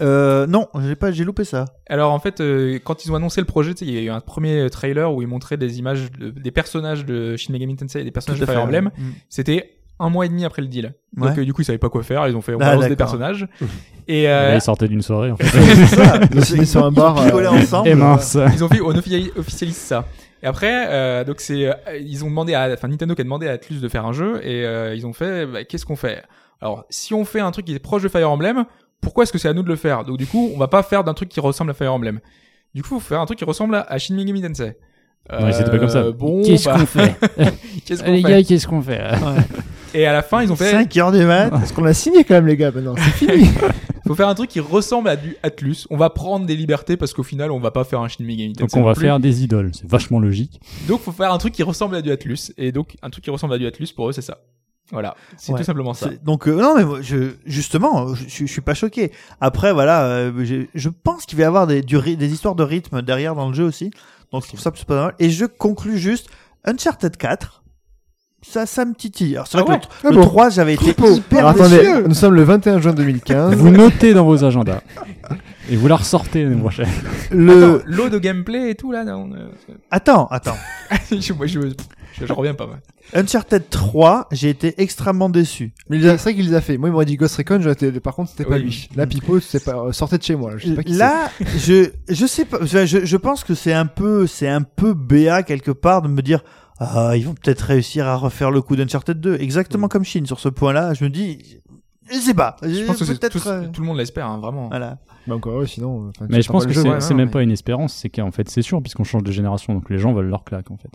euh, non j'ai pas j'ai loupé ça Alors en fait, euh, quand ils ont annoncé le projet, tu sais, il y a eu un premier euh, trailer où ils montraient des images de- des personnages de Shin Megami Tensei et des personnages de Fire Emblem. Mm. C'était un mois et demi après le deal. Ouais. Donc euh, du coup, ils savaient pas quoi faire. Ils ont fait on Ah, balance des d'accord. personnages. et Là, euh, il sortait d'une soirée. En fait. C'est ça. Ils se mettent sur un Ils bar, ont picolé euh, ensemble Et mince. ils ont fait on offi- officialise ça. Et après, euh, donc c'est euh, ils ont demandé à enfin Nintendo qui a demandé à Atlus de faire un jeu et euh, ils ont fait bah, qu'est-ce qu'on fait Alors si on fait un truc qui est proche de Fire Emblem, pourquoi est-ce que c'est à nous de le faire Donc du coup, on va pas faire d'un truc qui ressemble à Fire Emblem. Du coup, faut faire un truc qui ressemble à, à Shin Megami Tensei. Non, mais c'était pas comme ça. Euh, Bon, Qu'est-ce bah, qu'on fait qu'est-ce qu'on Les fait gars, qu'est-ce qu'on fait euh Ouais. Et à la fin, ils ont fait. 5 heures du mat. Parce qu'on a signé quand même, les gars, maintenant, c'est fini. faut faire un truc qui ressemble à du Atlus. On va prendre des libertés parce qu'au final, on va pas faire un Shin Megami Donc Tensei on non va plus. faire des idoles, c'est vachement logique. Donc faut faire un truc qui ressemble à du Atlus. Et donc un truc qui ressemble à du Atlus pour eux, c'est ça. Voilà, c'est Ouais. tout simplement ça. C'est- Donc euh, non mais moi, je justement je, je- je suis pas choqué. Après voilà, euh, j'ai- je pense qu'il va y avoir des, du ry- des histoires de rythme derrière dans le jeu aussi. Donc je trouve ça plus pas mal. Et je conclus juste Uncharted 4. Ça ça me titille. Alors c'est Ah vrai ouais. que le, Ah le bon. 3 j'avais été Alors, hyper déçu. attendez, nous sommes le 21 juin 2015. Vous notez dans vos agendas et vous la ressortez l'année prochaine. le, Euh. Attends, L'eau de gameplay et tout là, non, euh, Attends, attends. je- moi je, je- j'en reviens pas. Euh, Moi. Uncharted 3, j'ai été extrêmement déçu. mais il a- c'est vrai qu'il les a fait. Moi, il m'aurait dit Ghost Recon, j'aurais été, par contre, c'était pas Oui, lui. Là, Pipo, c'est pas, euh, sortez de chez moi, là, je sais pas qui Là, je je sais pas. enfin, Je, je pense que c'est un peu c'est un peu béat quelque part de me dire ah ils vont peut-être réussir à refaire le coup d'Uncharted 2 exactement comme Shin sur ce point-là. Je me dis je sais pas. Je pense que c'est peut-être. tous- euh, tout le monde l'espère, hein, vraiment. Voilà. c'est. Bah, encore eux, sinon. euh, enfin, Mais tu je sors pense pas que le c'est jeu. ouais, c'est non, même mais- pas une espérance, c'est qu'en fait c'est sûr puisqu'on change de génération, donc les gens veulent leur claque en fait.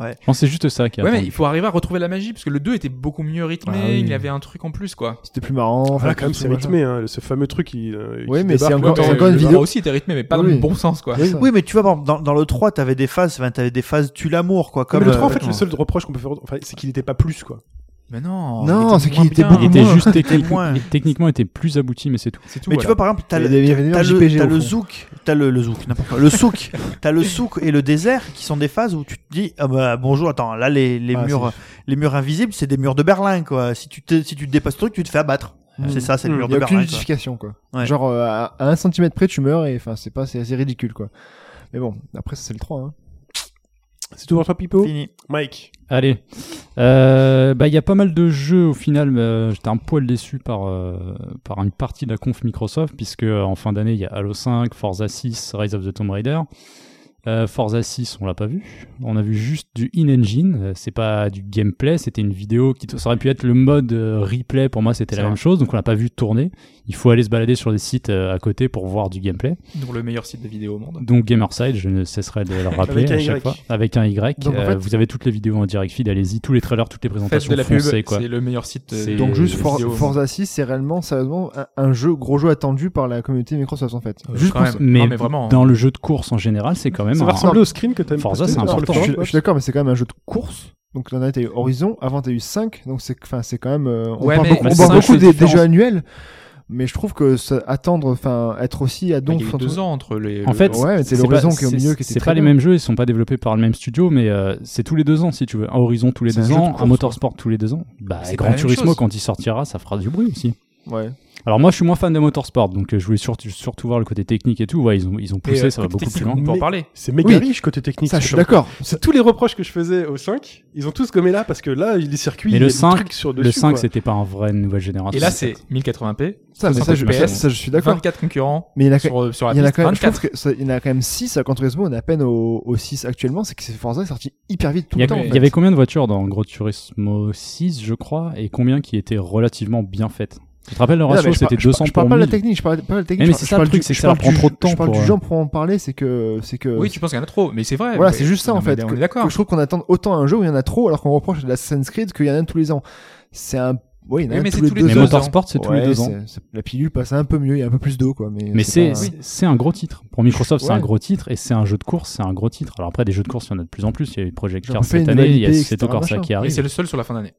Ouais. Je pense que c'est juste ça qui est Ouais, mais attendu. il faut arriver à retrouver la magie parce que le 2 était beaucoup mieux rythmé, Ah oui. il avait un truc en plus quoi. C'était plus marrant. Voilà, enfin, quand même, tout, c'est machin. rythmé, hein, ce fameux truc qui. euh, Oui, qui mais c'est débarque, encore- là. c'est Ouais, encore une euh, le vidéo. trois aussi était rythmé, mais pas dans Oui. le bon sens quoi. Oui, ça. Oui, mais tu vois, par exemple, dans, dans le 3, t'avais des phases, enfin, t'avais des phases tu l'amour, quoi. Comme Comme le 3, en euh, fait, le seul reproche qu'on peut faire, enfin, c'est qu'il n'était pas plus, quoi. Mais non. Non, c'est qu'il moins était bien. beaucoup Il était moins- juste était technique- moins. il- techniquement il était plus abouti, mais c'est tout. C'est tout. Mais tu voilà. vois, par exemple, Il t'as y le, avait- il y avait T'as meilleur le, JPG. t'as au le fond. zouk, t'as le, le zouk, n'importe quoi. Le souk, t'as le souk et le désert qui sont des phases où tu te dis, ah bah, bonjour, attends, là, les, les Ah, murs, les murs invisibles, c'est des murs de Berlin, quoi. Si tu te, si tu te dépasses le truc, tu te fais abattre. Mm. C'est ça, c'est le mur Il y de a aucune Berlin. quoi. justification, quoi. Ouais. Genre, euh, à, à un centimètre près, tu meurs, et enfin, c'est pas, c'est assez ridicule, quoi. Mais bon, après, ça, c'est le 3, hein. C'est tout pour toi, Pipo Fini. Mike. Allez. Euh, bah, il y a pas mal de jeux au final. mais, euh, J'étais un poil déçu par, euh, par une partie de la conf Microsoft, puisque euh, en fin d'année, il y a Halo 5, Forza 6, Rise of the Tomb Raider. Euh, Forza 6, on l'a pas vu. On a vu juste du in-engine. Euh, C'est pas du gameplay, c'était une vidéo qui ça aurait pu être le mode euh, replay. Pour moi, c'était C'est la vrai. même chose, donc on l'a pas vu tourner. Il faut aller se balader sur des sites euh, à côté pour voir du gameplay. Dans le meilleur site de vidéo au monde. Donc Gamerside, je ne cesserai de le rappeler Avec un à chaque Y. fois. Avec un Y. Donc, en Euh, fait- vous avez toutes les vidéos en direct feed, allez-y, tous les trailers, toutes les Faites présentations de la pub, foncez, quoi. c'est le meilleur site. euh, C'est- Donc Et juste de For- vidéo au monde. Forza 6, c'est réellement, sérieusement, un, un jeu, gros jeu attendu par la communauté Microsoft en fait. Euh, juste quand pour même. ça. Mais, Non, mais vraiment. hein. dans le jeu de course en général, c'est quand même Ça un- va ressembler au screen que Ah, t'as Forza, c'est important. Je, Attends, suis- je suis d'accord, mais c'est quand même un jeu de course. Donc t'en as t'as eu Horizon, avant t'as eu 5, donc c'est, enfin, c'est quand même, euh, on Ouais, parle mais- beaucoup, bah, on parle cinq, beaucoup c'est des, des différent. jeux annuels, mais je trouve que ça- attendre, enfin, être aussi à Il donc. y a eu enfin, deux tout- ans entre les. En le- fait, Ouais, c'est c'est l'horizon pas- qui est au c'est- milieu, qui était C'est très pas les bien. mêmes jeux, ils sont pas développés par le même studio, mais euh, c'est tous les deux ans si tu veux. Un Horizon tous les C'est un deux jeu de ans, course, un Motorsport tous les deux ans. Bah, C'est pas Gran la même Turismo chose. quand il sortira, ça fera du bruit aussi. Ouais. Alors moi, je suis moins fan de Motorsport, donc euh, je voulais surtout, surtout voir le côté technique et tout. Ouais, ils ont ils ont Et, poussé, euh, ça va côté beaucoup plus technique, loin. On peut en Mais- parler. C'est méga Oui. riche côté technique. Ça, je c'est suis comme- d'accord. C'est tous les reproches que je faisais au 5, ils ont tous gommé là parce que là, les circuits, Mais il y a des le 5, trucs sur le dessus, 5, quoi. c'était pas un vrai nouvelle génération. Et là, c'est 1080p, Ça, mais ça, je, 60 ça, FPS, ça, je suis d'accord. 24 concurrents Mais il y en a, sur, sur la il y en a piste. quand même, je 24. trouve que ça- il y en a quand même 6 à Gran Turismo, on est à peine au, au 6 actuellement, c'est que c'est Forza est sorti hyper vite tout Il y, le a- temps. en il y fait. avait combien de voitures dans Gros Turismo 6, je crois, et combien qui étaient relativement bien faites Tu te rappelles le Non, mais ratio, je par- c'était je par- 200 Je parle pour pas de la 1000. technique, je parle pas de la technique. Mais je c'est parle- ça je le parle truc, du- c'est que je ça parle prend du- trop de temps Je parle pour, du euh, genre pour en parler, c'est que, c'est que. Oui, tu penses qu'il y en a trop, mais c'est vrai. Voilà, mais- c'est juste ça non, en mais fait. On que- est d'accord. que je trouve qu'on attend autant un jeu où il y en a trop, alors qu'on reproche de l'Assassin's Creed qu'il y en a un tous les ans. C'est un, oui, il y en a Oui, un mais tous c'est les tous les deux Mais deux ans. ans. Motorsport, c'est tous les Ouais, deux ans. c'est- c'est- La pilule passe un peu mieux, il y a un peu plus d'eau, quoi. Mais, Mais c'est pas- c'est- c'est un gros titre. Pour Microsoft, c'est Ouais. un gros titre et c'est un jeu de course, c'est un gros titre. Alors après, des jeux de course, il y en a de plus en plus. Il y a eu Project J'en Cars fais cette une année, il y a validée, c'est etc., encore ça machin. qui Et c'est arrive. le seul sur la fin d'année.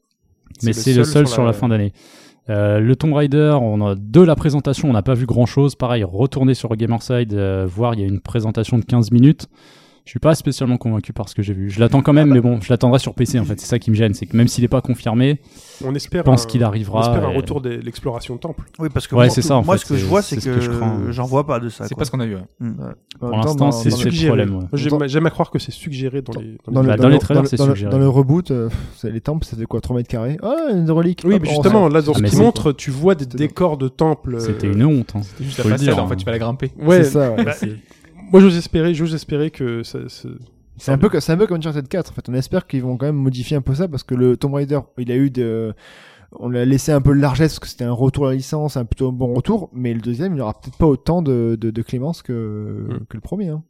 Mais c'est le seul sur la fin d'année. Euh, le Tomb Raider, on a, de la présentation, on n'a pas vu grand chose. Pareil, retourner sur Gamerside, euh, voir, il y a une présentation de 15 minutes. Je suis pas spécialement convaincu par ce que j'ai vu. Je l'attends quand même, mais bon, je l'attendrai sur PC en fait. C'est ça qui me gêne, c'est que même s'il n'est pas confirmé, On espère. je pense un- qu'il arrivera. On espère un et- retour de l'exploration temple. Oui, parce que Ouais, moi, c'est ça, en moi, fait, ce que je c'est- vois, c'est c'est ce que je hein. crains. que j'en vois pas de ça. C'est quoi. pas ce qu'on a vu. ouais. Pour en même temps, l'instant, dans- c'est dans c'est le- le problème. ouais. Moi, J'aime j'aime à croire que c'est suggéré dans les. dans dans, les- le- Bah, dans les trailers, le- c'est dans le- suggéré. Dans le reboot, euh, pff, c'est- les temples, ça fait quoi 3 mètres carrés Ah, une relique. Oui, Hop, mais on justement, là, dans Ah, ce mais qui c'est- montre, tu vois des C'était- décors de temples. euh, C'était une honte. hein. C'est juste la Faut le façade, dire, en fait, hein. tu vas la grimper. sort. Ouais, C'est ça, ouais. bah, moi j'ose espérer, j'ose espérer que ça, ça- C'est un peu, que- c'est un peu comme Uncharted 4. En fait, on espère qu'ils vont quand même modifier un peu ça parce que le Tomb Raider, il a eu de, on l'a laissé un peu de largesse parce que c'était un retour à la licence, un plutôt bon retour. Mais le deuxième, il aura peut-être pas autant de, de, de clémence que, Mm. que le premier. Hein.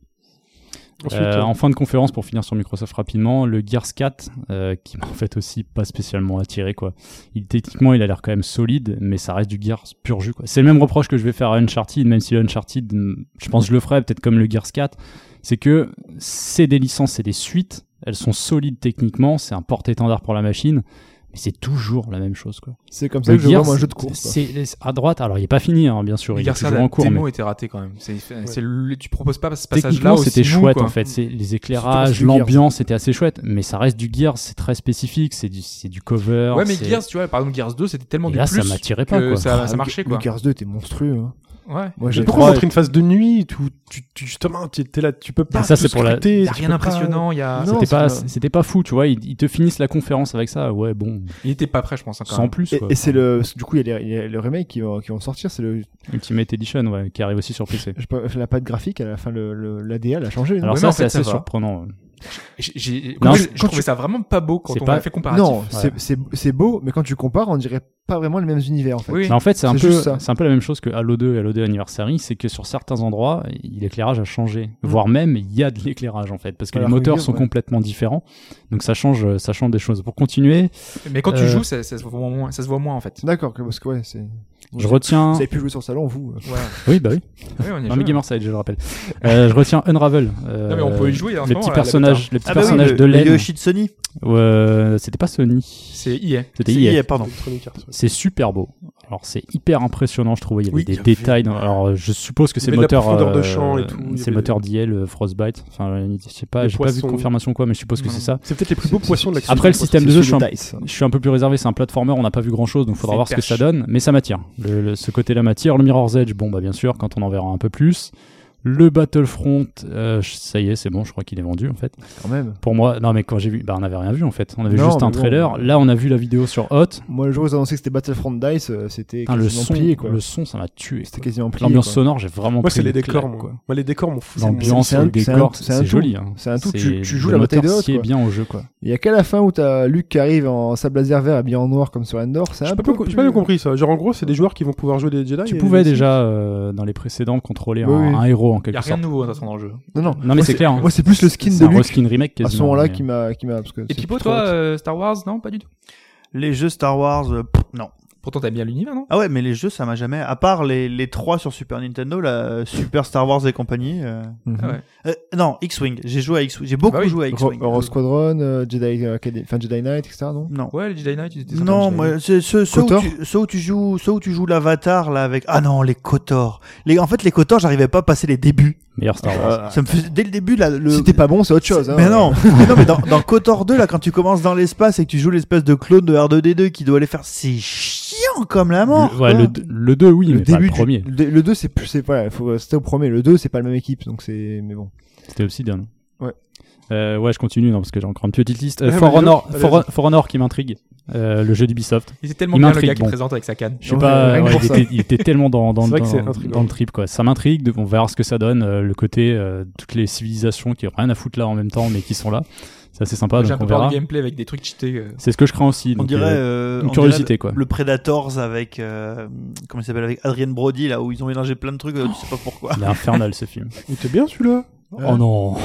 Ensuite, Euh, euh, en fin de conférence, pour finir sur Microsoft rapidement, le Gears 4, euh, qui m'a en fait aussi pas spécialement attiré, quoi. Il, techniquement, il a l'air quand même solide, mais ça reste du Gears pur jus, quoi. C'est le même reproche que je vais faire à Uncharted, même si le Uncharted, mm, je pense que je le ferai, peut-être comme le Gears 4, c'est que c'est des licences, c'est des suites, elles sont solides techniquement, c'est un porte-étendard pour la machine, mais c'est toujours la même chose, quoi. C'est comme ça que je vois Gears, moi un jeu de course. quoi. c'est- c'est à droite, alors il est pas fini, hein, bien sûr, Les il est garçons, toujours la en cours, mais- démo était ratée quand même. C'est, c'est le- tu proposes pas ce passage-là. Techniquement, aussi c'était mou, chouette quoi. en fait. C'est les Surtout parce éclairages, que Gears. l'ambiance, c'était assez chouette. Mais ça reste du Gears, c'est très spécifique, c'est du, c'est du cover. Ouais, mais c'est- Gears, tu vois, par exemple, Gears 2, c'était tellement Et du là, plus ça m'attirait pas, que quoi. Ça, bah, ça Ah, marchait, le- quoi. Le Gears 2 était monstrueux. hein. Ouais. Moi, mais j'ai pourquoi trois- rentrer une phase de nuit où tu, tu, justement, tu étais là, tu peux pas. Ah, ça, tout c'est pour la- scruter, Il y a tu rien peux pas- d'impressionnant. Il y a... Non, C'était c'est pas, pas- c'était pas fou, tu vois. Ils, ils te finissent la conférence avec ça. Ouais, bon, Il était pas prêt, je pense. hein, quand sans même. plus. Et, Quoi. et c'est le, du coup, il y a les- il y a le remake qui vont, qui vont sortir. C'est le, Ultimate Edition, ouais, qui arrive aussi sur PC. je sais pas, la patte graphique, à la fin, le, le- l'ADL a changé. hein. non Alors mais ça, en c'est fait, ça assez va. surprenant. J'ai- J'ai Non, je- quand je trouvais ça vraiment pas beau quand C'est on pas- a fait comparatif. non, c'est, c'est, c'est beau, mais quand tu compares, on dirait pas vraiment les mêmes univers en fait. Oui. Mais en fait, c'est un C'est peu, juste ça. c'est un peu la même chose que Halo 2 et Halo 2 Anniversary, c'est que sur certains endroits, il- l'éclairage a changé, Mm. voire même il y a de l'éclairage en fait, parce que Alors les que moteurs Gears, sont ouais. complètement différents, donc ça change, ça change des choses. Pour continuer, Mais quand Euh, tu joues, ça, ça se voit moins. Ça se voit moins en fait. D'accord, que- parce que ouais, c'est. je retiens. Vous avez pu jouer sur le salon, vous euh. Voilà. Oui, bah oui. Oui, on y a Non, joué. mais Gamerside, je le rappelle. Euh, je retiens Unravel. euh, Non, mais on peut y jouer. en ce Le moment, petit là, personnage, le petit Ah bah oui, personnage le- de le laine. Yoshi de Sony. Euh, c'était pas Sony. C'est IA. C'était C'est EA. EA, pardon. Electronic Arts, ouais. C'est super beau. Alors c'est hyper impressionnant, je trouve. Il y avait Oui, des il y avait- détails. dans- Alors je suppose que Il y c'est avait de la moteur, euh, profondeur de champ et tout, il y c'est avait moteur d'IL, euh, Frostbite. Enfin, je sais pas, Les j'ai pas vu de poissons. confirmation quoi, mais je suppose que Non, c'est non. ça. C'est peut-être les plus beaux poissons de la Après, le système de jeu, C'est je suis, un, Dice. je suis un peu plus réservé. C'est un platformer, on n'a pas vu grand chose, donc faudra C'est voir ce que perche. ça donne. Mais ça m'attire. Le- le- ce côté-là m'attire. Le Mirror's Edge, bon bah bien sûr, quand on en verra un peu plus. Le Battlefront, euh, ça y est, c'est bon, je crois qu'il est vendu en fait. Quand même. Pour moi, non mais quand j'ai vu, bah on n'avait rien vu en fait. On avait Non, juste un mais bon. trailer. Là, on a vu la vidéo sur Hot. Moi, le jour où ils annoncé que c'était Battlefront Dice, euh, c'était Putain, le quasiment son, plié, quoi. le son, ça m'a tué. C'était quasiment plié. L'ambiance quoi. sonore, j'ai vraiment Moi, pris c'est les une claque, décors, quoi. moi. Moi, les décors m'ont fou. L'ambiance, c'est un- les c'est un- décors, c'est un c'est tout. joli. hein. C'est un tout. C'est- Tu- tu joues le la moteur bataille de s'y est Hot, quoi. bien au jeu, quoi. Il y a qu'à la fin où t'as Luke qui arrive en sable laser vert habillé en noir comme sur Endor, c'est J'ai un pas, peu. bien- j'ai plus- pas bien compris ça. Genre, en gros, c'est des joueurs qui vont pouvoir jouer des Jedi. Tu et- pouvais déjà, euh, dans les précédents, contrôler un, Oui, oui. un héros en Il y quelque a rien sorte. de nouveau en attendant dans le jeu. Non, non. Non, Moi, mais c'est clair. hein. Moi, c'est plus le skin C'est de un Luke reskin remake à ce quasiment, moment-là mais- qui m'a, qui m'a, parce que. Et c'est Pipo, plus toi, trop- euh, Star Wars, non, pas du tout. Les jeux Star Wars, euh, pff, non. Pourtant, t'as bien l'univers, non Ah ouais, mais les jeux, ça m'a jamais. À part les, les trois sur Super Nintendo, là, euh, Super Star Wars et compagnie. euh, Mhm. Ah ouais. euh, non, X-Wing. J'ai joué à X-Wing. J'ai beaucoup Bah oui. joué à Ro- X-Wing. Rogue Squadron, euh, Jedi, euh, Acad- enfin, Jedi Knight, etc. Non Non. Ouais, les Jedi Knight, ils étaient sympas, Non, les Jedi moi, c'est- ceux, ceux où Kotor tu, ceux où tu joues, ceux où tu joues l'avatar là avec. Ah non, les Kotor. Les, en fait, les Kotor, j'arrivais pas à passer les débuts. Meilleur Star Wars. Ça me faisait, dès le début là, le. Si t'es pas bon, c'est autre chose. Hein, mais non, mais non, mais dans, dans Kotor 2 là, quand tu commences dans l'espace et que tu joues l'espèce de clone de R2D2 qui doit aller faire, c'est chiant comme la mort. Le- ouais, quoi. le, le 2, oui, mais Le pas début, le du- premier. le- le 2, c'est plus, c'est voilà, faut- euh, c'était au premier. Le 2, c'est pas la même équipe, donc c'est, mais bon. C'était Obsidian. Ouais. Euh, ouais, je continue, non, parce que j'ai encore une petite liste. Euh, Ouais, For, vas-y, Honor, vas-y. For, For Honor qui m'intrigue. Euh, le jeu d'Ubisoft. Il était tellement Il bien le m'intrigue, gars qui bon. présente avec sa canne. Je sais Ouais, pas, rien que ouais, pour il, ça. était, il était tellement dans, dans, C'est vrai que c'est dans, intriguant. dans le trip, quoi. Ça m'intrigue, de- on verra ce que ça donne, euh, le côté, euh, toutes les civilisations qui ont rien à foutre là en même temps, mais qui sont là. C'est assez sympa, J'ai un donc on peu peur verra. du gameplay avec des trucs cheatés. euh. C'est ce que je crains aussi. On donc, dirait euh, euh, une on curiosité, dirait quoi. Le Predators avec euh, comment il s'appelle avec Adrien Brody là où ils ont mélangé plein de trucs, euh, tu sais pas pourquoi. Il est infernal ce film. Il était bien celui-là. Oh non,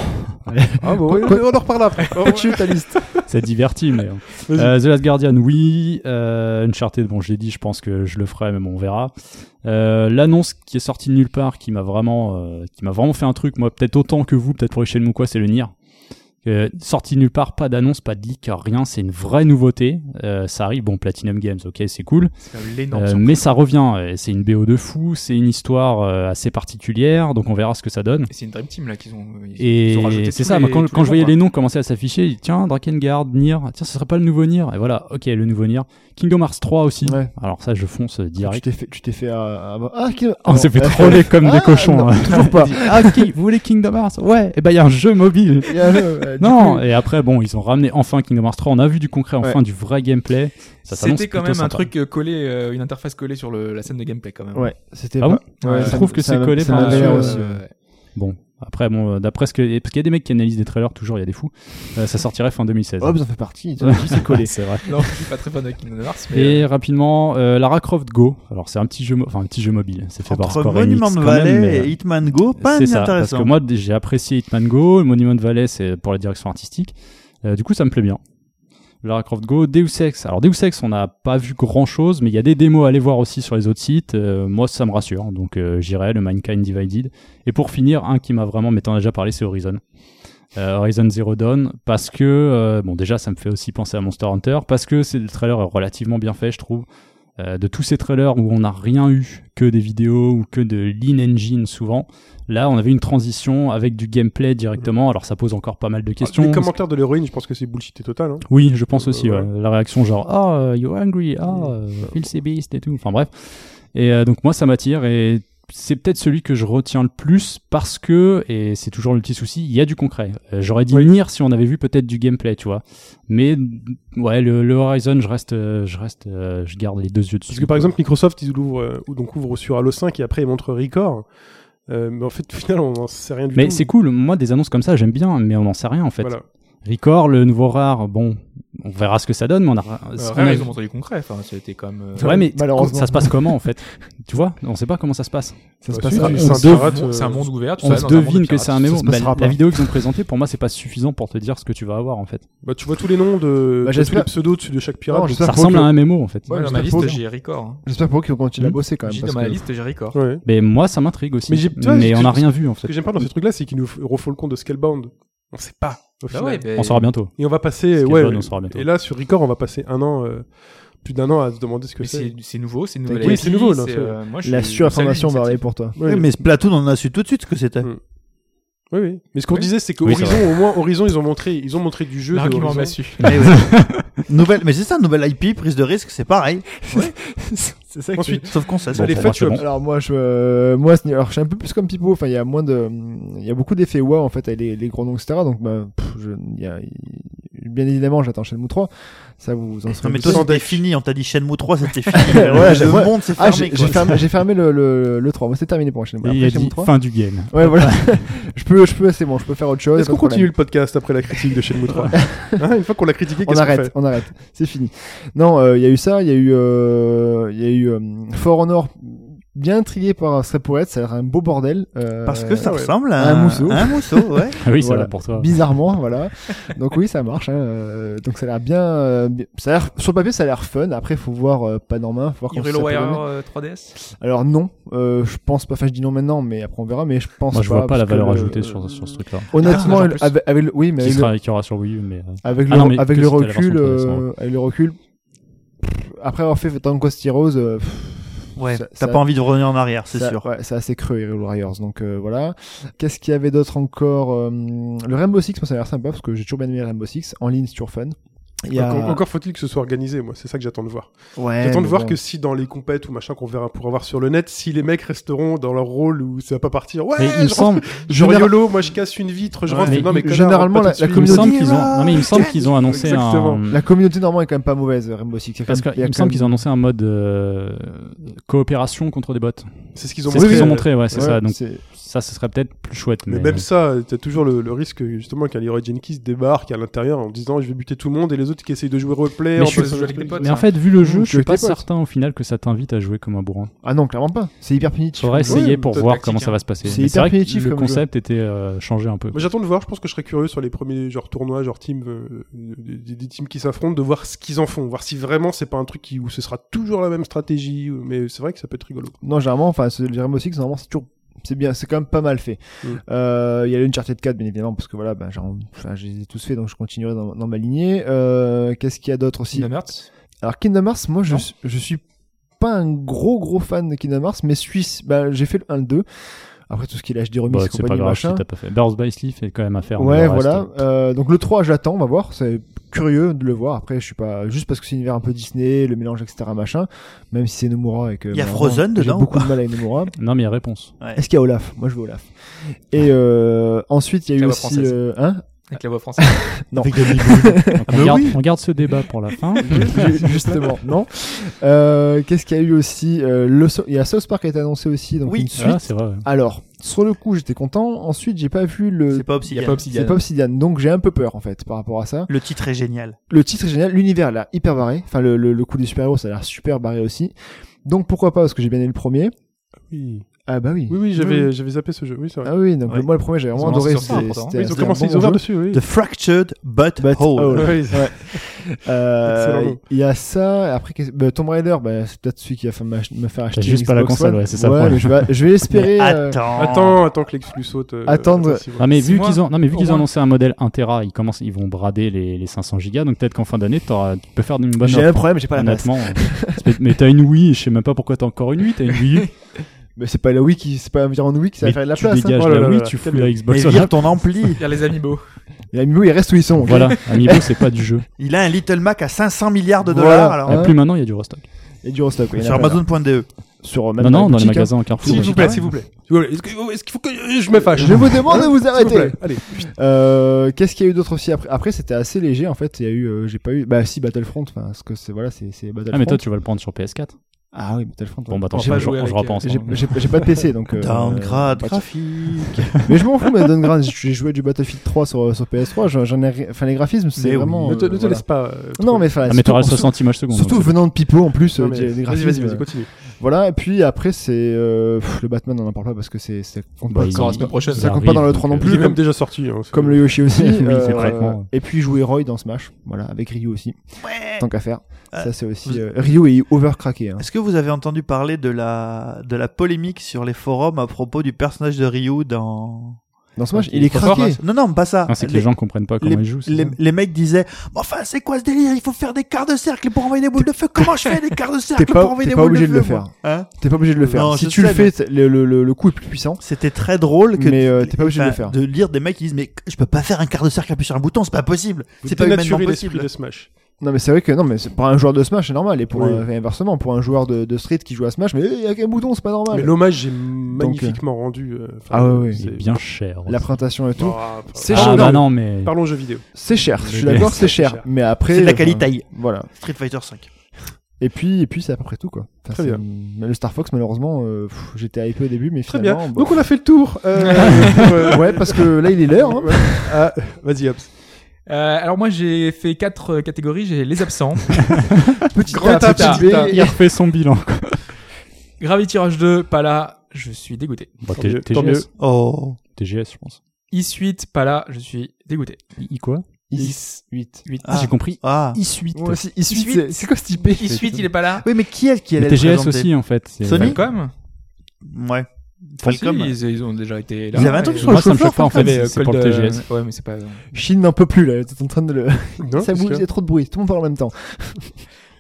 Ah, bah ouais, on en reparle après. Tu veux ta liste c'est diverti, mais. Euh, The Last Guardian, oui. Euh, Uncharted, bon, je l'ai dit, je pense que je le ferai, mais bon, on verra. Euh, L'annonce qui est sortie de nulle part, qui m'a vraiment, euh, qui m'a vraiment fait un truc, moi, peut-être autant que vous, peut-être pour les chaînes ou quoi, c'est le Nier. Euh, sortie de nulle part, pas d'annonce, pas de leak, rien, c'est une vraie nouveauté. Euh, ça arrive, bon, Platinum Games, ok, c'est cool. C'est quand même l'énorme. Euh, surprise. mais ça revient, euh, c'est une BO de fou, c'est une histoire euh, assez particulière, donc on verra ce que ça donne. Et C'est une Dream Team là qu'ils ont. ils- ils ont Et rajouté c'est tous ça, les- hein. moi, quand, tous quand je voyais noms, les noms commencer à s'afficher, j'ai dit, tiens, Drakengard, Nier, tiens, ce serait pas le nouveau Nier. Et voilà, ok, le nouveau Nier. Kingdom Hearts 3 aussi. Ouais. Alors ça, je fonce euh, Tu direct. t'es fait, tu t'es fait. euh, ah, ah, qui- On s'est fait euh, troller comme des Ah, cochons. non, hein. toujours pas. Il dit, ah, ok, vous voulez Kingdom Hearts Ouais, et ben il y a un jeu mobile. Il y a, euh, du Non, coup, et après, bon, ils ont ramené enfin Kingdom Hearts 3. On a vu du concret, enfin Ouais. du vrai gameplay. Ça s'annonce C'était quand plutôt même un sympa. truc euh, collé, euh, une interface collée sur le- la scène de gameplay quand même. Ouais, c'était Ah pas. bon ouais, euh, Je ça- trouve que ça c'est m'a- collé ça par m'a dessus l'air euh, aussi. ouais. Bon, Après, bon, euh, d'après ce que. Parce qu'il y a des mecs qui analysent des trailers, toujours, il y a des fous. Euh, ça sortirait fin 2016. Hobbes en fait partie. tu vois, Oh, bah, C'est collé. c'est vrai. Non, je suis pas très fan de Kingdom Hearts, mais. Et rapidement, euh, Lara Croft Go. Alors, c'est un petit jeu, mo- enfin, un petit jeu mobile. C'est fait par Entre Square Monument Enix quand Valley même, mais, euh, et Hitman Go, pas c'est ça, parce inintéressant. que moi d- j'ai apprécié Hitman Go, Monument Valley c'est pour la direction artistique, Euh, du coup ça me plaît bien. Lara Croft Go, Deus Ex, alors Deus Ex on n'a pas vu grand chose, mais il y a des démos à aller voir aussi sur les autres sites, Euh, moi ça me rassure, donc euh, j'irai, le Mankind Divided, et pour finir, un qui m'a vraiment, mais t'en as déjà parlé, c'est Horizon. Euh, Horizon Zero Dawn, parce que, euh, bon déjà ça me fait aussi penser à Monster Hunter, parce que c'est le trailer est relativement bien fait je trouve, Euh, de tous ces trailers où on n'a rien eu que des vidéos ou que de l'in-engine souvent, Là, on avait une transition avec du gameplay directement. Alors, ça pose encore pas mal de questions. Les commentaires de l'héroïne, je pense que c'est bullshité total. Hein. Oui, je pense aussi. Euh, ouais. La réaction genre ah euh, you're angry, ah euh, feel the beast et tout. Enfin bref. Et euh, donc moi ça m'attire et c'est peut-être celui que je retiens le plus parce que et c'est toujours le petit souci, il y a du concret. Euh, J'aurais dit venir si on avait vu peut-être du gameplay, tu vois. Mais ouais, le, le Horizon, je reste, euh, je reste, euh, je garde les deux yeux dessus. Parce que par exemple, Microsoft, ils l'ouvrent, euh, ou donc ouvrent sur Halo 5 et après ils montrent Record. Euh, mais en fait, au final, on n'en sait rien du Mais tout. c'est cool. Moi des annonces comme ça j'aime bien, mais on n'en sait rien en fait. Voilà. Record, le nouveau rare, bon, on verra ce que ça donne, mais on a. Euh, on rien, a- ils ont montré du concret, enfin, c'était quand même. euh, Ouais, mais Malheureusement. ça se passe comment en fait Tu vois, on sait pas comment ça se passe. Ça se Bah, passe si, à- tu- on c'est un dev- pirate, mon- euh, C'est un monde ouvert, tout on ça, se dans un monde de devine que pirates. c'est un mémo. se Bah, passera la pas. vidéo qu'ils ont présentée, pour moi, c'est pas suffisant pour te dire ce que tu vas avoir en fait. Bah, tu vois tous les noms de Bah, de tous j'espère- les pseudos dessus de chaque pirate. Non, donc- Ça Ça faut ressemble que- à un mémo en fait. Ouais, dans Ouais, ma c'est liste, pas- j'ai Record. hein. J'espère pour eux qu'ils vont continuer à Hmm. bosser quand même. J'ai- parce Dans ma que- liste, j'ai Record. Ouais. Mais moi, ça m'intrigue aussi. Mais j'ai- tu vois, Mais j'ai- on n'a rien vu en Ce fait. que j'aime pas dans ces trucs-là, c'est qu'ils nous f- refont le compte de Scalebound. On sait pas. au Bah final. ouais, ben, On saura bientôt. Et on va passer. Scalebound, Ouais, on saura bientôt. Et là, sur Record, on va passer un an, euh, plus d'un an à se demander ce que mais c'est. c'est c'est nouveau, c'est une nouvelle. Oui, IP, c'est nouveau, là, c'est- euh, moi, je La suis- surinformation je salue va aller l'initiative. pour toi. Ouais. Oui, mais Splatoon, on a su tout de suite ce que c'était. Mm. Oui, oui. Mais ce qu'on Oui. disait, c'est Oui, c'est qu'Horizon, au moins, Horizon, ils ont montré, ils ont montré du jeu. de L'argument Horizon. m'a su. Mais, ouais. nouvelle, mais c'est ça, nouvelle IP, prise de risque, c'est pareil. C'est ça Ensuite, Sauf qu'on sait. Bon, les pour fêtes, moi, c'est tu bon. bah, Alors moi je euh, moi ce n'est- alors, je suis un peu plus comme Pipo enfin il y a moins de il y a beaucoup d'effets waouh en fait avec les, les gros noms etc donc bah, pff, je, il y a, il- bien évidemment j'attends Shenmue 3 ça vous vous en Non, serez mais toi, Sans c'était deck. fini. On t'a dit Shenmue 3, c'était fini. Ouais, j'ai- le ouais. monde s'est ah fermé. j'ai j'ai quoi. fermé, j'ai fermé le, le, le 3 moi c'est terminé pour Shenmue Et Après, il a Shenmue dit 3 fin du game. ouais voilà je peux je peux c'est bon je peux faire autre chose est-ce pas qu'on de problème. continue le podcast après la critique de Shenmue 3 Hein, Une fois qu'on l'a critiqué, on qu'est-ce qu'on arrête, fait on arrête, c'est fini. Non, euh, il y a eu ça, il y a eu, euh, il y a eu euh, For Honor bien intrigué par ça pourrait être, ça a l'air un beau bordel. euh, Parce que ça ouais. ressemble à Un mousseau. Un mousseau, ouais. Ah oui, ça Voilà. va pour toi. bizarrement voilà donc oui ça marche hein, euh, donc ça a l'air bien euh, bi- ça a l'air sur le papier ça a l'air fun après faut voir euh, pas dans main faut voir comment Hyrule ça peut Warrior donner. euh, 3DS. alors non euh, je pense pas enfin je dis non maintenant mais après on verra mais je pense Moi, je vois pas la parce que valeur le- ajoutée sur, sur ce truc-là. honnêtement Ah, le- en plus. avec, avec le- oui mais Qui avec le, sera, qui aura sur Wii U, mais. euh, avec Ah le, non, mais avec que le c'était la version recul 3DS, euh, avec le recul pff, après avoir fait Tank Quest Heroes euh, pff, Ouais. Ça- T'as ça- pas envie de revenir en arrière, c'est ça- sûr. ouais, c'est assez creux Hyrule Warriors donc euh, voilà qu'est-ce qu'il y avait d'autre encore euh, le Rainbow Six moi ça a l'air sympa parce que j'ai toujours bien aimé Rainbow Six en ligne c'est toujours fun Il y Bah, a- Encore- Encore faut-il que ce soit organisé, moi, c'est ça que j'attends de voir. Ouais, J'attends de mais voir bon. que si dans les compètes ou machin qu'on verra pour avoir sur le net, si les mecs resteront dans leur rôle ou ça va pas partir. Ouais, Mais il me je semble. Je Général- YOLO, moi je casse une vitre, je Ouais. rentre. Mais non, mais connard, généralement, rentre pas tout la- la de Il me suite. semble qu'ils ont. Non, mais il me semble qu'ils ont annoncé Exactement. un. hein. La communauté normande est quand même pas mauvaise, Rainbow Six. Il y a Mm. Parce quand même- que, il me quand semble même- qu'ils ont annoncé un mode euh, coopération contre des bots. C'est ce qu'ils C'est ont ce qu'ils ont euh, montré, ouais, c'est Ouais, ça. Donc c'est- ça, ce serait peut-être plus chouette. Mais Mais, même ça, t'as toujours le, le risque justement qu'un Leroy Jenkins débarque à l'intérieur en disant je vais buter tout le monde et les autres qui essayent de jouer roleplay. Mais en je suis- faisant je des joue avec trucs. les potes. Mais en fait, vu le Mmh, jeu, tu je suis veux pas tes potes. certain au final que ça t'invite à jouer comme un bourrin. Ah non, clairement pas. C'est hyper punitif. Faudrait essayer ouais, pour t'as voir tactique, comment ça hein. va se passer. C'est Mais hyper vrai que primitif le comme concept était euh, changé un peu. Moi Bah, j'attends de voir, je pense que je serais curieux sur les premiers genre tournois, genre team, euh, des, des- des teams qui s'affrontent, de voir ce qu'ils en font, voir si vraiment c'est pas un truc qui, où ce sera toujours la même stratégie. ou- Mais c'est vrai que ça peut être rigolo. Non, généralement, enfin, ce- les Rainbow Six, normalement, c'est toujours. C'est bien, c'est quand même pas mal fait. Mm. Euh, Il y a l'Uncharted 4, bien évidemment, parce que voilà, ben, genre, enfin, je les ai tous fait, donc je continuerai dans, dans ma lignée. Euh, Qu'est-ce qu'il y a d'autre aussi Kingdom Hearts. Alors Kingdom Hearts, moi je, Non. suis- je suis pas un gros gros fan de Kingdom Hearts, mais suisse, bah, j'ai fait le 1 le 2. Après tout ce qui est l'HD remix Bah, et c'est pas compagnie grave si machin. t'as pas fait. Birds by Sleep est quand même à faire. mais ouais, le reste, voilà. Euh, donc le 3, j'attends, on va voir. C'est curieux de le voir. Après, je suis pas juste parce que c'est un univers un peu Disney, le mélange, etc. Machin. Même si c'est Nomura et que Il y a malheureusement, Frozen dedans, J'ai beaucoup ou pas de mal avec Nomura. Non, mais il y a réponse. Est-ce qu'il y a Olaf Moi, je veux Olaf. Et euh, ensuite, il y a eu La voix aussi, française. euh, hein Avec la voix française. Non. Donc, on, mais garde, oui. on garde ce débat pour la fin. Ah, Justement, non. Euh, Qu'est-ce qu'il y a eu aussi Euh, le, so- Il y a South Park qui a été annoncé aussi, donc Oui. une Ah, suite. c'est vrai. ouais. Alors, Sur le coup, j'étais content. Ensuite, j'ai pas vu le. C'est pas Obsidian. Y a pas C'est pas Obsidian, donc j'ai un peu peur en fait par rapport à ça. Le titre est génial. Le titre est génial, l'univers a l'air hyper barré. Enfin, le, le, le coup du super-héros, ça a l'air super barré aussi. Donc pourquoi pas, parce que j'ai bien aimé le premier. Oui, Ah bah oui. oui, oui j'avais j'avais zappé ce jeu. Oui, c'est vrai. Ah oui, donc Ouais. moi le premier, j'ai vraiment ont adoré. lancé sur ça, c'est- pourtant. c'était- Oui, ils ont c'était un commencé, bon ils ont ouvert jeu. dessus, oui. The Fractured But, But Whole. Whole. Ouais. Ouais. Euh, Excellent nom. Il y a ça. et Après, qu'est-ce- bah, Tomb Raider, bah, c'est peut-être celui qui va fa- m'ach- me faire acheter. juste une pas la Xbox console, One. ouais, c'est ça le Ouais, problème. mais je vais, je vais espérer. euh, Attends. Attends, attends que l'exclus saute. euh, Attendre. aussi, ouais. Non mais Six vu mois, qu'ils ont, non mais vu au qu'ils ont moins. annoncé un modèle 1 Tera, ils commencent, ils vont brader les, les 500 gigas, donc peut-être qu'en fin d'année, t'auras- tu peux faire une bonne. J'ai un offre. problème, j'ai pas la place. Honnêtement, euh, mais t'as une Wii, je sais même pas pourquoi t'as encore une Wii, t'as une Wii, U, Mais c'est pas la Wii qui, c'est pas environ Wii qui ça va mais faire de la tu place. hein. dégages Oh là la là Wii, là. tu fous la Mais Xbox. vire ton ampli. Faire les amiibo. Et Amiibo, ils restent où ils sont. ok Voilà, Amiibo, c'est pas du jeu. Il a un Little Mac à 500 milliards de Voilà. dollars. Et Alors, Ouais. plus maintenant, il y a du restock. Et du restock. ouais, il y en sur a plein, là. Amazon.de. Sur euh, même Non, non, dans les boutiques, hein. magasins Carrefour. S'il ouais. vous plaît, s'il vous plaît. S'il vous plaît. Est-ce que- est-ce qu'il faut que je me fâche hein. Je vous demande de vous S'il Ah, vous arrêter. plaît, Allez. Euh, Qu'est-ce qu'il y a eu d'autre aussi après Après, c'était assez léger en fait. Il y a eu, euh, j'ai pas eu. Bah si Battlefront, enfin, parce que c'est voilà, c'est c'est Battlefront. Ah mais toi, tu vas le prendre sur PS4. Ah oui, Battlefront. Bon ouais. bah attends, On va je pas jouer je avec, repense. euh, J'ai- J'ai j'ai pas de PC donc. euh, Downgrade pas de- graphique. Mais je m'en fous, mais Downgrade, j'ai joué du Battlefield 3 sur, sur PS3. j'en- J'en ai, ri- enfin les graphismes, c'est Mais oui. vraiment. Ne te, euh, ne te voilà. laisse pas. euh, trop- Non mais enfin. Ah mais t'auras surtout- 60 images secondes. Surtout donc c'est- venant de Pipo en plus, Non, euh, mais- des- des Vas-y, graphismes. vas-y, vas-y, euh, continue. Voilà, et puis après c'est euh, pff, le Batman, on en parle pas parce que c'est c'est compte Bah, pas il- comme- la semaine prochaine. ça il compte pas dans le arrive, 3 donc, non euh, plus. Il est comme- même déjà sorti. hein, c'est- comme le Yoshi aussi. Oui, euh, c'est traitement. et puis jouer Roy dans Smash, voilà, avec Ryu aussi. Ouais. Tant qu'à faire. Ah, ça c'est aussi. vous- euh, Ryu est overcraqué. Hein. Est-ce que vous avez entendu parler de la, de la polémique sur les forums à propos du personnage de Ryu dans... Dans Smash, Quand il est trop craqué. fort, hein. Non, non, pas ça. Ah, c'est que les gens comprennent pas comment ils jouent. c'est les, ça les mecs disaient Mais Enfin, c'est quoi ce délire Il faut faire des quarts de cercle pour envoyer des boules de feu. Comment je fais des quarts de cercle T'es pas, pour envoyer t'es des pas boules obligé de le feu, moi faire. Hein T'es pas obligé de le faire. Non, si je tu sais, le fais, t- le, le, le, le coup est plus puissant. C'était très drôle que Mais, euh, t'es pas obligé de le faire. enfin, De lire des mecs qui disent mais je peux pas faire un quart de cercle appuyer sur un bouton, c'est pas possible. Vous C'est pas humainement dénaturez l'esprit possible. de Smash. Non, mais c'est vrai que non, mais c'est- pour un joueur de Smash, c'est normal. Et pour Oui. un- inversement, pour un joueur de, de Street qui joue à Smash, mais il y a qu'un bouton, c'est pas Mais normal. l'hommage est magnifiquement rendu. euh, enfin, euh, Ah ouais, ouais. Il c'est- est bien cher. La présentation et tout, Ah, enfin, C'est Ah, cher. parlons- bah non mais. Parlons jeux vidéo. c'est cher. Je suis Mais- d'accord, c'est c'est cher. cher. Mais après, C'est de la enfin, qualité. Voilà. Street Fighter 5. Et puis, et puis, c'est à peu près tout quoi. Enfin, Très c'est- bien. mais Le Star Fox, malheureusement, euh, pff, j'étais hypé au début, mais Très finalement. bien. bon. Donc on a fait le tour. euh, pour, euh, ouais, parce que là, il est l'heure. hein. Ouais. Ah, Vas-y, Hobbs. Euh, alors moi j'ai fait quatre euh, catégories, j'ai les absents, Petit Grand A, petit appétit. B. Il refait son bilan. quoi. Gravity Rush 2, pas là, je suis dégoûté. Bah, Tant T- mieux, TGS. tant mieux. Oh. TGS, je pense. I8, pas là, je suis dégoûté. I quoi Is 8. 8. J'ai compris. Ah. I8. Ouais, c'est- Is Is 8, huit. c'est- c'est quoi ce type I8 il est pas là. Oui, mais qui est-ce qui allait Mais le TGS présenter aussi en fait. c'est- Sony Falcom Ouais. Falcom. Si, ils, ils ont déjà été là. Ils avaient un truc Et- sur le Moi, ça me chauffeur, choque pas en Ah, mais, fait. euh, C'est pour le Cold, euh, TGS. Ouais, mais c'est pas. Chine n'en peut plus là, t'es en train de le. Non, ça parce bouge, que- il y a trop de bruit, tout le monde parle en même temps.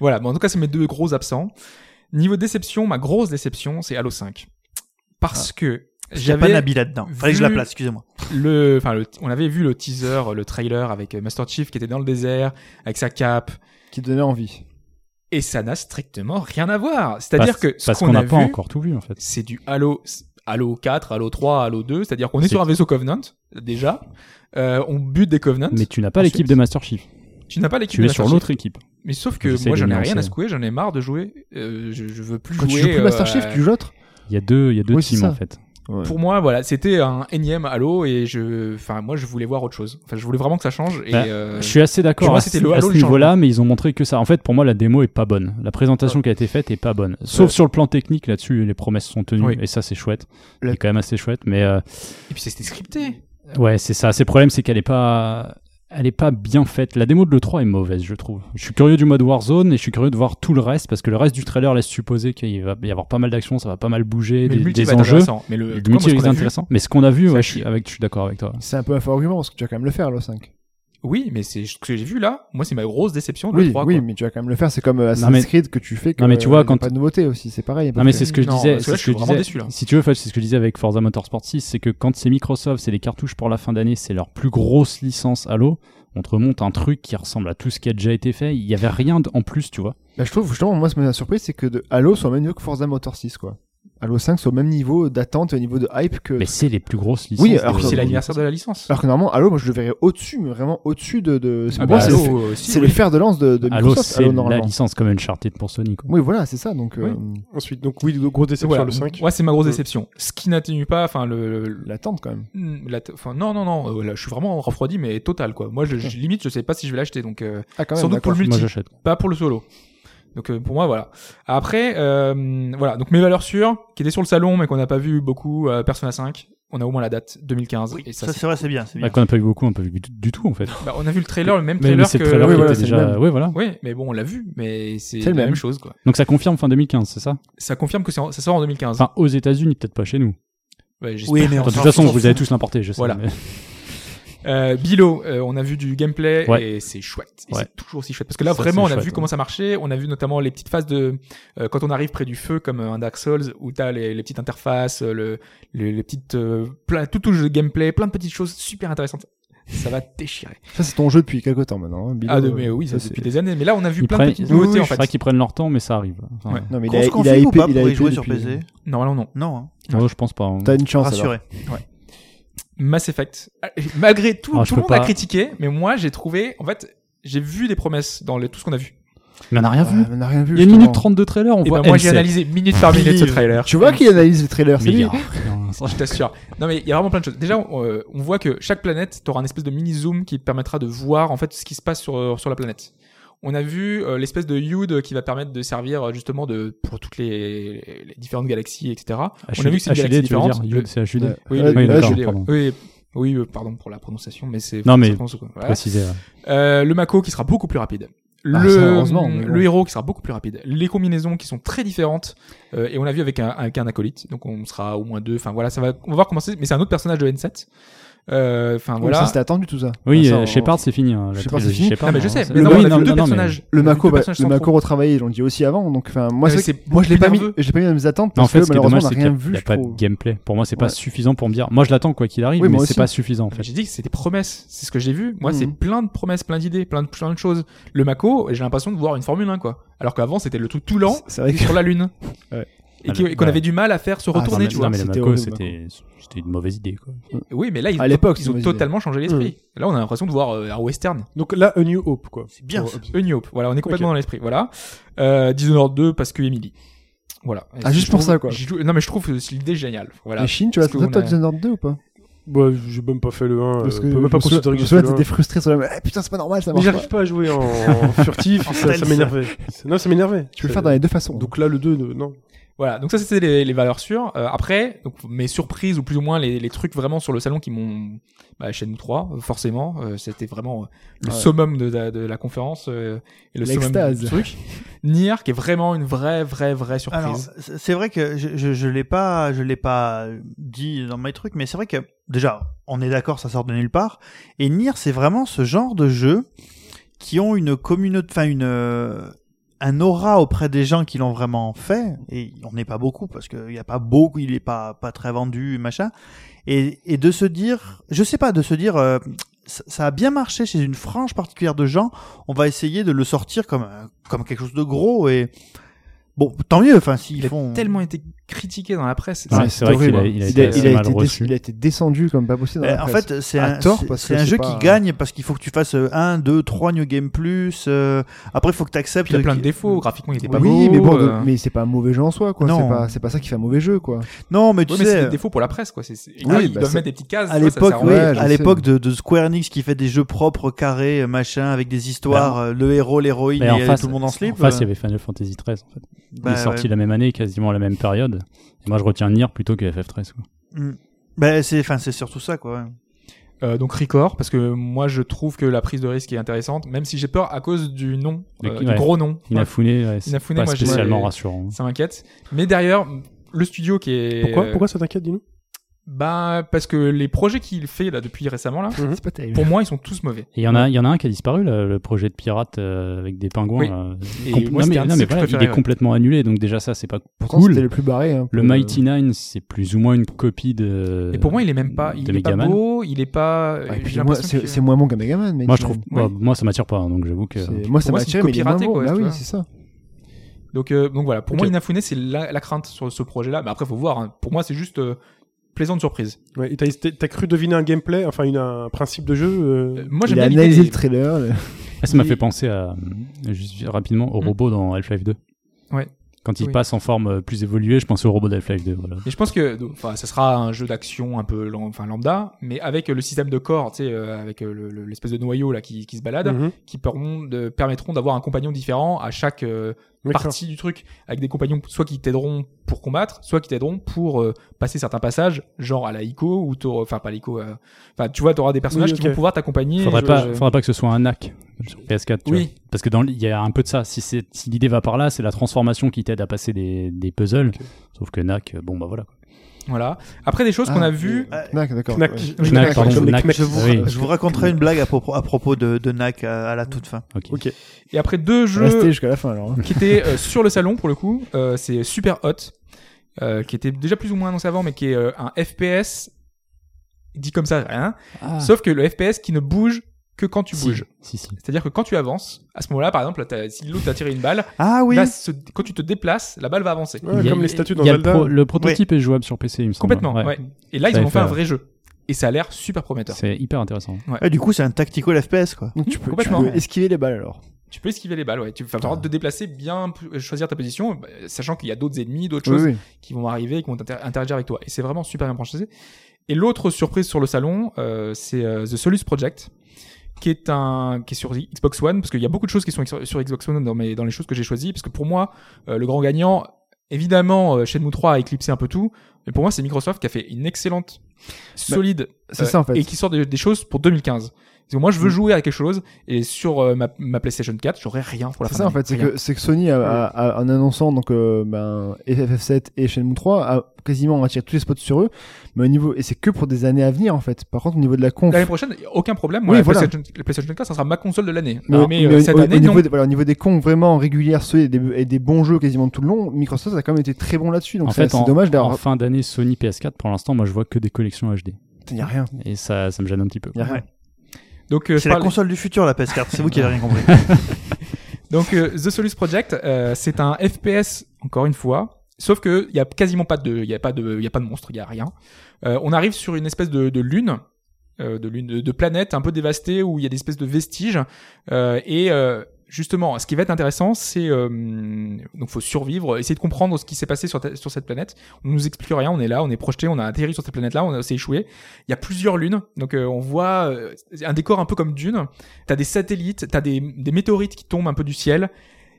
Voilà, bon, en tout cas, c'est mes deux gros absents. Niveau déception, ma grosse déception, c'est Halo 5. Parce que J'ai pas j'avais Nabi là-dedans. Fallait que je la vu- place, excusez-moi. le, enfin, le- on avait vu le teaser, le trailer avec euh, Master Chief qui était dans le désert, avec sa cape, Qui donnait envie. et ça n'a strictement rien à voir. Parce C'est-à-dire que ce parce qu'on qu'on a n'a vu, pas encore tout vu en fait. c'est du Halo, Halo 4, Halo 3, Halo 2, c'est-à-dire qu'on est, C'est- sur un vaisseau Covenant, déjà, Euh, on bute des Covenants, Mais tu n'as pas Ensuite. l'équipe de Master Chief. tu n'as pas l'équipe Tu de es la sur sortie. l'autre équipe. Mais sauf que J'essaie moi de j'en ai nuancer. rien à secouer, j'en ai marre de jouer, Euh, je, je veux plus Quand jouer. tu joues plus euh, Master Chief, à- tu joues l'autre Il y a deux, il y a deux Oui, c'est teams ça. en fait. Pour moi, voilà, c'était un énième Halo et je, enfin, moi, je voulais voir autre chose. Enfin, je voulais vraiment que ça change. Et Bah, euh, Je suis assez Chez d'accord moi, à, c'était ce- le à Halo, ce le niveau-là, mais ils ont montré que ça. En fait, pour moi, la démo est pas bonne. La présentation qui a été faite est pas bonne. Sauf sur le plan technique, là-dessus, les promesses sont tenues, Oui. et ça, c'est chouette. Le- C'est quand même assez chouette, mais euh, et puis c'était scripté. ouais, c'est ça. C'est le problème, c'est qu'elle est pas, elle est pas bien faite. La démo de l'E3 est mauvaise, je trouve. Je suis curieux du mode Warzone et je suis curieux de voir tout le reste parce que le reste du trailer laisse supposer qu'il va y avoir pas mal d'actions, ça va pas mal bouger, Mais le des, multi des va être enjeux. intéressant. Mais le, Le en tout cas, moi, ce multi qu'on est a vu- intéressant. Mais ce qu'on a vu, Ça ouais, je suis chie. avec, je suis d'accord avec toi. C'est un peu un faux argument parce que tu vas quand même le faire, Halo 5. Oui, mais c'est ce que j'ai vu là. Moi, c'est ma grosse déception de oui, l'E3, oui, quoi. mais tu vas quand même le faire. C'est comme euh, Assassin's mais- Creed que tu fais. Que, Non, mais tu euh, vois, y a quand- Pas de nouveauté aussi, c'est pareil. y a pas Non de- mais c'est ce que je Non, disais, parce que là, c'est ce je suis que je vraiment disais. déçu, là. Si tu veux, Fudge, c'est ce que je disais avec Forza Motorsport 6, c'est que quand c'est Microsoft, c'est les cartouches pour la fin d'année, c'est leur plus grosse licence Halo. On te remonte un truc qui ressemble à tout ce qui a déjà été fait. Il y avait rien d- en plus, tu vois. Bah, je trouve justement, moi, ce qui m'a surpris, c'est que de Halo soit au même niveau que Forza Motor 6, quoi. Halo 5 soit au même niveau d'attente et au niveau de hype que. Mais c'est les plus grosses licences. Oui, alors de- que- C'est l'anniversaire de la licence. Alors que normalement, Halo, moi je le verrais au-dessus, mais vraiment au-dessus de. de... C'est Ah bah, pour moi, c'est Halo, le- aussi. c'est le fer de lance de, de Halo, Microsoft, c'est Halo, la normalement. licence comme Uncharted pour Sony. Quoi. Oui, voilà, c'est ça. Donc, euh, Ensuite, donc oui, grosse déception Voilà. le 5. Ouais, c'est ma Mm. grosse déception. Ce qui n'atténue pas, enfin le, le- l'attente quand même. Hmm, la t- enfin, non, non, non, euh, là, je suis vraiment refroidi, mais total, quoi. Moi, je, Mm. je- limite, je sais pas si je vais l'acheter, donc, euh, Ah, quand sans doute pour le Moi, multi, j'achète. pas pour le solo. Donc, euh, pour moi, voilà. Après, euh, voilà. Donc, mes valeurs sûres, qui étaient sur le salon, mais qu'on n'a pas vu beaucoup, euh, Persona 5, on a au moins la date, 2015. Oui, et ça, ça, c'est- c'est vrai, c'est bien. c'est bien. Bah, qu'on n'a pas vu beaucoup, on n'a pas vu du, du tout en fait. bah, on a vu le trailer, le même Mais, trailer c'est que. le trailer Oui, qui voilà, était c'est le déjà. même. Ouais, voilà. Oui, mais bon, on l'a vu, mais c'est C'est la le même même. chose, quoi. Donc ça confirme fin 2015, c'est ça Ça confirme que c'est en- ça sort en 2015. Enfin, aux États-Unis, peut-être pas chez nous. Ouais, j'espère. Oui, mais on Enfin, de s'en toute façon, fout. vous avez tous l'importé, je sais. Voilà. mais- Euh, Bilo, euh, on a vu du gameplay Ouais. et c'est chouette. Et Ouais. C'est toujours aussi chouette parce que là Ça, vraiment on a c'est vu chouette, comment ça marchait. On a vu notamment les petites phases de euh, quand on arrive près du feu comme euh, un Dark Souls où t'as les, les petites interfaces, euh, le, le- les petites euh, plein tout tout le jeu de gameplay, plein de petites choses super intéressantes. Ça va déchirer. Ça, c'est ton jeu depuis quelques temps maintenant. hein, Bilo, ah de- euh, mais oui, ça, c'est- depuis des années. Mais là on a vu Ils plein prennent- de petites oui, oui, nouveautés en C'est vrai fait. qu'ils prennent leur temps, mais ça arrive. Enfin, Ouais. Non, mais il a, Grosse il a config ou hypé- pas il a pour y hypé jouer sur depuis- PC Normalement non. Non, hein. oh, je pense pas. hein. T'as une chance. alors. rassuré. Mass Effect. Ah, Et Malgré tout, Alors, Ah, je tout peux le monde a pas- critiqué, mais moi j'ai trouvé en fait j'ai vu des promesses dans les- tout ce qu'on a vu. Mais on n'a rien vu. Ouais, Ah, on n'a rien vu. Il y a une justement. minute 32 trailer, on Et voit. ben, moi j'ai M7. analysé minute par minute ce Believe. trailer. Tu vois qu'il analyse les trailers, c'est Mais il y lui. a rien, ça. Je t'assure. Non mais il y a vraiment plein de choses. Déjà, on, euh, on voit que chaque planète, t'auras un espèce de mini zoom qui te permettra de voir en fait ce qui se passe sur euh, sur la planète. On a vu euh, l'espèce de Yud qui va permettre de servir euh, justement de pour toutes les, les différentes galaxies, etc. on a vu que c'est HUD, une galaxie tu veux différente. dire Yod, C'est HUD. Ouais. Oui, Ah, le- oui, le- là, le- je- le- pardon. oui, oui, euh, pardon pour la prononciation, mais c'est Non, mais- ça prononce, quoi. Voilà. Précisé. ouais. Euh, le Mako qui sera beaucoup plus rapide. Ah, Le, ça, heureusement, mais bon. le héros qui sera beaucoup plus rapide. Les combinaisons qui sont très différentes. Euh, et on l'a vu avec un, avec un acolyte. Donc on sera au moins deux. Enfin voilà, ça va, on va voir comment c'est. Mais c'est un autre personnage de N7. Euh, Enfin Ouais, voilà. Ça, c'était attendu tout ça. Oui, Ah, ça, euh, on- Shepard, c'est fini. hein, la Shepard, c'est trilogie fini. Shepard, non, mais je hein, sais. ça- Mais Oui, non, on a non, vu non, non, deux mais- personnages. Le On a vu Mako, deux bah, personnages le centraux. Mako retravaillé, on le dit aussi avant. Donc, enfin, Ah, moi, Ouais, c'est c'est vrai que- moi, je l'ai beaucoup pas mis, plus nerveux. j'ai pas mis dans mes attentes Non, en parce fait, que ce qui est malheureusement, dommage, on a c'est qu'il rien n'y vu. a je pas de trouve. gameplay. Pour moi, c'est pas Ouais. suffisant pour me dire. Moi, je l'attends quoi qu'il arrive, Oui, mais moi c'est aussi. pas suffisant en fait. J'ai dit que c'était des promesses. C'est ce que j'ai vu. Moi, Mhm. c'est plein de promesses, plein d'idées, plein de, plein de choses. Le Mako, j'ai l'impression de voir une Formule 1, quoi. Alors qu'avant, c'était le truc tout lent C'est vrai que sur la Lune. Ouais. Et qui- et qu'on Ouais. avait du mal à faire se Ah, Non, retourner, mais- tu non, vois. mais le C'était Mako, horrible. c'était c'était une mauvaise idée. quoi. Oui, mais là, ils, À ont- l'époque, ils c'est ont une mauvaise Mmh. totalement changé l'esprit. Là, on a l'impression de voir euh, un western. Donc là, A New Hope, quoi. C'est bien. Pour- ça. A New Hope. Voilà, on est complètement dans l'esprit. Voilà. Euh, Dishonored 2 parce que Emily. Voilà. Ah, Et juste je pour trouve- ça, quoi. j'y joue- Non, mais je trouve que c'est l'idée géniale. Voilà. la Chine, tu vois, Parce que toi, on t'as a- Dishonored 2 ou pas Bah, j'ai même pas fait le 1. Parce je que peux je même pas me souviens- considérer que je me j'ai fait souviens, le t'étais 1. frustré sur la. Eh, putain, c'est pas normal, ça Mais marche. pas. j'arrive pas à jouer en, en furtif, ça, ça stealth. m'énervait. Non, ça m'énervait. Tu peux le faire dans les deux façons. Donc là, le 2, ne- non. Voilà. Donc ça, c'était les, les valeurs sûres. Euh, après, donc, mes surprises ou plus ou moins les, les trucs vraiment sur le salon qui m'ont, bah, chaîne 3, euh, forcément. Euh, c'était vraiment euh, le Ouais. summum de, la- de la conférence euh, et le summum du L'extase. truc. Nier, qui est vraiment une vraie, vraie, vraie Alors, surprise. c'est c'est vrai que je, je, je l'ai pas, je l'ai pas dit dans mes trucs, mais c'est vrai que déjà, on est d'accord, ça sort de nulle part. Et Nier, c'est vraiment ce genre de jeu qui ont une communauté, enfin une euh, un aura auprès des gens qui l'ont vraiment fait. Et on n'est pas beaucoup parce qu'il n'y a pas beaucoup, il est pas pas très vendu, machin. Et, et de se dire, je sais pas, de se dire. euh, ça ça a bien marché chez une frange particulière de gens. On va essayer de le sortir comme un- comme quelque chose de gros et bon, tant mieux. Enfin, s'ils il font a tellement été critiqué dans la presse. Ouais, Ah, c'est vrai euh, horrible. qu'il a- il a Il a- été il a mal été reçu. dé- il a été descendu comme pas possible. dans Euh, la en presse. fait, c'est À un, tort, c'est- parce que c'est un c'est jeu pas- qui gagne parce qu'il faut que tu fasses euh, 1, 2, 3 New Game Plus. euh, après, il faut que tu acceptes. Il a plein de qu'il- défauts. Graphiquement, il était pas oui, beau. mais bon, de- euh, mais c'est pas un mauvais jeu en soi, quoi. Non. C'est pas, c'est pas ça qui fait un mauvais jeu, quoi. Non, mais tu Ouais, mais c'est sais, des défauts pour la presse, quoi. C'est, c'est- Oui, ils bah, doivent c'est- mettre des petites cases. à tu vois, ça l'époque, sert oui, rien. ouais, à je l'époque sais. de, de Square Enix qui fait des jeux propres, carrés, machin, avec des histoires, euh, le héros, l'héroïne, Mais Ben, en et face, tout le monde en slip. En face, il y euh, avait Final Fantasy XIII. En fait. bah, il est sorti ouais. la même année, quasiment à la même période. Et moi, je retiens Nier plutôt que FF13. quoi. Bah, c'est, enfin, c'est surtout ça, quoi. ouais. Euh, donc Record, parce que moi je trouve que la prise de risque est intéressante, même si j'ai peur à cause du nom, Le- euh, ouais. du gros nom. Ouais, Inafune, ouais, c'est Inafune, pas moi, j'ai- spécialement ouais. rassurant. ça m'inquiète. Mais derrière, le studio qui est. Pourquoi, euh, Pourquoi ça t'inquiète, dis-nous Bah parce que les projets qu'il fait là depuis récemment là, C'est pas terrible. pour moi ils sont tous mauvais. Et il y en a, il y en a un qui a disparu, là, le projet de pirate euh, avec des pingouins. Oui. là. Et Compl- non, moi, mais, c'était un non, mais de ceux que je voilà, il préférais, est ouais. complètement annulé, donc déjà ça, c'est pas Pourtant, cool. c'était le plus barré. hein, Le pour- Mighty Nine, c'est plus ou moins une copie de. Et pour moi il est même pas, il de est pas Megaman. beau, il est pas. euh, Ouais, et puis j'ai moi, l'impression c'est que- c'est moins bon qu'un Megaman. Mighty Moi, je trouve, Man. bah, moi, ça m'attire pas, hein, donc j'avoue que. C'est- Moi, ça moi, m'a c'est une attiré, mais il est moins copie ratée, bon. quoi, Bah tu oui, vois. c'est ça. Donc, euh, donc voilà, pour Ok. moi, Inafune, c'est la, la crainte sur ce projet-là. Mais après, faut voir. hein. Pour moi, c'est juste euh, plaisante surprise. Ouais, et t'as, t'as- t'as cru deviner un gameplay, enfin une- un principe de jeu euh, Euh, moi, j'aime Il a bien analysé l'idée. le trailer. le- Ah, ça m'a Et- fait penser à, euh, juste rapidement, au Mm. robot dans Half-Life 2. Ouais. Quand il Oui. passe en forme euh, plus évoluée, je pensais au robot d'Half-Life 2. Voilà. Et je pense que, donc, enfin, ce sera un jeu d'action un peu, lam- enfin, lambda, mais avec euh, le système de corps, tu sais, euh, avec euh, le- le- l'espèce de noyau là qui, qui se balade, Mhm. qui perront- de- permettront d'avoir un compagnon différent à chaque euh, D'accord. partie du truc, avec des compagnons soit qui t'aideront pour combattre, soit qui t'aideront pour euh, passer certains passages, genre à la ICO ou t'auras- enfin pas l'ICO, euh, enfin tu vois, t'auras des personnages Oui, qui ok. vont pouvoir t'accompagner. Faudrait Je- pas, Mmh. je- faudrait pas que ce soit un hack sur PS4. tu Oui. vois. Parce que dans l- il y a un peu de ça. Si, c'est- si l'idée va par là, c'est la transformation qui t'aide à passer des, des puzzles. Sauf que NAC, euh, bon bah voilà. quoi. Voilà. Après des choses qu'on Ah, a vues. euh, Knack, d'accord. Knack. ouais. Oui, Knack, d'accord. pardon, comme les Knack. Knack. Je vous, Oui, je vous raconterai une blague à propos, à propos de, de Knack à, à la toute fin. ok. Ok. Et après deux jeux Restez jusqu'à la fin alors. hein. qui étaient euh, sur le salon pour le coup, euh, c'est Super Hot, euh, qui était déjà plus ou moins annoncé avant, mais qui est euh, un FPS dit comme ça, rien. Ah, Sauf que le FPS qui ne bouge que quand tu si, bouges. Si, si. C'est-à-dire que quand tu avances, à ce moment-là, par exemple, t'as- si l'autre t'a tiré une balle, Ah oui, là, ce- quand tu te déplaces, la balle va avancer. Ouais, Il y a- comme les statues dans il y a le, Zelda. pro- le prototype est jouable sur PC, il me semble. Complètement, ouais. Et là, ils Ça en avait ont fait un fait, vrai jeu. Et ça a l'air super prometteur. C'est hyper intéressant. Ah, du coup c'est un tactical FPS quoi. Donc tu peux, tu complètement. peux esquiver les balles alors. Tu peux esquiver les balles, ouais. Tu vas falloir te déplacer bien, p- choisir ta position, bah, sachant qu'il y a d'autres ennemis, d'autres Oui, choses oui. qui vont arriver et qui vont inter- interagir avec toi. Et c'est vraiment super bien branché. Et l'autre surprise sur le salon, euh, c'est euh, The Solus Project, qui est un qui est sur Xbox One, parce qu'il y a beaucoup de choses qui sont sur, sur Xbox One dans, mes, dans les choses que j'ai choisies, parce que pour moi, euh, le grand gagnant, évidemment, euh, Shenmue 3 a éclipsé un peu tout, mais pour moi, c'est Microsoft qui a fait une excellente, solide, Bah, c'est ça, en fait. Mm. et qui sort des, des choses pour 2015. Parce que moi, je veux jouer à quelque chose, et sur euh, ma, ma PlayStation 4, j'aurai rien pour la C'est fin ça en d'année, fait, c'est rien. que, c'est que Sony, a, a- a- en annonçant donc euh, ben, FF7 et Shenmue 3, a quasiment attiré tous les spots sur eux, mais au niveau et c'est que pour des années à venir en fait. Par contre au niveau de la conf, L'année prochaine, aucun problème. Moi, Oui, la, voilà. PlayStation, la PlayStation 4, ça sera ma console de l'année. mais, Mais, mais euh, au- cette au, au année, non. niveau de- voilà, au niveau des confs vraiment régulières solides et des, et des bons jeux quasiment tout le long, Microsoft a quand même été très bon là-dessus, donc en c'est fait, c'est en, dommage en d'avoir. fin d'année Sony PS4, pour l'instant, moi je vois que des collections HD. Il n'y a rien. Et ça, ça me gêne un petit peu. Y a rien. Donc, euh, je C'est la parle- console du futur la PS4, c'est vous Ah. qui avez rien compris. donc euh, The Solus Project, euh, c'est un FPS encore une fois, sauf que il y a quasiment pas de, il y a pas de, il y a pas de monstre, il y a rien. Euh, on arrive sur une espèce de, de lune. euh, de lune de, de planète un peu dévastée où il y a des espèces de vestiges Euh, et euh, justement ce qui va être intéressant c'est euh, donc faut survivre essayer de comprendre ce qui s'est passé sur, ta- sur cette planète on nous explique rien on est là on est projeté on a atterri sur cette planète là on a- s'est échoué il y a plusieurs lunes donc euh, on voit euh, un décor un peu comme Dune t'as des satellites t'as des, des météorites qui tombent un peu du ciel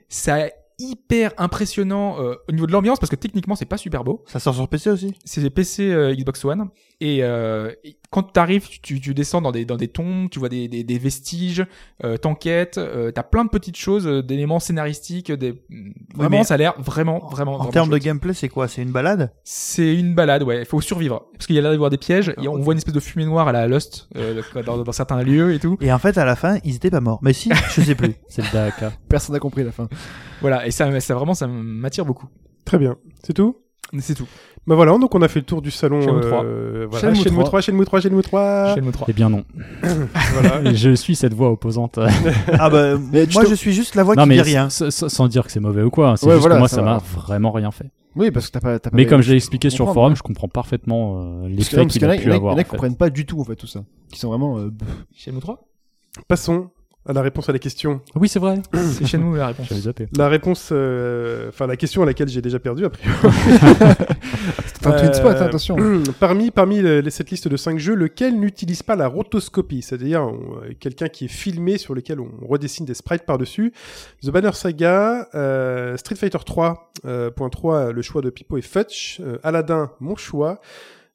ça hyper impressionnant euh, au niveau de l'ambiance parce que techniquement c'est pas super beau Ça sort sur PC aussi c'est des PC euh, Xbox One et, euh, et quand t'arrives tu, tu, tu descends dans des dans des tombes tu vois des des, des vestiges euh, t'enquêtes euh, t'as plein de petites choses euh, d'éléments scénaristiques des mm, vraiment mais- ça a l'air vraiment vraiment En vraiment termes de chouette. gameplay c'est quoi C'est une balade c'est une balade ouais faut survivre parce qu'il y a l'air d'avoir des pièges Ah, et on voit une espèce de fumée noire à la Lost euh, dans, dans certains lieux et tout Et en fait à la fin ils étaient pas morts. Mais si, je sais plus. C'est le DAK. Personne n'a compris la fin. voilà et ça ça vraiment ça m'attire beaucoup Très bien, c'est tout Mais c'est tout Bah voilà, donc on a fait le tour du salon. Shenmue trois. euh, voilà. Shenmue Shenmue trois. 3, Shenmue 3, Shenmue Euh, 3. Shenmue 3 Eh bien non. Je suis cette voix opposante. Ah bah Mais tu moi te- je suis juste la voix non qui mais dit rien. s- s- sans dire que c'est mauvais ou quoi. hein, C'est Ouais, juste voilà, que moi ça ça va. m'a vraiment rien fait. Oui, parce que t'as pas. t'as pas Mais les- comme je l'ai expliqué sur comprendre, forum, ouais. je comprends parfaitement euh, parce que- l'effet parce qu'il qu'il y en a a- il y pu en a- avoir. il y en a en qui fait. comprennent pas du tout en fait tout ça, qui sont vraiment. euh, Shenmue 3 Passons à la réponse à la question. Oui c'est vrai. c'est Shenmue la réponse J'avais zappé. La réponse, euh, enfin la question à laquelle j'ai déjà perdu après. C'est un tweet spot, hein, attention. Euh, parmi parmi le- les- cette liste de 5 jeux, lequel n'utilise pas la rotoscopie, c'est-à-dire on- euh, quelqu'un qui est filmé sur lequel on redessine des sprites par-dessus The Banner Saga, euh, Street Fighter 3, euh, point 3, le choix de Pipo et Futch, euh, Aladdin, mon choix,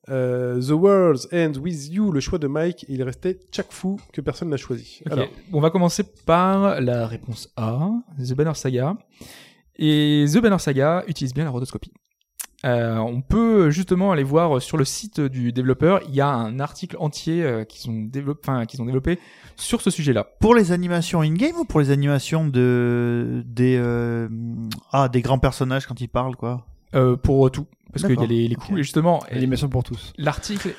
euh, The World's End With You, le choix de Mike, et il restait Chaque Fou que personne n'a choisi. Ok, Alors, On va commencer par la réponse A, The Banner Saga. Et The Banner Saga utilise bien la rotoscopie. Euh, on peut justement aller voir sur le site du développeur, il y a un article entier euh, qu'ils ont, développé- enfin, qu'ils ont développé sur ce sujet-là. Pour les animations in-game ou pour les animations de des euh, ah des grands personnages quand ils parlent quoi Euh, pour tout, parce qu'il y a D'accord, les, les ok. coups, et justement, Animation pour tous. l'article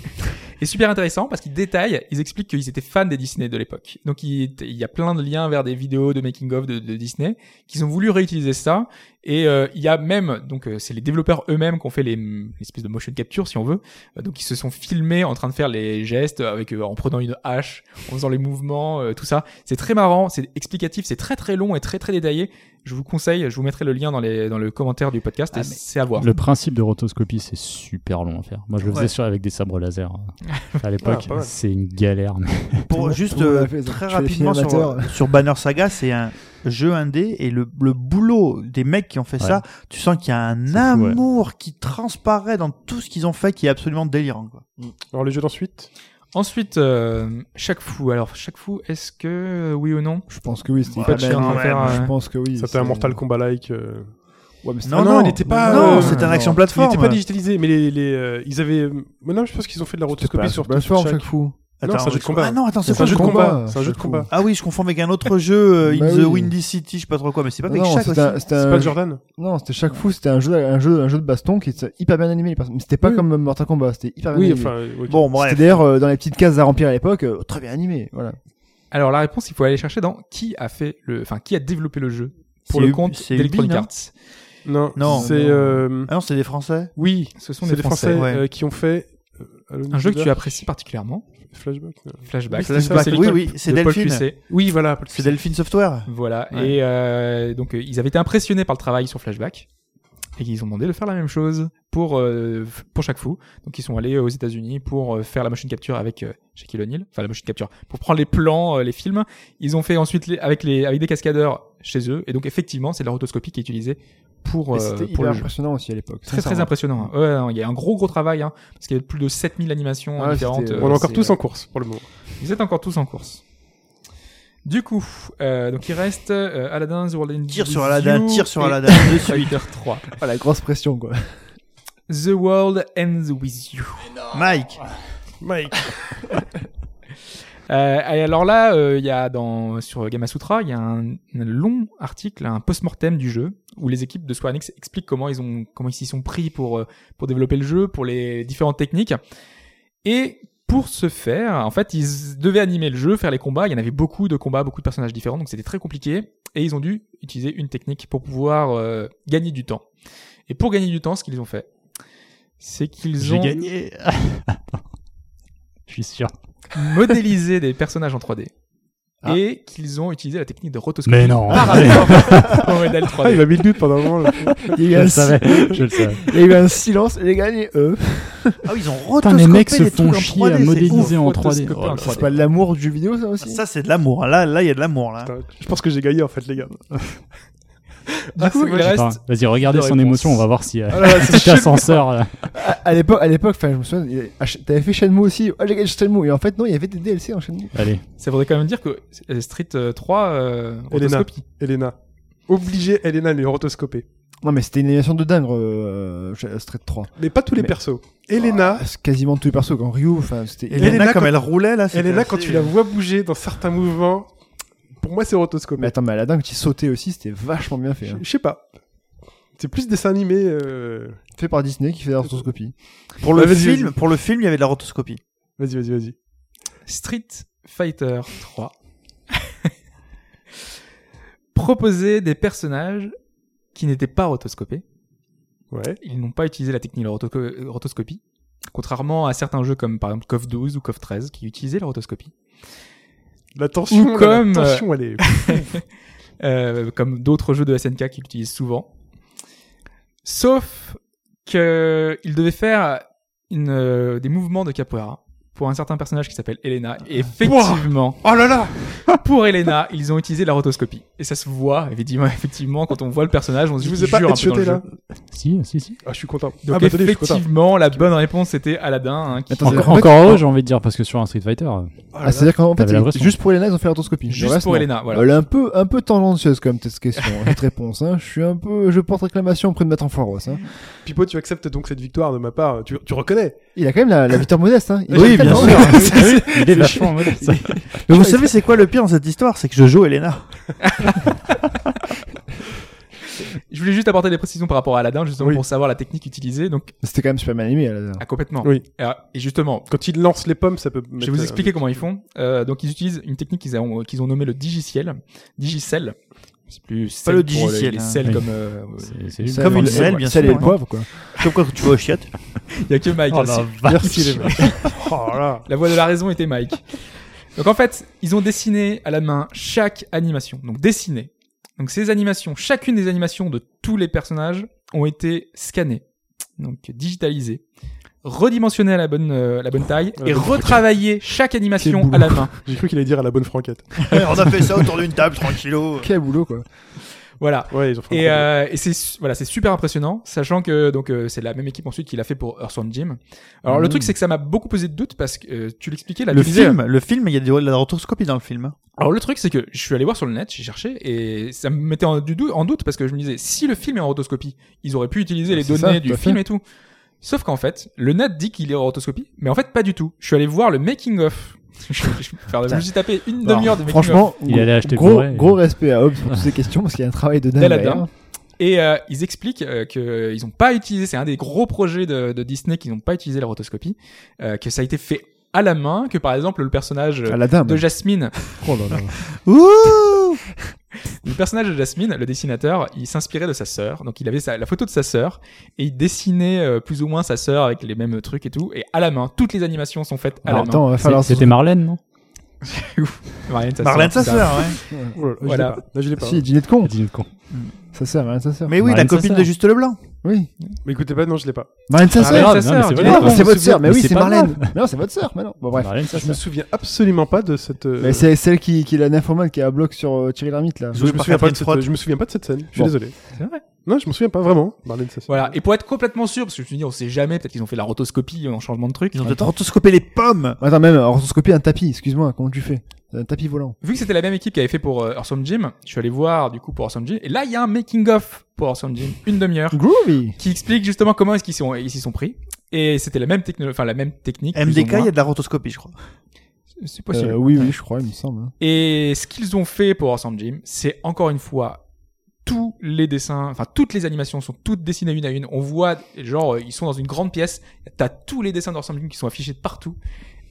est super intéressant parce qu'ils détaillent, ils expliquent qu'ils étaient fans des Disney de l'époque. Donc il, il y a plein de liens vers des vidéos de making of de, de Disney qu'ils ont voulu réutiliser ça. Et euh, il y a même, donc euh, c'est les développeurs eux-mêmes qui ont fait les espèces de motion capture si on veut. Euh, donc ils se sont filmés en train de faire les gestes avec euh, en prenant une hache, en faisant les mouvements, euh, tout ça. C'est très marrant, c'est explicatif, c'est très très long et très très détaillé. Je vous conseille, je vous mettrai le lien dans les dans le commentaire du podcast Ah, et mais- c'est à voir. Le principe de rotoscopie, c'est super long à faire. Moi, je le faisais Ouais. sur- avec des sabres laser. Enfin, à l'époque, pas mal. c'est une galère. mais- Tout Pour le juste monde euh, l'a fait, ça. très Tu fais les films rapidement sur, euh, amateurs. sur Banner Saga, c'est un jeu indé et le, le boulot des mecs qui ont fait Ouais. ça, tu sens qu'il y a un C'est fou, ouais. amour qui transparaît dans tout ce qu'ils ont fait qui est absolument délirant. Quoi. Alors, les jeux d'ensuite Ensuite, euh, chaque fou. Alors chaque fou, est-ce que euh, oui ou non Je pense que oui, c'était Ouais, pas je suis ben, en train de ouais, faire, moi, euh, Je pense que oui. C'était un c'est- Mortal Kombat-like. euh, Ouais, mais c'était- Non, Ah non, il était pas, non, euh, c'était un action Il plateforme. n'était pas digitalisé, mais les, les, euh, ils avaient. Mais non, je pense qu'ils ont fait de la C'était pas rotoscopie sur un sur plateforme chaque- chaque fou. Non, Attends, c'est un jeu de combat. Ah non, attends, C'est c'est un quoi jeu de le combat. combat, C'est un jeu de chaque combat. fou. Ah oui, je confonds avec un autre jeu, euh, Bah In the oui. Windy City, je sais pas trop quoi, mais c'est pas Non, avec non, chaque c'était aussi. un- c'était C'est un- pas Jordan Non, c'était chaque fou, c'était un jeu, un jeu, un jeu de baston qui était hyper bien animé. les personnages. Mais c'était pas Oui. comme Mortal Kombat, c'était hyper bien Oui, animé. enfin. euh, ok. Bon, C'était bref. d'ailleurs euh, dans les petites cases à remplir à l'époque, euh, très bien animé. Voilà. Alors la réponse, il faut aller chercher dans qui a fait le, enfin qui a développé le jeu C'est pour le Ubi- compte c'est d'Electronic Ubi, non Non, Arts. Non. c'est. euh, Ah non, c'est des Français Oui, Ce sont c'est des Français Français, euh, ouais. qui ont fait. euh, Alone in Un jeu the que tu Euh, Dark, apprécies particulièrement, Flashback. non. Flashback. Oui, c'est ça, c'est oui, l'école oui, c'est de Paul Delphine. Cuisset. Oui, voilà. C'est Delphine Software. Voilà. Ouais. Et euh, donc euh, ils avaient été impressionnés par le travail sur Flashback et ils ont demandé de faire la même chose pour euh, f- pour chaque fou. Donc ils sont allés aux États-Unis pour euh, faire la motion capture avec euh, Shaquille O'Neal, enfin la motion capture pour prendre les plans, euh, les films. Ils ont fait ensuite les- avec les avec des cascadeurs chez eux et donc effectivement c'est de la rotoscopie qui est utilisée pour Mais euh, c'était hyper pour le jeu. impressionnant aussi à l'époque. Très très sincèrement. impressionnant. hein. Ouais, non, il y a un gros gros travail hein, parce qu'il y a plus de 7000 animations Ah ouais, différentes. c'était- euh, On est encore c'est- tous en course pour le moment. Vous êtes encore tous en course. Du coup, euh, donc il reste euh, Aladdin, The World Ends Tire With sur Aladdin, You tire sur et Aladdin, de suite. Fighter 3. Ah, la grosse pression quoi. The World Ends With You. Mike, Mike. Euh, et alors là, euh, il y a dans sur Gamasutra, il y a un, un long article, un post-mortem du jeu où les équipes de Square Enix expliquent comment ils ont comment ils s'y sont pris pour euh, pour développer le jeu, pour les différentes techniques. Et pour ce faire, en fait, ils devaient animer le jeu, faire les combats. Il y en avait beaucoup de combats, beaucoup de personnages différents, donc c'était très compliqué. Et ils ont dû utiliser une technique pour pouvoir euh, gagner du temps. Et pour gagner du temps, ce qu'ils ont fait, c'est qu'ils J'ai ont gagné. Je suis sûr. modéliser des personnages en 3D. Ah. Et qu'ils ont utilisé la technique de rotoscopie Mais non. par rapport au modèle Ah, il 3D. a mis le doute pendant un moment. là. Il y Je a eu un le si- savais. Je le savais. il y a eu un silence et les gagné eux. ah oui, ils ont Putain, rotoscopé les mecs se des trucs font en chier 3D, à c'est ouf. modéliser en 3D. Photoscopé Oh là là. en 3D. C'est pas de l'amour du jeu vidéo ça aussi. Ça, c'est de l'amour. hein. Là, là, il y a de l'amour, là. Putain, Je pense que j'ai gagné en fait, les gars. Du coup, il Attends, reste Vas-y, regardez de son réponse. émotion, on va voir si euh, Ah là là, c'est petit ascenseur. euh, là. À à l'époque, à l'époque, enfin, je me souviens, il y avait- ah, Sh- t'avais fait Shenmue aussi. Ah, j'ai gagné Shenmue. Et en fait, non, il y avait des DLC en Shenmue. Allez, Ça voudrait quand même dire que euh, Street euh, 3 euh, Elena. rotoscopie. Elena. Obligé Elena de lui rotoscoper. Non, mais c'était une animation de dingue, euh, Sh- Street 3. Mais pas tous les Mais- persos. Elena, Ah, c'est quasiment tous les persos. Quand Ryu, enfin, c'était. Oh, Elena, Elena, comme quand- elle roulait, là. c'était Elena assez- euh, quand tu la vois bouger dans certains mouvements, pour moi c'est Mais rotoscopé. attends, mais Aladdin, quand il sautait aussi, c'était vachement bien fait. Je hein. je sais pas. C'est plus dessin animé. euh, Fait par Disney qui fait la rotoscopie. Pour le Ouais, vas-y, film, vas-y. pour le film, il y avait de la rotoscopie. Vas-y, vas-y, vas-y. Street Fighter 3. Proposer des personnages qui n'étaient pas rotoscopés. Ouais. Ils n'ont pas utilisé la technique de rotoco- euh, rotoscopie. Contrairement à certains jeux comme par exemple KOF 12 ou KOF 13 qui utilisaient la rotoscopie. La tension, Ou là, comme, la tension, elle est. euh, comme d'autres jeux de SNK qu'ils utilisent souvent. Sauf que il devait faire une, euh, des mouvements de capoeira pour un certain personnage qui s'appelle Elena. Et effectivement, Oh là là pour Elena, ils ont utilisé la rotoscopie. Et ça se voit, effectivement, effectivement quand on voit le personnage, on se dit Je vous ai qu'il pas jure un headshoté peu dans le là jeu. si, si, si. Ah, je suis content. Donc ah, bah, attendez, je suis content. effectivement, la bonne réponse c'était Aladdin. hein, qui- Attends, Encore, en fait- encore heureux, j'ai envie de dire, parce que sur un Street Fighter, euh, Oh là Ah, là. c'est-à-dire qu'en fait, T'avais l'impression. juste pour Elena, ils ont fait la rotoscopie. Le juste reste, pour hein. non. Elena, Oh, voilà. Elle est un peu, un peu tendancieuse comme cette question, cette réponse. Hein. Je suis un peu, je porte réclamation auprès de Maître Enfoiros. Hein. Pipo, tu acceptes donc cette victoire de ma part. euh, Tu, tu reconnais Il a quand même la, la victoire modeste. Hein. Il Oui, est bien tellement- sûr. il est vachement modeste. Mais vous savez, c'est quoi le pire dans cette histoire C'est que je joue Elena. Je voulais juste apporter des précisions par rapport à Aladdin, justement, Oui. pour savoir la technique utilisée. Donc, C'était quand même super bien animé. Aladdin. ah, complètement. Oui. Alors, et justement, Quand il lance les pommes, ça peut. je vais vous expliquer comment ils font. Euh, donc, ils utilisent une technique qu'ils ont, qu'ils ont nommée le digiciel. Digicel. C'est plus sel le pour digiciel, les hein. sels Oui. comme, euh, C'est- c'est- Ça, Comme une le- selle, le bien sel sûr, et le hein. poivre, quoi. Comme quand tu vas au chiottes. il y a que Mike. Oh là, la c'est- vache. Merci les mecs. Oh là. La voix de la raison était Mike. Donc en fait, ils ont dessiné à la main chaque animation. Donc dessiné. Donc ces animations, chacune des animations de tous les personnages ont été scannées, donc digitalisées, redimensionnées à la bonne, euh, la bonne taille À la et bonne retravaillées chaque animation boulot. à la main. J'ai cru qu'il allait dire à la bonne franquette. on a fait ça autour d'une table, tranquillo. Quel boulot, quoi. Voilà. Ouais, ils ont fait. Et, un euh, et c'est su- voilà, c'est super impressionnant, sachant que donc euh, c'est la même équipe ensuite qui l'a fait pour Earthworm Jim. Alors le Mhm. truc c'est que ça m'a beaucoup posé de doutes parce que euh, tu l'expliquais là. Le tu disais- film, le film, il y a des- de la rotoscopie dans le film. hein. Alors le truc c'est que je suis allé voir sur le net, j'ai cherché et ça me mettait en, du dou- en doute parce que je me disais si le film est en rotoscopie, ils auraient pu utiliser les Ah, C'est données ça, tout du à fait. film et tout. Sauf qu'en fait, le net dit qu'il est en rotoscopie, mais en fait pas du tout. Je suis allé voir le making of. je vais faire- je me suis tapé une Alors, demi-heure de making of Franchement, Il allait acheter gros, le Blu-ray. gros respect à Hobbes pour toutes ces questions parce qu'il y a un travail de dingue. Aladdin. derrière. et euh, ils expliquent euh, que ils ont pas utilisé, c'est un des gros projets de, de Disney qu'ils n'ont pas utilisé la rotoscopie, euh, que ça a été fait à la main, que par exemple le personnage euh, Aladdin. de même. Jasmine Oh là là. Ouh Le personnage de Jasmine, le dessinateur, il s'inspirait de sa sœur. Donc il avait sa- la photo de sa sœur et il dessinait euh, plus ou moins sa sœur avec les mêmes trucs et tout. Et à la main, toutes les animations sont faites à Alors, la main. attends, va falloir. C'était Marlène, non Marlène, sa Marlène, hein. sœur, sa tout ça. sœur, ouais. peu- Oh là, là, je l'ai voilà. pas. Là, je l'ai pas. Si, dîner de con. Dis-nous de con. Ça sert, Marine, ça sert. Mais oui, la Marlène, sa copine sœur. de Juste Leblanc. Oui. Mais écoutez pas, non, je l'ai pas. Marlène, ça Marlène, sert. grave, sa non, mais sœur, c'est tu vrai. vois. Ah, grave. c'est votre Mais sœur, mais c'est oui, c'est pas Marlène. Non, c'est votre sœur, mais non. Bon, bref. Marlène, ça, Je me ça. souviens absolument pas de cette. euh, Mais c'est celle qui, qui est la nymphomane qui a un bloc sur euh, Thierry Lhermitte, là. Je me par souviens pas de Catherine cette. Frotte. Je me souviens pas de cette scène. Je suis Bon. désolé. C'est vrai. Non, je me souviens pas vraiment. Marlène Sasson. Voilà. Et pour être complètement sûr, parce que je me suis dit, on sait jamais, peut-être qu'ils ont fait la rotoscopie en changement de truc. Ils ont peut-être rotoscopé les pommes. Attends, même, horoscopie, un tapis, excuse-moi, comment tu fais Un tapis volant. Vu que c'était la même équipe qui avait fait pour euh, Awesome Jim, je suis allé voir du coup pour Awesome Jim. Et là, il y a un making-of pour Awesome Jim, une demi-heure, Groovy qui explique justement comment est-ce qu'ils sont- ils s'y sont pris. Et c'était la même techno, enfin la même technique. plus ou MDK, il y moins. a de la rotoscopie, je crois. c'est possible. Euh, Oui, oui, je crois, il me semble. hein. Et ce qu'ils ont fait pour Ensemble Gym, c'est encore une fois tous les dessins, enfin toutes les animations sont toutes dessinées une à une. On voit, genre, euh, ils sont dans une grande pièce, t'as tous les dessins d'Ensemble Gym qui sont affichés de partout.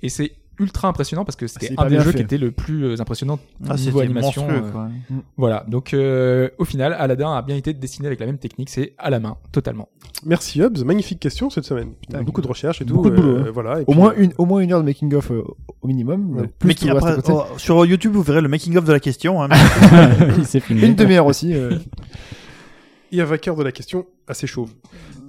Et c'est ultra impressionnant parce que c'était C'est un pas des bien jeux fait. qui était le plus euh, impressionnant Ah, niveau c'était animation. monstrueux, euh, quoi. voilà, donc euh, au final, Aladdin a bien été dessiné avec la même technique, c'est à la main, totalement. Merci Hobbs, magnifique question cette semaine. Putain, beaucoup de recherches et tout. beaucoup de boulot, hein. Voilà. et Au puis, moins, euh, une, au moins une heure de making-of au minimum. Ouais. euh, Plus mais tout qui, le reste à après, côté. oh, sur YouTube, vous verrez le making-of de la question. hein. Il s'est filmé. Une demi-heure aussi. euh. Il y a vainqueur de la question assez chauve.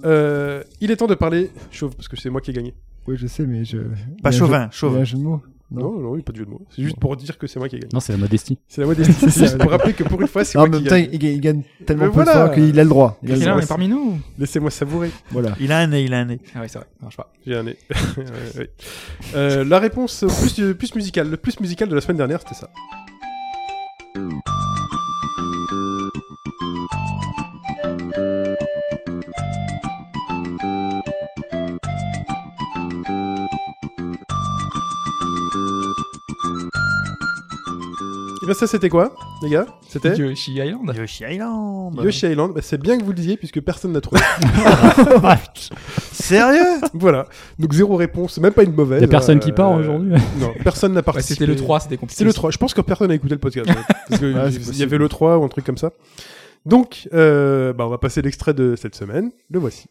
Euh, il est temps de parler chauve parce que c'est moi qui ai gagné. Oui, je sais, mais je. Pas il y a un jeu- chauvin, il y a chauvin. un jeu de mots. Non. Non, non, il n'y a pas de jeu de mots. C'est juste Bon. pour dire que c'est moi qui ai gagné. Non, c'est la modestie. C'est la modestie. C'est C'est ça. juste pour rappeler que pour une fois, c'est Non, moi mais qui putain, gagne. il, gagne- il gagne tellement Mais peu de voilà. fois qu'il a le droit. Il a le Quelqu'un droit. est parmi nous Laissez-moi savourer. Voilà. Il a un nez, il a un nez. Ah oui, c'est vrai, ça marche pas. J'ai un nez. Ouais, ouais. Euh, la réponse au plus, euh, plus musicale, le plus musical de la semaine dernière, c'était ça. Et bien Eh ben, ça c'était quoi, les gars C'était Yoshi Island Yoshi Island. Yoshi Island. Bah, c'est bien que vous le disiez puisque personne n'a trouvé. Sérieux voilà. Donc zéro réponse, même pas une mauvaise. Il y a personne Euh, qui part aujourd'hui. Non, personne n'a Ouais, participé. C'était le 3, c'était compliqué. C'est le 3. Je pense que personne n'a écouté le podcast. ouais. Parce que Ouais, c'est il y possible. avait le 3 ou un truc comme ça. Donc, euh, bah, on va passer l'extrait de cette semaine. Le voici.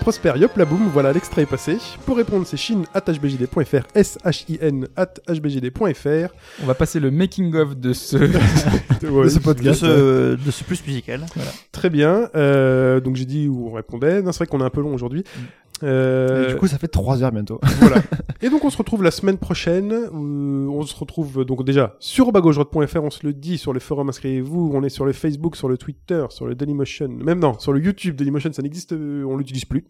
Prosper Yop la boum, voilà l'extrait est passé. Pour répondre, c'est shin at hbjd.fr, s-h-i-n at hbjd.fr. On va passer le making of de ce. Ouais, De ce de podcast. euh, ce, de ce plus musical. Très bien. Euh, donc j'ai dit où on répondait. Non, c'est vrai qu'on est un peu long aujourd'hui. Euh, Mm. Et Du coup, ça fait 3 heures bientôt. Et donc on se retrouve la semaine prochaine. euh, on se retrouve euh, donc déjà sur bagaugedroite.fr, on se le dit, sur les forums inscrivez-vous, on est sur le Facebook, sur le Twitter, sur le Dailymotion, même non, sur le YouTube. Dailymotion ça n'existe, euh, on l'utilise plus.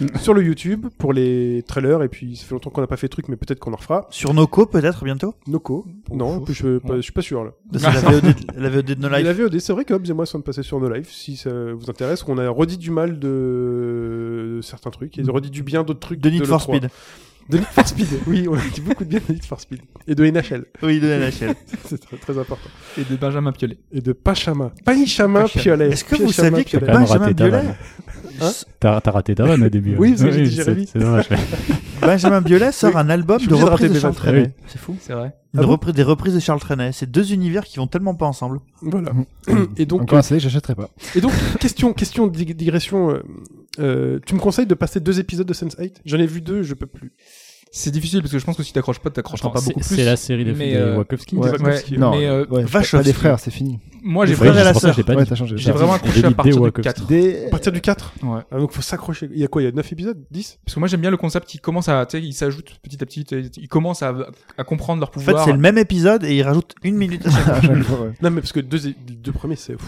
Mhm. sur le YouTube pour les trailers et puis ça fait longtemps qu'on n'a pas fait de truc mais peut-être qu'on en refera. Sur Noco, peut-être bientôt Noco, non, puis je, pas- je suis pas sûr là. Parce que la VOD, de- la VOD de No Et Life. la VOD, c'est vrai que Hobbs et moi sommes passés sur nos lives, si ça vous intéresse, qu'on a redit du mal de, de certains trucs et redit du bien d'autres trucs. Mhm. De Need for l'E3. Speed. De Need for Speed, oui, on a dit beaucoup de bien de Need for Speed. Et de NHL. Oui, de NHL. C'est très, très important. Et de Benjamin Piolet. Et de Pachama. Panichama Pachama. Piolet. Est-ce que vous Piachama saviez que Piolet. Quand même Benjamin raté ta Biolay, Hein vanne. T'as t'as raté ta vanne au début. Oui, hein. parce que j'ai dit c'est- Jérémy. C'est dommage. Benjamin Biolay sort un album Je suis de obligé de rater reprises de mes Charles vannes. Trenet. C'est fou. C'est vrai. Une Ah bon reprise- des reprises de Charles Trenet. C'est deux univers qui vont tellement pas ensemble. Voilà. Et donc, Encore un CD, j'achèterai pas. et donc question, question de dig- digression. euh, euh, tu me conseilles de passer deux épisodes de Sense 8 J'en ai vu deux, je peux plus. C'est difficile parce que je pense que si t'accroches pas, t'accrocheras Attends, pas c'est- beaucoup plus. C'est la série des mais, des euh, Wachowski. Ouais. Ouais, Wachowski. Non, mais euh, ouais, Wachowski. pas des frères, c'est fini. moi j'ai Les vraiment, frères et la c'est pour ça que sœur. j'ai pas ouais, dit. t'as changé. j'ai T'as- vraiment On accroché dit à des partir du Wachowski. 4. Des... À partir du 4 Ouais. Ah, donc faut s'accrocher. Il y a quoi Il y a 9 épisodes 10 Parce que moi j'aime bien le concept qui commence à, tu sais, ils s'ajoutent petit à petit, t'es- ils commencent à, à comprendre leur En fait, pouvoir. c'est le même épisode et il rajoute une minute à chaque fois. à chaque fois, ouais. Non, mais parce que deux, é- deux premiers, c'est. pff,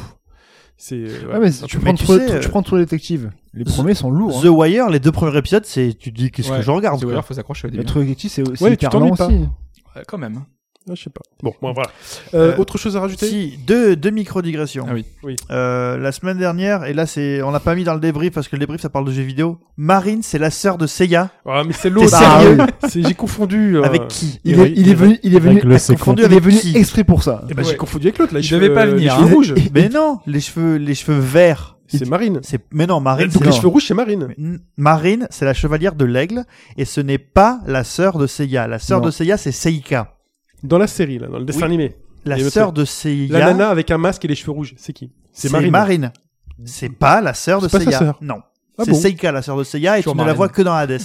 C'est. euh, ouais. Ouais, mais si tu Mais prends tu trop, sais, tu prends trop les détectives. Les The- premiers sont lourds. The hein. Wire, les deux premiers épisodes, c'est tu te dis qu'est-ce Ouais, que je regarde The quoi. Wire, faut s'accrocher au Les début. trucs détectives, c'est Ouais, tu aussi Carlan t'ennuies aussi. Ouais, quand même. hein. Ah, je sais pas. Bon, bon, voilà. Euh, Euh, autre chose à rajouter Si, deux, deux micro-digressions. Ah oui. Oui. Euh, la semaine dernière, et là, c'est, on l'a pas mis dans le débrief parce que le débrief, ça parle de jeux vidéo. Marine, c'est la sœur de Sega. Ah, mais c'est l'autre. T'es sérieux Ah, oui. C'est- J'ai confondu. euh, Avec qui Il est, oui, il est venu, il est venu, Avec le second. confondu il est avec venu qui exprès pour ça. Eh ben, Ouais. J'ai confondu avec l'autre. là, les Il cheveux- euh, devait pas venir, Les hein. cheveux rouges. Mais non, les cheveux, les cheveux verts. C'est Marine. C'est, mais non, Marine, Donc c'est les la- cheveux rouges, c'est Marine. N- Marine, c'est la chevalière de l'aigle, et ce n'est pas la sœur de Seiya. La sœur Non. de Seiya, c'est Seika. Dans la série, là, dans le dessin Oui. animé. La Et le sœur de Seiya, La nana avec un masque et les cheveux rouges, c'est qui c'est Marine. C'est pas la sœur de C'est pas sa Seiya. sœur. Non. Ah c'est bon Seika, la sœur de Seiya, et tu Sur ne la Marine. vois que dans Hades.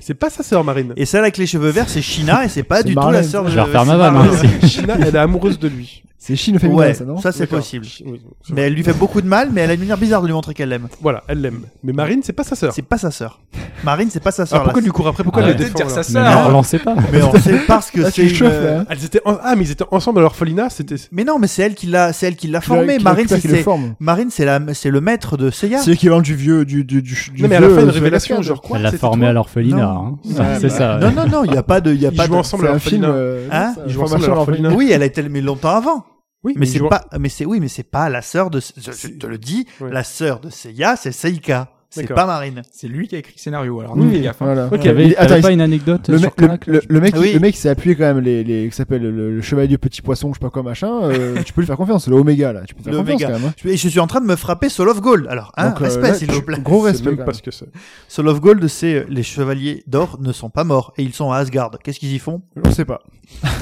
C'est pas sa sœur, Marine. Et celle avec les cheveux verts, c'est China, et c'est pas C'est du tout Marlène, la sœur de Je vais refaire ma c'est vanne, Marlène. moi aussi. China, Ah, elle est amoureuse de lui. C'est Chine féminin, Ouais, ça, non ça c'est D'accord. possible. Chi- oui, c'est Mais vrai. elle lui fait beaucoup de mal, mais elle a une manière bizarre de lui montrer qu'elle l'aime. Voilà, elle l'aime. Mais Marine, c'est pas sa sœur. C'est pas sa sœur. Marine, c'est pas sa Ah, sœur. pourquoi là. lui court après Pourquoi Ah, elle le Arrêtez de défend, dire ça, alors Mais Ah. non, ça. relancez pas. Mais on sait parce que Là, c'est tu chauffes, une- là. hein. Elles étaient en- Ah, mais ils étaient ensemble à leur folina C'était. Mais non, mais c'est elle qui l'a, c'est elle qui l'a Qui le- formé. qui le- Marine, qui le c'est c'est- forme. Marine, c'est la, c'est le maître de Seiya. C'est l'équivalent du vieux, du, du, du, du Non, mais à la vieux, fin, une euh, révélation, Sega. genre quoi Elle l'a C'était formé toi à l'orphelinat. Non. hein. Ouais, C'est bah, ça. Non, non, non, il y a pas de, il y a Ils pas jouent de- ensemble C'est à un leur film. folina. euh, Hein ça, Ils jouent formation ensemble à leur orphelinat. folina. Oui, elle a été mais longtemps avant. Oui, euh, Mais c'est je- pas, mais c'est oui, mais c'est pas la sœur de. Je, je te le dis, Ouais. la sœur de Seiya, c'est Seika. C'est D'accord. pas Marine. C'est lui qui a écrit le scénario, alors hein. Oui. nous, les gars. Voilà. Ok. Il y avait Il- attends, t'avais il- pas une anecdote Le, sur mec- le- Konak, le- le mec, Oui. le mec s'est appuyé quand même les, les qui s'appelle le, le chevalier du petit poisson, je sais pas quoi machin. euh, tu peux lui faire confiance, le Oméga là. Tu peux lui Le faire confiance Oméga. quand même. hein. Je, et je suis en train de me frapper Soul of Gold. Alors, hein, Donc, euh, respect, là, s'il vous plaît. Gros je sais respect. même quand pas même. ce que c'est. Soul of Gold, c'est euh, les chevaliers d'or ne sont pas morts et ils sont à Asgard. Qu'est-ce qu'ils y font hein. On sait pas.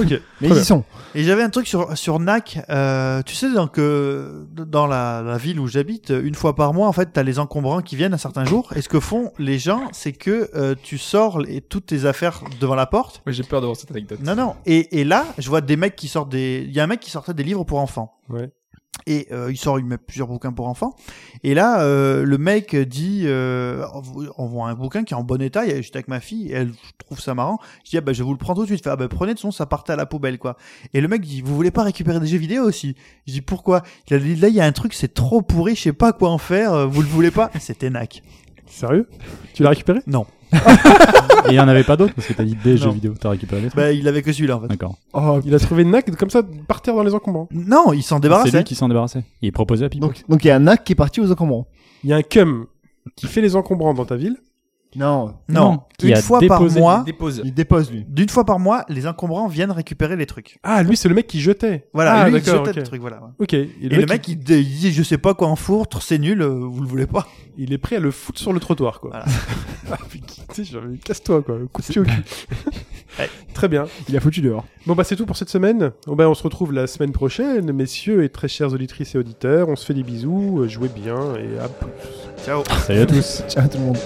Ok. Très Mais ils bien. y sont. Et j'avais un truc sur sur Nak. euh, tu sais donc euh, dans la, la ville où j'habite, une fois par mois, en fait, t'as les encombrants qui viennent un certain jour. Et ce que font les gens, c'est que euh, tu sors les- toutes tes affaires devant la porte. Ouais, J'ai peur d'avoir cette anecdote. Non non. Et, et là, je vois des mecs qui sortent des. Il y a un mec qui sortait des livres pour enfants. Ouais. Et euh, il sort une- plusieurs bouquins pour enfants. Et là, euh, le mec dit, euh, on voit un bouquin qui est en bon état. et J'étais avec ma fille, et elle trouve ça marrant. Je dis, ah bah, je vous le prends tout de suite. Il Fait, ah bah, prenez de son, ça partait à la poubelle, quoi. Et le mec dit, vous voulez pas récupérer des jeux vidéo aussi Je dis, pourquoi Il a dit, là, il y a un truc, c'est trop pourri, je sais pas quoi en faire, euh, vous le voulez pas C'était nac. Sérieux Tu l'as récupéré Non. Et il y en avait pas d'autres parce que t'as dit des jeux Non. vidéo. T'as récupéré les trucs. Bah, il avait que celui-là, en fait. D'accord. Oh, Il a trouvé une nac comme ça par terre dans les encombrants. Non, il s'en C'est lui débarrassait. qui s'en débarrassait. Il proposait à Pipo. donc donc il y a un NAC qui est parti aux encombrants. Il y a un cum qui fait les encombrants dans ta ville. Non, Non, qui une a fois par déposé- mois, Dépose. il dépose lui. d'une fois par mois, les encombrants viennent récupérer les trucs. Ah, lui, c'est le mec qui jetait. Voilà, ah, lui, il d'accord, jetait ok. le truc, voilà. Ok. Et le mec, il, dé- il dit, je sais pas quoi en fourtre, c'est nul, euh, vous le voulez pas. il... il est prêt à le foutre sur le trottoir, quoi. Voilà. Ah, mais qui- tu sais, genre, mais casse-toi, quoi. Coup de pied au cul. Ouais. Très bien. Il a foutu dehors. Bon, bah, c'est tout pour cette semaine. Bon, bah, on se retrouve la semaine prochaine, messieurs et très chers auditrices et auditeurs. On se fait des bisous, euh, jouez bien et à plus. Ciao. Salut à tous. Ciao tout le monde.